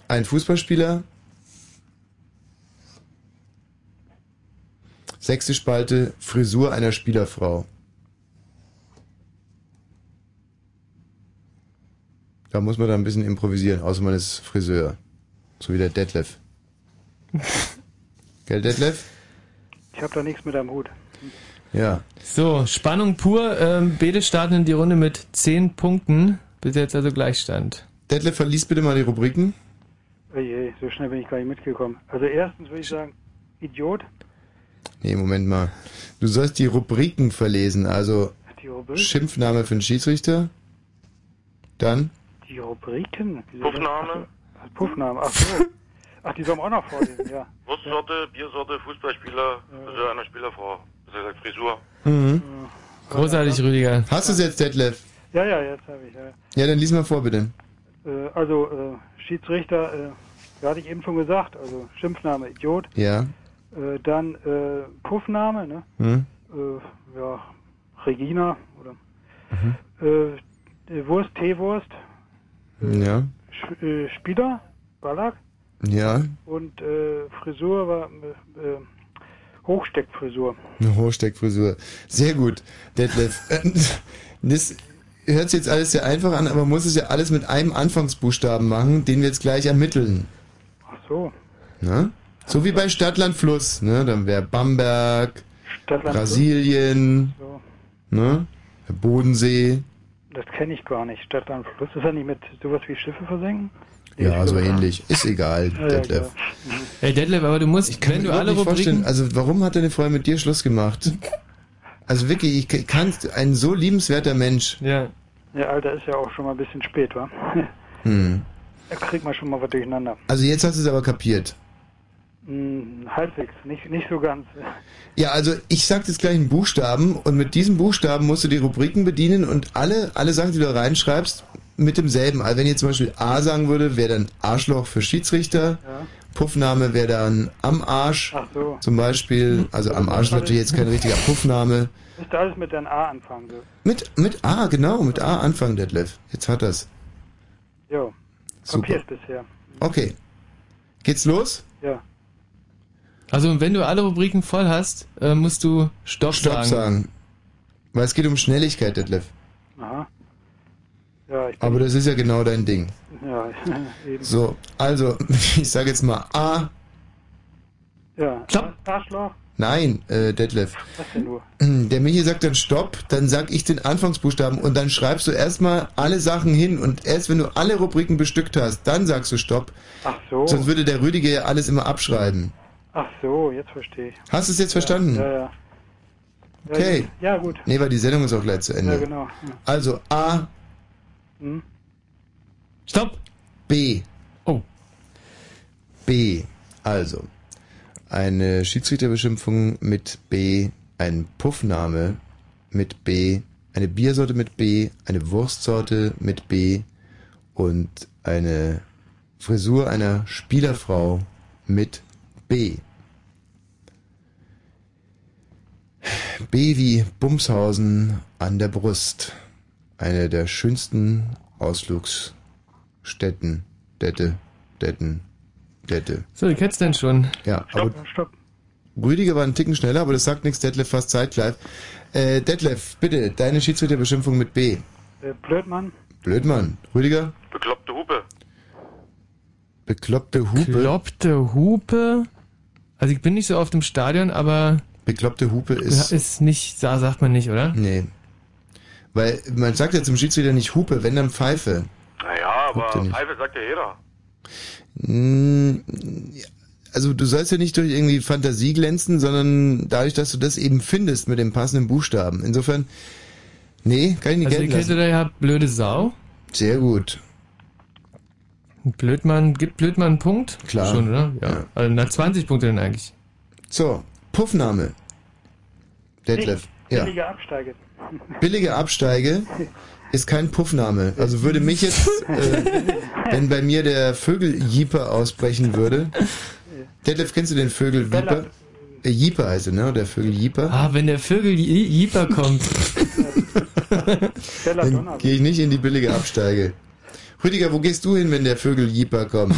Speaker 2: ein Fußballspieler. Sechste Spalte Frisur einer Spielerfrau. Da muss man dann ein bisschen improvisieren, außer man ist Friseur. So wie der Detlef. Gell, Detlef?
Speaker 16: Ich habe da nichts mit am Hut.
Speaker 2: Ja.
Speaker 7: So, Spannung pur. Ähm, Bede starten in die Runde mit 10 Punkten. Bis jetzt also Gleichstand.
Speaker 2: Detlef, verlies bitte mal die Rubriken.
Speaker 16: Ey, ey, Oh so schnell bin ich gar nicht mitgekommen. Also erstens würde ich sagen, Idiot,
Speaker 2: Nee, Moment mal. Du sollst die Rubriken verlesen, also
Speaker 16: die, Rubrik,
Speaker 2: Schimpfname für den Schiedsrichter. Dann
Speaker 16: die Rubriken. Puffname. Puffname, ach so. Ach, die sollen wir auch noch vorlesen, ja.
Speaker 19: Wurstsorte, Biersorte, Fußballspieler, Friseur einer Spielerfrau. Besser gesagt Frisur.
Speaker 7: Mhm. Großartig, Rüdiger.
Speaker 2: Hast du es jetzt, Detlef?
Speaker 16: Ja, ja, jetzt habe ich. Ja.
Speaker 2: Ja, dann lies mal vor, bitte.
Speaker 16: Äh, also, äh, Schiedsrichter, äh, ja, hatte ich eben schon gesagt, also Schimpfname, Idiot.
Speaker 2: Ja.
Speaker 16: Äh, dann äh, Puffname, ne?
Speaker 2: Hm?
Speaker 16: Äh, ja, Regina oder
Speaker 2: Mhm.
Speaker 16: äh, äh, Wurst, Teewurst,
Speaker 2: Ja.
Speaker 16: Sch äh, Spieler, Ballack
Speaker 2: Ja.
Speaker 16: und äh, Frisur war äh, äh, Hochsteckfrisur.
Speaker 2: Eine Hochsteckfrisur. Sehr gut, Detlef. Äh, Das hört sich jetzt alles sehr einfach an, aber man muss es ja alles mit einem Anfangsbuchstaben machen, den wir jetzt gleich ermitteln.
Speaker 16: Ach so.
Speaker 2: Ne? So wie bei Stadtland Fluss, ne? Dann wäre Bamberg, Brasilien, ne? Der Bodensee.
Speaker 16: Das kenne ich gar nicht. Stadt am Fluss ist ja nicht mit sowas wie Schiffe versenken.
Speaker 2: Ja, so ähnlich. Ist egal,
Speaker 16: Ja, ja,
Speaker 2: Detlef.
Speaker 7: Ey, Detlef, aber du musst,
Speaker 2: kann
Speaker 7: wenn
Speaker 2: mir
Speaker 7: du
Speaker 2: überhaupt
Speaker 7: alle
Speaker 2: nicht vorstellen,
Speaker 7: Rubriken...
Speaker 2: Also warum hat deine Freundin mit dir Schluss gemacht? Also wirklich, ich k- kannst ein so liebenswerter Mensch.
Speaker 7: Ja.
Speaker 16: Ja, Alter, ist ja auch schon mal ein bisschen spät, wa?
Speaker 2: Hm.
Speaker 16: Da kriegt man schon mal was durcheinander.
Speaker 2: Also jetzt hast du es aber kapiert.
Speaker 16: Hm, halbwegs, nicht, nicht so ganz.
Speaker 2: Ja, also ich sag jetzt gleich einen Buchstaben und mit diesem Buchstaben musst du die Rubriken bedienen und alle, alle Sachen, die du da reinschreibst, mit demselben. Also wenn ihr zum Beispiel A sagen würde, wäre dann Arschloch für Schiedsrichter. Puffname wäre dann am Arsch.
Speaker 16: Ach so.
Speaker 2: Zum Beispiel, also am Arsch ist natürlich jetzt kein richtiger Puffname.
Speaker 16: Müsste alles mit einem A anfangen. So.
Speaker 2: Mit, mit A, genau, mit A anfangen, Detlef. Jetzt hat er's.
Speaker 16: Jo,
Speaker 2: Super.
Speaker 16: kapiert bisher.
Speaker 2: Okay. Geht's los?
Speaker 16: Ja.
Speaker 7: Also, wenn du alle Rubriken voll hast, äh, musst du Stopp,
Speaker 2: Stopp
Speaker 7: sagen.
Speaker 2: sagen. Weil es geht um Schnelligkeit, Detlef.
Speaker 16: Aha. Ja, ich
Speaker 2: Aber das ist ja genau dein Ding.
Speaker 16: Ja, eben.
Speaker 2: So, also, ich sage jetzt mal A.
Speaker 16: Ja, Stopp. Arschloch,
Speaker 2: Nein, äh, Detlef.
Speaker 16: was denn nur?
Speaker 2: Hm, Der Michi sagt dann Stopp, dann sag ich den Anfangsbuchstaben und dann schreibst du erstmal alle Sachen hin und erst wenn du alle Rubriken bestückt hast, dann sagst du Stopp.
Speaker 16: Ach so.
Speaker 2: Sonst würde der Rüdiger ja alles immer abschreiben.
Speaker 16: Ach so, jetzt verstehe ich.
Speaker 2: Hast du es jetzt verstanden?
Speaker 16: Ja, ja. Ja,
Speaker 2: Okay.
Speaker 16: gut. Ja, gut.
Speaker 2: Nee, weil die Sendung ist auch gleich zu Ende.
Speaker 16: Ja, genau. Hm.
Speaker 2: Also A.
Speaker 16: Hm.
Speaker 7: Stopp.
Speaker 2: B.
Speaker 7: Oh.
Speaker 2: B. Also. Eine Schiedsrichterbeschimpfung mit B, ein Puffname mit B, eine Biersorte mit B, eine Wurstsorte mit B und eine Frisur einer Spielerfrau mit B. B wie Bumshausen an der Brust. Eine der schönsten Ausflugsstätten. Dette, Detten, Dette.
Speaker 7: So, du kennst den schon.
Speaker 2: Ja, aber Rüdiger war einen Ticken schneller, aber das sagt nichts. Detlef fast zeitgleich. Äh, Detlef, bitte, deine Schiedsrichterbeschimpfung mit B.
Speaker 16: Äh, Blödmann,
Speaker 2: Blödmann. Rüdiger?
Speaker 19: Bekloppte Hupe.
Speaker 2: Bekloppte Hupe.
Speaker 7: Bekloppte Hupe. Also ich bin nicht so oft im Stadion, aber
Speaker 2: Bekloppte Hupe ist.
Speaker 7: Ja, ist nicht, sa- sagt man nicht, oder?
Speaker 2: Nee. Weil man sagt ja zum Schiedsrichter nicht Hupe, wenn dann Pfeife.
Speaker 19: Naja, aber
Speaker 2: Habt ihr nicht.
Speaker 19: Pfeife sagt ja jeder.
Speaker 2: Mm, Also du sollst ja nicht durch irgendwie Fantasie glänzen, sondern dadurch, dass du das eben findest mit dem passenden Buchstaben. Insofern, nee, kann ich nicht
Speaker 7: Also ihr
Speaker 2: gelten
Speaker 7: kennt
Speaker 2: lassen.
Speaker 7: da ja blöde Sau.
Speaker 2: Sehr gut.
Speaker 7: Blödmann, gibt Blödmann einen Punkt?
Speaker 2: Klar.
Speaker 7: Schon, oder? Ja.
Speaker 2: Ja.
Speaker 7: Also na 20 Punkte denn eigentlich.
Speaker 2: So, Puffname. Detlef. Ja.
Speaker 5: Billiger Absteige.
Speaker 2: Billige Absteige ist kein Puffname. Also würde mich jetzt, äh, wenn bei mir der Vögeljieper ausbrechen würde. Detlef, kennst du den Vögeljieper? Äh, Jieper heißt er, ne? Der Vögeljieper.
Speaker 7: Ah, wenn der Vögel Jeeper kommt.
Speaker 2: Dann gehe ich nicht in die billige Absteige. Rüdiger, wo gehst du hin, wenn der Vögel Jeeper kommt?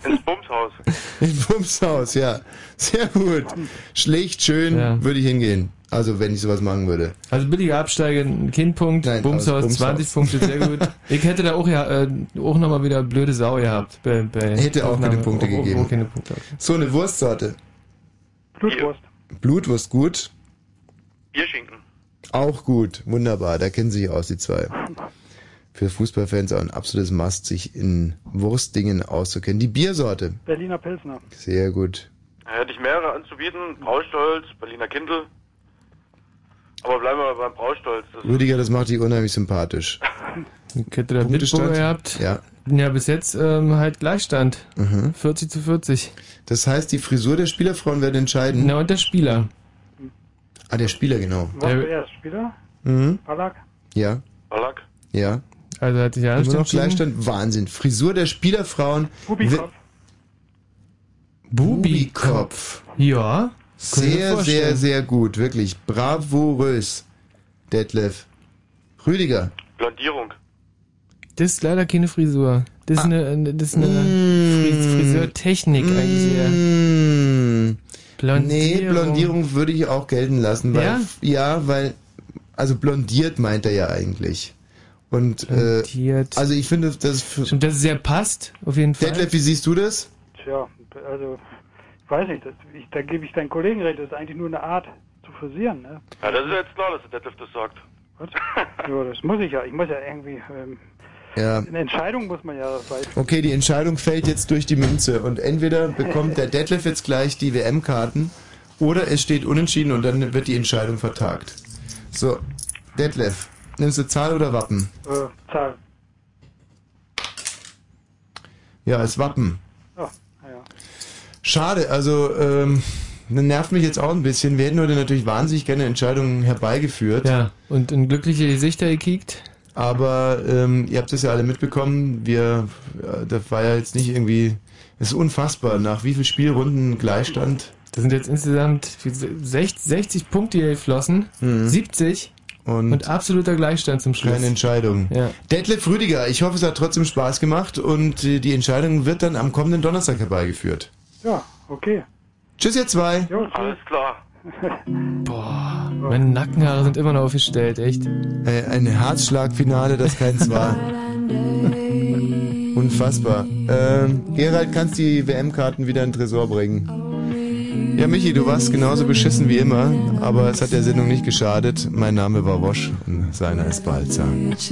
Speaker 2: Ins Bumshaus. Ins Bumshaus, ja. Sehr gut. Schlicht, schön, würde ich hingehen. Also, wenn ich sowas machen würde.
Speaker 7: Also billiger Absteiger, ein Kindpunkt,
Speaker 2: Nein,
Speaker 7: Bumshaus,
Speaker 2: aus Bumshaus.
Speaker 7: 20 Punkte, sehr gut. ich hätte da auch, ja, äh, auch nochmal wieder blöde Sau gehabt. Bei, bei
Speaker 2: Hätte auch keine
Speaker 7: Aufnahme.
Speaker 2: Punkte
Speaker 7: Auch- auch
Speaker 2: gegeben.
Speaker 7: keine Punkte.
Speaker 2: So eine Wurstsorte.
Speaker 19: Blutwurst.
Speaker 2: Blutwurst gut.
Speaker 19: Bierschinken.
Speaker 2: Auch gut. Wunderbar. Da kennen sie sich aus, die zwei. Für Fußballfans auch ein absolutes Must, sich in Wurstdingen auszukennen. Die Biersorte.
Speaker 5: Berliner Pilsner.
Speaker 2: Sehr gut.
Speaker 19: Äh, Hätte ich mehrere anzubieten. Braustolz, Berliner Kindl. Aber bleiben wir beim Braustolz. Das
Speaker 2: Rüdiger, das macht dich unheimlich sympathisch.
Speaker 7: Hätte da Bitburger
Speaker 2: Punktestand?
Speaker 7: gehabt.
Speaker 2: Ja. Mhm.
Speaker 7: Ja, bis jetzt ähm, halt Gleichstand. 40 zu 40.
Speaker 2: Das heißt, die Frisur der Spielerfrauen wird entscheiden.
Speaker 7: Na, und der Spieler.
Speaker 2: Ah, der Spieler, genau.
Speaker 5: Was zuerst? Spieler?
Speaker 2: Mhm.
Speaker 5: Ballack?
Speaker 2: Ja.
Speaker 19: Ballack.
Speaker 2: Ja.
Speaker 7: Also hat sich ja
Speaker 2: Immer noch
Speaker 7: entschieden.
Speaker 2: Gleichstand. Wahnsinn. Frisur der Spielerfrauen.
Speaker 5: Bubikopf.
Speaker 2: Bubikopf.
Speaker 7: Ja. kann ich mir
Speaker 2: Sehr,
Speaker 7: vorstellen.
Speaker 2: sehr, sehr gut. Wirklich. Bravourös. Detlef. Rüdiger.
Speaker 19: Blondierung.
Speaker 7: Das ist leider keine Frisur. Das
Speaker 2: Ah.
Speaker 7: ist eine, eine- das ist eine Fris
Speaker 2: Mm.
Speaker 7: Friseurtechnik eigentlich
Speaker 2: eher.
Speaker 7: Blondierung.
Speaker 2: Hm. Nee, Blondierung würde ich auch gelten lassen. Weil,
Speaker 7: Ja?
Speaker 2: Ja, weil, also blondiert meint er ja eigentlich. Und, blondiert. Äh, also ich finde, das... Stimmt,
Speaker 7: das sehr passt, auf jeden
Speaker 2: Fall. Detlef, wie siehst du das?
Speaker 5: Tja, also, ich weiß nicht, das, ich, da gebe ich deinen Kollegen recht, das ist eigentlich nur eine Art zu frisieren, ne?
Speaker 19: Ja, das ist ja jetzt klar, dass der Detlef das sagt.
Speaker 5: Was? ja, das muss ich ja, ich muss ja irgendwie, ähm,
Speaker 2: Ja.
Speaker 5: eine Entscheidung muss man ja treffen.
Speaker 2: Okay, die Entscheidung fällt jetzt durch die Münze und entweder bekommt der Detlef jetzt gleich die WM-Karten oder es steht unentschieden und dann wird die Entscheidung vertagt. So, Detlef, nimmst du Zahl oder Wappen?
Speaker 5: Äh, Zahl.
Speaker 2: Ja, ist Wappen.
Speaker 5: Ja, naja.
Speaker 2: Schade, also ähm, das nervt mich jetzt auch ein bisschen. Wir hätten heute natürlich wahnsinnig gerne Entscheidungen herbeigeführt.
Speaker 7: Ja, und in glückliche Gesichter gekickt.
Speaker 2: Aber ähm, ihr habt es ja alle mitbekommen. Wir, äh, das war ja jetzt nicht irgendwie, es ist unfassbar. Nach wie vielen Spielrunden Gleichstand?
Speaker 7: Das sind jetzt insgesamt 60, 60 Punkte hier geflossen, 70
Speaker 2: Mhm. und,
Speaker 7: absoluter Gleichstand zum Schluss.
Speaker 2: Keine Entscheidung.
Speaker 7: Ja.
Speaker 2: Detlef Rüdiger, ich hoffe, es hat trotzdem Spaß gemacht und äh, die Entscheidung wird dann am kommenden Donnerstag herbeigeführt.
Speaker 5: Ja, okay.
Speaker 2: Tschüss, ihr zwei.
Speaker 5: Jo, tschüss.
Speaker 19: Klar.
Speaker 7: Boah, meine Nackenhaare sind immer noch aufgestellt, echt.
Speaker 2: ein Äh, Herzschlagfinale, das keins war. Unfassbar. Ähm, Gerald, kannst die WM-Karten wieder in den Tresor bringen. Ja, Michi, du warst genauso beschissen wie immer, aber es hat der Sendung nicht geschadet. Mein Name war Wosch und seiner ist Balzer.